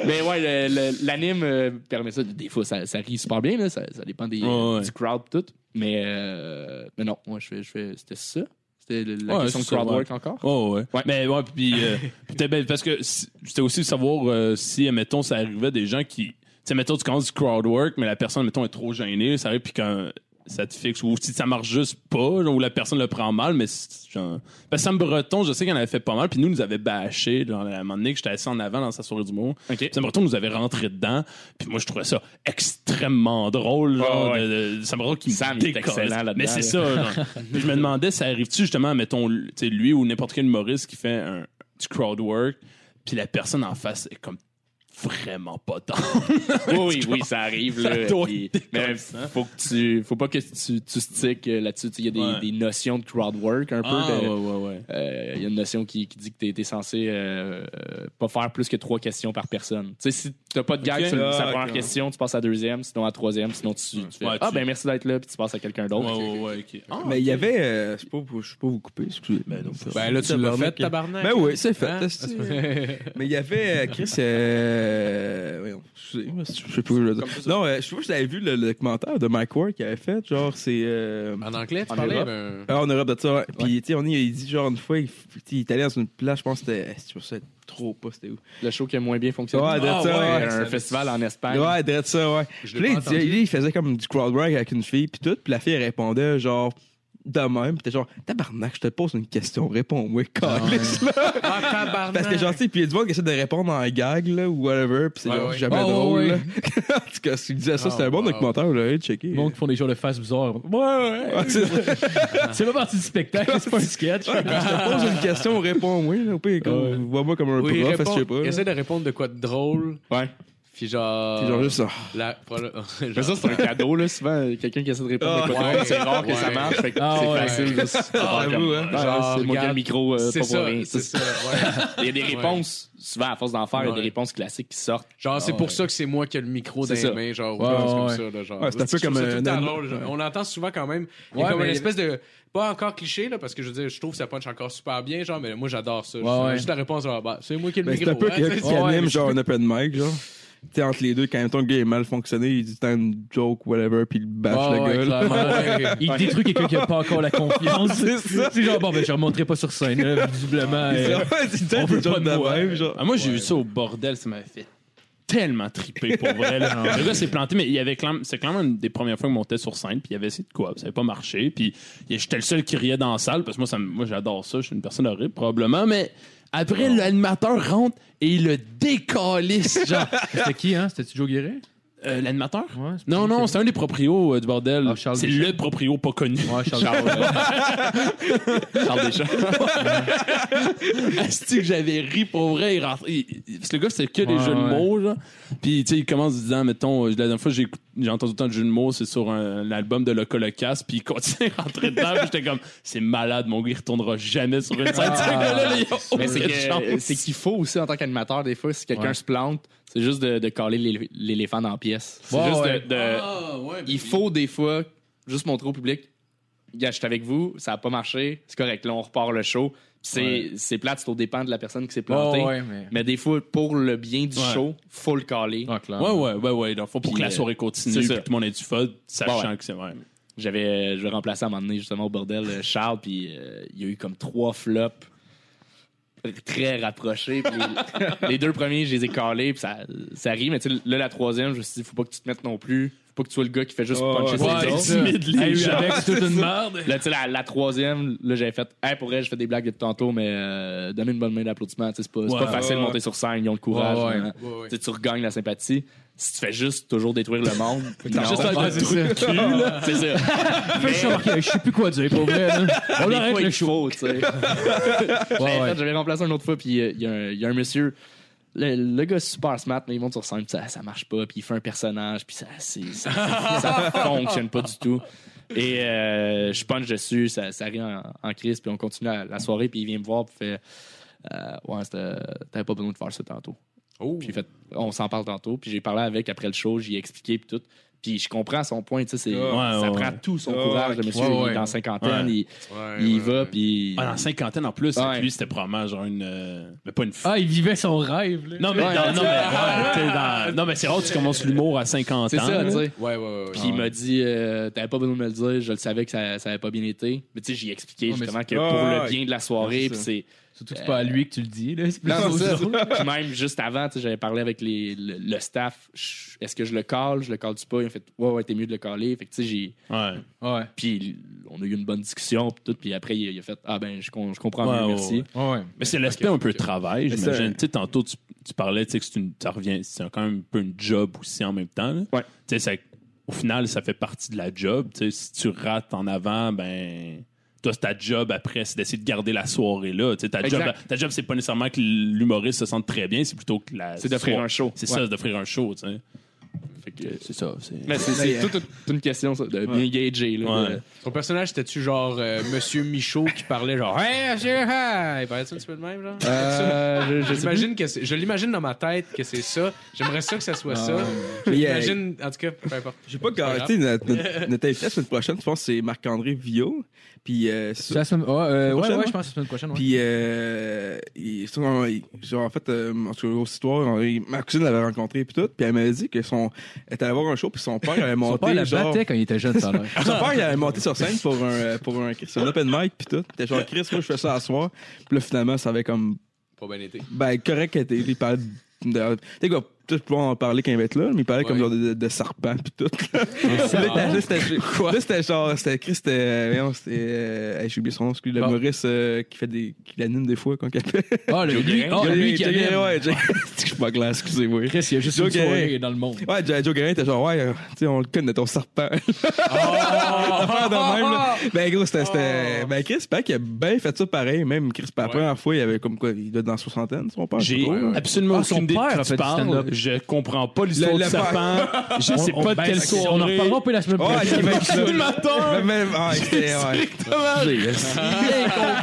Speaker 8: Mais ouais, le- le- l'anime euh, permet ça. Des fois, ça, ça rit super bien, là, ça, ça dépend des,
Speaker 4: Ouais, ouais.
Speaker 8: du crowd tout. Mais, euh, mais non, moi, je fais, je fais. C'était ça? C'était le- la
Speaker 4: Ouais,
Speaker 8: question de
Speaker 4: c'est ça, <laughs>
Speaker 8: crowdwork encore?
Speaker 4: Oh, ouais.
Speaker 8: Ouais.
Speaker 4: Mais ouais, puis
Speaker 8: <laughs>
Speaker 4: euh, c'était belle parce que si- c'était aussi de savoir euh, si, mettons, ça arrivait des gens qui. Tu sais, mettons, tu commences du crowd work, mais la personne, mettons, est trop gênée, ça arrive, puis quand ça te fixe, ou si ça marche juste pas, genre, ou la personne le prend mal, mais c'est genre. Parce que Sam Breton, je sais qu'il en avait fait pas mal, puis nous, il nous avait bâché, genre, à un moment donné, que j'étais assis en avant dans sa soirée du mot.
Speaker 8: Ok.
Speaker 4: Sam Breton nous avait rentré dedans, puis moi, je trouvais ça extrêmement drôle, genre,
Speaker 8: Ah, Ouais, ouais.
Speaker 4: de- de- Sam Breton qui me
Speaker 8: Sam, il est
Speaker 4: décolle.
Speaker 8: excellent là-dedans,
Speaker 4: Mais c'est
Speaker 8: là. <laughs>
Speaker 4: ça, genre. Puis je me demandais, ça arrive-tu justement, mettons, tu sais, lui ou n'importe quel humoriste qui fait un, du crowd work, puis la personne en face est comme vraiment pas tendre.
Speaker 8: Oui, oui, oui, ça arrive.
Speaker 4: Ça
Speaker 8: là,
Speaker 4: doit
Speaker 8: puis-
Speaker 4: être
Speaker 8: mais
Speaker 4: comme ça.
Speaker 8: faut que tu, faut pas que tu, tu sticks euh, là-dessus. Tu sais, Il y a des,
Speaker 4: Ouais.
Speaker 8: des notions de crowd work un peu. de-
Speaker 4: ouais, ouais.
Speaker 8: Euh, Il y a une notion qui, qui dit que t'es es censé euh, euh, pas faire plus que trois questions par personne. Tu sais, si t'as pas de gag
Speaker 4: Ok.
Speaker 8: sur la- sur la
Speaker 6: Ah,
Speaker 8: première
Speaker 6: ok.
Speaker 8: question, tu passes à la deuxième, sinon à la troisième, sinon tu, tu fais
Speaker 4: Ouais,
Speaker 8: Ah
Speaker 4: tu-
Speaker 8: ben merci d'être là, puis tu passes à quelqu'un d'autre.
Speaker 4: Ouais, ouais, ouais, ok. Ah,
Speaker 6: Mais il y avait. euh, je ne pas, je peux pas vous couper, excusez. Ben,
Speaker 5: Ben là, tu l'as fait, tabarnak.
Speaker 6: Ben oui, c'est fait.
Speaker 5: Hein?
Speaker 6: est-ce que- Mais il y avait euh, Chris. Euh... voyons, excusez-moi, Je sais pas où je veux dire. Non, euh, je sais pas, je l'avais vu le, le documentaire de Mike Ward qu'il avait fait. Genre, c'est. euh,
Speaker 5: <laughs> En anglais, tu
Speaker 8: En
Speaker 5: parlais
Speaker 8: Europe.
Speaker 5: ben,
Speaker 6: Ah, en Europe de ça. ouais. Puis, tu sais, on y il dit genre une fois, il, f- tu sais, il est allé dans une plage, je pense que c'était. Je sais pas, c'était trop pas, c'était où.
Speaker 8: Le show qui a moins bien fonctionné.
Speaker 6: Ouais, de
Speaker 8: Ah,
Speaker 6: ça,
Speaker 8: ouais,
Speaker 6: ouais,
Speaker 8: un
Speaker 6: ça-
Speaker 8: festival en Espagne.
Speaker 6: Ouais, drette ça, ouais.
Speaker 5: Je
Speaker 6: Puis là,
Speaker 5: l'ai
Speaker 6: il,
Speaker 5: pas
Speaker 6: disait-
Speaker 5: entendu.
Speaker 6: il faisait comme du crowd work avec une fille, puis tout. Puis la fille elle répondait genre de même. Puis t'es genre, tabarnak, je te pose une question, réponds-moi, calisse, là.
Speaker 5: Ah, tabarnak.
Speaker 6: Parce que genre, tu sais, puis il y a du monde qui essaie de répondre en gag, là, ou whatever, puis c'est
Speaker 5: Ouais,
Speaker 6: genre
Speaker 5: ouais.
Speaker 6: jamais
Speaker 3: Ah, ouais,
Speaker 6: drôle,
Speaker 3: ouais.
Speaker 6: là. <laughs> en tout cas, s'il disait ça,
Speaker 5: Ah,
Speaker 6: c'était un bon
Speaker 5: wow.
Speaker 6: documentaire, vous l'avez checké.
Speaker 3: Le monde qui font des genres de face bizarres. Ouais,
Speaker 6: Ouais, Ah, tu sais,
Speaker 3: C'est pas partie du spectacle, c'est pas un sketch.
Speaker 6: je te pose une question, réponds-moi, là. Ou pis,
Speaker 3: Ah, ouais.
Speaker 6: vois-moi comme un
Speaker 5: Oui,
Speaker 6: prof,
Speaker 5: réponds-
Speaker 6: parce que je sais pas. là.
Speaker 5: Essaie de répondre de quoi de drôle.
Speaker 8: Ouais.
Speaker 5: Puis genre.
Speaker 6: Puis genre juste ça.
Speaker 5: La... <laughs>
Speaker 8: Mais ça, c'est un cadeau, là. Souvent, euh, quelqu'un qui essaie de répondre à quoi de
Speaker 5: Ouais.
Speaker 8: drôle, c'est rare que
Speaker 5: Ouais.
Speaker 8: ça marche. Fait que
Speaker 3: Ah,
Speaker 8: c'est
Speaker 3: ouais.
Speaker 8: facile. juste-
Speaker 6: Ah, j'avoue, hein.
Speaker 8: Ouais,
Speaker 5: Genre,
Speaker 8: c'est moi qui ai le
Speaker 5: regarde,
Speaker 8: micro, euh,
Speaker 5: C'est
Speaker 8: pas pour
Speaker 5: ça,
Speaker 8: rien.
Speaker 5: c'est ça.
Speaker 6: <laughs>
Speaker 5: ouais.
Speaker 8: Il y a des réponses, souvent, à force d'en faire, il y a des
Speaker 5: Ouais.
Speaker 8: réponses classiques qui sortent.
Speaker 5: Genre, c'est pour ça que c'est moi qui ai le micro dans
Speaker 8: C'est
Speaker 5: les
Speaker 8: ça.
Speaker 5: mains, genre, ou
Speaker 3: Ouais,
Speaker 5: quelque chose
Speaker 3: ouais.
Speaker 5: comme ça, là, genre.
Speaker 6: Ouais, c'est un peu
Speaker 5: Je trouve
Speaker 6: comme
Speaker 5: ça tout le
Speaker 6: un-
Speaker 5: temps
Speaker 6: un-
Speaker 5: drôle, genre. On entend souvent quand même. Il y a
Speaker 3: Ouais,
Speaker 5: comme
Speaker 3: mais
Speaker 5: une
Speaker 3: il y
Speaker 5: espèce de. Pas encore cliché, là, parce que je veux dire, je trouve que ça punch encore super bien, genre, mais moi, j'adore ça.
Speaker 3: Ouais, ouais.
Speaker 5: Juste la réponse, genre, bah, c'est moi qui ai le
Speaker 6: Ben, c'est
Speaker 5: micro.
Speaker 6: un peu
Speaker 5: hein,
Speaker 6: quelqu'un
Speaker 5: tu sais.
Speaker 6: qui
Speaker 3: Ouais,
Speaker 6: anime
Speaker 3: mais
Speaker 6: genre un open mic, genre. Tu sais, entre les deux, quand même ton gars est mal fonctionné, il dit tant une joke, whatever, puis il
Speaker 3: Ouais,
Speaker 6: bâche
Speaker 3: <laughs>
Speaker 6: le
Speaker 3: ouais,
Speaker 6: gars. là.
Speaker 3: clairement. Il détruit quelqu'un qui a pas encore la confiance.
Speaker 6: C'est ça.
Speaker 3: C'est genre, bon, ben, je remonterai pas sur scène, là, visiblement.
Speaker 6: C'est
Speaker 3: euh,
Speaker 6: vrai, c'est
Speaker 3: on
Speaker 6: peut
Speaker 3: veut pas de moi.
Speaker 6: genre.
Speaker 4: Ah, moi, j'ai vu ça au bordel, ça m'avait fait tellement triper pour vrai. là.
Speaker 3: <laughs>
Speaker 4: le gars s'est planté, mais il y avait clairement- c'est clairement une des premières fois qu'il montait sur scène, puis il avait essayé de quoi, puis ça n'avait pas marché, puis il- j'étais le seul qui riait dans la salle, parce que moi, ça me- moi j'adore ça, je suis une personne horrible probablement, mais après, l'animateur rentre et il le décalisse,
Speaker 3: <laughs>
Speaker 4: genre.
Speaker 3: C'était qui, hein? C'était-tu Joe Guéret?
Speaker 4: Euh, l'animateur?
Speaker 3: Ouais, c'est-
Speaker 4: Non, non, c'est un des proprios euh, du bordel.
Speaker 3: Ah, Charles
Speaker 4: c'est
Speaker 3: Deschamps.
Speaker 4: le proprio pas connu.
Speaker 3: Ouais, Charles
Speaker 4: <laughs>
Speaker 3: Charles.
Speaker 8: Charles Deschamps.
Speaker 4: Asti que j'avais ri pour vrai. Il rentre- il- il- parce que le gars, c'est que des
Speaker 3: Ouais,
Speaker 4: jeux de
Speaker 3: ouais.
Speaker 4: mots. Genre. Puis, tu sais, il commence en disant, mettons, euh, la dernière fois, j'ai écout- j'ai entendu tant de jeux de mots, c'est sur un, l'album de Locolocast. Puis, il continue à rentrer dedans. puis j'étais comme, c'est malade, mon gars, il retournera jamais sur une scène. Ce gars-là, <laughs> là, il a
Speaker 8: Mais c'est
Speaker 4: aucune
Speaker 8: que-
Speaker 4: chance.
Speaker 8: Euh, c'est qu'il faut aussi, en tant qu'animateur, des fois, si quelqu'un
Speaker 3: Ouais.
Speaker 8: se plante, c'est juste de, de caler l'élé- l'éléphant dans la pièce. C'est
Speaker 3: Ouais,
Speaker 8: juste de-
Speaker 3: ouais.
Speaker 8: de.
Speaker 4: Ah.
Speaker 8: il faut, des fois, juste montrer au public gars, je suis avec vous, ça a pas marché, c'est correct, là, on repart le show. Puis C'est c'est plate, c'est au dépend de la personne qui s'est plantée.
Speaker 3: Ouais, ouais, mais.
Speaker 8: Mais des fois, pour le bien du
Speaker 4: Ouais.
Speaker 8: show, faut le caler.
Speaker 3: Ah, clairement.
Speaker 4: Ouais, ouais, ouais, ouais. dans le fond, pour
Speaker 8: Puis,
Speaker 4: que la
Speaker 8: euh,
Speaker 4: soirée continue,
Speaker 8: c'est
Speaker 4: puis
Speaker 8: ça.
Speaker 4: que tout le monde ait du fun, sachant que c'est vrai.
Speaker 8: J'avais, euh, je vais remplacer à un moment donné, justement, au bordel, euh, Charles, puis euh, il y a eu comme trois flops très rapprochés. puis les, les deux premiers, je les ai calés, puis ça, ça rit, mais tu sais, là, la troisième, je me suis dit, faut pas que tu te mettes non plus. Faut pas que tu sois le gars qui fait juste
Speaker 6: Ouais,
Speaker 8: puncher
Speaker 6: ouais,
Speaker 8: ses
Speaker 3: c'est
Speaker 8: autres.
Speaker 3: ça.
Speaker 4: Timide, les
Speaker 3: Hey,
Speaker 4: gens.
Speaker 3: avec, c'est toute une merde.
Speaker 8: Là, tu sais, la, la troisième, là, j'avais fait, hey, pour vrai, je fais des blagues depuis tantôt, mais euh, donnez une bonne main d'applaudissement. Tu sais, C'est pas, c'est
Speaker 4: Ouais,
Speaker 8: pas
Speaker 4: ouais,
Speaker 8: facile de
Speaker 6: ouais.
Speaker 8: monter sur scène, ils ont le courage.
Speaker 3: Ouais, ouais.
Speaker 8: hein.
Speaker 5: Ouais, ouais.
Speaker 8: Tu sais, Tu regagnes la sympathie. Si tu fais juste toujours détruire le monde, non.
Speaker 4: Juste un
Speaker 3: Ouais, <laughs>
Speaker 4: gars
Speaker 3: c'est
Speaker 4: truc
Speaker 3: ça.
Speaker 4: de cul, là.
Speaker 8: <laughs> c'est ça.
Speaker 3: Fait que ça, ok, Je sais plus quoi dire, pour vrai. là. On
Speaker 8: Des
Speaker 3: arrête
Speaker 8: fois,
Speaker 3: le
Speaker 8: il
Speaker 3: show.
Speaker 8: faut, tu sais.
Speaker 3: Ouais,
Speaker 8: En
Speaker 3: ouais.
Speaker 8: fait, j'avais remplacé une autre fois, puis euh, il y a un- il y, a un monsieur. Le, le gars super smart, mais il monte sur scène, puis ça, ça marche pas, puis il fait un personnage, puis ça, c'est- ça,
Speaker 3: <laughs>
Speaker 8: ça fonctionne pas du tout. Et euh, je punch dessus, ça, ça rit en, en crise, puis on continue la, la soirée, puis il vient me voir, puis fait euh, Ouais, c'était- t'avais pas besoin de faire ça tantôt.
Speaker 5: Oh.
Speaker 8: Puis j'ai fait On s'en parle tantôt, puis j'ai parlé avec après le show, j'y ai expliqué, puis tout. Puis je comprends son point, tu sais, c'est-
Speaker 4: Ouais,
Speaker 8: ça
Speaker 4: ouais,
Speaker 8: prend
Speaker 4: ouais.
Speaker 8: tout son
Speaker 6: Ouais,
Speaker 8: courage, le monsieur,
Speaker 3: ouais,
Speaker 8: il
Speaker 3: ouais.
Speaker 8: est dans cinquantaine,
Speaker 4: Ouais.
Speaker 8: il,
Speaker 5: Ouais,
Speaker 8: il y
Speaker 5: ouais,
Speaker 8: va,
Speaker 5: ouais.
Speaker 8: puis.
Speaker 4: Ah, dans cinquantaine en plus,
Speaker 8: Ouais.
Speaker 4: lui, c'était probablement genre une. euh, mais pas une
Speaker 3: Ah, il vivait son rêve, là.
Speaker 4: Non, mais,
Speaker 8: Ouais,
Speaker 4: dans-
Speaker 8: tu
Speaker 4: non, mais,
Speaker 8: <laughs>
Speaker 4: ouais, t'es dans- non, mais c'est rare, que tu commences l'humour à 50 ans.
Speaker 8: C'est ça,
Speaker 4: là.
Speaker 8: tu sais.
Speaker 5: Ouais, ouais, ouais. Ah ouais.
Speaker 8: Puis il m'a dit, euh, t'avais pas besoin de me le dire, je le savais que ça, ça avait pas bien été. Mais tu sais, j'y ai expliqué
Speaker 3: mais
Speaker 8: justement que
Speaker 6: Ouais,
Speaker 8: pour
Speaker 6: ouais.
Speaker 8: le bien de la soirée, puis c'est.
Speaker 3: Surtout que c'est pas à lui que tu le dis, là. C'est plus
Speaker 8: Non,
Speaker 3: aux
Speaker 8: c'est ça.
Speaker 3: autres.
Speaker 8: Puis même juste avant, tu sais, j'avais parlé avec les, le, le staff, je- est-ce que je le cale, je le cale-tu pas? Ils ont fait, ouais, ouais, t'es mieux de le caler. Fait que tu sais, j'ai.
Speaker 4: Ouais.
Speaker 3: Ouais.
Speaker 8: Puis on a eu une bonne discussion, puis tout. Puis après, il, a- il a fait, ah ben, je, com- je comprends
Speaker 4: Ouais,
Speaker 8: mieux,
Speaker 4: ouais,
Speaker 8: merci.
Speaker 4: ouais.
Speaker 3: Ouais, ouais.
Speaker 4: Mais c'est l'aspect un peu travail,
Speaker 6: Mais
Speaker 4: j'imagine.
Speaker 6: ça-
Speaker 4: Tu sais, tantôt, tu, tu parlais, tu sais, que c'est une, ça revient, c'est quand même un peu une job aussi en même temps. là.
Speaker 8: Ouais.
Speaker 4: Tu sais, ça- au final, ça fait partie de la job. Tu sais, si tu rates en avant, ben, Toi, c'est ta job après, c'est d'essayer de garder la soirée là. Tu sais, Ta job,
Speaker 8: Exact.
Speaker 4: ta job c'est pas nécessairement que l'humoriste se sente très bien, c'est plutôt que la.
Speaker 8: C'est d'offrir
Speaker 4: soir-
Speaker 8: un show.
Speaker 4: C'est
Speaker 8: Ouais.
Speaker 4: ça, c'est d'offrir un show. tu sais.
Speaker 8: Fait que-
Speaker 4: C'est ça. c'est-
Speaker 8: Mais c'est, c'est toute, toute une question ça, de bien gager. Là,
Speaker 4: Ouais.
Speaker 5: Ton personnage, c'était-tu genre euh, Monsieur Michaud qui parlait genre Hey, monsieur, hi! Il paraît-tu un petit peu de même, genre
Speaker 8: Euh, je- je sais
Speaker 5: J'imagine que c'est- je l'imagine dans ma tête que c'est ça. J'aimerais ça que ça soit ça.
Speaker 6: Mais, euh,
Speaker 5: J'imagine, en tout cas, peu importe.
Speaker 6: J'ai pas
Speaker 5: pas
Speaker 6: gâté notre, notre,
Speaker 3: <laughs>
Speaker 6: notre invité la semaine prochaine, je pense que c'est Marc-André Vio. Puis, euh,
Speaker 3: C'est la semaine. ah, euh, ouais,
Speaker 6: prochaine,
Speaker 3: ouais,
Speaker 6: ouais.
Speaker 3: je pense que c'est la semaine prochaine. ouais.
Speaker 6: Puis, euh, il- son- il- genre, en fait, euh, en tout cas, grosse histoire, il- ma cousine l'avait rencontré, puis tout, puis elle m'avait dit que son, elle était allée voir un show, puis son père
Speaker 3: <laughs>
Speaker 6: avait monté.
Speaker 3: Son père la hein.
Speaker 6: genre,
Speaker 3: battait quand il était jeune, ça a l'air.
Speaker 6: son père, il avait monté sur scène pour un, euh, pour un, sur un open mic, puis tout. T'es genre, Chris, moi, je fais ça à soir. Puis là, finalement, ça avait comme,
Speaker 5: Pas bien été.
Speaker 6: ben, correct, qu'il était- il parlait de. T'es quoi? Peut-être pouvoir en parler quand il va être là, mais il parlait comme
Speaker 5: Ouais.
Speaker 6: genre de, de, de serpent pis tout. là, t'as- là, c'était là, c'était genre, c'était Chris, c'était. euh, voyons, c'était. euh, hey, J'ai oublié son nom, celui de
Speaker 3: Bon.
Speaker 6: Maurice euh, qui fait des. qui l'anime des fois, quand il appelle.
Speaker 3: Ah, le- lui, ah,
Speaker 6: Joe
Speaker 3: lui qui
Speaker 6: Guérin, Joe
Speaker 3: anime.
Speaker 6: Guérin, ouais, Joe- <laughs> Je suis pas clair, excusez-moi.
Speaker 3: Chris, il y a juste
Speaker 6: Joe
Speaker 3: une soirée
Speaker 6: Guérin.
Speaker 3: dans le monde.
Speaker 6: Ouais, Joe, Joe Guérin était genre, ouais, euh, tu sais, on le connaît, ton serpent. <laughs>
Speaker 3: Ah.
Speaker 6: Affaire de même, là. Ben, gros, c'était. c'était- Ben, Chris, Pack, il a bien fait ça pareil. Même Chris, pour la première fois, il avait comme quoi, il doit être dans la soixantaine, son père.
Speaker 4: J'ai absolument
Speaker 3: Ah, son
Speaker 4: aucune idée de
Speaker 3: père
Speaker 4: qui
Speaker 3: a
Speaker 4: tu
Speaker 3: fait du
Speaker 4: parles.
Speaker 3: stand-up.
Speaker 4: Je comprends pas l'histoire
Speaker 6: Le-
Speaker 4: du
Speaker 6: le
Speaker 4: serpent. Je sais
Speaker 3: On-
Speaker 4: pas de
Speaker 3: ben,
Speaker 4: quelle
Speaker 3: si- On en
Speaker 4: soirée.
Speaker 3: reparlera un peu la semaine
Speaker 6: Ouais,
Speaker 3: prochaine.
Speaker 6: j'ai même Ah, c'était. ouais.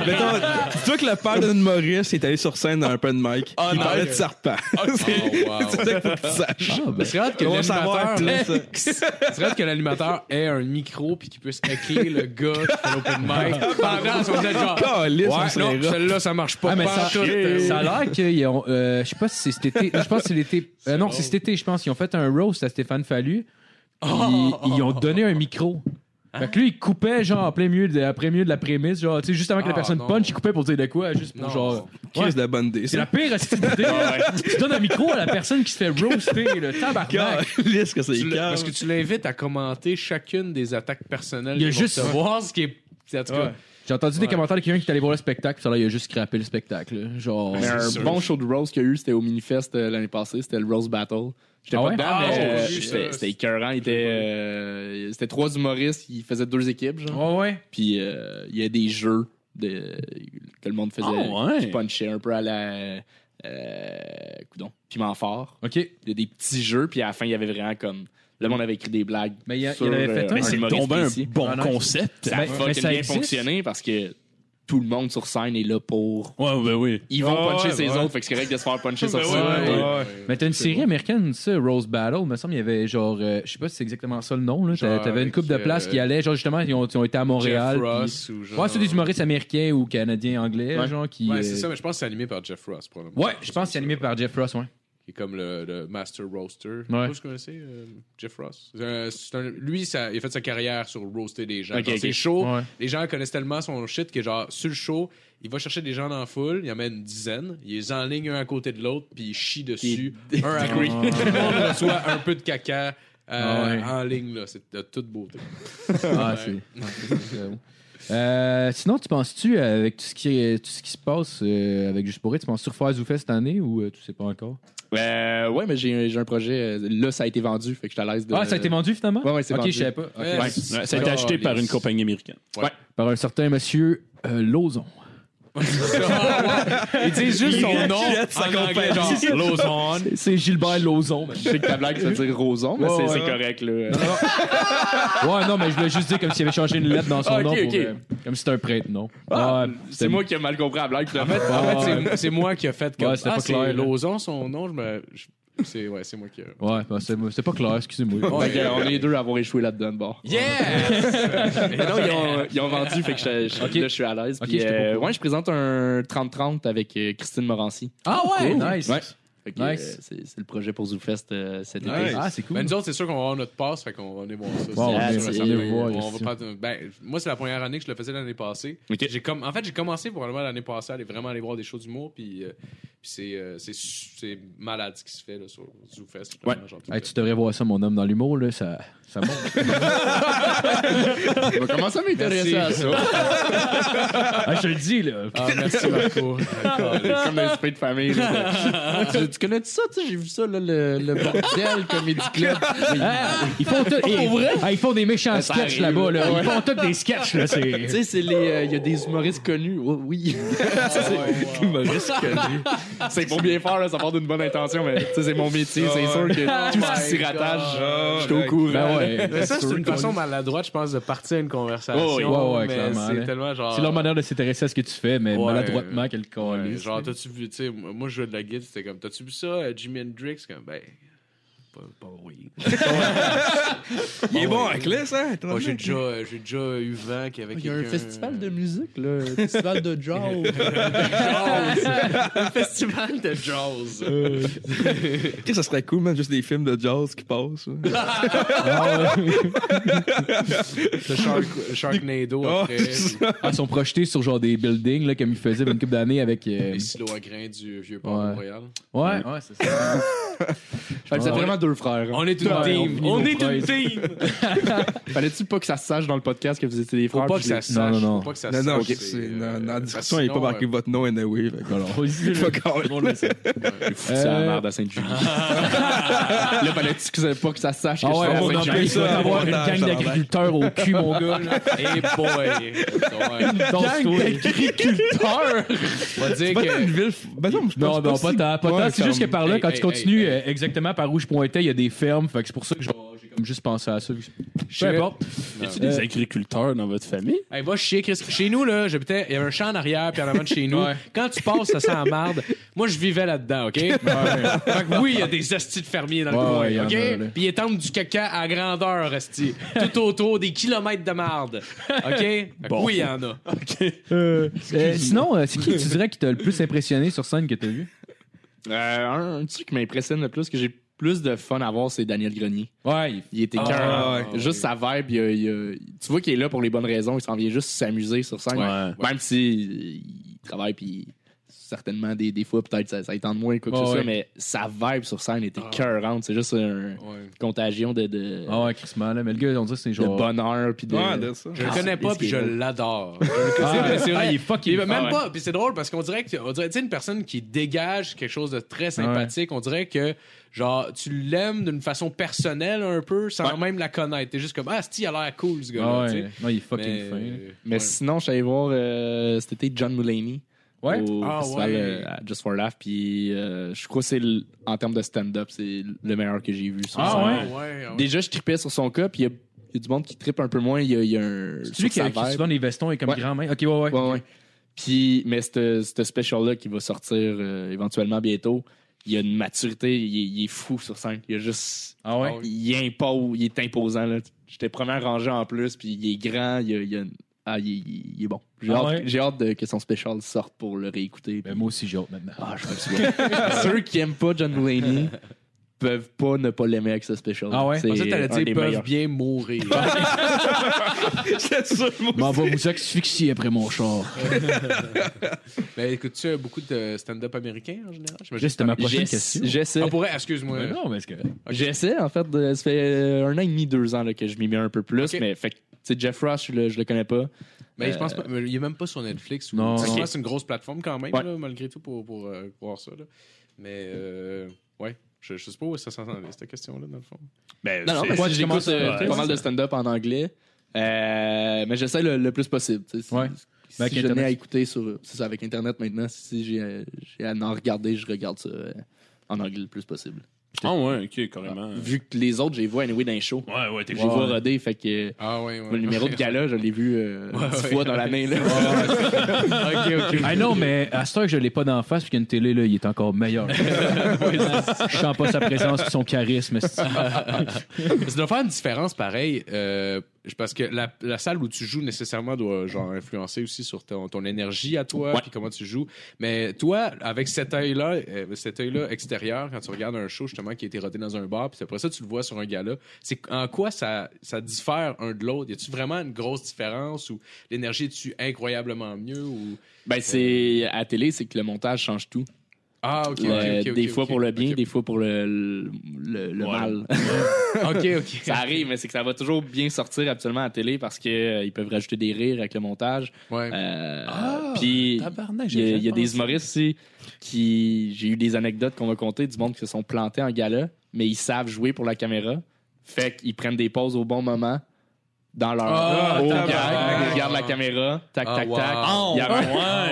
Speaker 6: Mettons, Dis-toi que le père de Maurice est allé sur scène dans un open mic. il parlait de serpent.
Speaker 5: Ah, wow.
Speaker 6: <laughs> C'est c'est ça qu'il faut que tu
Speaker 3: Ah,
Speaker 6: saches.
Speaker 3: ben.
Speaker 5: Mais Ah, ben, c'est hâte que
Speaker 6: On va savoir
Speaker 5: l'animateur.
Speaker 6: plus. euh,
Speaker 5: C'est vrai que l'animateur ait un micro puis qu'il puisse hacker le gars qui fait l'open
Speaker 3: Ah,
Speaker 5: mic pendant son
Speaker 6: <laughs>
Speaker 5: genre.
Speaker 6: Calisse, on
Speaker 5: Ouais,
Speaker 6: se
Speaker 5: non,
Speaker 6: les rate.
Speaker 5: celle-là, ça marche pas.
Speaker 3: Ah, mais
Speaker 5: pas
Speaker 3: ça,
Speaker 5: en tout. Euh,
Speaker 3: ça a l'air qu'ils ont. euh, je sais pas si c'est cet été. Je pense que c'est
Speaker 5: <laughs>
Speaker 3: l'été. euh, non, c'est cet été, je pense. Ils ont fait un roast à Stéphane Fallu. Puis
Speaker 5: Oh!
Speaker 3: ils ont donné un micro.
Speaker 5: Hein?
Speaker 3: Fait que lui, il coupait, genre, en plein milieu de, après milieu de la prémisse. Genre, tu sais, juste avant que la
Speaker 5: Ah,
Speaker 3: personne
Speaker 5: non.
Speaker 3: punch, il coupait pour dire de quoi, juste pour
Speaker 5: Non. Ah,
Speaker 3: genre.
Speaker 6: Chris de la bonne idée.
Speaker 3: C'est la pire hostie d'idée. Tu donnes un micro à la personne qui se fait roaster, le tabarnak.
Speaker 6: Calisse que c'est
Speaker 5: tu l'as-
Speaker 6: calme.
Speaker 5: Parce que tu l'invites à commenter chacune des attaques personnelles.
Speaker 3: Il y a
Speaker 5: qu'ils vont
Speaker 3: juste-
Speaker 5: te voir ce qui est. En tout cas,
Speaker 3: J'ai entendu
Speaker 5: Ouais.
Speaker 3: des commentaires de quelqu'un qui est allé voir le spectacle, puis ça là, il a juste scrappé le spectacle. là. Genre.
Speaker 8: Mais un
Speaker 4: sûr.
Speaker 8: bon show de Rose qu'il y a eu, c'était au Minifest euh, l'année passée, c'était le Rose Battle. J'étais
Speaker 3: Ah
Speaker 8: pas
Speaker 3: ouais?
Speaker 8: dedans,
Speaker 5: Ah,
Speaker 8: mais
Speaker 5: oh,
Speaker 8: euh,
Speaker 5: juste.
Speaker 8: c'était c'était écœurant. Il était, euh, C'était trois humoristes, ils faisaient deux équipes, genre.
Speaker 3: Ouais, ouais.
Speaker 8: Puis euh, il y a des jeux de, que le monde faisait,
Speaker 4: Ah ouais?
Speaker 8: qui punchaient un peu à la. Euh, coudon, piment fort.
Speaker 3: Ok.
Speaker 8: Il y a des petits jeux, puis à la fin, il y avait vraiment comme. Le monde avait écrit des blagues.
Speaker 3: Mais il y a- il
Speaker 8: sur,
Speaker 3: avait fait
Speaker 8: euh,
Speaker 3: un-
Speaker 4: Mais c'est
Speaker 8: humoriste
Speaker 4: tombé un
Speaker 8: ici.
Speaker 4: bon
Speaker 3: Ah, non.
Speaker 4: concept.
Speaker 8: Ça a
Speaker 3: Mais- mais
Speaker 8: fucking
Speaker 3: ça
Speaker 8: bien
Speaker 3: existe?
Speaker 8: fonctionné parce que tout le monde sur scène est là pour
Speaker 4: Ouais, ben oui.
Speaker 8: ils vont
Speaker 6: Ouais,
Speaker 8: puncher
Speaker 6: ouais,
Speaker 8: ses
Speaker 6: ouais.
Speaker 8: autres, fait que c'est correct de se faire puncher sur
Speaker 4: Ben
Speaker 8: ça.
Speaker 4: ouais,
Speaker 8: Ouais.
Speaker 5: Euh,
Speaker 3: Mais t'as une série américaine, ça, Rose Battle. me semble il y avait genre, euh, je sais pas si c'est exactement ça le nom. là. T'a-
Speaker 5: Genre
Speaker 3: T'avais une coupe de
Speaker 5: avec,
Speaker 3: places
Speaker 5: euh,
Speaker 3: qui allaient, genre justement, ils ont, ils ont été à Montréal.
Speaker 5: Jeff
Speaker 3: puis-
Speaker 5: Ross ou genre.
Speaker 3: Ouais, c'est des humoristes américains ou canadiens, anglais,
Speaker 8: Ouais.
Speaker 3: genre qui.
Speaker 5: Ouais,
Speaker 3: euh,
Speaker 5: c'est ça, mais je pense que c'est animé par Jeff Ross, probablement.
Speaker 3: Ouais, je pense que c'est animé par Jeff Ross, ouais.
Speaker 5: <laughs> Qui est comme le, le Master Roaster. Je sais
Speaker 3: Ouais.
Speaker 5: pas si vous connaissez euh, Jeff Ross. C'est un- c'est un- lui, ça, il a fait sa carrière sur roaster des gens.
Speaker 8: Ok,
Speaker 5: Dans
Speaker 8: ok.
Speaker 5: ses shows,
Speaker 3: Ouais.
Speaker 5: les gens connaissent tellement son shit que, genre, sur le show, il va chercher des gens dans la foule, il en met une dizaine, il les enligne un à côté de l'autre, puis il chie
Speaker 8: <laughs>
Speaker 5: dessus. Un à Tout le monde reçoit un peu de caca. euh,
Speaker 3: Ouais.
Speaker 5: En ligne, là, c'est de toute beauté.
Speaker 3: Ah, c'est. ouais, c'est- c'est haut. Euh, sinon, tu penses-tu, euh, avec tout ce qui, est- tout ce qui se passe euh, avec Juste pour rire, tu penses-tu refaire Zoufest cette année ou euh, tu sais pas encore?
Speaker 8: Euh, ouais, mais j'ai j'ai un projet. euh, Là, ça a été vendu, fait que je suis à l'aise de.
Speaker 5: Euh,
Speaker 3: Ah, ça a été vendu finalement?
Speaker 8: Ouais, ouais, c'est
Speaker 3: Ok,
Speaker 8: vendu.
Speaker 3: je savais pas. Ok.
Speaker 5: Ouais.
Speaker 4: Ouais, ça a été acheté par
Speaker 5: <laughs>
Speaker 4: une compagnie américaine.
Speaker 3: Par un certain monsieur euh, Lozon.
Speaker 5: Ils disent juste
Speaker 3: <laughs>
Speaker 5: son nom. en anglais, genre, Lozon.
Speaker 3: C'est Gilbert Lozon.
Speaker 8: Je sais que ta blague, ça veut dire roson, mais
Speaker 3: Ouais,
Speaker 8: c'est
Speaker 3: ouais.
Speaker 8: c'est correct, là.
Speaker 3: Ouais, non, mais je voulais juste dire comme s'il avait changé une lettre dans son
Speaker 8: Ah, ok,
Speaker 3: nom. pour,
Speaker 8: ok.
Speaker 3: euh, comme si c'était un prêtre, non? ouais,
Speaker 8: c'est moi qui ai mal compris la blague,
Speaker 5: En
Speaker 8: finalement.
Speaker 5: fait, en fait, c'est- c'est moi qui a fait comme
Speaker 3: Ouais, c'était
Speaker 5: ah,
Speaker 3: pas
Speaker 5: c'est
Speaker 3: clair, là.
Speaker 5: Lozon, son nom, je me. je- C'est ouais, c'est moi qui. a-
Speaker 3: Ouais, ben, c'est moi- c'est pas clair, excusez-moi.
Speaker 8: Fait que, euh, on est deux à avoir échoué là-dedans, de bord.
Speaker 5: Yeah!
Speaker 8: <laughs>
Speaker 5: <laughs>
Speaker 8: Mais non, ils ont, ils ont vendu, fait que je, je- là, je suis à l'aise.
Speaker 3: Ok,
Speaker 8: Puis,
Speaker 3: je te
Speaker 8: euh,
Speaker 3: comprends.
Speaker 8: ouais, je présente un 30-30 avec euh, Christine Morancy.
Speaker 3: Ah ouais,
Speaker 8: Cool.
Speaker 3: nice.
Speaker 8: Ouais. Fait que,
Speaker 3: Nice.
Speaker 8: euh, c'est c'est le projet pour ZooFest euh, cet été.
Speaker 5: Nice.
Speaker 3: Ah, c'est cool.
Speaker 5: Ben, nous autres, c'est sûr qu'on va avoir notre passe, fait qu'on va aller voir ça.
Speaker 3: on
Speaker 5: C'est sûr,
Speaker 8: est- on
Speaker 5: ça
Speaker 8: est
Speaker 5: va-
Speaker 3: voir,
Speaker 5: on
Speaker 3: ici.
Speaker 5: va pas- ben, moi, c'est la première année que je le faisais l'année passée.
Speaker 8: Ok.
Speaker 5: J'ai comme, en fait, j'ai commencé probablement l'année passée à aller vraiment aller voir des shows d'humour, puis, euh, puis Puis c'est, euh, c'est, su- c'est malade ce qui se fait là, sur ZooFest.
Speaker 8: Ouais.
Speaker 5: Genre,
Speaker 3: Hey, tu devrais voir ça, mon homme, dans l'humour, là, ça, ça monte.
Speaker 8: On va commencer à m'intéresser à <laughs> ça.
Speaker 3: Ah, je te le dis, là.
Speaker 5: Ah, merci <laughs> Marco.
Speaker 8: comme dans l'esprit de famille. <laughs> là. tu, tu connais-tu ça? tu sais, J'ai vu ça, là, le, le bordel Comedy Club.
Speaker 3: Ah, ils, font tout- eh, ah, ils font des méchants
Speaker 8: ça
Speaker 3: sketchs
Speaker 8: arrive,
Speaker 3: là-bas. Là.
Speaker 8: ouais.
Speaker 3: Ils font tous des sketchs. Là, c'est...
Speaker 8: Tu sais, c'est les. euh, Il y a des humoristes connus. Oh, oui. <laughs> Des humoristes connus. C'est pour bien faire, là, ça part d'une bonne intention, mais tu sais, c'est mon métier. C'est sûr que tout ce qui s'y
Speaker 6: Ah,
Speaker 8: rattache,
Speaker 5: Ah,
Speaker 8: je suis au courant.
Speaker 3: Ben ouais.
Speaker 5: Oh Mais ça, c'est une façon maladroite, je pense, de partir une conversation.
Speaker 8: Oh, oui.
Speaker 3: Ouais, ouais,
Speaker 5: mais
Speaker 3: clairement,
Speaker 5: C'est
Speaker 3: là.
Speaker 5: tellement genre.
Speaker 3: C'est leur manière de s'intéresser à ce que tu fais, mais
Speaker 5: Ah. Ouais.
Speaker 3: maladroitement, quel con.
Speaker 5: Ouais, genre, t'as-tu vu, tu sais, moi, moi, je jouais de la guide, c'était comme, t'as-tu vu ça, euh, Jimi Hendrix? Comme, ben, pas, pas oui.
Speaker 6: Il est bon à Clés, hein?
Speaker 5: Moi, j'ai déjà, euh, j'ai déjà eu vent qu'il y avait
Speaker 9: Il y a un
Speaker 5: quelqu'un, euh,
Speaker 9: festival de musique, là. un festival de
Speaker 3: <laughs>
Speaker 9: jazz.
Speaker 5: Un <laughs> festival de jazz.
Speaker 6: Chris, ça serait cool, man, juste des films de jazz qui passent. ouais.
Speaker 3: Ah,
Speaker 5: Le <laughs> Shark- Sharknado
Speaker 6: Oh,
Speaker 5: après.
Speaker 6: c'est ça.
Speaker 5: puis
Speaker 3: Ah, ils sont projetés sur genre des buildings là, comme ils faisaient il y a une couple d'années avec. euh,
Speaker 5: Les silos à grains du vieux port
Speaker 3: Ouais.
Speaker 5: Montréal.
Speaker 3: Ouais, ouais, c'est ça.
Speaker 8: Fait que
Speaker 3: Ah,
Speaker 8: c'est vraiment deux frères. hein.
Speaker 5: On est une
Speaker 3: Ouais,
Speaker 5: team.
Speaker 3: on
Speaker 5: On
Speaker 3: finit
Speaker 5: est
Speaker 3: nos
Speaker 5: une team.
Speaker 8: Fallait-tu pas que ça se sache dans le podcast que vous étiez des frères?
Speaker 5: Faut pas
Speaker 8: puis
Speaker 5: que
Speaker 8: je l'ai-
Speaker 5: ça se sache.
Speaker 3: non, non.
Speaker 5: Faut pas que ça
Speaker 6: Non,
Speaker 5: se
Speaker 6: non,
Speaker 5: sache,
Speaker 6: Chris,
Speaker 5: c'est,
Speaker 6: c'est-
Speaker 5: euh,
Speaker 6: dans, dans la description,
Speaker 5: parce
Speaker 6: il
Speaker 5: que
Speaker 6: n'est pas marqué
Speaker 5: sinon, euh,
Speaker 6: votre nom anyway. Fait que voilà. Fuck all.
Speaker 8: Fous ça à la
Speaker 3: Ah
Speaker 8: merde à Sainte-Julie. <laughs> là, fallait-tu que ça- pas que ça se sache que
Speaker 3: Ah
Speaker 8: je
Speaker 3: ouais, on
Speaker 8: suis à
Speaker 3: en
Speaker 8: Sainte-Julie?
Speaker 3: plus,
Speaker 6: ça,
Speaker 3: ça va avoir
Speaker 6: un
Speaker 3: une gang
Speaker 6: montage, ça va.
Speaker 3: d'agriculteurs au cul, mon gars. là.
Speaker 5: euh, hey <laughs> boy.
Speaker 3: Dans ce tour.
Speaker 5: On va dire
Speaker 6: Pas
Speaker 5: que. <laughs>
Speaker 6: dans une ville. f- Ben non,
Speaker 3: <laughs>
Speaker 6: je
Speaker 3: Non,
Speaker 6: pense pas
Speaker 3: non, pas
Speaker 6: si-
Speaker 3: tant, pas
Speaker 6: Ouais,
Speaker 3: tant. C'est juste que
Speaker 6: comme-
Speaker 3: par là,
Speaker 5: Hey,
Speaker 3: quand
Speaker 5: hey,
Speaker 3: tu continues
Speaker 5: hey, hey.
Speaker 3: euh, exactement par où je pointais, il y a des fermes. Fait que c'est pour ça que genre, j'ai comme juste pensé à ça. Peu importe.
Speaker 4: Y a-tu des agriculteurs dans votre famille?
Speaker 5: Hey, va chier, Chris. Chez nous, là, j'habitais, il y avait un champ en arrière, puis en avant de chez nous. Quand tu passes, ça sent la marde. Moi, je vivais là-dedans, OK? Fait que oui, il y a des hosties de fermiers dans
Speaker 3: Ouais, ouais,
Speaker 5: le
Speaker 3: y en
Speaker 5: coin, OK?
Speaker 3: a, là.
Speaker 5: Puis ils étendent du caca à grandeur, hostie. Tout autour, des kilomètres de marde, OK? Fait que Oui, il y en a.
Speaker 3: Euh, sinon, euh, c'est qui tu dirais qui t'a le plus impressionné sur scène que t'as vu?
Speaker 8: Euh, un, un truc qui m'impressionne le plus, que j'ai plus de fun à voir, c'est Daniel Grenier.
Speaker 3: Ouais, il
Speaker 8: Il était
Speaker 5: Ah,
Speaker 8: cœur. Juste sa vibe, il, a- il a- tu vois qu'il est là pour les bonnes raisons. Il s'en vient juste s'amuser sur scène.
Speaker 4: Ouais.
Speaker 8: Même si il travaille, puis certainement des, des fois, peut-être ça, ça y tente moins, quoi que
Speaker 3: Ah,
Speaker 8: ce soit,
Speaker 3: ouais.
Speaker 8: mais sa vibe sur scène était cœurante. C'est juste une contagion de, de,
Speaker 3: Ah ouais, Chris là, mais le gars, on dirait que c'est
Speaker 8: de
Speaker 3: genre.
Speaker 8: bonheur. Puis de...
Speaker 6: Ouais, de ça.
Speaker 5: Je le
Speaker 8: Ah,
Speaker 5: connais
Speaker 8: c'est-
Speaker 5: pas,
Speaker 8: c'est
Speaker 5: puis je
Speaker 8: drôle.
Speaker 5: l'adore.
Speaker 3: Ah,
Speaker 5: c'est vrai.
Speaker 3: ah, il est fucking.
Speaker 5: Il veut même
Speaker 8: Ah ouais.
Speaker 5: pas. Puis c'est drôle parce qu'on dirait que on dirait, tu sais, une personne qui dégage quelque chose de très sympathique, on dirait que genre tu l'aimes d'une façon personnelle un peu sans même la connaître. T'es juste comme ah sti, il a l'air cool ce
Speaker 3: Ah
Speaker 5: gars-là. tu
Speaker 3: ouais.
Speaker 5: sais.
Speaker 3: Non, il est fucking
Speaker 5: Mais- euh,
Speaker 3: fin. là.
Speaker 8: Mais sinon, je suis allé voir, euh, c'était John Mulaney.
Speaker 3: Ouais.
Speaker 8: Au
Speaker 5: Ah,
Speaker 8: festival,
Speaker 5: ouais.
Speaker 8: euh, à Just for Laugh. Puis euh, je crois que c'est, le- en termes de stand-up, c'est le meilleur que j'ai vu. sur
Speaker 3: Ah,
Speaker 8: scène.
Speaker 3: ouais.
Speaker 5: Ah ouais, ah ouais.
Speaker 8: Déjà, je tripais sur son cas, puis il y a- il y, a du monde qui trippe un peu moins. Il y a, il y a un.
Speaker 3: C'est lui
Speaker 8: sur
Speaker 3: qui
Speaker 8: sa
Speaker 3: a qui a
Speaker 8: vibe.
Speaker 3: souvent les vestons et comme
Speaker 8: Ouais.
Speaker 3: grand main. Ok, ouais, ouais.
Speaker 8: Ouais, ouais. Puis, mais ce ce special-là qui va sortir euh, éventuellement bientôt, il y a une maturité, il est, il est fou sur scène. Il y a juste.
Speaker 3: Ah ouais.
Speaker 8: Il impose, il est imposant. Là. J'étais première rangée en plus, puis il est grand, il, y a- il y a une- ah, il, est- il est bon. J'ai,
Speaker 3: Ah
Speaker 8: hâte,
Speaker 3: ouais?
Speaker 8: j'ai hâte de- que son special sorte pour le réécouter.
Speaker 3: Ben, moi aussi, j'ai hâte maintenant.
Speaker 8: Ah, je me souviens. <laughs> Ceux qui aiment pas John
Speaker 3: <laughs>
Speaker 8: Mulaney peuvent pas ne pas l'aimer avec ce special.
Speaker 3: Ah ouais?
Speaker 8: C'est
Speaker 5: Pour ça,
Speaker 8: un
Speaker 5: t'allais
Speaker 8: des
Speaker 5: dire peuvent
Speaker 8: meilleurs.
Speaker 5: bien mourir.
Speaker 6: Ben,
Speaker 3: M'en va vous asphyxier après mon char.
Speaker 5: <laughs> Mais écoutes-tu euh, beaucoup de stand-up américain en général? J'imagine
Speaker 3: Là, c'était
Speaker 5: que
Speaker 3: ma prochaine
Speaker 8: J'essa-
Speaker 3: question.
Speaker 8: J'essaie,
Speaker 5: t'en- Ah, pour- excuse-moi.
Speaker 3: Mais non, mais c'est correct.
Speaker 8: j'essaie, en fait, de- ça fait euh, un an et demi, deux ans là, que je m'y mets un peu plus,
Speaker 5: Ok.
Speaker 8: mais fait que, tu sais, Jeff Ross, je le, je le connais pas.
Speaker 5: Mais je pense pas. mais Il est même pas sur Netflix. Ou...
Speaker 3: Euh, Non.
Speaker 5: Je pense
Speaker 8: Ok.
Speaker 5: que c'est une grosse plateforme quand même,
Speaker 8: Ouais.
Speaker 5: là, malgré tout, pour, pour euh, voir ça. là. Mais euh, ouais, je, je sais pas où ça s'en allait, cette question-là, dans le fond.
Speaker 8: Non, non, mais
Speaker 3: Ouais, tu
Speaker 8: si j'écoute
Speaker 3: commences à-
Speaker 8: euh,
Speaker 3: ouais,
Speaker 8: pas mal
Speaker 3: c'est
Speaker 8: de stand-up en anglais, euh, mais j'essaie le, le plus possible. tu sais, si-
Speaker 3: Ouais.
Speaker 8: Si,
Speaker 3: Mais avec
Speaker 8: je tenais
Speaker 3: Internet.
Speaker 8: à écouter sur, c'est ça, avec Internet maintenant, si j'ai, euh, j'ai à en regarder, je regarde ça euh, en anglais le plus possible.
Speaker 4: Ah ouais, ok, carrément.
Speaker 8: Vu que les autres, je les vois anyway dans les shows.
Speaker 4: Ouais, ouais, t'es
Speaker 8: Je les vois rodés, fait que... euh,
Speaker 5: Ah ouais,
Speaker 8: Le numéro
Speaker 5: <laughs>
Speaker 8: de gala, je l'ai vu euh, dix fois dans l'année. Là.
Speaker 3: Ah non, mais à cette heure que je l'ai pas d'en face, puis qu'il y a une télé, là, il est encore <laughs> meilleur. je sens pas sa présence, puis son charisme. c'est-
Speaker 5: Ça doit faire une différence pareil, euh, parce que la, la salle où tu joues nécessairement doit genre influencer aussi sur ton, ton énergie à toi, puis comment tu joues. Mais toi, avec cet œil-là, euh, cet œil-là extérieur, quand tu regardes un show justement qui a été rodé dans un bar, puis après ça tu le vois sur un gala, c'est en quoi ça, ça diffère un de l'autre Y a-tu vraiment une grosse différence ou l'énergie est-tu incroyablement mieux ou
Speaker 8: ben, c'est, à la télé, c'est que le montage change tout.
Speaker 5: Ah, ok, ok,
Speaker 8: Euh,
Speaker 5: ok, ok,
Speaker 8: des
Speaker 5: ok,
Speaker 8: fois pour le
Speaker 5: ok.
Speaker 8: bien, des fois pour le, le, le- le mal.
Speaker 5: Ok, ok.
Speaker 8: <laughs> ça arrive, mais c'est que ça va toujours bien sortir absolument à la télé parce qu'ils peuvent rajouter des rires avec le montage.
Speaker 5: Ouais.
Speaker 8: Euh,
Speaker 4: Ah,
Speaker 8: Puis
Speaker 4: Tabarnak,
Speaker 8: il y
Speaker 4: j'ai
Speaker 8: a, il y a
Speaker 4: jamais
Speaker 8: des
Speaker 4: pensé.
Speaker 8: humoristes aussi qui. J'ai eu des anecdotes qu'on va compter du monde qui se sont plantés en gala, mais ils savent jouer pour la caméra. Fait qu'ils prennent des pauses au bon moment dans leur
Speaker 5: Ah,
Speaker 8: au
Speaker 5: tabarnak.
Speaker 8: gag, ils regardent la caméra, tac,
Speaker 5: Ah,
Speaker 8: tac,
Speaker 5: wow.
Speaker 8: tac. Il y a,
Speaker 4: Ah,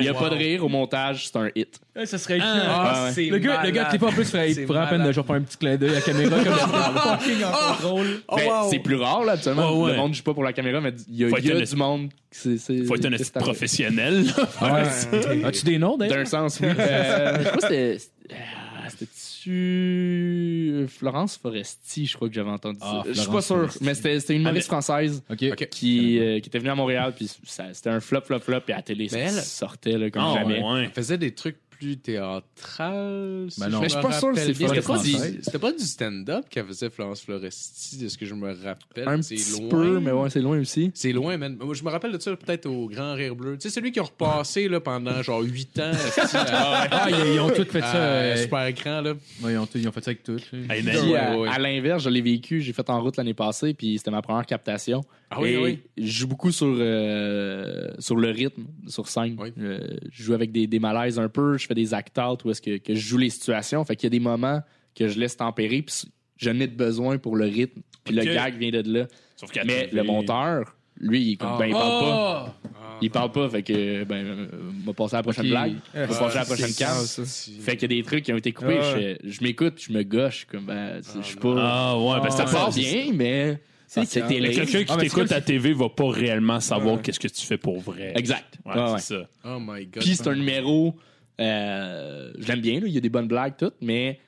Speaker 8: il y a
Speaker 5: wow.
Speaker 8: pas de rire au montage, c'est un hit.
Speaker 3: Ça serait hein.
Speaker 5: Ah,
Speaker 8: ouais.
Speaker 5: c'est
Speaker 3: Le gars, le gars,
Speaker 5: malade.
Speaker 3: t'es pas en plus, ferait- il
Speaker 5: C'est
Speaker 3: pourrait à peine de
Speaker 5: malade.
Speaker 3: genre faire un petit clin d'œil à la caméra comme ça. Ah, fucking en contrôle.
Speaker 5: Oh,
Speaker 8: Ben,
Speaker 5: wow.
Speaker 8: C'est plus rare, là, absolument.
Speaker 4: Ouais, ouais.
Speaker 8: Le monde joue pas pour la caméra, mais il y a,
Speaker 4: Faut
Speaker 8: il y a
Speaker 4: être un-
Speaker 8: du monde. qui c'est- c'est-
Speaker 4: Faut être un
Speaker 8: qui
Speaker 4: esti
Speaker 8: se tape.
Speaker 4: professionnel. <laughs> là.
Speaker 3: Ouais. As-tu des noms, d'ailleurs?
Speaker 8: D'un sens, oui. Euh, je crois que c'était. ah, C'était-tu. euh, Florence Foresti, je crois que j'avais entendu ça.
Speaker 3: Ah,
Speaker 8: je suis pas
Speaker 3: Florence
Speaker 8: sûr,
Speaker 3: Foresti.
Speaker 8: mais c'était c'était une humoriste
Speaker 4: Ah,
Speaker 8: française
Speaker 3: Ok.
Speaker 8: qui, euh, qui était venue à Montréal, puis ça- c'était un flop, flop, flop, puis à la télé, ça
Speaker 5: Mais elle-
Speaker 8: sortait là, comme
Speaker 4: Ah,
Speaker 8: jamais.
Speaker 4: ouais.
Speaker 5: Elle faisait des trucs plus théâtrales. si
Speaker 3: Ben non.
Speaker 5: me
Speaker 3: Mais
Speaker 8: je suis pas sûr
Speaker 5: rappelle
Speaker 8: que c'est
Speaker 5: bien.
Speaker 8: Florence
Speaker 5: C'était pas du-
Speaker 8: Foresti.
Speaker 5: C'était pas du stand-up qu'elle faisait Florence Floresti, de ce que je me rappelle.
Speaker 8: Un
Speaker 5: C'est
Speaker 8: petit
Speaker 5: loin.
Speaker 8: peu, mais ouais, c'est loin aussi.
Speaker 5: C'est loin, man. Moi, je me rappelle de ça peut-être au Grand Rire Bleu. Tu sais, celui qui ont repassé là, pendant genre 8
Speaker 8: <laughs>
Speaker 5: ans. esti, à-
Speaker 3: Ah, ils, ils ont tous fait ça.
Speaker 5: à
Speaker 3: euh,
Speaker 5: Super écran, là.
Speaker 3: ouais, ils, ont, tous- ils ont fait ça avec tout.
Speaker 4: Hey,
Speaker 8: Puis,
Speaker 4: man.
Speaker 8: à,
Speaker 5: ouais.
Speaker 8: à l'inverse, je l'ai vécu, j'ai fait en route l'année passée, puis c'était ma première captation.
Speaker 5: Ah oui,
Speaker 8: Et
Speaker 5: oui.
Speaker 8: Je joue beaucoup sur, euh, sur le rythme, sur scène.
Speaker 5: Oui.
Speaker 8: Euh, je joue avec des, des malaises un peu, je fais des act-out où est-ce que, que je joue les situations. Fait qu'il y a des moments que je laisse tempérer, puis je n'ai de besoin pour le rythme. Puis
Speaker 4: Ok.
Speaker 8: le gag vient de là.
Speaker 4: Sauf qu'à
Speaker 8: Mais
Speaker 4: TV,
Speaker 8: le monteur, lui, il, est comme,
Speaker 5: Ah.
Speaker 8: ben, il parle pas.
Speaker 5: Ah,
Speaker 8: Il parle pas, fait que, ben, euh, m'a passé à la prochaine
Speaker 3: Ok.
Speaker 8: blague, m'a
Speaker 6: Ah,
Speaker 8: passé à la prochaine
Speaker 6: c'est ça,
Speaker 8: case.
Speaker 6: ça.
Speaker 8: Fait qu'il y a des trucs qui ont été coupés. Je, je m'écoute, je me gauche. Comme, ben, je suis pas.
Speaker 4: Ah. Ah, ouais, parce que
Speaker 8: ça
Speaker 4: t'as
Speaker 8: part
Speaker 4: pas-
Speaker 8: bien, mais. C'était
Speaker 4: Mais
Speaker 8: laid.
Speaker 4: quelqu'un qui
Speaker 3: Ah, mais c'est
Speaker 4: t'écoute
Speaker 3: comme
Speaker 4: à TV va pas réellement savoir qu'est-ce que tu fais pour vrai.
Speaker 8: Exact.
Speaker 4: Ouais,
Speaker 8: Ouais, ouais.
Speaker 4: c'est ça.
Speaker 5: Oh my god.
Speaker 8: Puis c'est un numéro. euh, je l'aime bien, là, il y a des bonnes blagues, toutes, mais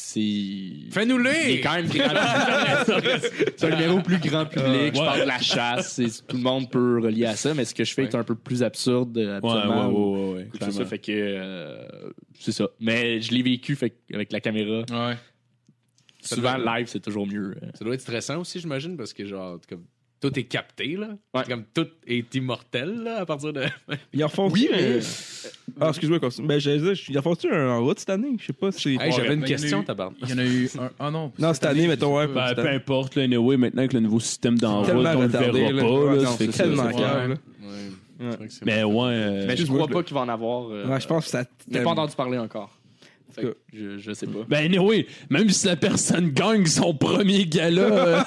Speaker 8: c'est.
Speaker 5: Fais-nous
Speaker 8: Il est
Speaker 5: les!
Speaker 8: quand même
Speaker 4: <laughs>
Speaker 8: grand public. c'est un numéro plus grand public. Je
Speaker 4: Ouais.
Speaker 8: parle de la chasse. c'est- Tout le monde peut relier à ça, mais ce que je fais est un peu plus absurde, euh,
Speaker 4: Ouais, ouais,
Speaker 8: habituellement, ou
Speaker 4: ouais, ouais, ouais,
Speaker 8: quelque chose comme
Speaker 4: clairement.
Speaker 8: ça, fait que. euh, c'est ça. Mais je l'ai vécu fait, que avec la caméra.
Speaker 3: Ouais.
Speaker 8: Souvent, live, c'est toujours mieux. euh.
Speaker 5: Ça doit être stressant aussi, j'imagine, parce que genre, comme, tout est capté, là.
Speaker 8: Ouais.
Speaker 5: Comme tout est immortel, là, à partir de.
Speaker 6: Ils en font
Speaker 8: Oui,
Speaker 6: tu,
Speaker 8: mais-
Speaker 6: euh, Ah, excuse-moi, continue. Ben, j'allais dire, ils en font-tu un en route cette année? Je sais pas si.
Speaker 5: Hey, j'avais une
Speaker 3: Ben, il y en a
Speaker 5: question,
Speaker 3: eu-
Speaker 5: tabarnak.
Speaker 3: Il y en a eu un. Ah non.
Speaker 6: Non, cette année, mettons, ouais.
Speaker 4: Ben,
Speaker 6: cette
Speaker 4: peu
Speaker 6: année.
Speaker 4: importe, là, anyway, maintenant avec le nouveau système d'envoi, on
Speaker 6: Tellement
Speaker 4: le
Speaker 6: retardé,
Speaker 4: verra
Speaker 6: là.
Speaker 4: pas.
Speaker 6: Ouais,
Speaker 4: là,
Speaker 6: non,
Speaker 4: ça fait
Speaker 6: c'est
Speaker 4: que ça,
Speaker 6: tellement
Speaker 4: ça-
Speaker 6: grave, là.
Speaker 5: Ouais.
Speaker 6: Ouais.
Speaker 5: C'est vrai que c'est-
Speaker 4: Mais ouais. euh,
Speaker 8: Mais ben, je
Speaker 6: Excuse-moi,
Speaker 8: crois
Speaker 6: je-
Speaker 8: pas qu'il va en avoir. euh,
Speaker 6: Ouais, je pense que ça.
Speaker 8: Je n'ai pas entendu parler encore. Fait
Speaker 6: tout cas.
Speaker 8: que je, je sais pas.
Speaker 4: Ben anyway, même si la personne gagne son premier gala, euh,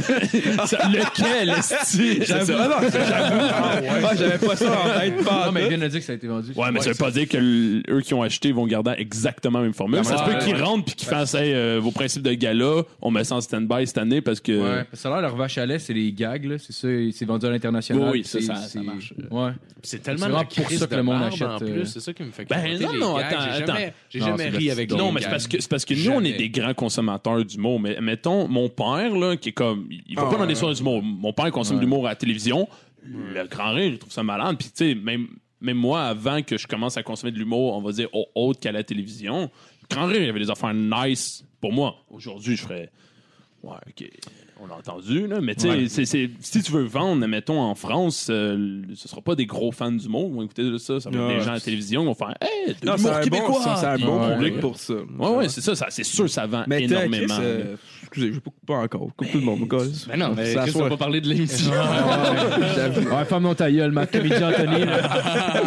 Speaker 4: <laughs> ça- lequel est-ce
Speaker 6: J'avais vraiment- j'avoue. Ouais, j'avais pas ça en tête, pas en
Speaker 3: Non, mais il
Speaker 6: tête.
Speaker 3: vient de dire que ça a été vendu.
Speaker 4: Ouais, mais ça veut pas dire que l- eux qui ont acheté vont garder exactement la même formule. ça se peut
Speaker 5: ouais,
Speaker 4: qu'ils
Speaker 5: ouais.
Speaker 4: rentrent puis qu'ils fassent hey, euh, vos principes de gala, on met ça en stand-by cette année parce
Speaker 8: euh,
Speaker 4: que.
Speaker 3: Ouais, parce que ça a l'air, leur vache à lait, c'est les gags, là. C'est ça, c'est vendu à l'international.
Speaker 8: Oui, oui, ça,
Speaker 3: c'est-
Speaker 8: ça- ça
Speaker 3: c'est-
Speaker 8: marche.
Speaker 3: Ouais.
Speaker 5: C'est tellement
Speaker 3: C'est
Speaker 5: de la
Speaker 3: vraiment pour
Speaker 5: crise
Speaker 3: ça que
Speaker 5: de
Speaker 3: le monde
Speaker 5: merde
Speaker 3: achète,
Speaker 5: en plus,
Speaker 3: euh,
Speaker 5: c'est ça qui me fait
Speaker 4: Ben,
Speaker 5: capoter
Speaker 4: non,
Speaker 5: les
Speaker 4: non,
Speaker 5: gags.
Speaker 4: attends,
Speaker 5: J'ai jamais,
Speaker 4: attends.
Speaker 5: j'ai
Speaker 3: Non,
Speaker 5: jamais
Speaker 3: c'est
Speaker 5: ri avec les
Speaker 4: Non, mais c'est
Speaker 5: gags.
Speaker 4: parce que, c'est parce que nous, on est
Speaker 5: Jamais.
Speaker 4: des grands consommateurs d'humour. Mais mettons, mon père, là, qui est comme. Il va
Speaker 6: Ah,
Speaker 4: pas dans
Speaker 6: ouais.
Speaker 4: des soirées d'humour. Mon père consomme de l'humour à la télévision. Le grand rire, il trouve ça malade. Puis, tu sais, même, même moi, avant que je commence à consommer de l'humour, on va dire, au- autre qu'à la télévision, le grand rire, il y avait des affaires nice pour moi. Aujourd'hui, je ferais. Ouais, OK. On l'a entendu, là. Mais, tu sais, c'est- c'est- si tu veux vendre, mettons, en France, euh, ce sera pas des gros fans d'humour qui vont écouter de ça. Ça va être
Speaker 6: Ouais.
Speaker 4: des gens à la télévision qui vont faire, hey, de
Speaker 6: Non, c'est
Speaker 4: l'humour
Speaker 6: un bon,
Speaker 4: québécois.
Speaker 6: c'est- c'est un
Speaker 4: Puis,
Speaker 6: bon
Speaker 4: ouais.
Speaker 6: public pour ça.
Speaker 4: Ouais, ouais, c'est ça, ça c'est sûr, ça vend
Speaker 6: Mais t'sais, Chris,
Speaker 4: énormément.
Speaker 6: euh, excusez, je vais pas couper encore. Coupe tout le monde, guys.
Speaker 8: Mais non, mais
Speaker 6: Ça
Speaker 8: Chris,
Speaker 6: soit-
Speaker 8: on va pas parler
Speaker 5: <laughs>
Speaker 8: de l'émission.
Speaker 6: Ah <laughs>
Speaker 3: Ouais, Ah, femme non ta gueule, ma comédie Anthony. là.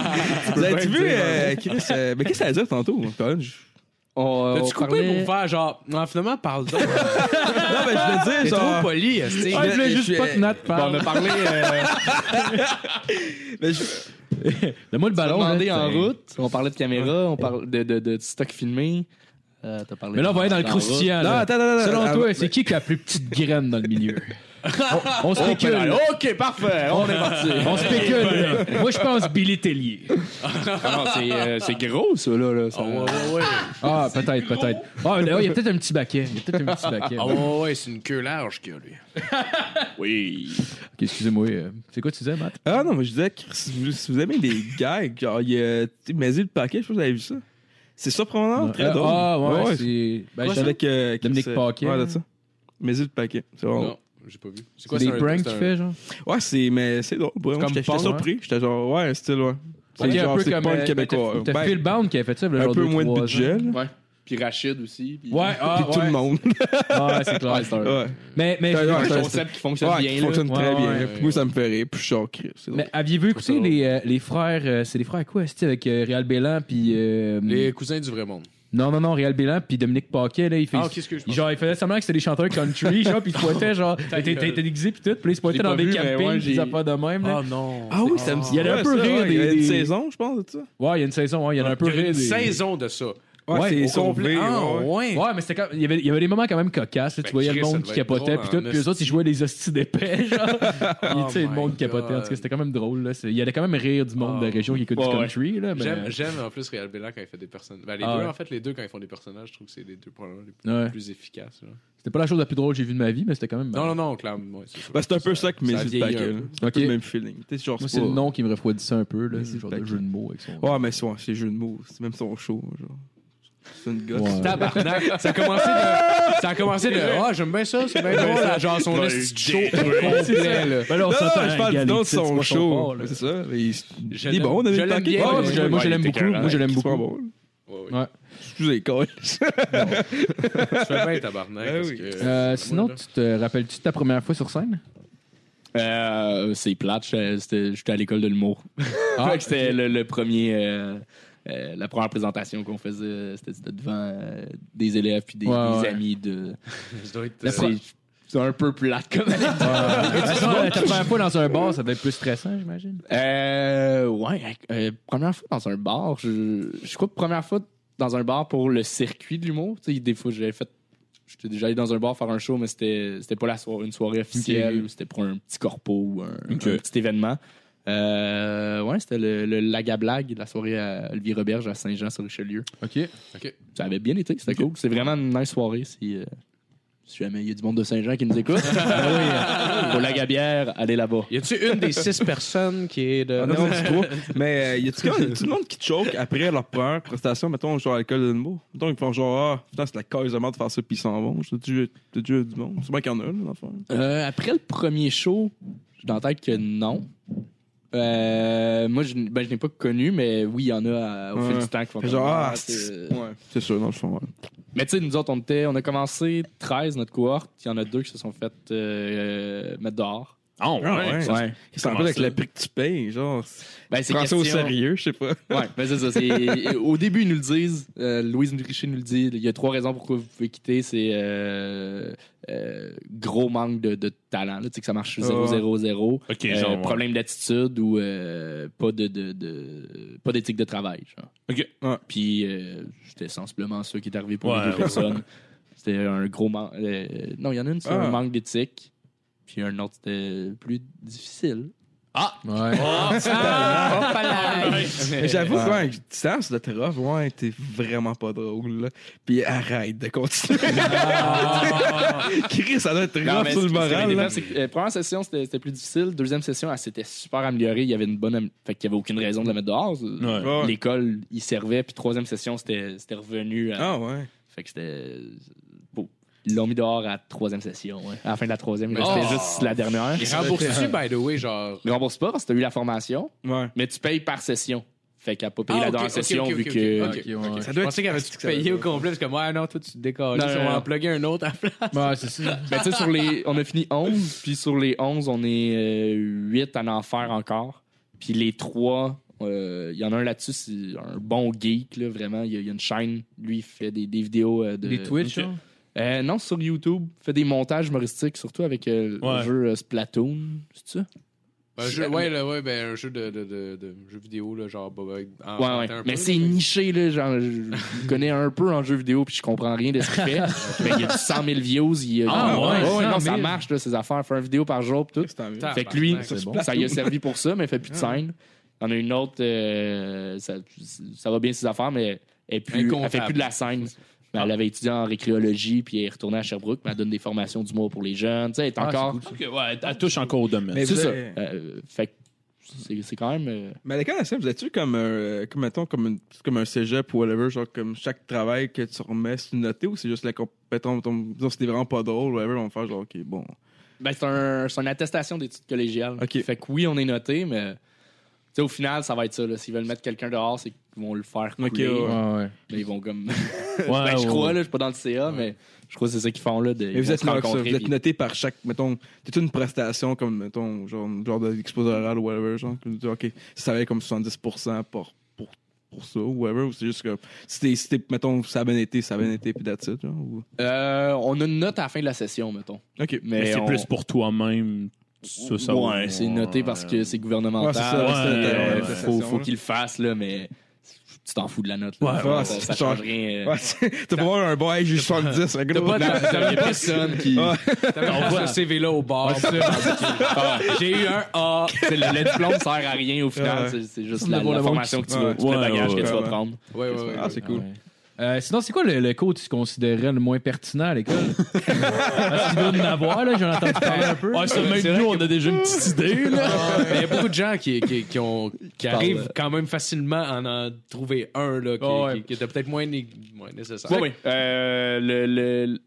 Speaker 6: Vous avez vu, euh, Chris, euh, mais qu'est-ce que ça a dit tantôt, Colin? Je-
Speaker 8: On- euh, on
Speaker 5: T'as-tu coupé
Speaker 8: parlait-
Speaker 5: pour faire genre, non, finalement, parle <laughs> donc.
Speaker 6: Non, mais je veux
Speaker 5: T'es
Speaker 6: dire,
Speaker 5: trop
Speaker 6: genre.
Speaker 5: poli, esti.
Speaker 3: Ouais, je voulais
Speaker 6: je
Speaker 3: juste
Speaker 6: suis-
Speaker 3: pas que Nat parle.
Speaker 8: On a parlé. <laughs> euh,
Speaker 6: mais je-
Speaker 3: Donne-moi le
Speaker 8: on a
Speaker 3: ballon.
Speaker 8: demandé
Speaker 3: là,
Speaker 8: en
Speaker 3: t'sais.
Speaker 8: route. ben. On parlait de caméra, on parlait de, de, de, de stock filmé. Euh, t'as parlé
Speaker 3: Mais là, on va aller dans le
Speaker 8: d'en route.
Speaker 3: croustillant.
Speaker 6: Non,
Speaker 3: là.
Speaker 6: attends, attends, attends.
Speaker 3: Selon toi,
Speaker 6: Ah,
Speaker 3: c'est qui qui a la plus petite graine dans le
Speaker 6: <laughs>
Speaker 3: milieu? On-
Speaker 6: Oh,
Speaker 3: On
Speaker 6: ben
Speaker 3: spécule.
Speaker 8: Pénal. Ok, parfait. euh, On est parti.
Speaker 3: On
Speaker 8: <laughs>
Speaker 3: spécule. Moi, je pense Billy Tellier.
Speaker 8: Ah non, c'est, euh, c'est gros, ça, là. là, ça.
Speaker 5: Ah, ouais, ouais, ouais.
Speaker 3: Ah, peut-être, peut-être. Ah, là, il y a peut-être un petit baquet. Il y a peut-être un petit baquet.
Speaker 5: Ah, ouais, ouais, ouais, c'est une queue large qu'il y a, lui.
Speaker 8: Oui.
Speaker 3: Ok, excusez-moi. euh, C'est quoi tu disais, Matt?
Speaker 6: Ah non, mais je disais, Chris, si vous, si vous aimez les gags, genre, il y a. tu sais, Maisy le paquet, je sais pas si vous avez vu ça. C'est surprenant, très drôle.
Speaker 3: Ah, ouais,
Speaker 6: Ouais,
Speaker 3: c'est... Ben,
Speaker 6: C'est
Speaker 3: je-
Speaker 6: avec euh, Chris,
Speaker 3: Dominique
Speaker 6: euh,
Speaker 3: Paquet.
Speaker 6: Ouais, c'est ça. Maisy le paquet. C'est drôle.
Speaker 5: Non, j'ai pas vu. C'est
Speaker 3: C'est des
Speaker 5: c'est un-
Speaker 3: pranks
Speaker 5: c'est
Speaker 3: qu'il
Speaker 5: un-
Speaker 3: fait, genre?
Speaker 6: Ouais, c'est mais c'est drôle. ouais, moi,
Speaker 3: comme
Speaker 6: J'étais j'étais
Speaker 3: Pong,
Speaker 6: surpris. J'étais genre, ouais, un style, ouais. Ouais,
Speaker 3: C'est un
Speaker 6: genre,
Speaker 3: peu
Speaker 6: c'est
Speaker 3: comme
Speaker 6: pas
Speaker 3: euh,
Speaker 6: le Québécois.
Speaker 3: t'as- T'as
Speaker 6: Ben,
Speaker 3: Phil Bound qui avait fait ça, le
Speaker 6: Un
Speaker 3: genre
Speaker 6: peu
Speaker 3: deux,
Speaker 6: moins de
Speaker 3: trois ans.
Speaker 6: budget. là.
Speaker 8: Puis Rachid aussi. Puis
Speaker 3: Ouais, ah,
Speaker 6: Puis tout <laughs>
Speaker 3: ouais.
Speaker 6: le monde.
Speaker 3: Ah, c'est clair.
Speaker 8: Ouais, c'est un-
Speaker 6: Ouais.
Speaker 3: Mais, mais,
Speaker 6: Ouais,
Speaker 8: un
Speaker 6: c'est-
Speaker 8: concept qui fonctionne
Speaker 6: Ouais,
Speaker 8: bien.
Speaker 6: qui
Speaker 8: là.
Speaker 6: fonctionne très
Speaker 3: Ouais,
Speaker 6: bien.
Speaker 3: ouais.
Speaker 6: Puis moi, ça me fait rire. Puis je suis genre, Chris, c'est drôle.
Speaker 3: mais aviez-vous écouté
Speaker 5: ça.
Speaker 3: les, euh, les frères, euh, c'est les frères quoi, c'était avec euh, Réal Bélan, puis... euh,
Speaker 5: Les cousins du vrai monde.
Speaker 3: Non, non, non, Réal Bélan, puis Dominique Paquet, là, il fait...
Speaker 5: Ah, ok, excuse
Speaker 3: il- Genre, il faisait semblant que c'était des chanteurs country, genre, puis il se pointait, genre, t'étais t'étais déguisé, puis tout, puis là, il se pointait
Speaker 8: l'ai
Speaker 3: dans
Speaker 8: pas
Speaker 3: des
Speaker 8: vu, mais
Speaker 3: campings,
Speaker 8: ouais,
Speaker 3: puis des
Speaker 8: j'ai-
Speaker 3: affaires de même, là.
Speaker 5: Oh non.
Speaker 6: Ah oui, ça me
Speaker 3: Il y
Speaker 6: a
Speaker 3: avait un peu rire
Speaker 6: Il y a
Speaker 3: des-
Speaker 6: une
Speaker 3: des-
Speaker 6: saison, je pense, de ça.
Speaker 3: Ouais, il y a une saison, ouais, il y en a un peu
Speaker 5: Il y a
Speaker 3: rire
Speaker 5: une
Speaker 3: des-
Speaker 5: saison de ça.
Speaker 3: Ouais,
Speaker 6: c'est
Speaker 3: au
Speaker 6: sauvé.
Speaker 5: Ah,
Speaker 6: ouais.
Speaker 5: ouais.
Speaker 3: Ouais, mais c'était quand... il, y avait, il y avait des moments quand même cocasses. là.
Speaker 5: Ben,
Speaker 3: tu voyais le
Speaker 5: Chris, ça
Speaker 3: monde
Speaker 5: devait
Speaker 3: qui
Speaker 5: être
Speaker 3: capotait,
Speaker 5: drôle,
Speaker 3: puis tout.
Speaker 5: hein, Oh
Speaker 3: Puis eux autres, ils jouaient les hosties d'épais,
Speaker 5: <laughs>
Speaker 3: genre. Puis, tu sais, le
Speaker 5: my
Speaker 3: monde qui capotait. En tout
Speaker 5: God.
Speaker 3: cas, c'était quand même drôle. Là. C'est- Il y avait quand même rire du monde de la
Speaker 5: Oh.
Speaker 3: région qui écoute
Speaker 8: Ouais,
Speaker 3: du
Speaker 8: ouais.
Speaker 3: country.
Speaker 8: ben,
Speaker 3: Là, mais...
Speaker 8: euh,
Speaker 5: J'aime, j'aime en plus Réal Bélan quand il fait des personnages. Ben, les
Speaker 3: Ah
Speaker 5: deux,
Speaker 3: ouais.
Speaker 5: en fait, les deux quand ils font des personnages, je trouve que c'est les deux probablement les plus,
Speaker 3: Ouais.
Speaker 5: plus efficaces. là.
Speaker 3: C'était pas la chose la plus drôle que j'ai vue de ma vie, mais c'était quand même.
Speaker 8: Ben.
Speaker 5: Non, non, non, clairement. ouais, c'est ça.
Speaker 8: Bah,
Speaker 6: Ben, c'est un peu ça que mes
Speaker 5: ça
Speaker 6: yeux de
Speaker 5: vieillit un
Speaker 6: paquet.
Speaker 5: peu.
Speaker 6: là. C'est un peu
Speaker 3: Ok.
Speaker 6: le même feeling. T'es genre,
Speaker 3: Moi, c'est
Speaker 6: pas-
Speaker 3: le nom qui me refroidissait un peu. là.
Speaker 6: Mais
Speaker 3: C'est
Speaker 6: c'est
Speaker 3: genre de
Speaker 6: pas-
Speaker 3: jeu de mots avec son.
Speaker 6: Ouais, mais c'est ouais, c'est jeu de mots. C'est même son show. genre. C'est une gosse.
Speaker 3: Ouais.
Speaker 5: Tabarnak, ça a
Speaker 3: <laughs>
Speaker 5: commencé de. Ça a commencé de. Ah, j'aime bien ça, c'est bien drôle. là, Genre son esti de show complet, là.
Speaker 3: Ben là, on
Speaker 6: Non,
Speaker 3: s'entend,
Speaker 6: non, je parle du
Speaker 3: gars, les
Speaker 6: nom de
Speaker 3: titres, c'est
Speaker 6: son
Speaker 3: pas
Speaker 6: show.
Speaker 3: fort, là.
Speaker 6: Mais c'est ça. mais il- Il
Speaker 5: Je
Speaker 6: est
Speaker 5: l'aime-
Speaker 6: bon, David
Speaker 5: je l'aime
Speaker 6: Paquet.
Speaker 5: bien,
Speaker 3: Ouais,
Speaker 6: Ouais,
Speaker 3: moi,
Speaker 5: mais
Speaker 6: ouais,
Speaker 3: Ah, je- moi, je l'aime
Speaker 8: Ouais,
Speaker 3: beaucoup.
Speaker 8: il était
Speaker 3: Moi, je l'aime
Speaker 6: il est super
Speaker 3: beaucoup.
Speaker 6: bon.
Speaker 5: Ouais, ouais.
Speaker 3: Ouais.
Speaker 6: Excusez, colle.
Speaker 5: Tu fais bien tabarnak.
Speaker 6: Ben
Speaker 5: parce
Speaker 6: oui.
Speaker 5: que-
Speaker 3: Euh,
Speaker 5: moi,
Speaker 3: Sinon,
Speaker 5: là.
Speaker 3: tu te rappelles-tu de ta première fois sur scène?
Speaker 8: Euh, c'est plate, j'étais j'étais- j'étais à l'école de <laughs> l'humour. Fait que c'était le, le premier, euh, euh, la première présentation qu'on faisait, c'était c'était devant euh, des élèves puis des,
Speaker 3: Ouais,
Speaker 8: des
Speaker 3: ouais.
Speaker 8: amis de.
Speaker 5: Ça doit être, euh,
Speaker 8: C'est c'est un peu plate comme.
Speaker 3: Euh, Ta première fois dans un bar, ça devait être plus stressant, j'imagine.
Speaker 8: euh, ouais, euh, première fois dans un bar, je, je crois que première fois dans un bar pour le circuit de l'humour. Tu sais, des fois j'avais fait, j'étais déjà allé dans un bar faire un show, mais c'était c'était pas la soirée, une soirée officielle,
Speaker 3: Ok.
Speaker 8: ou c'était pour un petit corpo ou un,
Speaker 4: Ok.
Speaker 8: un petit événement. Euh, ouais, c'était le, le Lagablag, la soirée à Elvira Berge à Saint-Jean-sur-Richelieu.
Speaker 3: OK.
Speaker 8: Ça avait bien été, c'était cool. C'est vraiment une nice soirée si, euh, si jamais il y a du monde de Saint-Jean qui nous écoute. Ah oui, euh, Au Lagabière, allez là-bas.
Speaker 5: Y a-tu une des six personnes qui est de.
Speaker 6: <laughs> Ah, non,
Speaker 3: <laughs>
Speaker 6: du groupe. Mais euh, y a-tu quand même tout le monde qui te choque après leur première prestation, mettons, genre à l'école de mots? Mettons, ils font genre, ah, putain, c'est la cause de mort de faire ça, puis ils s'en vont. T'as déjà t'as déjà eu du monde. C'est moi qu'il y en a, là, dans le fond.
Speaker 8: Euh, après le premier show, j'ai dans la tête que non. Euh, moi, je, n- ben, je n'ai pas connu, mais oui, il y en a euh, au fil
Speaker 6: Ouais.
Speaker 8: du temps qui font
Speaker 6: Fait Genre,
Speaker 8: comme,
Speaker 6: ah,
Speaker 8: ah,
Speaker 6: c'est.
Speaker 8: c'est-
Speaker 6: Ouais, c'est sûr, dans le fond. ouais.
Speaker 8: Mais tu sais, nous autres, on, était, on a commencé 13, notre cohorte. Il y en a deux qui se sont fait euh, mettre dehors.
Speaker 4: Oh,
Speaker 6: Ah,
Speaker 4: ouais.
Speaker 6: ouais.
Speaker 4: Ça,
Speaker 6: C'est un peu
Speaker 4: Comment
Speaker 6: avec
Speaker 4: ça?
Speaker 6: le prix que tu payes, genre.
Speaker 8: Ben,
Speaker 6: Prends ça au
Speaker 8: question-
Speaker 6: sérieux, je sais pas.
Speaker 8: Ouais, <laughs> ben c'est ça. c'est- Au début, ils nous le disent. euh, Louise Richer nous le dit. Il y a trois raisons pourquoi vous pouvez quitter. C'est euh, euh, gros manque de, de talent. là, Tu sais que ça marche 0 0 0
Speaker 4: Ok,
Speaker 8: Euh,
Speaker 4: genre. ouais.
Speaker 8: problème d'attitude ou euh, pas de, de- de- pas d'éthique de travail. Genre.
Speaker 4: Ok.
Speaker 6: Ouais.
Speaker 8: Puis euh, c'était sensiblement ça qui est arrivé pour
Speaker 4: Ouais,
Speaker 8: les deux
Speaker 4: ouais.
Speaker 8: personnes. C'était un gros manque. non, il y en a une, c'est
Speaker 6: Ah.
Speaker 8: un manque d'éthique. Puis un autre, c'était plus difficile.
Speaker 3: Ouais.
Speaker 4: Ah,
Speaker 6: Mais j'avoue, que, ouais, distance de rough, ouais, t'es vraiment pas drôle, là. Puis arrête de continuer. <laughs> Chris, ça doit être
Speaker 8: Non,
Speaker 6: rough
Speaker 8: mais
Speaker 6: sur le
Speaker 8: ce qui- ce qui
Speaker 6: moral,
Speaker 8: arrivait,
Speaker 6: là.
Speaker 8: c'est que, euh, première session, c'était c'était plus difficile. Deuxième session, elle s'était super améliorée. Il y avait une bonne. am- Fait qu'il n'y avait aucune raison de la mettre dehors.
Speaker 4: Ouais.
Speaker 6: Ouais.
Speaker 8: L'école, il servait. Puis troisième session, c'était c'était revenu. à-
Speaker 6: Ah ouais.
Speaker 8: Fait que c'était. Bon. Ils l'ont mis dehors à troisième session. ouais. À la fin de la troisième, là,
Speaker 5: Oh!
Speaker 8: c'était juste la dernière.
Speaker 5: Il rembourse-tu, by the way, genre.
Speaker 8: Ils remboursent pas parce que tu as eu la formation,
Speaker 6: Ouais.
Speaker 8: mais tu payes par session. Fait qu'elle n'a pas
Speaker 5: Ah,
Speaker 8: payé la
Speaker 5: ok,
Speaker 8: dernière
Speaker 5: ok,
Speaker 8: session
Speaker 5: ok,
Speaker 8: vu
Speaker 5: ok, ok,
Speaker 8: que.
Speaker 5: ok.
Speaker 3: Ok, ouais, ouais.
Speaker 6: Ça
Speaker 5: Je pensais qu'il avait tout payé au complet parce que moi, non, toi, tu te décolles.
Speaker 8: Non,
Speaker 5: On
Speaker 8: non,
Speaker 5: va en
Speaker 8: non.
Speaker 5: plugger un autre à
Speaker 3: Ouais, c'est ça.
Speaker 8: Ben, tu sais, sur les... On a fini 11, puis sur les 11, on est 8 à en faire encore. Puis les 3, il y en a un là-dessus, c'est un bon geek, là, vraiment. Il y, a- il y a une chaîne, lui, il fait des, des vidéos euh, de...
Speaker 3: Des Twitch,
Speaker 4: ok.
Speaker 3: hein?
Speaker 8: Euh, non, sur YouTube, il fait des montages humoristiques, surtout avec euh,
Speaker 4: Ouais.
Speaker 8: le jeu euh, Splatoon, c'est ça?
Speaker 5: Un jeu, ouais, là, ouais, ben, un jeu de, de, de, de jeu vidéo, là, genre. bah, ouais, en-
Speaker 8: Ouais,
Speaker 5: en-
Speaker 8: ouais.
Speaker 5: un peu,
Speaker 8: Mais c'est
Speaker 5: là,
Speaker 8: niché, là. Genre, je je connais un peu en jeu vidéo, puis je comprends rien de ce qu'il fait.
Speaker 5: <laughs>
Speaker 8: Mais il y a du 100 000 views. Il y a-
Speaker 4: Ah, ouais,
Speaker 8: non,
Speaker 3: 100 000.
Speaker 8: ça marche, là, ces affaires. Faire une vidéo par jour, puis tout.
Speaker 6: C'est tant mieux.
Speaker 5: Tabarnak.
Speaker 8: Fait que lui,
Speaker 5: C'est
Speaker 8: ça- ça y a servi pour ça, mais il fait plus de scène. Il y en a une autre, euh, ça, ça va bien ses affaires, mais elle, est plus, elle fait
Speaker 5: Inconfable.
Speaker 8: plus de la scène. Mais elle avait étudié en récréologie, puis elle est retournée à Sherbrooke, mais elle donne des formations d'humour pour les jeunes. Tu sais, elle est
Speaker 5: Ah,
Speaker 8: encore.
Speaker 4: Ok, ouais, elle touche encore au domaine.
Speaker 6: Mais
Speaker 8: C'est
Speaker 6: vous
Speaker 8: ça.
Speaker 6: avez-
Speaker 8: Euh, fait que c'est c'est quand même. euh,
Speaker 6: Mais à l'école nationale, vous êtes-tu comme, un- comme, mettons, comme, une- comme un cégep ou whatever, genre comme chaque travail que tu remets, c'est noté ou c'est juste la compétence, disons, c'était vraiment pas drôle, whatever, on va faire genre, ok, bon.
Speaker 8: Ben, c'est un, c'est une attestation d'études collégiales.
Speaker 6: Ok.
Speaker 8: Fait que oui, on est noté, mais tu sais, sais, au final, ça va être ça. là. S'ils veulent mettre quelqu'un dehors, c'est qu'ils vont le faire couler.
Speaker 6: Ok, ouais.
Speaker 3: hein. Ouais, ouais.
Speaker 8: Ben, ils vont comme. <laughs>
Speaker 3: Ouais,
Speaker 8: Ben, je
Speaker 3: ouais,
Speaker 8: crois,
Speaker 3: ouais.
Speaker 8: là, je suis pas dans le CA, mais je crois que c'est ça qu'ils font, là. De,
Speaker 6: Mais vous êtes, noté- vous êtes
Speaker 8: puis-
Speaker 6: noté par chaque, mettons, toute une prestation comme, mettons, genre, genre d'exposé oral ou whatever, genre, que vous dites, OK, ça va être comme 70% pour, pour, pour ça ou whatever, ou c'est juste que si t'es, si t'es, mettons, ça a bien été, ça a bien été, puis that's it, genre, ou...
Speaker 8: Euh, on a une note à la fin de la session, mettons.
Speaker 6: OK.
Speaker 8: Mais,
Speaker 4: Mais c'est
Speaker 8: on-
Speaker 4: plus pour toi-même. Ça, ça
Speaker 8: ouais, c'est noté parce que c'est gouvernemental.
Speaker 6: Ouais, c'est ça,
Speaker 4: ouais,
Speaker 8: Euh,
Speaker 4: ouais, ouais.
Speaker 8: faut, faut qu'il le fasse, là, mais tu t'en fous de la note.
Speaker 4: Ouais,
Speaker 8: Là.
Speaker 4: ouais,
Speaker 8: ça,
Speaker 6: c'est-
Speaker 8: ça change rien. euh.
Speaker 6: Ouais, c'est- t'as pas avoir un boy, j'ai 70, un
Speaker 8: T'as
Speaker 6: gros.
Speaker 8: pas de-
Speaker 3: <laughs>
Speaker 8: t'as personne qui.
Speaker 6: Ouais.
Speaker 5: T'avais pas ce CV-là au bar.
Speaker 8: Ah, J'ai eu un A. C'est Le, le diplôme sert à rien au final.
Speaker 6: Ouais.
Speaker 8: c'est- C'est juste
Speaker 6: Comme
Speaker 8: la,
Speaker 6: le voir
Speaker 8: la
Speaker 6: le monde
Speaker 8: formation que tu
Speaker 6: qui-
Speaker 8: veux,
Speaker 6: ouais.
Speaker 8: tout le bagage
Speaker 4: Ouais,
Speaker 8: que tu
Speaker 6: ouais,
Speaker 8: vas
Speaker 6: ouais.
Speaker 8: prendre.
Speaker 5: Ouais, ouais, ouais.
Speaker 6: Ah, <laughs> c'est cool.
Speaker 3: Euh, sinon, c'est quoi le, le cours que tu considérais le moins pertinent à l'école? <laughs> Parce qu'il doit Ah, en avoir, là, j'en ai entendu parler un peu.
Speaker 4: Ouais, ça, même nous, on a déjà une petite idée, là.
Speaker 5: Mais Il y a beaucoup de gens qui, qui, qui ont, qui arrivent quand même facilement à en, en trouver un là, qui,
Speaker 3: Ah ouais.
Speaker 5: qui- qui était peut-être moins, né- moins nécessaire.
Speaker 8: Oui, oui. Euh, le, le- le-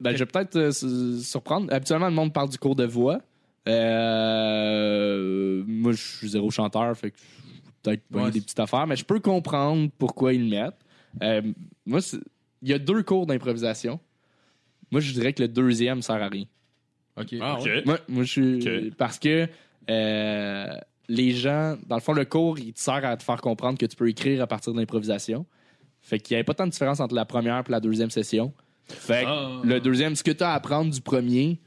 Speaker 8: Ben, je vais peut-être euh, su- surprendre. Habituellement, le monde parle du cours de voix. Euh, moi, je suis zéro chanteur, fait que je vais peut-être pogner
Speaker 5: Ouais.
Speaker 8: des petites affaires, mais je peux comprendre pourquoi ils le mettent. Euh, moi, c'est- il y a deux cours d'improvisation. Moi, je dirais que le deuxième sert à rien.
Speaker 3: Ok.
Speaker 5: Ah, ouais.
Speaker 8: Moi, moi, je suis.
Speaker 4: Ok.
Speaker 8: Parce que euh, les gens, dans le fond, le cours, il te sert à te faire comprendre que tu peux écrire à partir d'improvisation. Fait qu'il n'y avait pas tant de différence entre la première et la deuxième session. Fait que
Speaker 4: Ah.
Speaker 5: Ah,
Speaker 8: le deuxième, ce que tu as à apprendre du premier,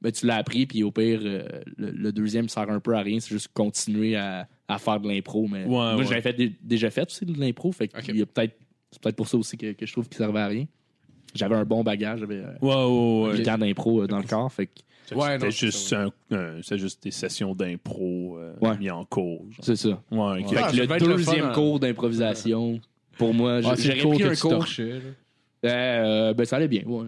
Speaker 8: ben, tu l'as appris, puis au pire, euh, le, le deuxième sert un peu à rien, c'est juste continuer à, à faire de l'impro. Mais moi,
Speaker 4: ouais.
Speaker 8: j'avais fait des- déjà fait aussi de l'impro, fait que
Speaker 5: Ok.
Speaker 8: il y a peut-être, c'est peut-être pour ça aussi que, que je trouve qu'il servait à rien. J'avais un bon bagage, j'avais euh,
Speaker 4: Ouais, ouais, ouais.
Speaker 8: du temps d'impro euh, dans le corps, fait que
Speaker 4: C'est
Speaker 5: Ouais, non,
Speaker 4: c'était
Speaker 5: c'est
Speaker 4: juste,
Speaker 5: ça,
Speaker 4: un- un- c'était juste des sessions d'impro euh,
Speaker 8: Ouais.
Speaker 4: mis en cours. genre.
Speaker 8: c'est ça.
Speaker 4: Ouais, ok.
Speaker 8: Fait
Speaker 5: Ah, ça
Speaker 8: que le
Speaker 5: devait être le fun,
Speaker 8: deuxième
Speaker 5: hein. Ah,
Speaker 8: cours d'improvisation, pour moi, j- j'aurais pris un cours. Euh, ben, ça allait bien, ouais.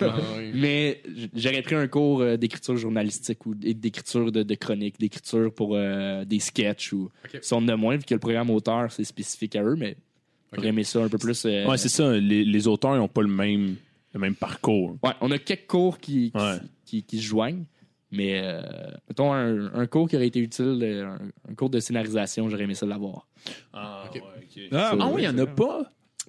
Speaker 5: Ah,
Speaker 8: Mais j- j'aurais pris un cours euh, d'écriture journalistique ou d- d'écriture de, de chronique, d'écriture pour euh, des sketchs ou
Speaker 5: Ok.
Speaker 8: son de moins, vu que le programme auteur, c'est spécifique à eux, mais j'aurais aimé ça un peu plus. euh,
Speaker 4: Ouais, c'est ça. Les, les auteurs n'ont pas le même, le même parcours.
Speaker 8: ouais, on a quelques cours qui, qui,
Speaker 4: Ouais.
Speaker 8: qui- qui se joignent, mais euh, mettons un, un cours qui aurait été utile, euh, un, un cours de scénarisation, j'aurais aimé ça l'avoir.
Speaker 4: Ah,
Speaker 5: Ok.
Speaker 6: Ah,
Speaker 4: Ah oui, il n'y en a pas.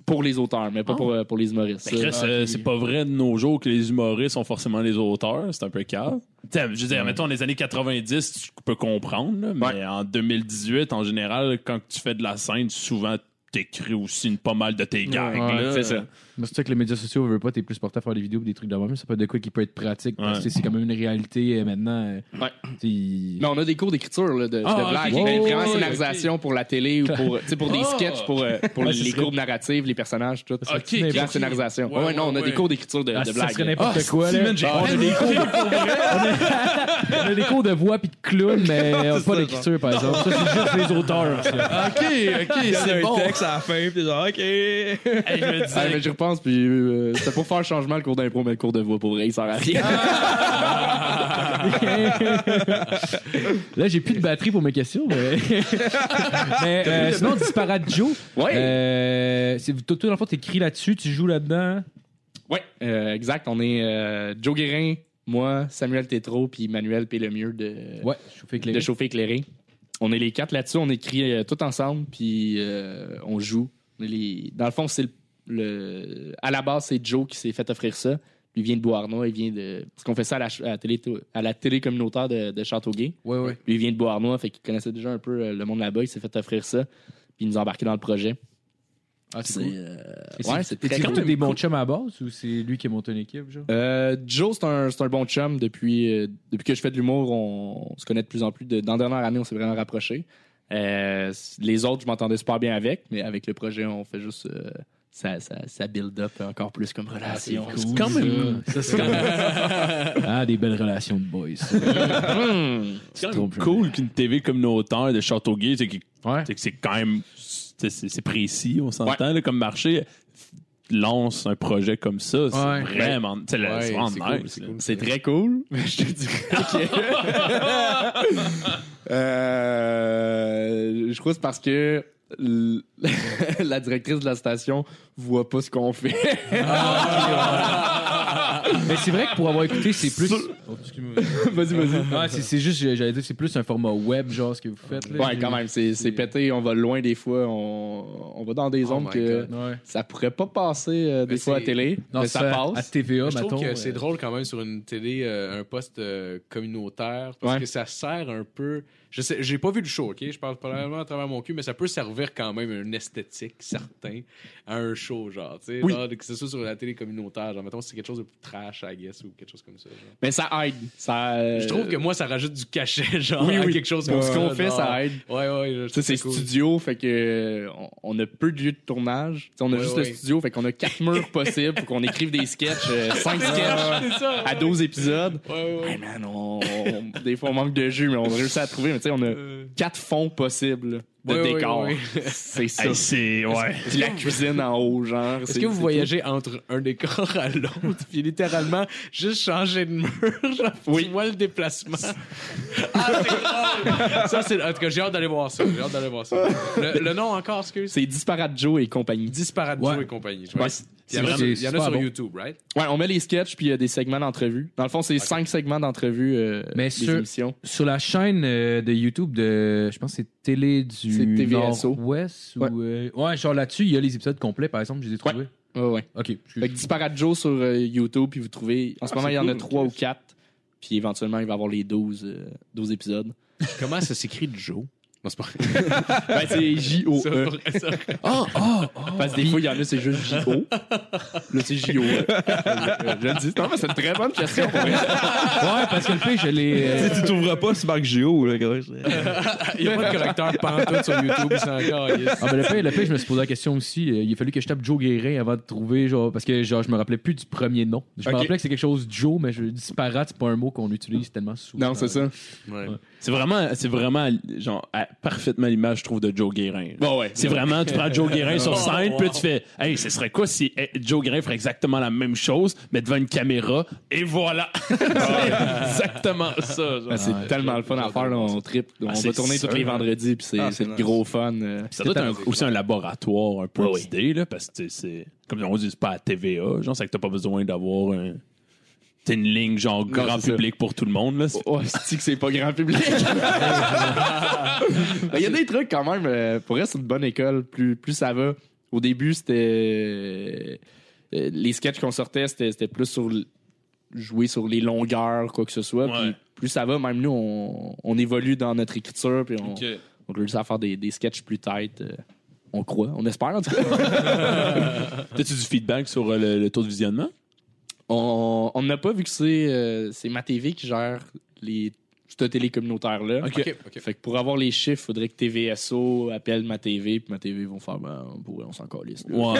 Speaker 8: Pour les auteurs, mais pas pour, euh, pour les humoristes.
Speaker 4: Ben, Chris,
Speaker 8: Ça,
Speaker 4: euh, c'est pas vrai de nos jours que les humoristes sont forcément les auteurs. C'est un peu cave. T'sais, Je veux dire, mettons, les années 90, tu peux comprendre, là, mais en 2018, en général, quand tu fais de la scène, souvent, t'écris aussi une pas mal de tes gags.
Speaker 3: ouais,
Speaker 4: là.
Speaker 8: c'est ça.
Speaker 3: Mais c'est sûr que les médias sociaux, on veut pas, t'es plus porté à faire des vidéos ou des trucs de même. Ça peut être de quoi qui peut être pratique. parce que
Speaker 4: Ouais.
Speaker 3: C'est quand même une réalité euh, maintenant. euh,
Speaker 8: Ouais.
Speaker 3: tu sais, il-
Speaker 8: Mais on a des cours d'écriture, là, de,
Speaker 4: Ah,
Speaker 8: de
Speaker 4: ok,
Speaker 8: blagues,
Speaker 4: ok,
Speaker 8: mais
Speaker 4: ok,
Speaker 8: vraiment
Speaker 4: ok.
Speaker 8: scénarisation pour la télé ou pour, tu sais, pour des
Speaker 4: Ah.
Speaker 8: sketchs, pour, euh, pour
Speaker 4: Ouais, ce
Speaker 8: les
Speaker 4: serait-
Speaker 8: courbes narratives, les personnages, tout.
Speaker 4: Ok, ok,
Speaker 8: Grand
Speaker 4: ok.
Speaker 8: scénarisation.
Speaker 4: Ouais,
Speaker 8: Ouais,
Speaker 4: ouais,
Speaker 8: non, on a
Speaker 4: ouais.
Speaker 8: des cours d'écriture de,
Speaker 3: Ah,
Speaker 8: de
Speaker 3: ça
Speaker 8: blagues.
Speaker 3: serait
Speaker 8: là.
Speaker 3: n'importe quoi. là.
Speaker 8: Ah, on a des-
Speaker 3: <laughs> On a des cours de voix puis de clown,
Speaker 8: <laughs>
Speaker 3: mais euh, pas d'écriture, par exemple. Ça, c'est juste les auteurs. ça.
Speaker 4: Ok, ok,
Speaker 6: C'est
Speaker 4: c'est
Speaker 6: un
Speaker 4: bon.
Speaker 6: texte à la fin, pis t'es genre,
Speaker 8: Euh.
Speaker 6: OK.
Speaker 4: Hey, je me disais,
Speaker 8: Ah, mais j'y repense, puis euh, c'était pour faire changement le cours d'impro, mais le cours de voix, pour vrai, il sert à rien.
Speaker 4: Ah!
Speaker 3: Là, j'ai plus de batterie pour mes questions. Mais, <laughs> mais euh, sinon, Disparate Joe.
Speaker 8: Ouais.
Speaker 3: Euh, c'est- toi, toi, dans le fond, t'écris là-dessus, tu joues là-dedans.
Speaker 8: Ouais, euh, exact. On est euh, Joe Guérin, moi, Samuel Tétrault, puis Manuel Pélemieux de,
Speaker 3: Ouais, je fais
Speaker 8: de Chauffer Éclairé. On est les quatre là-dessus, on écrit euh, tout ensemble, puis euh, on joue. On est les- Dans le fond, c'est le... le- À la base, c'est Joe qui s'est fait offrir ça. Lui il vient de Bois-Arnois, il vient de... Parce qu'on fait ça à la, ch- à la télé... à la télé communautaire de, de Châteauguay.
Speaker 5: Ouais, ouais.
Speaker 8: Lui, il vient de Beauharnois, fait qu'il connaissait déjà un peu euh, le monde là-bas. Il s'est fait offrir ça, puis il nous a embarqué dans le projet.
Speaker 3: Ah,
Speaker 8: C'est, euh, ouais, c'est très
Speaker 3: C'est
Speaker 8: cool.
Speaker 3: quand même des bons chums à la base ou c'est lui qui a monté une équipe, genre?
Speaker 8: Euh, Joe, c'est un, c'est un bon chum. Depuis, euh, depuis que je fais de l'humour, on, on se connaît de plus en plus. De- dans la dernière année, on s'est vraiment rapprochés. Euh, c- les autres, je m'entendais super bien avec, mais avec le projet, on fait juste... euh, ça, ça, ça build up encore plus comme relation.
Speaker 3: C'est quand même.
Speaker 8: <laughs>
Speaker 3: ah, des belles relations de boys.
Speaker 8: Hum.
Speaker 4: c'est quand
Speaker 3: trop
Speaker 4: même
Speaker 3: bien.
Speaker 4: cool qu'une TV communautaire de Châteauguay, c'est qui-
Speaker 3: Ouais.
Speaker 4: c'est que c'est quand même c'est c'est précis, on s'entend, là, comme marché lance un projet comme ça, c'est
Speaker 3: Ouais.
Speaker 4: vraiment, tu sais, la-
Speaker 5: Ouais,
Speaker 4: c'est vraiment
Speaker 5: c'est cool,
Speaker 4: nice,
Speaker 5: c'est
Speaker 4: là.
Speaker 5: cool.
Speaker 8: C'est très cool, <laughs> mais je te dirais que. <laughs> Euh, je crois que c'est parce que l- <laughs> la directrice de la station voit pas ce qu'on fait.
Speaker 3: Mais c'est vrai que pour avoir écouté, c'est plus. <laughs>
Speaker 11: Vas-y, vas-y.
Speaker 3: Oh, Ouais, c'est c'est juste, j'allais dire, c'est plus un format web, genre ce que vous faites. Là,
Speaker 8: Ouais, quand même, c'est c'est pété, on va loin des fois, on, on va dans des
Speaker 5: Oh
Speaker 8: zones
Speaker 5: my
Speaker 8: que
Speaker 5: God.
Speaker 3: Ouais.
Speaker 8: ça pourrait pas passer euh, des
Speaker 5: Mais
Speaker 8: fois à
Speaker 5: c'est-
Speaker 8: télé, mais ça
Speaker 3: À
Speaker 8: passe.
Speaker 3: TVA,
Speaker 5: Je trouve
Speaker 3: mettons.
Speaker 5: que c'est
Speaker 3: euh,
Speaker 5: drôle quand même sur une télé, euh, un poste euh, communautaire, parce
Speaker 8: Ouais.
Speaker 5: que ça sert un peu. Je sais, j'ai pas vu le show, ok? Je parle probablement à travers mon cul, mais ça peut servir quand même une esthétique certain à un show, genre, tu sais,
Speaker 8: Oui.
Speaker 5: genre, que ce soit sur la télé communautaire, genre, mettons, si c'est quelque chose de plus trash, I guess, ou quelque chose comme ça. genre.
Speaker 8: Mais ça aide. Ça, euh,
Speaker 5: Je trouve que moi, ça rajoute du cachet, <laughs> genre,
Speaker 8: Oui,
Speaker 5: à
Speaker 8: oui.
Speaker 5: quelque chose comme
Speaker 8: ce
Speaker 5: ça.
Speaker 8: qu'on fait,
Speaker 5: genre.
Speaker 8: ça aide.
Speaker 5: Ouais, ouais, je- je
Speaker 8: Tu
Speaker 5: trouve
Speaker 8: sais, c'est
Speaker 5: ça cool.
Speaker 8: studio, fait que euh, on on a peu de lieux de tournage. Tu sais, on a
Speaker 5: Ouais,
Speaker 8: juste
Speaker 5: ouais.
Speaker 8: le studio, fait qu'on a
Speaker 5: <laughs>
Speaker 8: quatre murs possibles pour qu'on écrive des sketchs, 5 sketchs
Speaker 5: C'est ça.
Speaker 8: à 12 épisodes.
Speaker 5: Ouais, ouais,
Speaker 8: Ouais,
Speaker 5: ouais.
Speaker 8: man, on, on- des fois on manque de jus, mais on réussit à trouver. Mais tu sais, on a
Speaker 5: Euh,
Speaker 8: quatre fonds possibles de
Speaker 5: Ouais, ouais,
Speaker 8: décor.
Speaker 5: ouais.
Speaker 8: C'est ça.
Speaker 4: Hey, c'est. Ouais.
Speaker 8: Puis la cuisine en haut, genre.
Speaker 5: Est-ce
Speaker 8: c'est-
Speaker 5: que vous
Speaker 8: c'est
Speaker 5: voyagez entre un décor à l'autre, puis littéralement, juste changer de mur, <laughs> genre,
Speaker 8: Oui.
Speaker 5: tu vois le déplacement? Ah, c'est drôle! Ça, c'est... En tout cas, j'ai hâte d'aller voir ça. J'ai hâte d'aller voir ça. Le, le nom encore, excuse?
Speaker 8: C'est Disparate Joe et compagnie.
Speaker 5: Disparate
Speaker 3: Ouais.
Speaker 5: Joe et compagnie. je
Speaker 8: Ouais,
Speaker 5: vois.
Speaker 8: c'est-
Speaker 5: Il y en a,
Speaker 3: vrai,
Speaker 5: sur-
Speaker 3: c'est
Speaker 5: il y en a
Speaker 3: super
Speaker 5: sur
Speaker 3: bon.
Speaker 5: YouTube, right?
Speaker 8: ouais, on met les sketchs puis il y a des segments d'entrevue. Dans le fond, c'est cinq segments d'entrevue euh,
Speaker 3: Mais
Speaker 8: des
Speaker 3: sur-
Speaker 8: émissions.
Speaker 3: Sur la chaîne euh, de YouTube de, je pense que c'est Télé
Speaker 8: C'est
Speaker 3: du
Speaker 8: TVSO.
Speaker 3: Nord-Ouest.
Speaker 8: Ouais.
Speaker 3: Ou, euh, ouais, genre là-dessus, il y a les épisodes complets, par exemple, je les ai trouvés.
Speaker 8: Ouais, ouais.
Speaker 3: OK. excuse.
Speaker 8: Fait que Disparate Joe sur euh, YouTube, puis vous trouvez. En ce moment, il y en a trois ou quatre. Puis éventuellement, il va y avoir les 12, euh, 12 épisodes.
Speaker 5: Comment ça s'écrit Joe? Non, c'est pas
Speaker 8: Ben, c'est J-O-E.
Speaker 5: vrai. ça.
Speaker 8: Parce que des fois, il y en a, c'est juste J-O. Là, c'est J-O. Je le dis. Non, mais c'est une très bonne question. pour vrai.
Speaker 3: Ouais, parce que le fait, je
Speaker 8: <laughs>
Speaker 3: l'ai. euh,
Speaker 6: Tu trouveras pas ce Marc Géo, là, quand même.
Speaker 5: Il n'y a pas de correcteur pantoute sur YouTube, c'est encore...
Speaker 3: Ah ben le pire, le pire, je me suis posé la question aussi. euh, Il a fallu que je tape Joe Guérin avant de trouver, genre, parce que genre, je me rappelais plus du premier nom. Je me
Speaker 8: Ok.
Speaker 3: rappelais que c'est quelque chose de Joe, mais je, disparate, c'est pas un mot qu'on utilise tellement souvent.
Speaker 8: Non, c'est ça.
Speaker 5: Ouais.
Speaker 4: C'est vraiment, c'est vraiment genre, à- parfaitement l'image, je trouve, de Joe Guérin.
Speaker 8: Bon, ouais.
Speaker 4: C'est vraiment, tu prends Joe Guérin sur scène, puis là, tu fais, hey, ce serait quoi si eh, Joe Guérin ferait exactement la même chose, mais devant une caméra, et voilà! <laughs> C'est exactement ça. genre.
Speaker 8: Ben, c'est tellement le fun à faire. là. On trip. On
Speaker 4: c'est
Speaker 8: va tourner
Speaker 4: sûr,
Speaker 8: tous les
Speaker 4: hein.
Speaker 8: vendredis, puis c'est
Speaker 6: Ah,
Speaker 8: c'est
Speaker 6: c'est
Speaker 8: le
Speaker 6: nice.
Speaker 8: gros fun. euh.
Speaker 4: ça doit être un- aussi un laboratoire un peu d'idées, là, parce que tu sais, c'est, comme on dit, c'est pas à TVA, genre, c'est que t'as pas besoin d'avoir un- t'as une ligne, genre, grand
Speaker 8: c'est ça.
Speaker 4: public pour tout le monde, là. C'est-
Speaker 8: Oh, cest que c'est pas grand public? Ben, Il y a des trucs quand même. euh, Pour vrai, c'est une bonne école. Plus, plus ça va. Au début, c'était. euh, Les sketchs qu'on sortait, c'était c'était plus sur. l- jouer sur les longueurs, quoi que ce soit.
Speaker 4: Ouais.
Speaker 8: Puis plus ça va, même nous, on, on évolue dans notre écriture. Puis on, on réussit à faire des, des sketchs plus tight. euh, On croit, on espère en tout cas.
Speaker 4: T'as-tu du feedback sur euh, le, le taux de visionnement?
Speaker 8: On on n'a pas vu que c'est euh, c'est ma TV qui gère les cette télé communautaire là.
Speaker 5: OK, OK.
Speaker 8: Fait que pour avoir les chiffres, faudrait que TVSO appelle ma TV, puis ma TV vont faire ben, on pourrait- on s'en calisse. là.
Speaker 4: Ouais.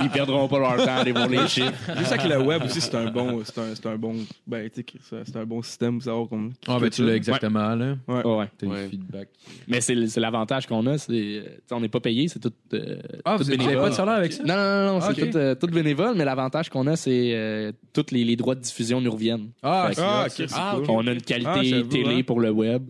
Speaker 8: <laughs> Ils perdront pas leur temps à aller voir les chiffres.
Speaker 6: Juste avec le web aussi, c'est un bon, c'est un, c'est un bon, ben, tu sais, c'est un- c'est un bon système pour savoir comment.
Speaker 3: Ah ben tu l'as exactement, là.
Speaker 8: Ouais.
Speaker 3: T'as
Speaker 5: Ouais.
Speaker 3: le feedback.
Speaker 8: Mais c'est le- c'est l'avantage qu'on a, c'est euh, tu sais, on n'est pas payé, c'est tout. euh,
Speaker 3: Ah,
Speaker 8: tout
Speaker 3: vous n'avez
Speaker 8: bénévole.
Speaker 3: pas de salaire avec ça?
Speaker 8: Non, non, non, non,
Speaker 3: Ah,
Speaker 8: c'est
Speaker 3: ok.
Speaker 8: tout, euh, tout bénévole, mais l'avantage qu'on a, c'est euh, tous les, les droits de diffusion nous reviennent.
Speaker 3: Ah,
Speaker 8: Fait que-
Speaker 6: Ah, ok, c'est
Speaker 5: Ah,
Speaker 6: cool.
Speaker 8: On a une
Speaker 6: Ah,
Speaker 8: qualité
Speaker 6: j'avoue,
Speaker 8: télé
Speaker 6: hein.
Speaker 8: pour le web.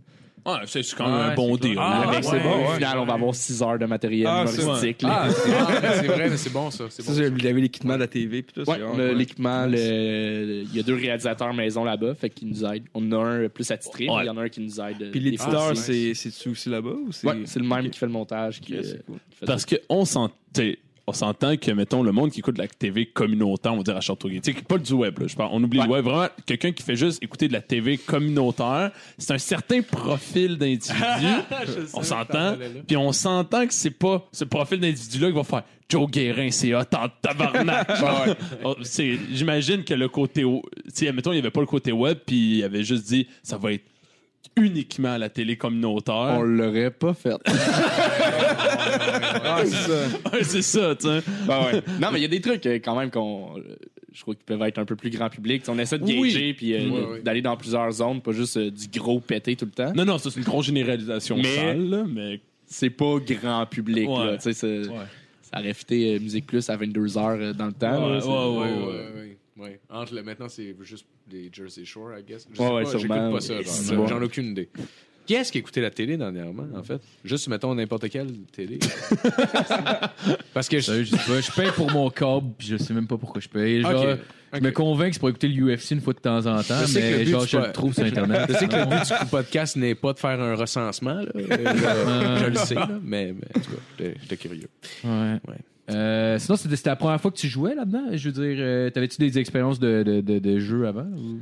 Speaker 4: Ouais, c'est c'est quand même
Speaker 3: Ouais,
Speaker 4: un bon
Speaker 3: c'est clair.
Speaker 4: deal.
Speaker 5: Ah,
Speaker 4: là.
Speaker 8: Avec
Speaker 5: ouais,
Speaker 8: c'est bon. Au
Speaker 6: ouais.
Speaker 8: final, on va avoir 6 heures de matériel
Speaker 6: Ah, c'est-
Speaker 8: humoristique. là.
Speaker 5: Ah, c'est ah, c'est vrai, mais c'est bon, ça. C'est
Speaker 6: Ça,
Speaker 5: bon.
Speaker 6: c'est- vous avez l'équipement de la TV, puis tout.
Speaker 8: Ouais,
Speaker 6: c'est-
Speaker 8: on a l'équipement, le- il y a deux réalisateurs maison là-bas, fait qu'ils nous aident. On en a un plus attitré, mais
Speaker 4: Ouais.
Speaker 8: il y en a un qui nous aide. euh,
Speaker 6: Puis
Speaker 8: des fois
Speaker 6: l'éditeur, c'est
Speaker 8: aussi.
Speaker 6: c'est-tu aussi là-bas ou c'est.
Speaker 8: Ouais, c'est le même qui fait le montage. Qui,
Speaker 6: Ok,
Speaker 8: euh,
Speaker 6: c'est cool.
Speaker 8: qui fait
Speaker 4: Parce qu'on On s'entend que, mettons, le monde qui écoute la TV communautaire, on va dire à Châteauguay, tu sais, pas du web, là, je parle, on oublie le web. Vraiment, quelqu'un qui fait juste écouter de la TV communautaire, c'est un certain profil d'individu. on s'entend. Puis on s'entend que c'est pas ce profil d'individu-là qui va faire Joe Guérin, c'est hot en tabarnak. Genre, on- c'est- J'imagine que le côté. o- Tu sais, mettons, il y avait pas le côté web, puis il avait juste dit ça va être uniquement à la télé communautaire.
Speaker 8: l'aurait pas <laughs> fait.
Speaker 6: Ah, c'est ça.
Speaker 4: <laughs> c'est ça, tu sais.
Speaker 8: Non, mais il y a des trucs euh, quand même qu'on. euh, Je crois qu'ils peuvent être un peu plus grand public. T'sais, on essaie de
Speaker 4: Oui.
Speaker 8: gager puis euh,
Speaker 5: Ouais, ouais.
Speaker 8: d'aller dans plusieurs zones, pas juste euh, du gros pété tout le temps.
Speaker 4: Non, non, ça c'est une grosse généralisation
Speaker 8: Mais-
Speaker 4: sale, là, mais
Speaker 8: C'est pas grand public.
Speaker 4: Ouais.
Speaker 8: là, t'sais, c'est- Ça aurait fité euh, Musique Plus à 22h dans le temps.
Speaker 4: Ouais,
Speaker 8: là, c'est-
Speaker 4: ouais,
Speaker 5: Ah Ouais, ouais,
Speaker 4: ouais.
Speaker 5: ouais, ouais. Entre le, maintenant, c'est juste les Jersey Shore, I guess. Je
Speaker 8: Ouais, ouais,
Speaker 5: sais pas, j'écoute
Speaker 8: sûrement.
Speaker 5: pas ça. genre.
Speaker 8: C'est bon.
Speaker 5: J'en ai aucune idée. Qui est-ce qui écoutait la télé dernièrement, en fait? Juste, mettons, n'importe quelle <laughs> télé. Parce que je...
Speaker 3: Sérieux, je, sais pas, je paye pour mon câble, puis je sais même pas pourquoi je paye. Genre,
Speaker 5: Ok,
Speaker 3: Je
Speaker 5: ok.
Speaker 3: me convainc que c'est pour écouter le UFC une fois de temps en temps,
Speaker 5: Je sais que le
Speaker 3: mais
Speaker 5: but,
Speaker 3: genre,
Speaker 5: c'est
Speaker 3: je
Speaker 5: pas-
Speaker 3: le trouve sur Internet.
Speaker 5: Je sais que le but du podcast n'est pas de faire un recensement, là. <laughs> Euh, je le sais, là. Mais, mais en tout cas, j'étais- j'étais curieux.
Speaker 3: Ouais.
Speaker 5: Ouais.
Speaker 3: Euh, sinon, c'était c'était la première fois que tu jouais là-dedans? Je veux dire, euh, t'avais-tu des expériences de, de, de, de jeu avant? ou-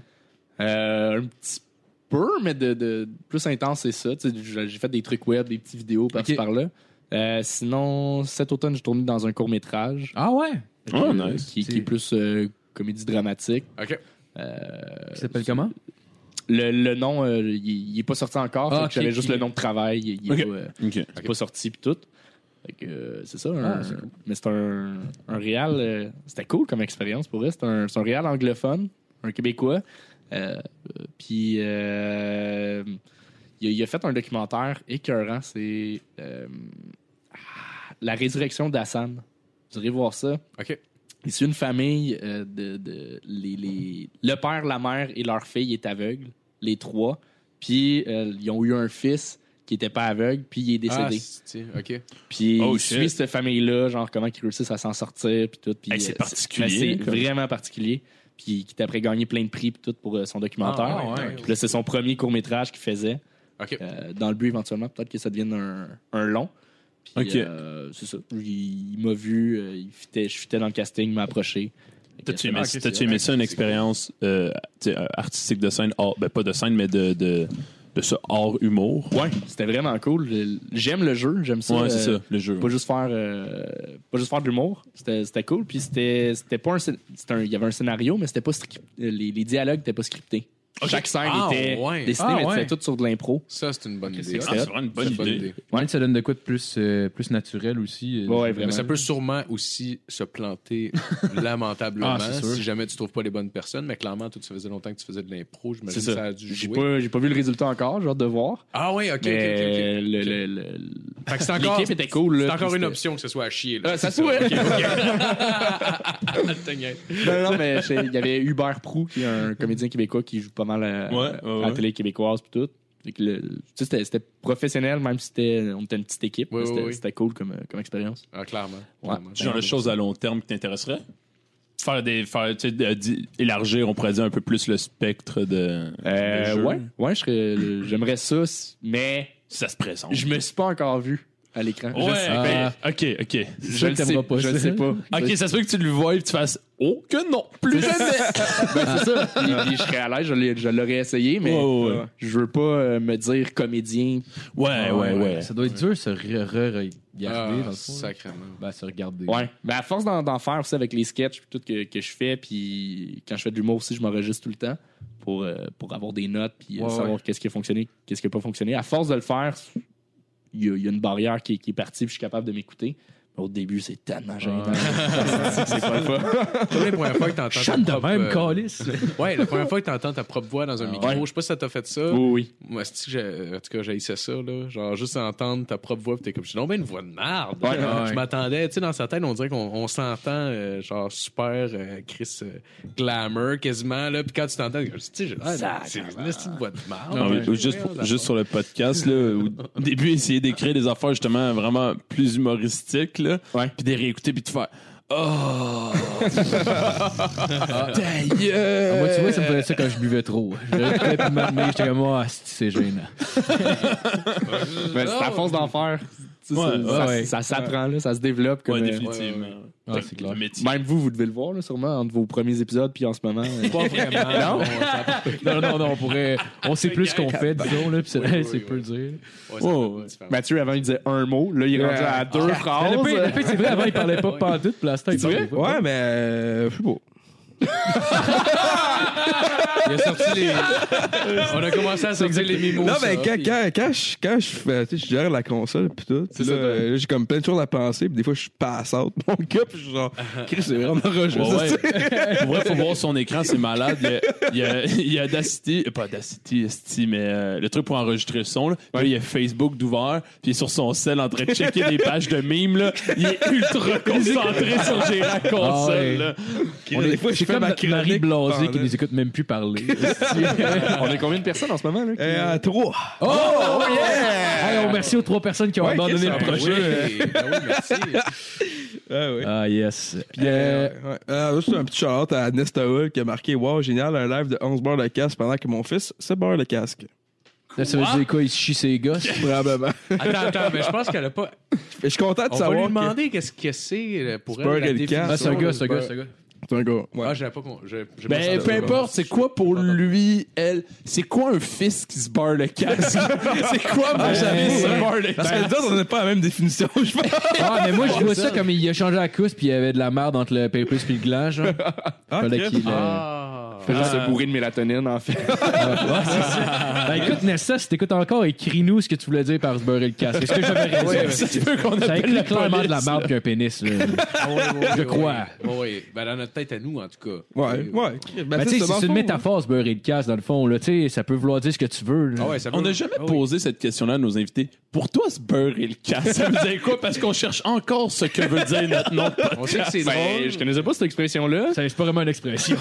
Speaker 8: Euh, un petit peu, mais de, de- plus intense, c'est ça. Tu sais, J'ai j'ai fait des trucs web, des petites vidéos par-ci
Speaker 3: Ok.
Speaker 8: par-là. Euh, sinon, cet automne, j'ai tourné dans un court-métrage
Speaker 3: Ah ouais?
Speaker 4: Oh,
Speaker 8: euh,
Speaker 4: nice.
Speaker 8: qui, qui est plus euh, comédie dramatique.
Speaker 5: OK.
Speaker 3: Ça s'appelle comment?
Speaker 8: Le, le nom, euh, il il est pas sorti encore.
Speaker 3: Ah,
Speaker 8: fait que
Speaker 3: ok,
Speaker 8: J'avais juste
Speaker 3: ok.
Speaker 8: le nom de travail. Il, il est
Speaker 4: Ok.
Speaker 8: pas, euh,
Speaker 4: OK.
Speaker 8: c'est pas sorti puis tout. Fait que, euh, c'est ça. un-
Speaker 3: Ah, c'est
Speaker 8: Mais c'est un, un réal. euh, C'était cool comme expérience pour vrai. C'est un, c'est un réal anglophone, un Québécois. Euh, euh, puis euh, il, a, il a fait un documentaire écœurant. C'est euh, ah, La résurrection d'Hassan. Vous irez voir ça.
Speaker 5: OK.
Speaker 8: C'est une famille euh, de, de- les, les- le père, la mère et leur fille est aveugle, les trois. Puis euh, ils ont eu un fils qui était pas aveugle, puis il est
Speaker 5: Ah,
Speaker 8: décédé.
Speaker 5: c'est- OK.
Speaker 8: puis
Speaker 4: Oh,
Speaker 8: il
Speaker 4: shit.
Speaker 8: suit cette famille-là, genre comment ils réussissent à s'en sortir, puis tout. Puis
Speaker 4: Hey, c'est
Speaker 8: euh,
Speaker 4: particulier,
Speaker 8: mais C'est
Speaker 4: comme-
Speaker 8: vraiment particulier. Puis qui après gagné plein de prix puis tout pour euh, son documentaire.
Speaker 5: Ah, ouais.
Speaker 8: Puis là, c'est son premier court métrage qu'il faisait.
Speaker 5: OK.
Speaker 8: Euh, dans le but éventuellement peut-être que ça devienne un, un long. Puis,
Speaker 4: Ok.
Speaker 8: euh, c'est ça. Il, il m'a vu, euh, il fitait- je fitais dans le casting, il m'a approché.
Speaker 4: T'as-tu
Speaker 8: Fait que
Speaker 4: aimé,
Speaker 8: c'est-
Speaker 4: t'as-tu aimé ça, une expérience euh, tu sais, euh, artistique de scène, hors- ben pas de scène, mais de, de, de ce hors humour?
Speaker 8: Ouais, c'était vraiment cool. Le- J'aime le jeu, j'aime ça.
Speaker 4: ouais, c'est
Speaker 8: euh,
Speaker 4: ça, le jeu.
Speaker 8: Pas juste faire, euh, pas juste faire de l'humour. C'était c'était cool. Puis c'était c'était pas un, scén- c'était un- il y avait un scénario, mais c'était pas scrip- les, les dialogues n'étaient pas scriptés. Chaque scène
Speaker 5: Ah,
Speaker 8: était
Speaker 5: ouais.
Speaker 8: dessinée,
Speaker 3: Ah,
Speaker 8: mais
Speaker 3: ouais.
Speaker 8: c'était tout sur de l'impro.
Speaker 5: Ça, c'est une bonne idée.
Speaker 4: Ah, c'est vraiment une bonne
Speaker 5: C'est une
Speaker 4: idée.
Speaker 3: Ouais. Ça donne de quoi de plus, euh, plus naturel aussi? euh,
Speaker 8: Ouais,
Speaker 3: dans-
Speaker 8: vraiment.
Speaker 5: Mais ça peut sûrement aussi se
Speaker 8: <laughs>
Speaker 5: planter lamentablement
Speaker 3: Ah, c'est sûr.
Speaker 5: si jamais tu trouves pas les bonnes personnes. Mais clairement, toi, tu faisais longtemps que tu faisais de l'impro. Je me
Speaker 8: C'est
Speaker 5: ça. ça
Speaker 8: ça.
Speaker 5: a dû
Speaker 8: J'ai
Speaker 5: jouer.
Speaker 8: pas, j'ai pas vu le résultat encore, j'ai hâte de voir.
Speaker 5: Ah oui, ok, ok,
Speaker 8: mais
Speaker 5: ok, ok.
Speaker 8: le- le- le- le-
Speaker 5: Fait que c'est encore,
Speaker 8: l'équipe était cool.
Speaker 5: c'est
Speaker 8: là,
Speaker 5: encore
Speaker 8: puis
Speaker 5: une
Speaker 8: c'était-
Speaker 5: option que ce soit à chier. Là.
Speaker 8: Ah, ça se pourrait. non, non, mais c'est- il y avait Hubert Prou, qui est un comédien québécois qui joue pas mal à,
Speaker 4: Ouais, ouais,
Speaker 8: à la
Speaker 4: ouais.
Speaker 8: télé québécoise pis tout. Fait que le- tu sais, C'était c'était professionnel, même si c'était- on était une petite équipe.
Speaker 5: Oui,
Speaker 8: mais
Speaker 5: oui,
Speaker 8: c'était
Speaker 5: oui.
Speaker 8: c'était cool comme, comme expérience.
Speaker 5: <laughs> Ah, clairement.
Speaker 8: Ouais.
Speaker 5: clairement.
Speaker 4: C'est genre de choses à long terme qui t'intéresserait? Faire des. Faire, tu sais, de- di- élargir, on pourrait dire un peu plus le spectre de. de
Speaker 8: Euh,
Speaker 4: jeu.
Speaker 8: ouais, ouais je serais- j'aimerais ça, c- mais
Speaker 4: Ça se présente.
Speaker 8: je me suis pas encore vu à l'écran.
Speaker 4: Ouais,
Speaker 8: Je sais-
Speaker 4: ben, ok, ok.
Speaker 8: Je le
Speaker 3: que
Speaker 8: sais
Speaker 3: t'aimeras
Speaker 8: pas.
Speaker 3: pas
Speaker 8: Je le
Speaker 3: ça.
Speaker 8: <laughs> sais pas.
Speaker 4: Ok, ça se peut que tu le vois et que tu fasses Oh que non, <laughs> plus jamais!
Speaker 8: Ben, c'est <laughs> ça. Puis, puis je serais à l'aise, je l'ai- je l'aurais essayé, mais
Speaker 4: Ouais, ouais, ouais.
Speaker 8: je veux pas euh, me dire comédien.
Speaker 4: Ouais, ouais, ouais.
Speaker 3: Ça doit être dur se re- re- regarder dans
Speaker 5: Ah,
Speaker 3: le fond, là.
Speaker 5: sacrément.
Speaker 3: Ben, se regarder.
Speaker 8: Ouais. Mais à force d'en d'en faire ça avec les sketchs puis tout que, que je fais, puis quand je fais de l'humour aussi, je m'enregistre tout le temps pour, euh, pour avoir des notes puis euh,
Speaker 3: Ouais,
Speaker 8: savoir qu'est-ce qui a fonctionné, qu'est-ce qui a pas fonctionné. À force de le faire, il y, a- il y a une barrière qui, est- qui est partie puis je suis capable de m'écouter. Mais au début, c'est tellement gênant. <laughs> c'est pas le fun.
Speaker 5: Comme la première fois que t'entends ta
Speaker 3: Chante de
Speaker 5: propre,
Speaker 3: même,
Speaker 5: euh,
Speaker 3: calice!
Speaker 5: <laughs> Ouais, la première fois que t'entends ta propre voix dans un micro,
Speaker 8: Ah, ouais.
Speaker 5: je sais pas si ça t'a fait ça.
Speaker 8: Oui, oui.
Speaker 5: Moi, c'est-tu que j'ai- en tout cas, j'haïssais ça, là. Genre, juste entendre ta propre voix, pis t'es comme, j'ai tombé une voix de merde.
Speaker 8: Ouais,
Speaker 5: Genre,
Speaker 3: ouais.
Speaker 5: Je m'attendais, tu sais, dans sa tête, on dirait qu'on on s'entend, euh, genre, super euh, Chris euh, Glamour, quasiment, là. Puis quand tu t'entends, tu sais, j'ai- ah, c'est une esti de voix de merde.
Speaker 4: Ah oui, juste, pour- juste sur le podcast, là, <laughs> au début, essayer d'écrire des affaires justement vraiment plus humoristiques, là,
Speaker 8: Ouais.
Speaker 4: puis de réécouter, puis de faire Oh! Ta gueule!
Speaker 3: Ah, Moi, tu vois, ça me faisait ça quand je buvais trop. Je l'écoutais, puis maintenant, j'étais comme, ah, c'est- c'est gênant.
Speaker 8: Mais c'est à force d'en faire. tu sais,
Speaker 4: Ouais,
Speaker 8: ça-
Speaker 4: ouais,
Speaker 8: ça
Speaker 3: ouais.
Speaker 8: ça s'apprend, là, ça se développe. Comme,
Speaker 4: Ouais,
Speaker 8: euh,
Speaker 4: définitivement.
Speaker 3: ouais. Ouais, c'est clair.
Speaker 4: Le métier.
Speaker 8: même vous, vous devez le voir, là, sûrement, entre vos premiers épisodes puis en ce moment. euh,
Speaker 5: Pas
Speaker 3: <laughs>
Speaker 5: vraiment. non, ça-
Speaker 3: Non, non, non, on pourrait. On sait plus ce qu'on fait, disons, là, puis c'est
Speaker 5: Oui, oui,
Speaker 3: c'est peu
Speaker 5: oui.
Speaker 3: dire.
Speaker 5: ouais, ça
Speaker 4: Oh,
Speaker 5: fait différent.
Speaker 8: Mathieu, avant, il disait un mot. Là, il est rendu à deux phrases.
Speaker 3: Ah. Le pire, le pire, c'est vrai, avant, il parlait pas pantoute, puis là, c'est vrai?
Speaker 6: Ouais, mais euh, je sais pas.
Speaker 5: Il a sorti
Speaker 3: <laughs>
Speaker 5: les. On a commencé à sortir les mimos.
Speaker 6: Non,
Speaker 5: ça,
Speaker 6: mais quand,
Speaker 5: puis-
Speaker 6: quand, quand je, quand je, fais- tu sais, je gère la console pis tout,
Speaker 8: C'est
Speaker 6: là,
Speaker 8: ça, toi.
Speaker 6: euh, j'ai comme plein de choses à penser pis des fois je passe out <laughs> mon gars pis je suis genre, Chris, c'est vraiment rush.
Speaker 4: Ouais,
Speaker 6: ça,
Speaker 4: ouais.
Speaker 6: tu sais.
Speaker 4: Pour vrai, <laughs> faut voir son écran, c'est malade. Il y a- Il y a, <laughs> il y a Audacity, euh, pas Audacity, esti, mais euh, le truc pour enregistrer le son. Là. Puis là, il y a Facebook d'ouvert, puis il est sur son sel en train de checker <laughs> des pages de mimes. Là. Il est ultra concentré sur Géra console.
Speaker 3: Ah ouais.
Speaker 4: là.
Speaker 3: On
Speaker 6: Des
Speaker 3: est-
Speaker 6: fois, je
Speaker 3: C'est
Speaker 6: fais
Speaker 3: comme
Speaker 6: ma
Speaker 3: Marie
Speaker 6: chronique
Speaker 3: Blasé qui
Speaker 6: pendant-
Speaker 3: nous écoute même plus parler.
Speaker 8: parler.
Speaker 3: <laughs>
Speaker 8: on est combien de personnes en ce moment? Là, qui-
Speaker 6: Euh, trois.
Speaker 3: Oh, yeah! on remercie aux trois personnes qui ont abandonné
Speaker 5: ah,
Speaker 3: le projet.
Speaker 5: Oui, ben oui, merci.
Speaker 6: Ah, oui.
Speaker 3: Ah, yes.
Speaker 6: Puis, euh, ouais. Euh, juste un petit shout-out à Nestaul qui a marqué Wow, génial, un live de 11 barres de casque pendant que mon fils se barre le casque.
Speaker 3: Là, ça veut dire quoi? Il se chie ses gosses?
Speaker 6: Probablement.
Speaker 5: Attends, attends, mais je pense qu'elle a pas.
Speaker 6: Je suis content de
Speaker 5: On va lui
Speaker 6: savoir que
Speaker 5: demander qu'est-ce que c'est euh, pour
Speaker 6: C'est
Speaker 5: elle.
Speaker 6: pas
Speaker 5: la
Speaker 6: quelqu'un.
Speaker 5: définition
Speaker 6: Ah,
Speaker 3: c'est un gars,
Speaker 5: de
Speaker 3: c'est un gars, c'est un gars.
Speaker 6: c'est un gars. Ouais.
Speaker 5: Ah, j'avais pas con- je- je me
Speaker 4: Ben,
Speaker 5: sentais
Speaker 4: peu
Speaker 5: pas.
Speaker 4: importe, c'est quoi pour lui, elle? C'est quoi un fils qui se barre le casque? c'est quoi mon jamais se barre le
Speaker 6: Parce
Speaker 4: casque?
Speaker 6: que nous autres, on n'a pas la même définition, je pense.
Speaker 3: Ah, mais moi, je vois ça comme il a changé la couche puis il y avait de la merde entre le paper puis le gland, genre. Fallait
Speaker 6: crème.
Speaker 3: qu'il, euh,
Speaker 5: Ah.
Speaker 8: Faisant se bourrer de mélatonine, en fait.
Speaker 3: Ouais, c'est ça. Ben écoute, Nessa, si t'écoutes encore, écris-nous ce que tu voulais dire par se beurrer le casque. Est-ce que j'avais raison?
Speaker 4: <laughs> Ça se peut qu'on
Speaker 3: ça
Speaker 4: appelle
Speaker 3: inclut
Speaker 4: la
Speaker 3: clairement de la
Speaker 4: police.
Speaker 3: merde puis un pénis. là. Je crois.
Speaker 5: Oui, ben dans notre tête à nous, en tout cas.
Speaker 6: Ouais, ouais. Ben,
Speaker 3: Ben,
Speaker 6: ça,
Speaker 3: tu sais,
Speaker 6: dans le
Speaker 3: c'est une
Speaker 6: fond,
Speaker 3: métaphore, se beurrer le casque, dans le fond. Là. Tu sais, Ça peut vouloir dire ce que tu veux. là.
Speaker 5: Ah ouais, ça
Speaker 4: On
Speaker 5: veut-
Speaker 4: n'a jamais
Speaker 5: Ah oui.
Speaker 4: posé cette question-là à nos invités. Pour toi, se beurrer le casque, ça veut dire quoi? Parce qu'on cherche encore ce que veut dire notre nom.
Speaker 5: On sait que c'est
Speaker 8: Ben, je
Speaker 5: drôle.
Speaker 8: connaissais pas cette expression-là.
Speaker 3: Ça, C'est pas vraiment une expression.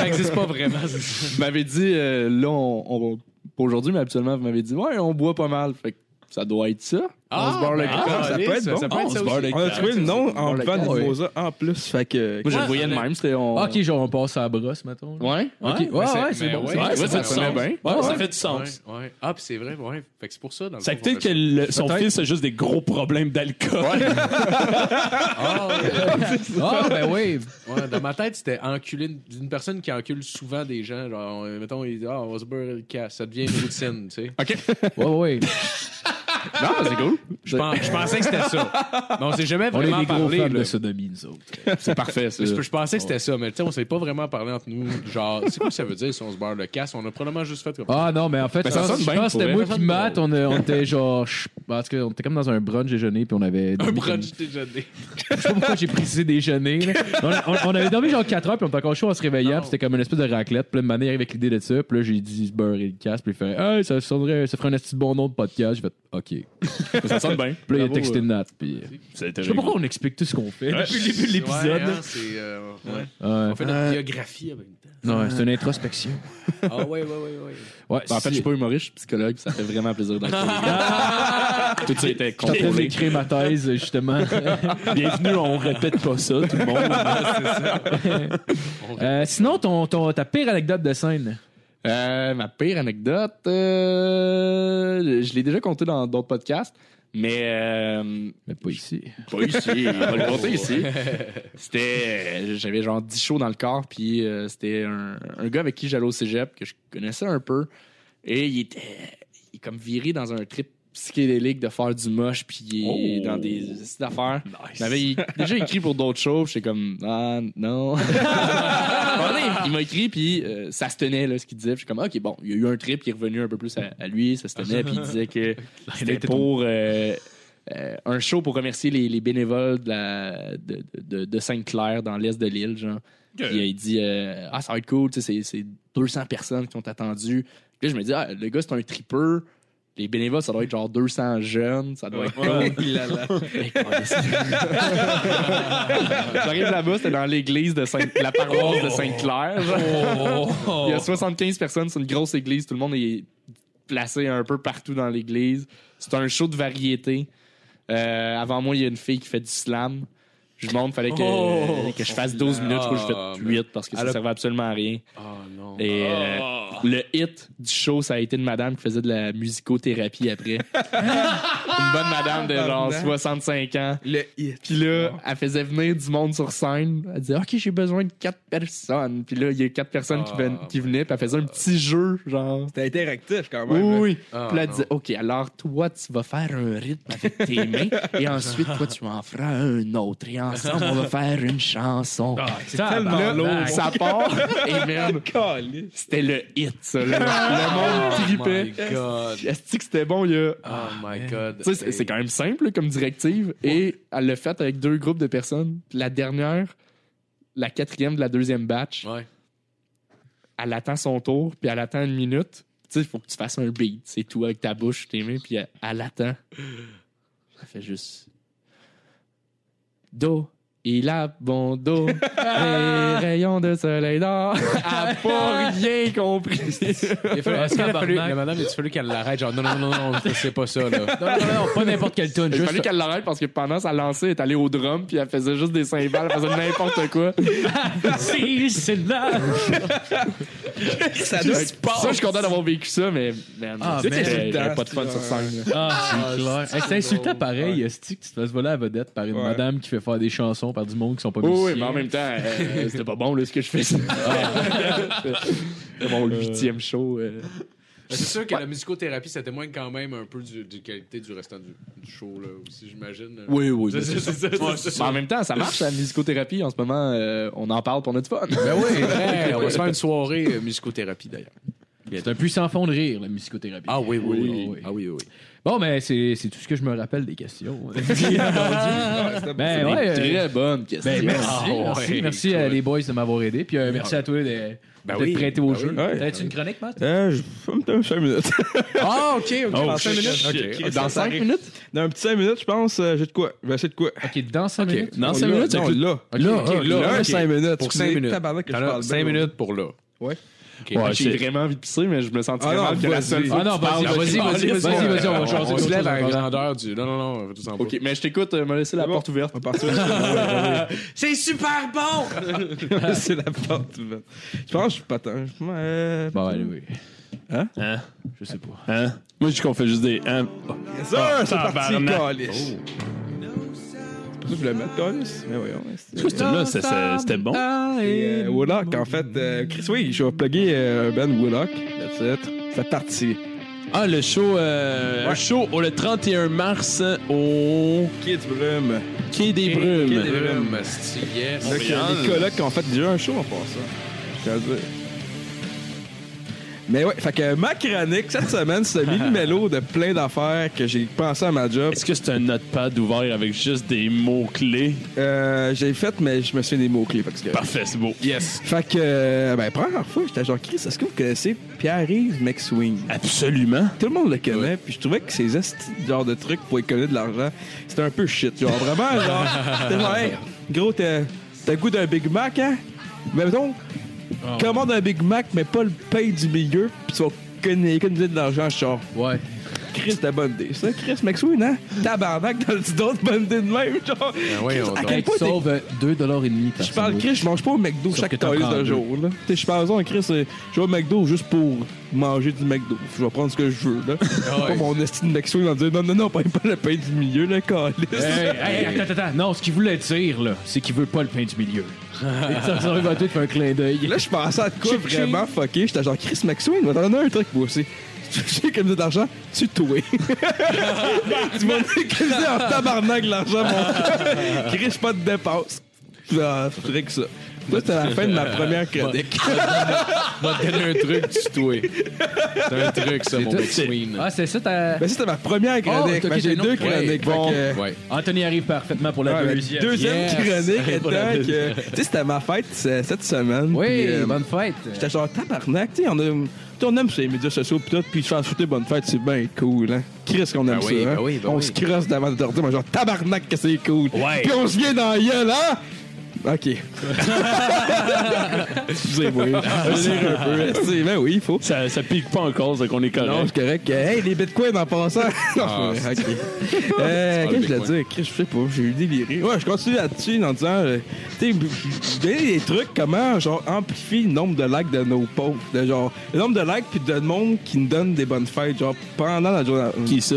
Speaker 5: Ça n'existe pas vraiment.
Speaker 8: Vous m'avez dit, euh, là, on, on- pour aujourd'hui, mais habituellement, vous m'avez dit, ouais, on boit pas mal. Fait que ça doit être ça.
Speaker 5: Ah,
Speaker 8: on se barre le
Speaker 5: ben,
Speaker 8: cul.
Speaker 5: ah,
Speaker 6: ça peut
Speaker 5: Alice,
Speaker 6: être bon.
Speaker 5: Ça peut
Speaker 4: Ah,
Speaker 5: être
Speaker 4: on
Speaker 5: ça
Speaker 4: se barre
Speaker 5: aussi.
Speaker 4: le
Speaker 6: On a trouvé le nom en buvant
Speaker 8: Ouais.
Speaker 6: du Rosa en plus. Fait que.
Speaker 8: Moi, je le
Speaker 5: Ouais,
Speaker 8: voyais de
Speaker 5: on est-
Speaker 8: même. C'était on.
Speaker 3: ok, genre, on passe à la brosse, mettons. là.
Speaker 8: Ouais.
Speaker 3: Ok, ouais,
Speaker 5: mais c'est-
Speaker 3: ouais, c'est
Speaker 5: mais
Speaker 3: bon.
Speaker 5: ouais,
Speaker 3: c'est bon.
Speaker 5: ouais,
Speaker 8: ça,
Speaker 5: ça
Speaker 8: ça sonnait
Speaker 5: sonne
Speaker 8: bien.
Speaker 4: Ouais, ça fait du sens.
Speaker 5: Ouais, ouais. Ah, puis c'est vrai, ouais. Fait que c'est pour ça. Dans le
Speaker 4: Ça
Speaker 5: fond,
Speaker 4: peut-être
Speaker 5: on
Speaker 4: que
Speaker 5: fait
Speaker 4: le- son fils a juste des gros problèmes d'alcool.
Speaker 5: Ah, ouais.
Speaker 3: Ah, ben oui.
Speaker 5: Ouais, dans ma tête, c'était enculer une- d'une personne qui encule souvent des gens. Genre, euh, mettons, il dit, ah, on va se beurrer le casse. Ça devient une routine, tu sais.
Speaker 3: Ouais, ouais.
Speaker 8: Non, c'est cool.
Speaker 5: Je, pense- je pensais que c'était ça. Mais on s'est jamais
Speaker 3: On est
Speaker 5: vraiment
Speaker 3: des gros
Speaker 5: parlé.
Speaker 3: fans
Speaker 5: là.
Speaker 3: de sodomie, nous autres.
Speaker 8: C'est parfait. ça.
Speaker 5: Je, je pensais que c'était
Speaker 8: oh.
Speaker 5: ça, mais tu sais, on s'est pas vraiment parlé entre nous. Genre, c'est quoi que ça veut dire si on se barre le casse? On a probablement juste fait comme
Speaker 3: Ah non, mais en fait,
Speaker 8: Ben, ça
Speaker 3: je pense-
Speaker 8: sonne
Speaker 3: je
Speaker 8: bien,
Speaker 3: pense que
Speaker 8: pour
Speaker 3: c'était moi
Speaker 8: vrai.
Speaker 3: qui Matt, on, a- on était genre. je- En tout cas, on était comme dans un brunch déjeuner, puis on avait.
Speaker 5: un brunch
Speaker 8: <laughs>
Speaker 5: déjeuner.
Speaker 3: Je sais pas pourquoi j'ai précisé déjeuner. là. On, on- on avait dormi genre 4 heures, puis on était encore chaud en se réveillant,
Speaker 5: Non.
Speaker 3: puis c'était comme une espèce de raclette. Puis là, Mané arrive avec l'idée de ça, puis là, j'ai dit se beurrer le casque, puis il fait Hey, ça, sonnerait, ça ferait un petit bon nom de podcast. J'ai fait OK. Puis
Speaker 8: Ça sonne bien.
Speaker 3: là, il a
Speaker 8: Bravo,
Speaker 3: texté
Speaker 8: euh.
Speaker 3: Nat, puis. Je sais pas pourquoi on explique tout ce qu'on fait.
Speaker 4: Ouais.
Speaker 3: Depuis le début de
Speaker 5: Ouais,
Speaker 3: l'épisode.
Speaker 5: hein, c'est, euh, ouais.
Speaker 3: Ouais.
Speaker 5: On fait
Speaker 8: Euh,
Speaker 5: notre biographie avec le temps.
Speaker 3: Non, c'est une introspection.
Speaker 5: Ah, ouais, ouais, ouais, ouais.
Speaker 3: Ouais,
Speaker 8: Ben, en fait, je suis pas humoriste, je suis psychologue. Ça fait vraiment plaisir d'être <laughs> Tout ça était
Speaker 3: je suis en train
Speaker 8: contrôlé.
Speaker 3: d'écrire ma thèse, justement.
Speaker 4: Bienvenue, on répète pas ça, tout
Speaker 3: <laughs>
Speaker 4: le monde.
Speaker 3: Euh, sinon, ton, ton- ta pire anecdote de scène.
Speaker 8: Euh, ma pire anecdote, euh, je l'ai déjà compté dans d'autres podcasts, mais euh,
Speaker 3: Mais pas ici.
Speaker 8: Pas ici, on va le compter ici. C'était. J'avais genre 10 shows dans le corps, puis euh, c'était un, un gars avec qui j'allais au cégep, que je connaissais un peu. Et il était. Il est comme viré dans un trip psychédélique de faire du moche, puis il est
Speaker 4: Oh.
Speaker 8: dans des petites affaires.
Speaker 4: Nice.
Speaker 8: Il m'avait déjà écrit pour d'autres shows, puis j'étais comme, ah, <laughs> non. il m'a écrit, puis euh, ça se tenait, là, ce qu'il disait. Puis J'étais comme, ok, bon, il y a eu un trip qui est revenu un peu plus à, à lui, ça se tenait, puis <laughs> il disait que c'était pour euh, euh, un show pour remercier les, les bénévoles de, la- de, de- de Sainte-Claire, dans l'est de l'île, genre. Puis euh, il dit euh, Ah, ça va être cool, tu sais, c'est c'est 200 personnes qui ont attendu. Puis là, je me dis Ah, le gars, c'est un tripeur. Les bénévoles, ça doit être genre 200 jeunes, ça doit être cool. Hey, câlisse. J'arrive là-bas, c'était dans l'église de Saint- la paroisse de Sainte-Claire. genre.
Speaker 5: <laughs>
Speaker 8: Il y a
Speaker 5: Oh.
Speaker 8: 75 personnes, c'est une grosse église, tout le monde est placé un peu partout dans l'église. C'est un show de variété. Euh, avant moi, il y a une fille qui fait du slam. Je monte, fallait que,
Speaker 5: Oh!
Speaker 8: que je fasse 12 minutes, je crois
Speaker 5: Ah,
Speaker 8: que j'ai fait
Speaker 5: mais-
Speaker 8: 8 parce que ça
Speaker 5: Elle a-
Speaker 8: servait absolument à rien.
Speaker 5: Ah, non. Ah.
Speaker 8: Et euh, le hit du show, ça a été une madame qui faisait de la
Speaker 5: <laughs>
Speaker 8: musicothérapie après. une bonne madame de genre 65 ans.
Speaker 6: Le hit.
Speaker 8: Puis là, elle faisait venir du monde sur scène. Elle disait, OK, j'ai besoin de quatre personnes. Puis là, il y a quatre personnes qui, ven-
Speaker 5: Ah,
Speaker 8: qui venaient. Puis elle faisait un petit jeu, genre.
Speaker 6: C'était interactif quand
Speaker 8: Oui,
Speaker 6: même. là.
Speaker 8: oui.
Speaker 5: Ah,
Speaker 8: Puis là, elle
Speaker 5: non.
Speaker 8: disait, OK, alors toi, tu vas faire un rythme avec
Speaker 5: <laughs>
Speaker 8: tes mains. Et ensuite, toi, tu en feras un autre. Et ensemble,
Speaker 5: <laughs>
Speaker 8: on va faire une chanson.
Speaker 5: Ah,
Speaker 3: c'est
Speaker 8: Là, ça part.
Speaker 5: <laughs>
Speaker 8: Et même,
Speaker 6: Caliste.
Speaker 8: c'était le hit, ça. Le, le monde
Speaker 5: Oh my
Speaker 8: tripait.
Speaker 5: god.
Speaker 8: Est-ce que c'était bon, il y a
Speaker 5: Oh my god.
Speaker 8: tu sais, c'est- c'est quand même simple comme directive. Et elle l'a fait avec deux groupes de personnes. Puis La dernière, la quatrième de la deuxième batch,
Speaker 5: Ouais.
Speaker 8: elle attend son tour, puis elle attend une minute. Tu sais, il faut que tu fasses un beat. C'est tout avec ta bouche, tes mains, puis elle, elle attend. Ça fait juste. Do, Il a bon dos, les rayons de soleil d'or. a pas rien compris.
Speaker 5: Il a fallu,
Speaker 3: Est-ce qu'il a fallu-
Speaker 5: la madame, il a fallu qu'elle l'arrête. Genre, non, non, non, non, non, c'est pas ça, là. Non, non, non, non,
Speaker 3: Pas n'importe quelle tune,
Speaker 8: Il
Speaker 3: juste.
Speaker 8: fallait qu'elle l'arrête parce que pendant sa lancée, elle est allée au drum puis elle faisait juste des cymbales, elle faisait n'importe quoi.
Speaker 3: <laughs> Si, c'est là.
Speaker 6: Ça doit être
Speaker 8: Ça, je suis content d'avoir vécu ça, mais man,
Speaker 3: Ah,
Speaker 8: c'était-
Speaker 3: man.
Speaker 8: j'avais
Speaker 6: C'était
Speaker 8: pas de fun sur scène. là.
Speaker 3: Ah, c'est clair. Hey, C'est insultant pareil, Esti, que tu te fasses voler à la vedette par une
Speaker 6: Ouais.
Speaker 3: madame qui fait faire des chansons par du monde qui sont pas
Speaker 8: Oui,
Speaker 3: musiciens.
Speaker 8: oui, mais en même temps, euh, c'était pas bon là, ce que je faisais. C'était <laughs> mon huitième show. euh.
Speaker 5: C'est sûr que la musicothérapie, ça témoigne quand même un peu du, du qualité du restant du, du show, là, aussi, j'imagine.
Speaker 8: Oui, oui.
Speaker 5: <laughs> C'est- c'est- c'est- c'est- c'est- c'est-
Speaker 8: Mais en même temps, ça marche la musicothérapie. En ce moment, euh, on en parle pour notre fun.
Speaker 5: Ben oui,
Speaker 8: <laughs>
Speaker 5: hey, on va se faire une soirée euh, musicothérapie, d'ailleurs.
Speaker 3: C'est un puissant fond de rire, la musicothérapie.
Speaker 5: Ah oui, oui, oui.
Speaker 3: oui.
Speaker 5: Ah oui, oui.
Speaker 3: Bon, mais c'est c'est tout ce que je me rappelle des questions. ben
Speaker 8: Des
Speaker 3: ouais. euh,
Speaker 8: Très bonne question.
Speaker 3: ben, merci,
Speaker 5: Ah,
Speaker 3: merci,
Speaker 5: ouais,
Speaker 3: merci
Speaker 5: cool.
Speaker 3: à les boys de m'avoir aidé. Puis euh, merci à toi de, de
Speaker 5: Ben
Speaker 3: te
Speaker 5: oui,
Speaker 3: prêter au
Speaker 5: ben
Speaker 3: jeu.
Speaker 5: oui.
Speaker 6: Ouais.
Speaker 3: T'avais-tu une chronique, Matt?
Speaker 6: Euh, je fume un 5 minutes.
Speaker 5: Ah, OK, OK.
Speaker 6: Dans
Speaker 5: Cinq
Speaker 6: cinq
Speaker 5: minutes? OK.
Speaker 6: Dans 5 minutes? Dans un petit 5 minutes, je pense, euh, j'ai de quoi. Je vais essayer de quoi.
Speaker 3: Ok, dans 5 minutes. Oh,
Speaker 4: Dans
Speaker 6: Non,
Speaker 4: cinq
Speaker 6: là,
Speaker 4: minutes,
Speaker 6: non,
Speaker 4: avec le-
Speaker 6: là.
Speaker 3: Là, ah,
Speaker 6: Là,
Speaker 5: ok.
Speaker 6: 5 minutes.
Speaker 5: Pour cinq minutes.
Speaker 6: Tabarnak que je parle
Speaker 5: 5
Speaker 6: bien,
Speaker 5: minutes pour là.
Speaker 6: Ouais.
Speaker 5: OK.
Speaker 4: Ouais,
Speaker 8: J'ai
Speaker 4: c'est-
Speaker 8: vraiment envie de pisser, mais je me sens
Speaker 6: Ah
Speaker 8: très
Speaker 6: non,
Speaker 8: mal que la
Speaker 6: vas-y.
Speaker 8: seule fois.
Speaker 3: Ah non, vas-y,
Speaker 8: parles.
Speaker 3: vas-y,
Speaker 8: Ah,
Speaker 3: vas-y,
Speaker 8: vas-y,
Speaker 3: vas-y, vas-y, on va
Speaker 5: On,
Speaker 3: choisir
Speaker 5: se
Speaker 3: quelque
Speaker 5: lève à la
Speaker 3: chose.
Speaker 5: grandeur du... Non, non, non, on va tous en
Speaker 8: Ok, mais je t'écoute, euh, me laisser la
Speaker 6: C'est
Speaker 8: porte ouverte.
Speaker 6: On va partir.
Speaker 5: C'est super bon!
Speaker 6: <laughs> C'est la porte ouverte. Je pense que je suis pas tant. Je- euh,
Speaker 3: Bon, allez, oui.
Speaker 5: ben,
Speaker 6: Hein?
Speaker 4: Hein?
Speaker 3: Je sais pas.
Speaker 4: Hein? Moi, je dis qu'on fait juste des. Hein?
Speaker 6: Yes, sir, c'est parti,
Speaker 4: tabarnak. Oh.
Speaker 6: calice. Pourquoi Je voulais le mettre, calice. Mais voyons. c'est-
Speaker 4: Tout là, c'est- c'est- c'était bon.
Speaker 6: Et, euh, Woodlock, en fait. euh, Chris, oui, je vais plugger euh, Ben Woodlock. That's it. C'est parti.
Speaker 4: Ah, le show, euh, un show au- le 31 mars euh, au
Speaker 6: Kid Brume.
Speaker 4: Quai des
Speaker 6: Quai
Speaker 4: Brumes.
Speaker 6: des-
Speaker 5: Brume, asti, yes.
Speaker 6: Là, qu'il y a
Speaker 4: Montréal.
Speaker 6: des colocs qui ont fait déjà un show en passant. Je tiens à le dire. Mais ouais, fait que euh, ma chronique, cette semaine,
Speaker 4: <laughs>
Speaker 6: c'est un mélo de plein d'affaires que j'ai pensé à ma job.
Speaker 4: Est-ce que c'est un notepad ouvert avec juste des mots-clés?
Speaker 6: Euh, j'ai fait, mais je me souviens des mots-clés. Parce que...
Speaker 4: Parfait, c'est beau. Yes.
Speaker 6: Fait que, euh, ben, première fois, j'étais genre, Chris, est-ce que vous connaissez Pierre-Yves McSwing?
Speaker 4: Absolument.
Speaker 6: Tout le monde le connaît, puis je trouvais que ces estis de genre de trucs pour économiser de l'argent, c'était un peu shit. Genre vraiment, genre, c'était genre, hey, gros, t'as t'as le goût d'un Big Mac, hein? Mais mettons, commande un Big Mac, mais pas le pain du milieu, puis tu vas économ- économiser de l'argent, je suis genre,
Speaker 3: Ouais.
Speaker 6: Chris, t'as bonne idée. C'est ça, Chris McSween, hein? Tabarnak dans le d'autres bonne idée de même, genre.
Speaker 5: Ben, voyons
Speaker 6: Chris, à
Speaker 5: donc.
Speaker 6: quel
Speaker 3: Hey,
Speaker 6: point
Speaker 3: tu
Speaker 6: t'es-
Speaker 3: sauves euh, 2,5$. par
Speaker 6: je parle
Speaker 3: sandwich.
Speaker 6: Chris, je mange pas au McDo
Speaker 3: Sauf que
Speaker 6: chaque
Speaker 3: t'en
Speaker 6: calice
Speaker 3: prends
Speaker 6: d'un
Speaker 3: deux.
Speaker 6: jour. là. Tu sais, Je parle en Chris, euh, je vais au McDo juste pour manger du McDo. Je vais prendre ce que je veux.
Speaker 3: <laughs>
Speaker 6: Là.
Speaker 3: Ah
Speaker 6: Pas mon estime de McDo, il va me dire non, non, non, pas, pas le pain du milieu, le calice.
Speaker 3: Hey, hey, attends, attends, attends. Non, ce qu'il voulait dire, là, c'est qu'il veut pas le pain du milieu. Et ça, ça va tout faire un clin d'œil.
Speaker 6: Là, je pensais à de quoi
Speaker 3: Chip, chip.
Speaker 6: vraiment fucké. J'étais genre, Chris McSween, il va t'en donner un truc, moi aussi. <laughs> Tu sais, comme de l'argent, tu toi. <laughs> tu vas économiser en tabarnak l'argent, mon
Speaker 3: <laughs>
Speaker 6: Chris, pas de dépense. Ah, faudrait que ça. Ça, c'était la fin de ma première chronique.
Speaker 5: m'a donné un truc tutoé. C'est un truc, ça, mon
Speaker 3: tout,
Speaker 5: Big Queen.
Speaker 3: Ah, c'est ça, ta...
Speaker 6: Ben, ça, c'était ma première chronique.
Speaker 3: Oh, ok,
Speaker 6: Ben,
Speaker 3: t'as
Speaker 6: j'ai
Speaker 3: une
Speaker 6: deux
Speaker 3: autre-
Speaker 6: chroniques.
Speaker 5: Ouais,
Speaker 6: fait que-
Speaker 5: Ouais.
Speaker 3: Anthony arrive parfaitement pour la
Speaker 6: Ouais, ben,
Speaker 3: deuxième.
Speaker 6: deuxième
Speaker 5: Yes.
Speaker 6: chronique étant que. Tu sais, c'était ma fête c'est- cette semaine.
Speaker 3: Oui,
Speaker 6: puis, euh,
Speaker 3: bonne fête.
Speaker 6: J'étais genre tabarnak, tu sais, on a. tu sais, On aime sur les médias sociaux pis tout, pis se faire souhaiter bonne fête, c'est bien cool, hein. Chris qu'on aime
Speaker 5: Ben oui,
Speaker 6: ça,
Speaker 5: ben
Speaker 6: hein.
Speaker 5: oui, ben
Speaker 6: on
Speaker 5: oui.
Speaker 6: se crosse devant notre ordi, mais genre tabarnak que c'est cool.
Speaker 4: Ouais.
Speaker 6: Pis on se vient dans la gueule, hein?
Speaker 5: <laughs>
Speaker 6: Ok. Excusez-moi. Je vais rire un peu. C'est- Ben oui, il faut.
Speaker 4: Ça, ça pique pas en cause, donc on est
Speaker 6: Non,
Speaker 4: correct.
Speaker 6: c'est correct. Euh, Hey, les bitcoins en passant. <laughs> non, c'est pas vrai. ok. Euh, Qu'est-ce que je voulais dire? Chris, Je sais pas, j'ai eu déliré. Ouais, je continue là-dessus en disant, euh, tu sais, je donne des trucs comment, genre, amplifier le nombre de likes de nos posts. De genre, le nombre de likes puis de monde qui nous donne des bonnes fêtes, genre, pendant la journée. Euh,
Speaker 4: Qui ça?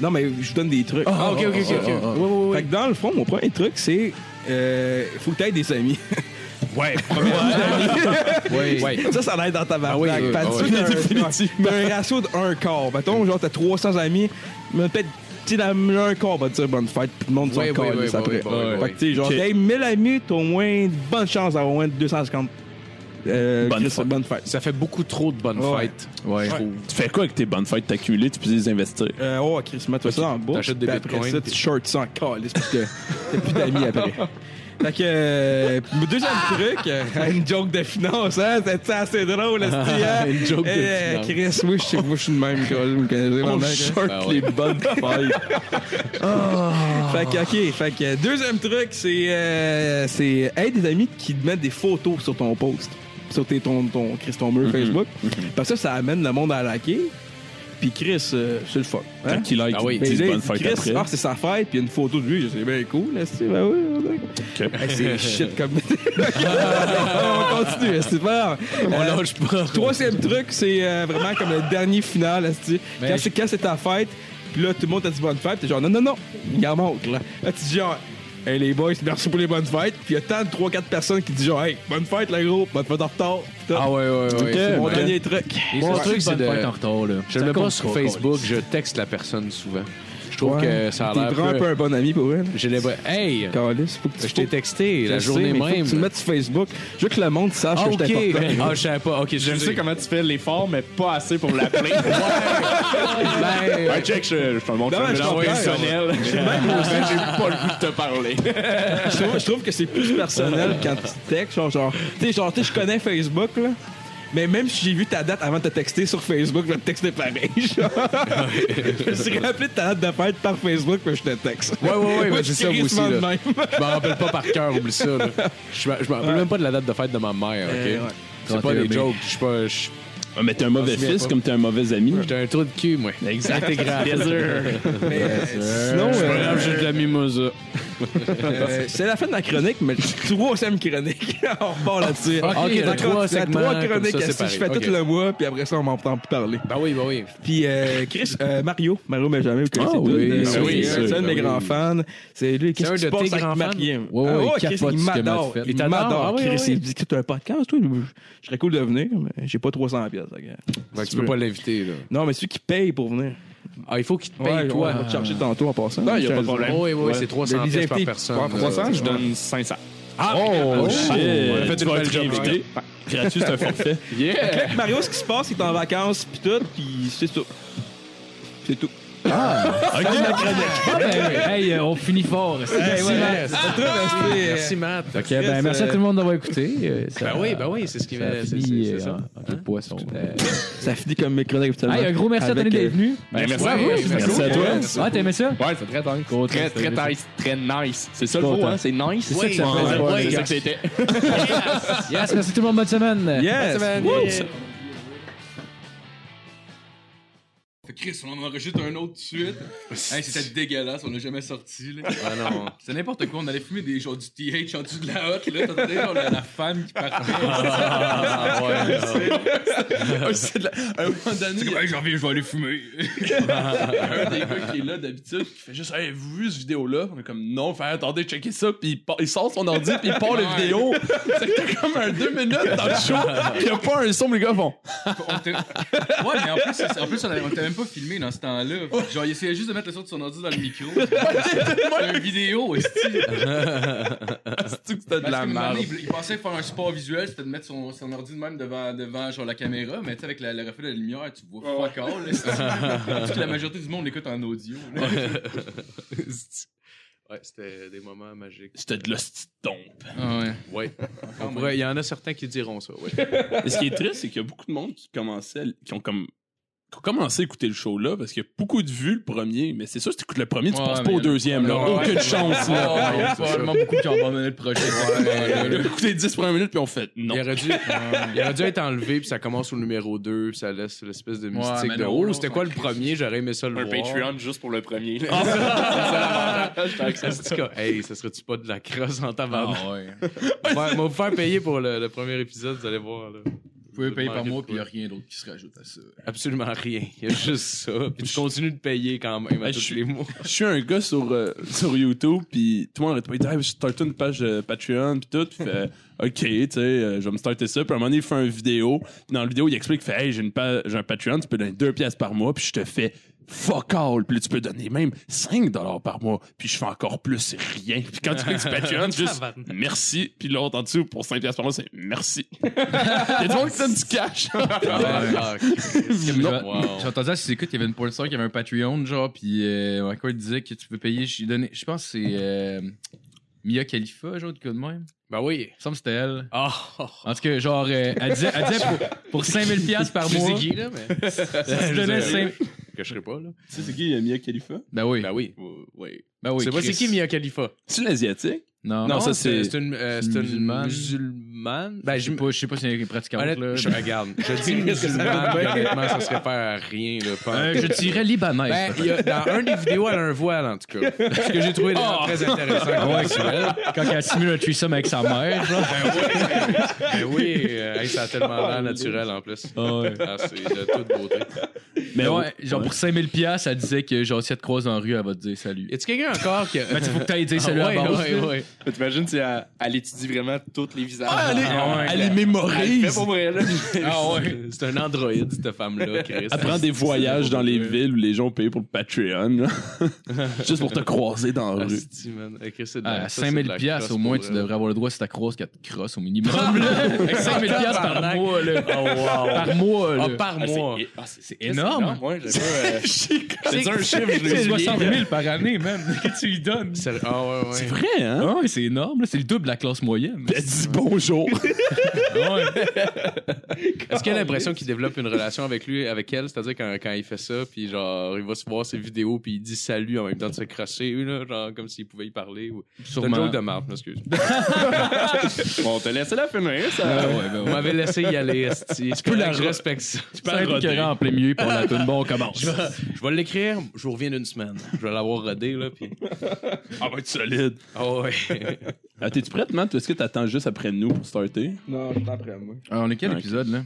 Speaker 6: Non, mais je vous donne des trucs.
Speaker 5: Ah, ok, ok, ok. ok. Ouais, ouais, ouais.
Speaker 6: Fait que dans le fond, mon premier truc, c'est, euh, faut que t'aies des amis.
Speaker 5: <laughs> Ouais.
Speaker 6: Ça, ça l'aide dans ta barbe.
Speaker 5: Ah oui, oui,
Speaker 6: Parce
Speaker 5: oui.
Speaker 6: que t'as un- <laughs> T'as un ratio de 1 quart. Mettons, genre, t'as 300 amis, mais peut-être, tu sais, la- un quart va te dire bonne fête, puis le monde s'en
Speaker 5: Oui, oui,
Speaker 6: calisse
Speaker 5: oui, oui,
Speaker 6: après.
Speaker 5: oui, oui, oui.
Speaker 6: Fait que, tu sais, genre,
Speaker 4: Ok.
Speaker 6: t'as 1000 amis, t'as au moins une bonne chance d'avoir au moins 250. Euh,
Speaker 4: Bonne
Speaker 6: Chris,
Speaker 4: fête.
Speaker 6: bonne fête.
Speaker 5: Ça fait beaucoup trop de bonnes
Speaker 6: Ouais.
Speaker 5: fêtes.
Speaker 3: Ouais.
Speaker 4: Tu fais quoi avec tes bonnes fêtes accumulées? Tu peux les investir.
Speaker 6: Euh, oh, Chris, mets-toi ça en bourse.
Speaker 5: T'achètes des
Speaker 6: puis après
Speaker 5: bitcoins,
Speaker 6: ça,
Speaker 5: puis-
Speaker 6: tu shorts ça en calice parce que t'as plus d'amis après. Fait que, euh, puis deuxième truc, <laughs> euh, une joke de finance, hein? C'est ça, assez drôle, c'est hein? Une joke de finance. Chris, oui, je sais que moi, je suis le même, quoi. Vous me connaissez,
Speaker 4: On
Speaker 6: maintenant, hein?
Speaker 4: short les
Speaker 6: <laughs>
Speaker 4: bonnes failles.
Speaker 6: Ah! Fait que, ok, fait que, euh, deuxième truc, c'est euh, c'est aide des amis qui te mettent des photos sur ton post, sur tes, ton, ton, Chris, ton mur Facebook. Parce que ça amène le monde à liker. Puis Chris, euh, c'est le fun. hein?
Speaker 4: Quand il like,
Speaker 12: Ah oui.
Speaker 4: ils
Speaker 6: Mais
Speaker 4: disent
Speaker 6: là,
Speaker 4: bonne fête
Speaker 6: Chris,
Speaker 4: après.
Speaker 6: ah, c'est sa fête, puis il y a une photo de lui, c'est bien cool, là, c'est ben oui, on est- Hey, c'est shit comme. <laughs> on continue, c'est pas.
Speaker 12: On
Speaker 6: Euh,
Speaker 12: lâche pas.
Speaker 6: Troisième truc, c'est euh, vraiment comme le dernier final, là, c'est- quand c'est quand c'est ta fête, puis là tout le monde t'a dit bonne fête, t'es genre non non non, il en manque là. Là tu dis genre Hey les boys, merci pour les bonnes fêtes. Puis il y a tant de 3-4 personnes qui disent genre Hey, bonne fête là gros, bonne fête en retard.
Speaker 13: Ah ouais, ouais, ouais.
Speaker 6: c'est
Speaker 13: c'est
Speaker 6: mon
Speaker 13: vrai.
Speaker 6: dernier truc.
Speaker 13: Et
Speaker 5: ben, Mon
Speaker 13: son
Speaker 5: truc,
Speaker 13: truc,
Speaker 5: c'est
Speaker 13: c'est
Speaker 5: de-
Speaker 13: de être en retard, là.
Speaker 5: Je
Speaker 13: Ça
Speaker 5: le mets pas
Speaker 13: compte
Speaker 5: sur
Speaker 13: pas,
Speaker 5: Facebook,
Speaker 13: câlisse.
Speaker 5: je texte la personne souvent. Je trouve
Speaker 6: Ouais.
Speaker 5: que ça a
Speaker 6: T'es
Speaker 5: l'air
Speaker 6: vraiment un peu un bon ami pour elle.
Speaker 5: J'ai les bras- Hey!
Speaker 6: Calice, faut que tu
Speaker 5: Je t'ai texté la
Speaker 6: Je
Speaker 5: journée
Speaker 6: sais, mais faut que
Speaker 5: même.
Speaker 6: tu le mettes sur Facebook. Je veux que le monde sache
Speaker 5: Ah,
Speaker 6: que je
Speaker 5: ok.
Speaker 6: suis important.
Speaker 5: Ah, je savais pas. Ok, je
Speaker 8: Je sais
Speaker 5: sais.
Speaker 8: comment tu fais l'effort, mais pas assez pour l'appeler.
Speaker 5: Ben,
Speaker 8: Ouais, check, je je suis un
Speaker 6: Non,
Speaker 8: bon chum,
Speaker 6: mais je
Speaker 8: j'ai envoyé
Speaker 6: comprends.
Speaker 8: un sonnel. Même moi aussi, j'ai pas le goût de te parler.
Speaker 6: je, trouve, je trouve que c'est plus personnel quand tu textes. Genre, genre, tu sais, genre, tu sais, je connais Facebook, là. Mais même si j'ai vu ta date avant de te texter sur Facebook, je vais te texter pareil. <laughs> genre. je me suis rappelé de ta date de fête par Facebook, puis je te texte.
Speaker 5: ouais, ouais, ouais,
Speaker 6: Moi,
Speaker 5: mais
Speaker 6: je
Speaker 5: c'est
Speaker 6: suis
Speaker 5: ça, moi aussi.
Speaker 6: crissement de
Speaker 5: Là.
Speaker 6: même.
Speaker 5: Je m'en rappelle pas par cœur, oublie ça. là. Je m'en- je m'en rappelle même pas de la date de fête de ma mère, ok?
Speaker 6: Euh, ouais.
Speaker 5: C'est pas des jokes. Je suis pas. je-
Speaker 4: Ah, mais t'es un mauvais fils comme t'es un mauvais ami.
Speaker 5: J'étais un trou de cul, moi.
Speaker 6: Eh,
Speaker 4: Exact.
Speaker 6: Mais, euh, sinon, euh,
Speaker 5: J'ai de la mimosa.
Speaker 6: euh, c'est la fin de la chronique, mais troisième chronique. <laughs> on repart là-dessus.
Speaker 5: Ok,
Speaker 6: Il y a
Speaker 5: trois
Speaker 6: trois
Speaker 5: segments, comme
Speaker 6: chroniques.
Speaker 5: ça, c'est
Speaker 6: esti, je fais
Speaker 5: pareil.
Speaker 6: tout
Speaker 5: Ok.
Speaker 6: le mois, puis après ça, on m'entend plus parler.
Speaker 5: Ben oui, ben oui.
Speaker 6: Puis euh, Chris, euh, Mario, Mario Benjamin, vous connaissez
Speaker 4: Ah
Speaker 6: tous,
Speaker 4: oui,
Speaker 6: euh,
Speaker 4: ah oui,
Speaker 6: c'est
Speaker 4: sûr,
Speaker 6: un de mes
Speaker 4: ah
Speaker 6: grands fans. C'est lui,
Speaker 5: C'est
Speaker 6: qu'est-ce
Speaker 5: un
Speaker 6: qui se
Speaker 5: de tes
Speaker 6: passe avec
Speaker 5: grands fans?
Speaker 6: Mario?
Speaker 13: Ouais, ouais,
Speaker 6: Ah
Speaker 13: il
Speaker 6: Chris,
Speaker 13: capote
Speaker 6: il
Speaker 13: ce que Matt
Speaker 6: m'adore,
Speaker 13: fait.
Speaker 6: il
Speaker 5: Il t'adore,
Speaker 6: m'adore.
Speaker 5: ah oui,
Speaker 6: Chris,
Speaker 5: oui.
Speaker 6: il dit que tu as un podcast, toi, je serais cool de venir, mais j'ai pas 300 pièces.
Speaker 5: Ben, tu peux pas l'inviter, là.
Speaker 6: Non, mais celui qui paye pour venir.
Speaker 5: Ah, il faut qu'il te paye,
Speaker 6: Ouais,
Speaker 5: toi.
Speaker 6: on va te charger tantôt en passant.
Speaker 8: Non, y a pas de problème.
Speaker 5: Oui, oui, oui, c'est 300
Speaker 6: Mais les
Speaker 5: pièces par
Speaker 6: invités,
Speaker 5: personne.
Speaker 6: par
Speaker 5: là.
Speaker 6: 300,
Speaker 8: Je donne 500.
Speaker 5: Ah, oh,
Speaker 4: Shit.
Speaker 8: fait
Speaker 4: Tu
Speaker 8: une
Speaker 4: vas
Speaker 8: belle
Speaker 4: être
Speaker 8: job,
Speaker 4: invité. Gratuit, Ah, c'est un forfait.
Speaker 8: Yeah!
Speaker 6: Avec Mario, ce qui se passe, il est en vacances, puis tout, puis c'est tout. C'est tout.
Speaker 13: Ah, ben, ouais. Hey, euh, on finit fort. c'est- Merci, Matt.
Speaker 5: Ah, Merci, Matt.
Speaker 13: Ok, ben, merci à tout le monde d'avoir écouté. euh, ça-
Speaker 5: Ben oui, ben oui, c'est ce qui
Speaker 13: ça a
Speaker 5: va. c'est-
Speaker 13: fini,
Speaker 5: c'est- c'est
Speaker 13: euh,
Speaker 5: ça.
Speaker 13: en- en queue de poisson. Euh,
Speaker 6: <laughs> Ça finit comme mes chroniques.
Speaker 13: Hey, un gros merci à
Speaker 6: Avec,
Speaker 13: Tony
Speaker 6: euh,
Speaker 13: d'être venu.
Speaker 8: Ben, merci
Speaker 5: Ouais,
Speaker 8: à vous.
Speaker 5: ouais,
Speaker 4: Merci à toi.
Speaker 13: Ah, t'as aimé ça?
Speaker 8: Ouais, c'est très dingue. Très, très nice. Très nice. C'est ça le mot,
Speaker 13: Content.
Speaker 8: hein? C'est nice. C'est
Speaker 5: ça que ça
Speaker 8: Ouais,
Speaker 5: fait.
Speaker 8: ouais,
Speaker 5: Ouais,
Speaker 8: c'est ça
Speaker 5: yes.
Speaker 8: que c'était.
Speaker 13: Yes, merci tout le monde. Bonne semaine.
Speaker 6: Yes!
Speaker 3: Oh,
Speaker 6: Woo!
Speaker 14: Fait Chris, on en enregistre un autre tout de suite. hey, c'était dégueulasse, on l'a jamais sorti. Là.
Speaker 5: Ah non.
Speaker 14: C'est n'importe quoi, on allait fumer des genre du TH en dessous de la hotte. Là, t'entendais genre la, la femme qui partait.
Speaker 5: Ah, ouais, non.
Speaker 14: C'est de la- À un moment donné. il y a-
Speaker 4: Hey, j'ai envie, je vais aller fumer.
Speaker 14: un des gars qui est là d'habitude qui fait juste Hey, vous vu cette vidéo là On est comme non, fait attendez, checker ça. Puis il, part- il sort son ordi, puis il part la vidéo. C'était comme un deux minutes dans le show. Il n'y a pas un son, mais les gars font
Speaker 3: On était- ouais, mais en plus, c'est- en plus on, avait- on était même pas filmé dans ce temps-là. Fait que Genre, il essayait juste de mettre le son de son ordi dans le micro. C'était une vidéo, est-ce
Speaker 14: Tu
Speaker 5: <laughs>
Speaker 14: que c'était de la
Speaker 3: Parce que, à un moment
Speaker 14: merde.
Speaker 3: donné, il, il pensait faire un support visuel, c'était de mettre son, son ordi de même devant, devant genre, la caméra, mais tu sais, avec la- le reflet de la lumière, tu vois fuck all. là, c'est- Parce que la majorité du monde l'écoute en audio. là. <laughs>
Speaker 5: Ouais, c'était des moments magiques.
Speaker 4: C'était de l'ostiton.
Speaker 3: Ah
Speaker 5: Ouais. On pourrait- Il y en a certains qui diront ça, ouais.
Speaker 4: Et ce qui est triste, c'est qu'il y a beaucoup de monde qui commençait, à- qui ont comme qui ont commencé à écouter le show là parce qu'il y a beaucoup de vues le premier, mais c'est sûr si tu écoutes le premier, tu
Speaker 3: Ouais,
Speaker 4: passes pas
Speaker 3: mais
Speaker 4: au
Speaker 3: le-
Speaker 4: deuxième là,
Speaker 3: Ouais.
Speaker 4: aucune chance
Speaker 3: Oh,
Speaker 4: là.
Speaker 3: il y a probablement beaucoup qui ont abandonné le projet.
Speaker 4: On a écouté les 10 premières minutes puis on fait non.
Speaker 5: Il aurait, dû, il aurait dû être enlevé, puis ça commence au numéro 2, puis ça laisse l'espèce de mystique
Speaker 3: mais
Speaker 5: de
Speaker 3: non,
Speaker 5: Oh,
Speaker 3: non,
Speaker 5: c'était quoi le premier J'aurais aimé ça le
Speaker 8: Un
Speaker 5: voir. <laughs>
Speaker 8: Patreon juste pour le premier.
Speaker 4: Ah,
Speaker 5: Ça serait-tu quoi? Hey, ça serait-tu pas de la crosse en
Speaker 3: Ah,
Speaker 5: tabarnak? On va vous faire payer pour le, le premier épisode, vous allez voir. Là.
Speaker 3: Vous pouvez payer par mois, puis il n'y a rien d'autre qui se rajoute à ça.
Speaker 5: Absolument rien. Il y a juste ça. Puis tu continues de payer quand même à
Speaker 4: Hey,
Speaker 5: tous
Speaker 4: je suis-
Speaker 5: les mois.
Speaker 4: Je suis un gars sur, euh, <laughs> sur YouTube, puis tout le monde arrête pas de dire Hey, je starte une page euh, Patreon, puis tout. Puis fait, <laughs> OK, tu sais, euh, je vais me starter ça. Puis à un moment donné, il fait une vidéo. Puis dans la vidéo, il explique fait, Hey, j'ai une pa- j'ai un Patreon, tu peux donner deux pièces par mois, puis je te fais fuck all. Puis là, tu peux donner même 5 dollars par mois, puis je fais encore plus, c'est rien. Puis quand tu fais du Patreon, c'est
Speaker 5: <laughs>
Speaker 4: juste merci. Puis l'autre en dessous, pour 5 pièces par mois, c'est merci. <laughs> Il y a du monde qui donne du cash.
Speaker 5: Ah,
Speaker 3: Non.
Speaker 5: Wow.
Speaker 3: J'ai entendu à six écoutes, il y avait une pornstar qui avait un Patreon, genre, puis euh, ouais, quoi, il disait que tu peux payer, je lui donnais- je pense que c'est euh, Mia Khalifa, genre, de coup de même.
Speaker 5: Ben oui.
Speaker 3: Il me semble que c'était elle.
Speaker 5: Ah,
Speaker 3: En tout cas, genre, euh, elle disait, elle disait pour, pour 5000$ piastres par
Speaker 5: je sais
Speaker 3: mois.
Speaker 5: qui, là, mais.
Speaker 3: Elle donnait cinq-
Speaker 5: Que je serais pas, là.
Speaker 4: Tu sais, c'est qui, euh, Mia Khalifa?
Speaker 3: Ben oui.
Speaker 5: Ben oui.
Speaker 4: Oui.
Speaker 3: Ben oui.
Speaker 5: c'est pas c'est
Speaker 3: Chris.
Speaker 5: qui Mia Khalifa?
Speaker 4: C'est Euh, l'asiatique?
Speaker 3: Non.
Speaker 4: Non, ça, c'est-
Speaker 5: C'est une, euh,
Speaker 3: c'est
Speaker 5: c'est une
Speaker 3: musulmane.
Speaker 5: musulmane.
Speaker 3: Ben, je sais pas, je sais pas si elle est pratiquante,
Speaker 5: Honnête-
Speaker 3: là. <laughs>
Speaker 5: je regarde. ben, <laughs> Je dis musulmane, mais honnêtement, ça Ben, serait pas à rien, là. pas-
Speaker 3: Euh, je dirais libanaise.
Speaker 5: Ben, il y a- dans un des vidéos, elle a un voile, en tout cas. Ce que j'ai trouvé déjà très intéressant.
Speaker 3: Ah
Speaker 5: comme visuel.
Speaker 3: Quand elle simule un threesome avec sa mère, genre.
Speaker 5: <laughs> Ben oui, euh, hey, ça a tellement l'air naturel, en plus. Ah, c'est de toute beauté.
Speaker 3: Mais Ben ouais, genre pour 5000 pièces, elle disait que genre si elle te croise en rue, elle va te dire salut.
Speaker 5: Y a-tu quelqu'un encore qui.
Speaker 3: Mais tu faut que t'ailles dire salut à
Speaker 5: ouais,
Speaker 3: la base.
Speaker 5: ouais,
Speaker 3: là.
Speaker 5: ouais.
Speaker 8: T'imagines si elle, elle étudie vraiment tous les visages.
Speaker 4: elle est, elle est
Speaker 8: Elle fait
Speaker 4: mémorise.
Speaker 8: pour vrai, là.
Speaker 5: Ah ouais. C'est un androïde, cette femme-là, Chris.
Speaker 4: Elle prend des voyages dans les villes où les gens ont payé pour le Patreon. là. Juste pour te croiser dans la rue.
Speaker 5: Asti, man. Hey, Chris, c'est de
Speaker 3: Ah,
Speaker 5: la- ça, c'est de
Speaker 3: 5000
Speaker 5: la
Speaker 3: pièces
Speaker 5: crosse
Speaker 3: au moins
Speaker 5: pour
Speaker 3: tu
Speaker 5: vrai.
Speaker 3: devrais avoir le droit si ta croise qu'elle te crosse au minimum. là. Avec 5000 pièces par
Speaker 5: Tabarnak.
Speaker 3: mois là. Oh, Par mois là.
Speaker 5: Ah, par mois.
Speaker 8: C'est- ah, c'est- c'est
Speaker 3: énorme.
Speaker 8: Ouais,
Speaker 4: <laughs>
Speaker 8: j'ai pas, euh, C'est un chiffre, je l'ai
Speaker 3: C'est
Speaker 8: oublié.
Speaker 3: 60 000 par année même. <laughs> que tu lui donnes.
Speaker 5: C'est- Ah ouais, ouais.
Speaker 4: C'est vrai, hein?
Speaker 3: Ah ouais, c'est énorme, là. c'est le double de la classe <laughs> moyenne.
Speaker 4: Elle dit bonjour.
Speaker 3: Ah
Speaker 5: Est-ce qu'il a l'impression qu'il développe une relation avec lui, avec elle, c'est-à-dire quand, quand il fait ça, puis genre, il va se voir ses vidéos, puis il dit salut en même temps de se crasher, là, genre, comme s'il pouvait y parler. Ou... C'est un
Speaker 3: Sûrement.
Speaker 5: joke de marde, excuse.
Speaker 8: Bon, on te laissé la finir, ça.
Speaker 3: Ah ouais, ben
Speaker 5: Vous
Speaker 3: ouais.
Speaker 5: m'avez laissé y aller, esti. Je peux
Speaker 4: la
Speaker 5: je
Speaker 4: re-
Speaker 5: respecte ça.
Speaker 4: Tu
Speaker 3: Ça va être écœurant en plein milieu, puis on a tout bon, on commence.
Speaker 5: Je vais l'écrire, je vous reviens d'une semaine. Je vais l'avoir rodé, là, puis...
Speaker 4: Ah, va être solide.
Speaker 5: Ah ouais.
Speaker 4: Ah, T'es-tu prête, man? Est-ce que t'attends juste après nous pour starter?
Speaker 6: Non, je t'en prends, moi.
Speaker 3: Alors, on est quel
Speaker 4: Ok.
Speaker 3: épisode là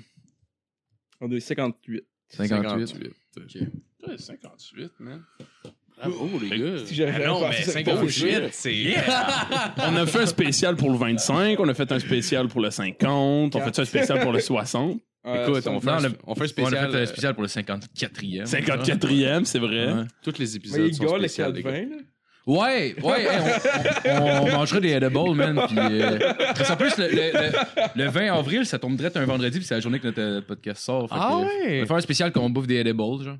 Speaker 6: On est 58.
Speaker 3: 58.
Speaker 4: Ouais, 58, man.
Speaker 5: Oh, les gars.
Speaker 6: Si j'avais
Speaker 5: Ah non,
Speaker 6: pensé
Speaker 5: mais
Speaker 6: ça,
Speaker 5: 58, c'est...
Speaker 4: On a fait un spécial pour le 25, on a fait un spécial pour le 50, on a fait un spécial pour le 60.
Speaker 6: Euh,
Speaker 5: Écoute, on fait,
Speaker 3: Non,
Speaker 5: un,
Speaker 3: le-
Speaker 5: on fait un
Speaker 3: On
Speaker 5: spécial.
Speaker 3: a fait
Speaker 5: euh,
Speaker 3: un spécial pour le 54e.
Speaker 4: 54e, c'est vrai.
Speaker 3: Ouais.
Speaker 5: Tous les
Speaker 6: Mais
Speaker 5: épisodes
Speaker 6: il
Speaker 5: sont
Speaker 6: gars, le
Speaker 5: spéciaux, les gars.
Speaker 6: 420, là.
Speaker 3: Ouais, ouais, hey, on, on- on mangerait des edibles, man. Puis, euh, parce en plus, le, le- le- le 20 avril, ça tombe direct un vendredi, puis c'est la journée que notre euh, podcast sort. fait
Speaker 5: Ah
Speaker 3: que, euh, On
Speaker 5: ouais.
Speaker 3: va faire un spécial qu'on bouffe des edibles, genre.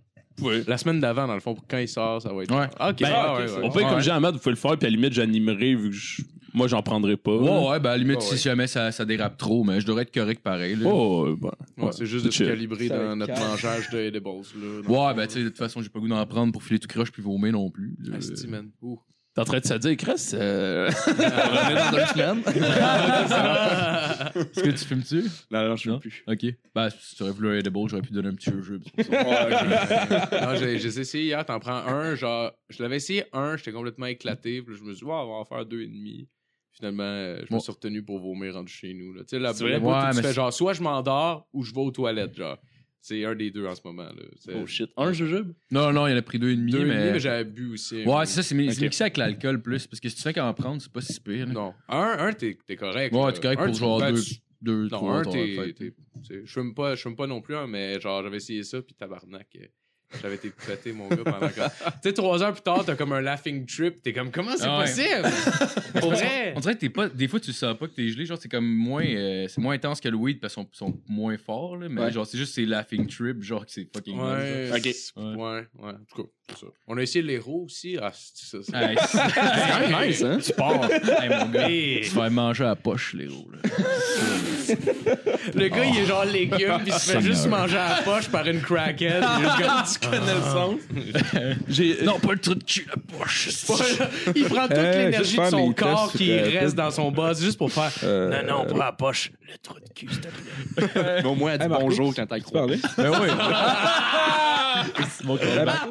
Speaker 5: La semaine d'avant, dans le fond, pour quand il sort, ça va être...
Speaker 3: Ouais.
Speaker 5: Ah, ok.
Speaker 4: Ben,
Speaker 5: Ah, ouais, ouais.
Speaker 4: On peut
Speaker 3: Ouais.
Speaker 4: comme Jean-Ahmed, vous pouvez le faire, puis à la limite, j'animerai vu que je- moi, j'en prendrai pas.
Speaker 3: Ouais, ouais, ben, à la limite, si jamais ça, ça dérape trop, mais je devrais être correct pareil, là.
Speaker 4: Oh, ouais,
Speaker 5: Ouais,
Speaker 4: ouais.
Speaker 5: c'est juste de se
Speaker 4: Chill.
Speaker 5: calibrer
Speaker 6: Ça
Speaker 5: dans
Speaker 6: calme.
Speaker 5: notre mangeage de edibles. Là, dans-
Speaker 3: Ouais, ben, tu sais, de toute façon, j'ai pas le goût d'en prendre pour filer tout croche puis vomir non plus. là. <laughs>
Speaker 5: Asti, man. Ouh.
Speaker 4: T'es en train de se dire, Chris,
Speaker 3: <laughs>
Speaker 4: euh,
Speaker 3: Est-ce que tu fumes-tu?
Speaker 8: Non, non, je
Speaker 3: Non.
Speaker 8: veux plus.
Speaker 3: Ok. Ben, si tu aurais voulu un edible, j'aurais pu donner un petit jeu.
Speaker 5: <laughs> Non, j'ai j'ai essayé hier, t'en prends un, genre, je l'avais essayé un, j'étais complètement éclaté, puis là, je me suis dit, wow, on va en faire deux et demi. Finalement, euh, je me
Speaker 3: Ouais.
Speaker 5: suis retenu pour vomir rendu chez nous. là. Tu sais, la
Speaker 8: C'est vrai?
Speaker 5: la boîte où
Speaker 3: Ouais,
Speaker 5: tu
Speaker 3: mais
Speaker 5: fais
Speaker 3: c'est-
Speaker 5: genre, soit je m'endors ou je vais aux toilettes, genre. C'est un des deux en ce moment. Là. C'est
Speaker 8: Oh shit. Un jujube?
Speaker 3: Non, non, il en a pris deux et demi,
Speaker 5: deux et demi,
Speaker 3: mais.
Speaker 5: mais j'avais bu aussi.
Speaker 3: ouais,
Speaker 5: un peu.
Speaker 3: c'est ça, c'est mi-
Speaker 8: Ok.
Speaker 3: c'est mixé avec l'alcool plus, parce que si tu fais qu'en prendre, c'est pas si pire. là.
Speaker 5: Non. Un, un t'es t'es correct.
Speaker 3: Ouais,
Speaker 5: là.
Speaker 3: t'es correct
Speaker 5: Un,
Speaker 3: pour
Speaker 5: tu-
Speaker 3: genre
Speaker 5: ben,
Speaker 3: deux,
Speaker 5: tu-
Speaker 3: deux,
Speaker 5: Non,
Speaker 3: trois.
Speaker 5: un,
Speaker 3: ton
Speaker 5: t'es.
Speaker 3: affaire,
Speaker 5: t'es- t'sais, Je fume pas, je fume pas non plus, hein, mais genre, j'avais essayé ça, puis tabarnak. euh, J'avais été pété, mon gars, pendant que. Tu sais, trois heures plus tard, t'as comme un laughing trip, t'es comme, comment c'est
Speaker 3: Ah ouais.
Speaker 5: possible? Pour vrai!
Speaker 3: On dirait que t'es pas. Des fois, tu sens pas que t'es gelé. Genre, c'est comme moins. euh, c'est moins intense que le weed parce qu'ils sont, sont moins forts, là. Mais
Speaker 8: Ouais.
Speaker 3: genre, c'est juste c'est laughing trip, genre, que c'est fucking. nice,
Speaker 5: Ouais,
Speaker 8: Ok.
Speaker 5: c'est- ouais, ouais, En tout cas, c'est ça. On a essayé l'héros aussi. Ah, c'est ça. c'est-
Speaker 3: genre. Hey, c'est-
Speaker 8: <laughs> C'est quand même nice, hein?
Speaker 3: <laughs> hey, mon gars. Tu te fais manger à la poche, les gros, là.
Speaker 5: Le gars, il est genre légume, puis il se fait juste manger à la poche par une crackhead. Il est juste comme-
Speaker 3: Ah. <laughs> Non, pas le truc de cul, la poche.
Speaker 5: il prend toute
Speaker 6: Euh, juste
Speaker 5: l'énergie de
Speaker 6: faire
Speaker 5: son
Speaker 6: les
Speaker 5: corps
Speaker 6: tests,
Speaker 5: qui
Speaker 6: euh,
Speaker 5: reste
Speaker 6: tests.
Speaker 5: dans son boss juste pour faire Non, non, pas à la poche, le trou de cul, s'il te plaît.
Speaker 8: Mais au moins, elle dit
Speaker 6: Marco, ben
Speaker 8: bonjour quand t'as
Speaker 6: Tu parlais?
Speaker 3: Ben oui. C'est mon combat.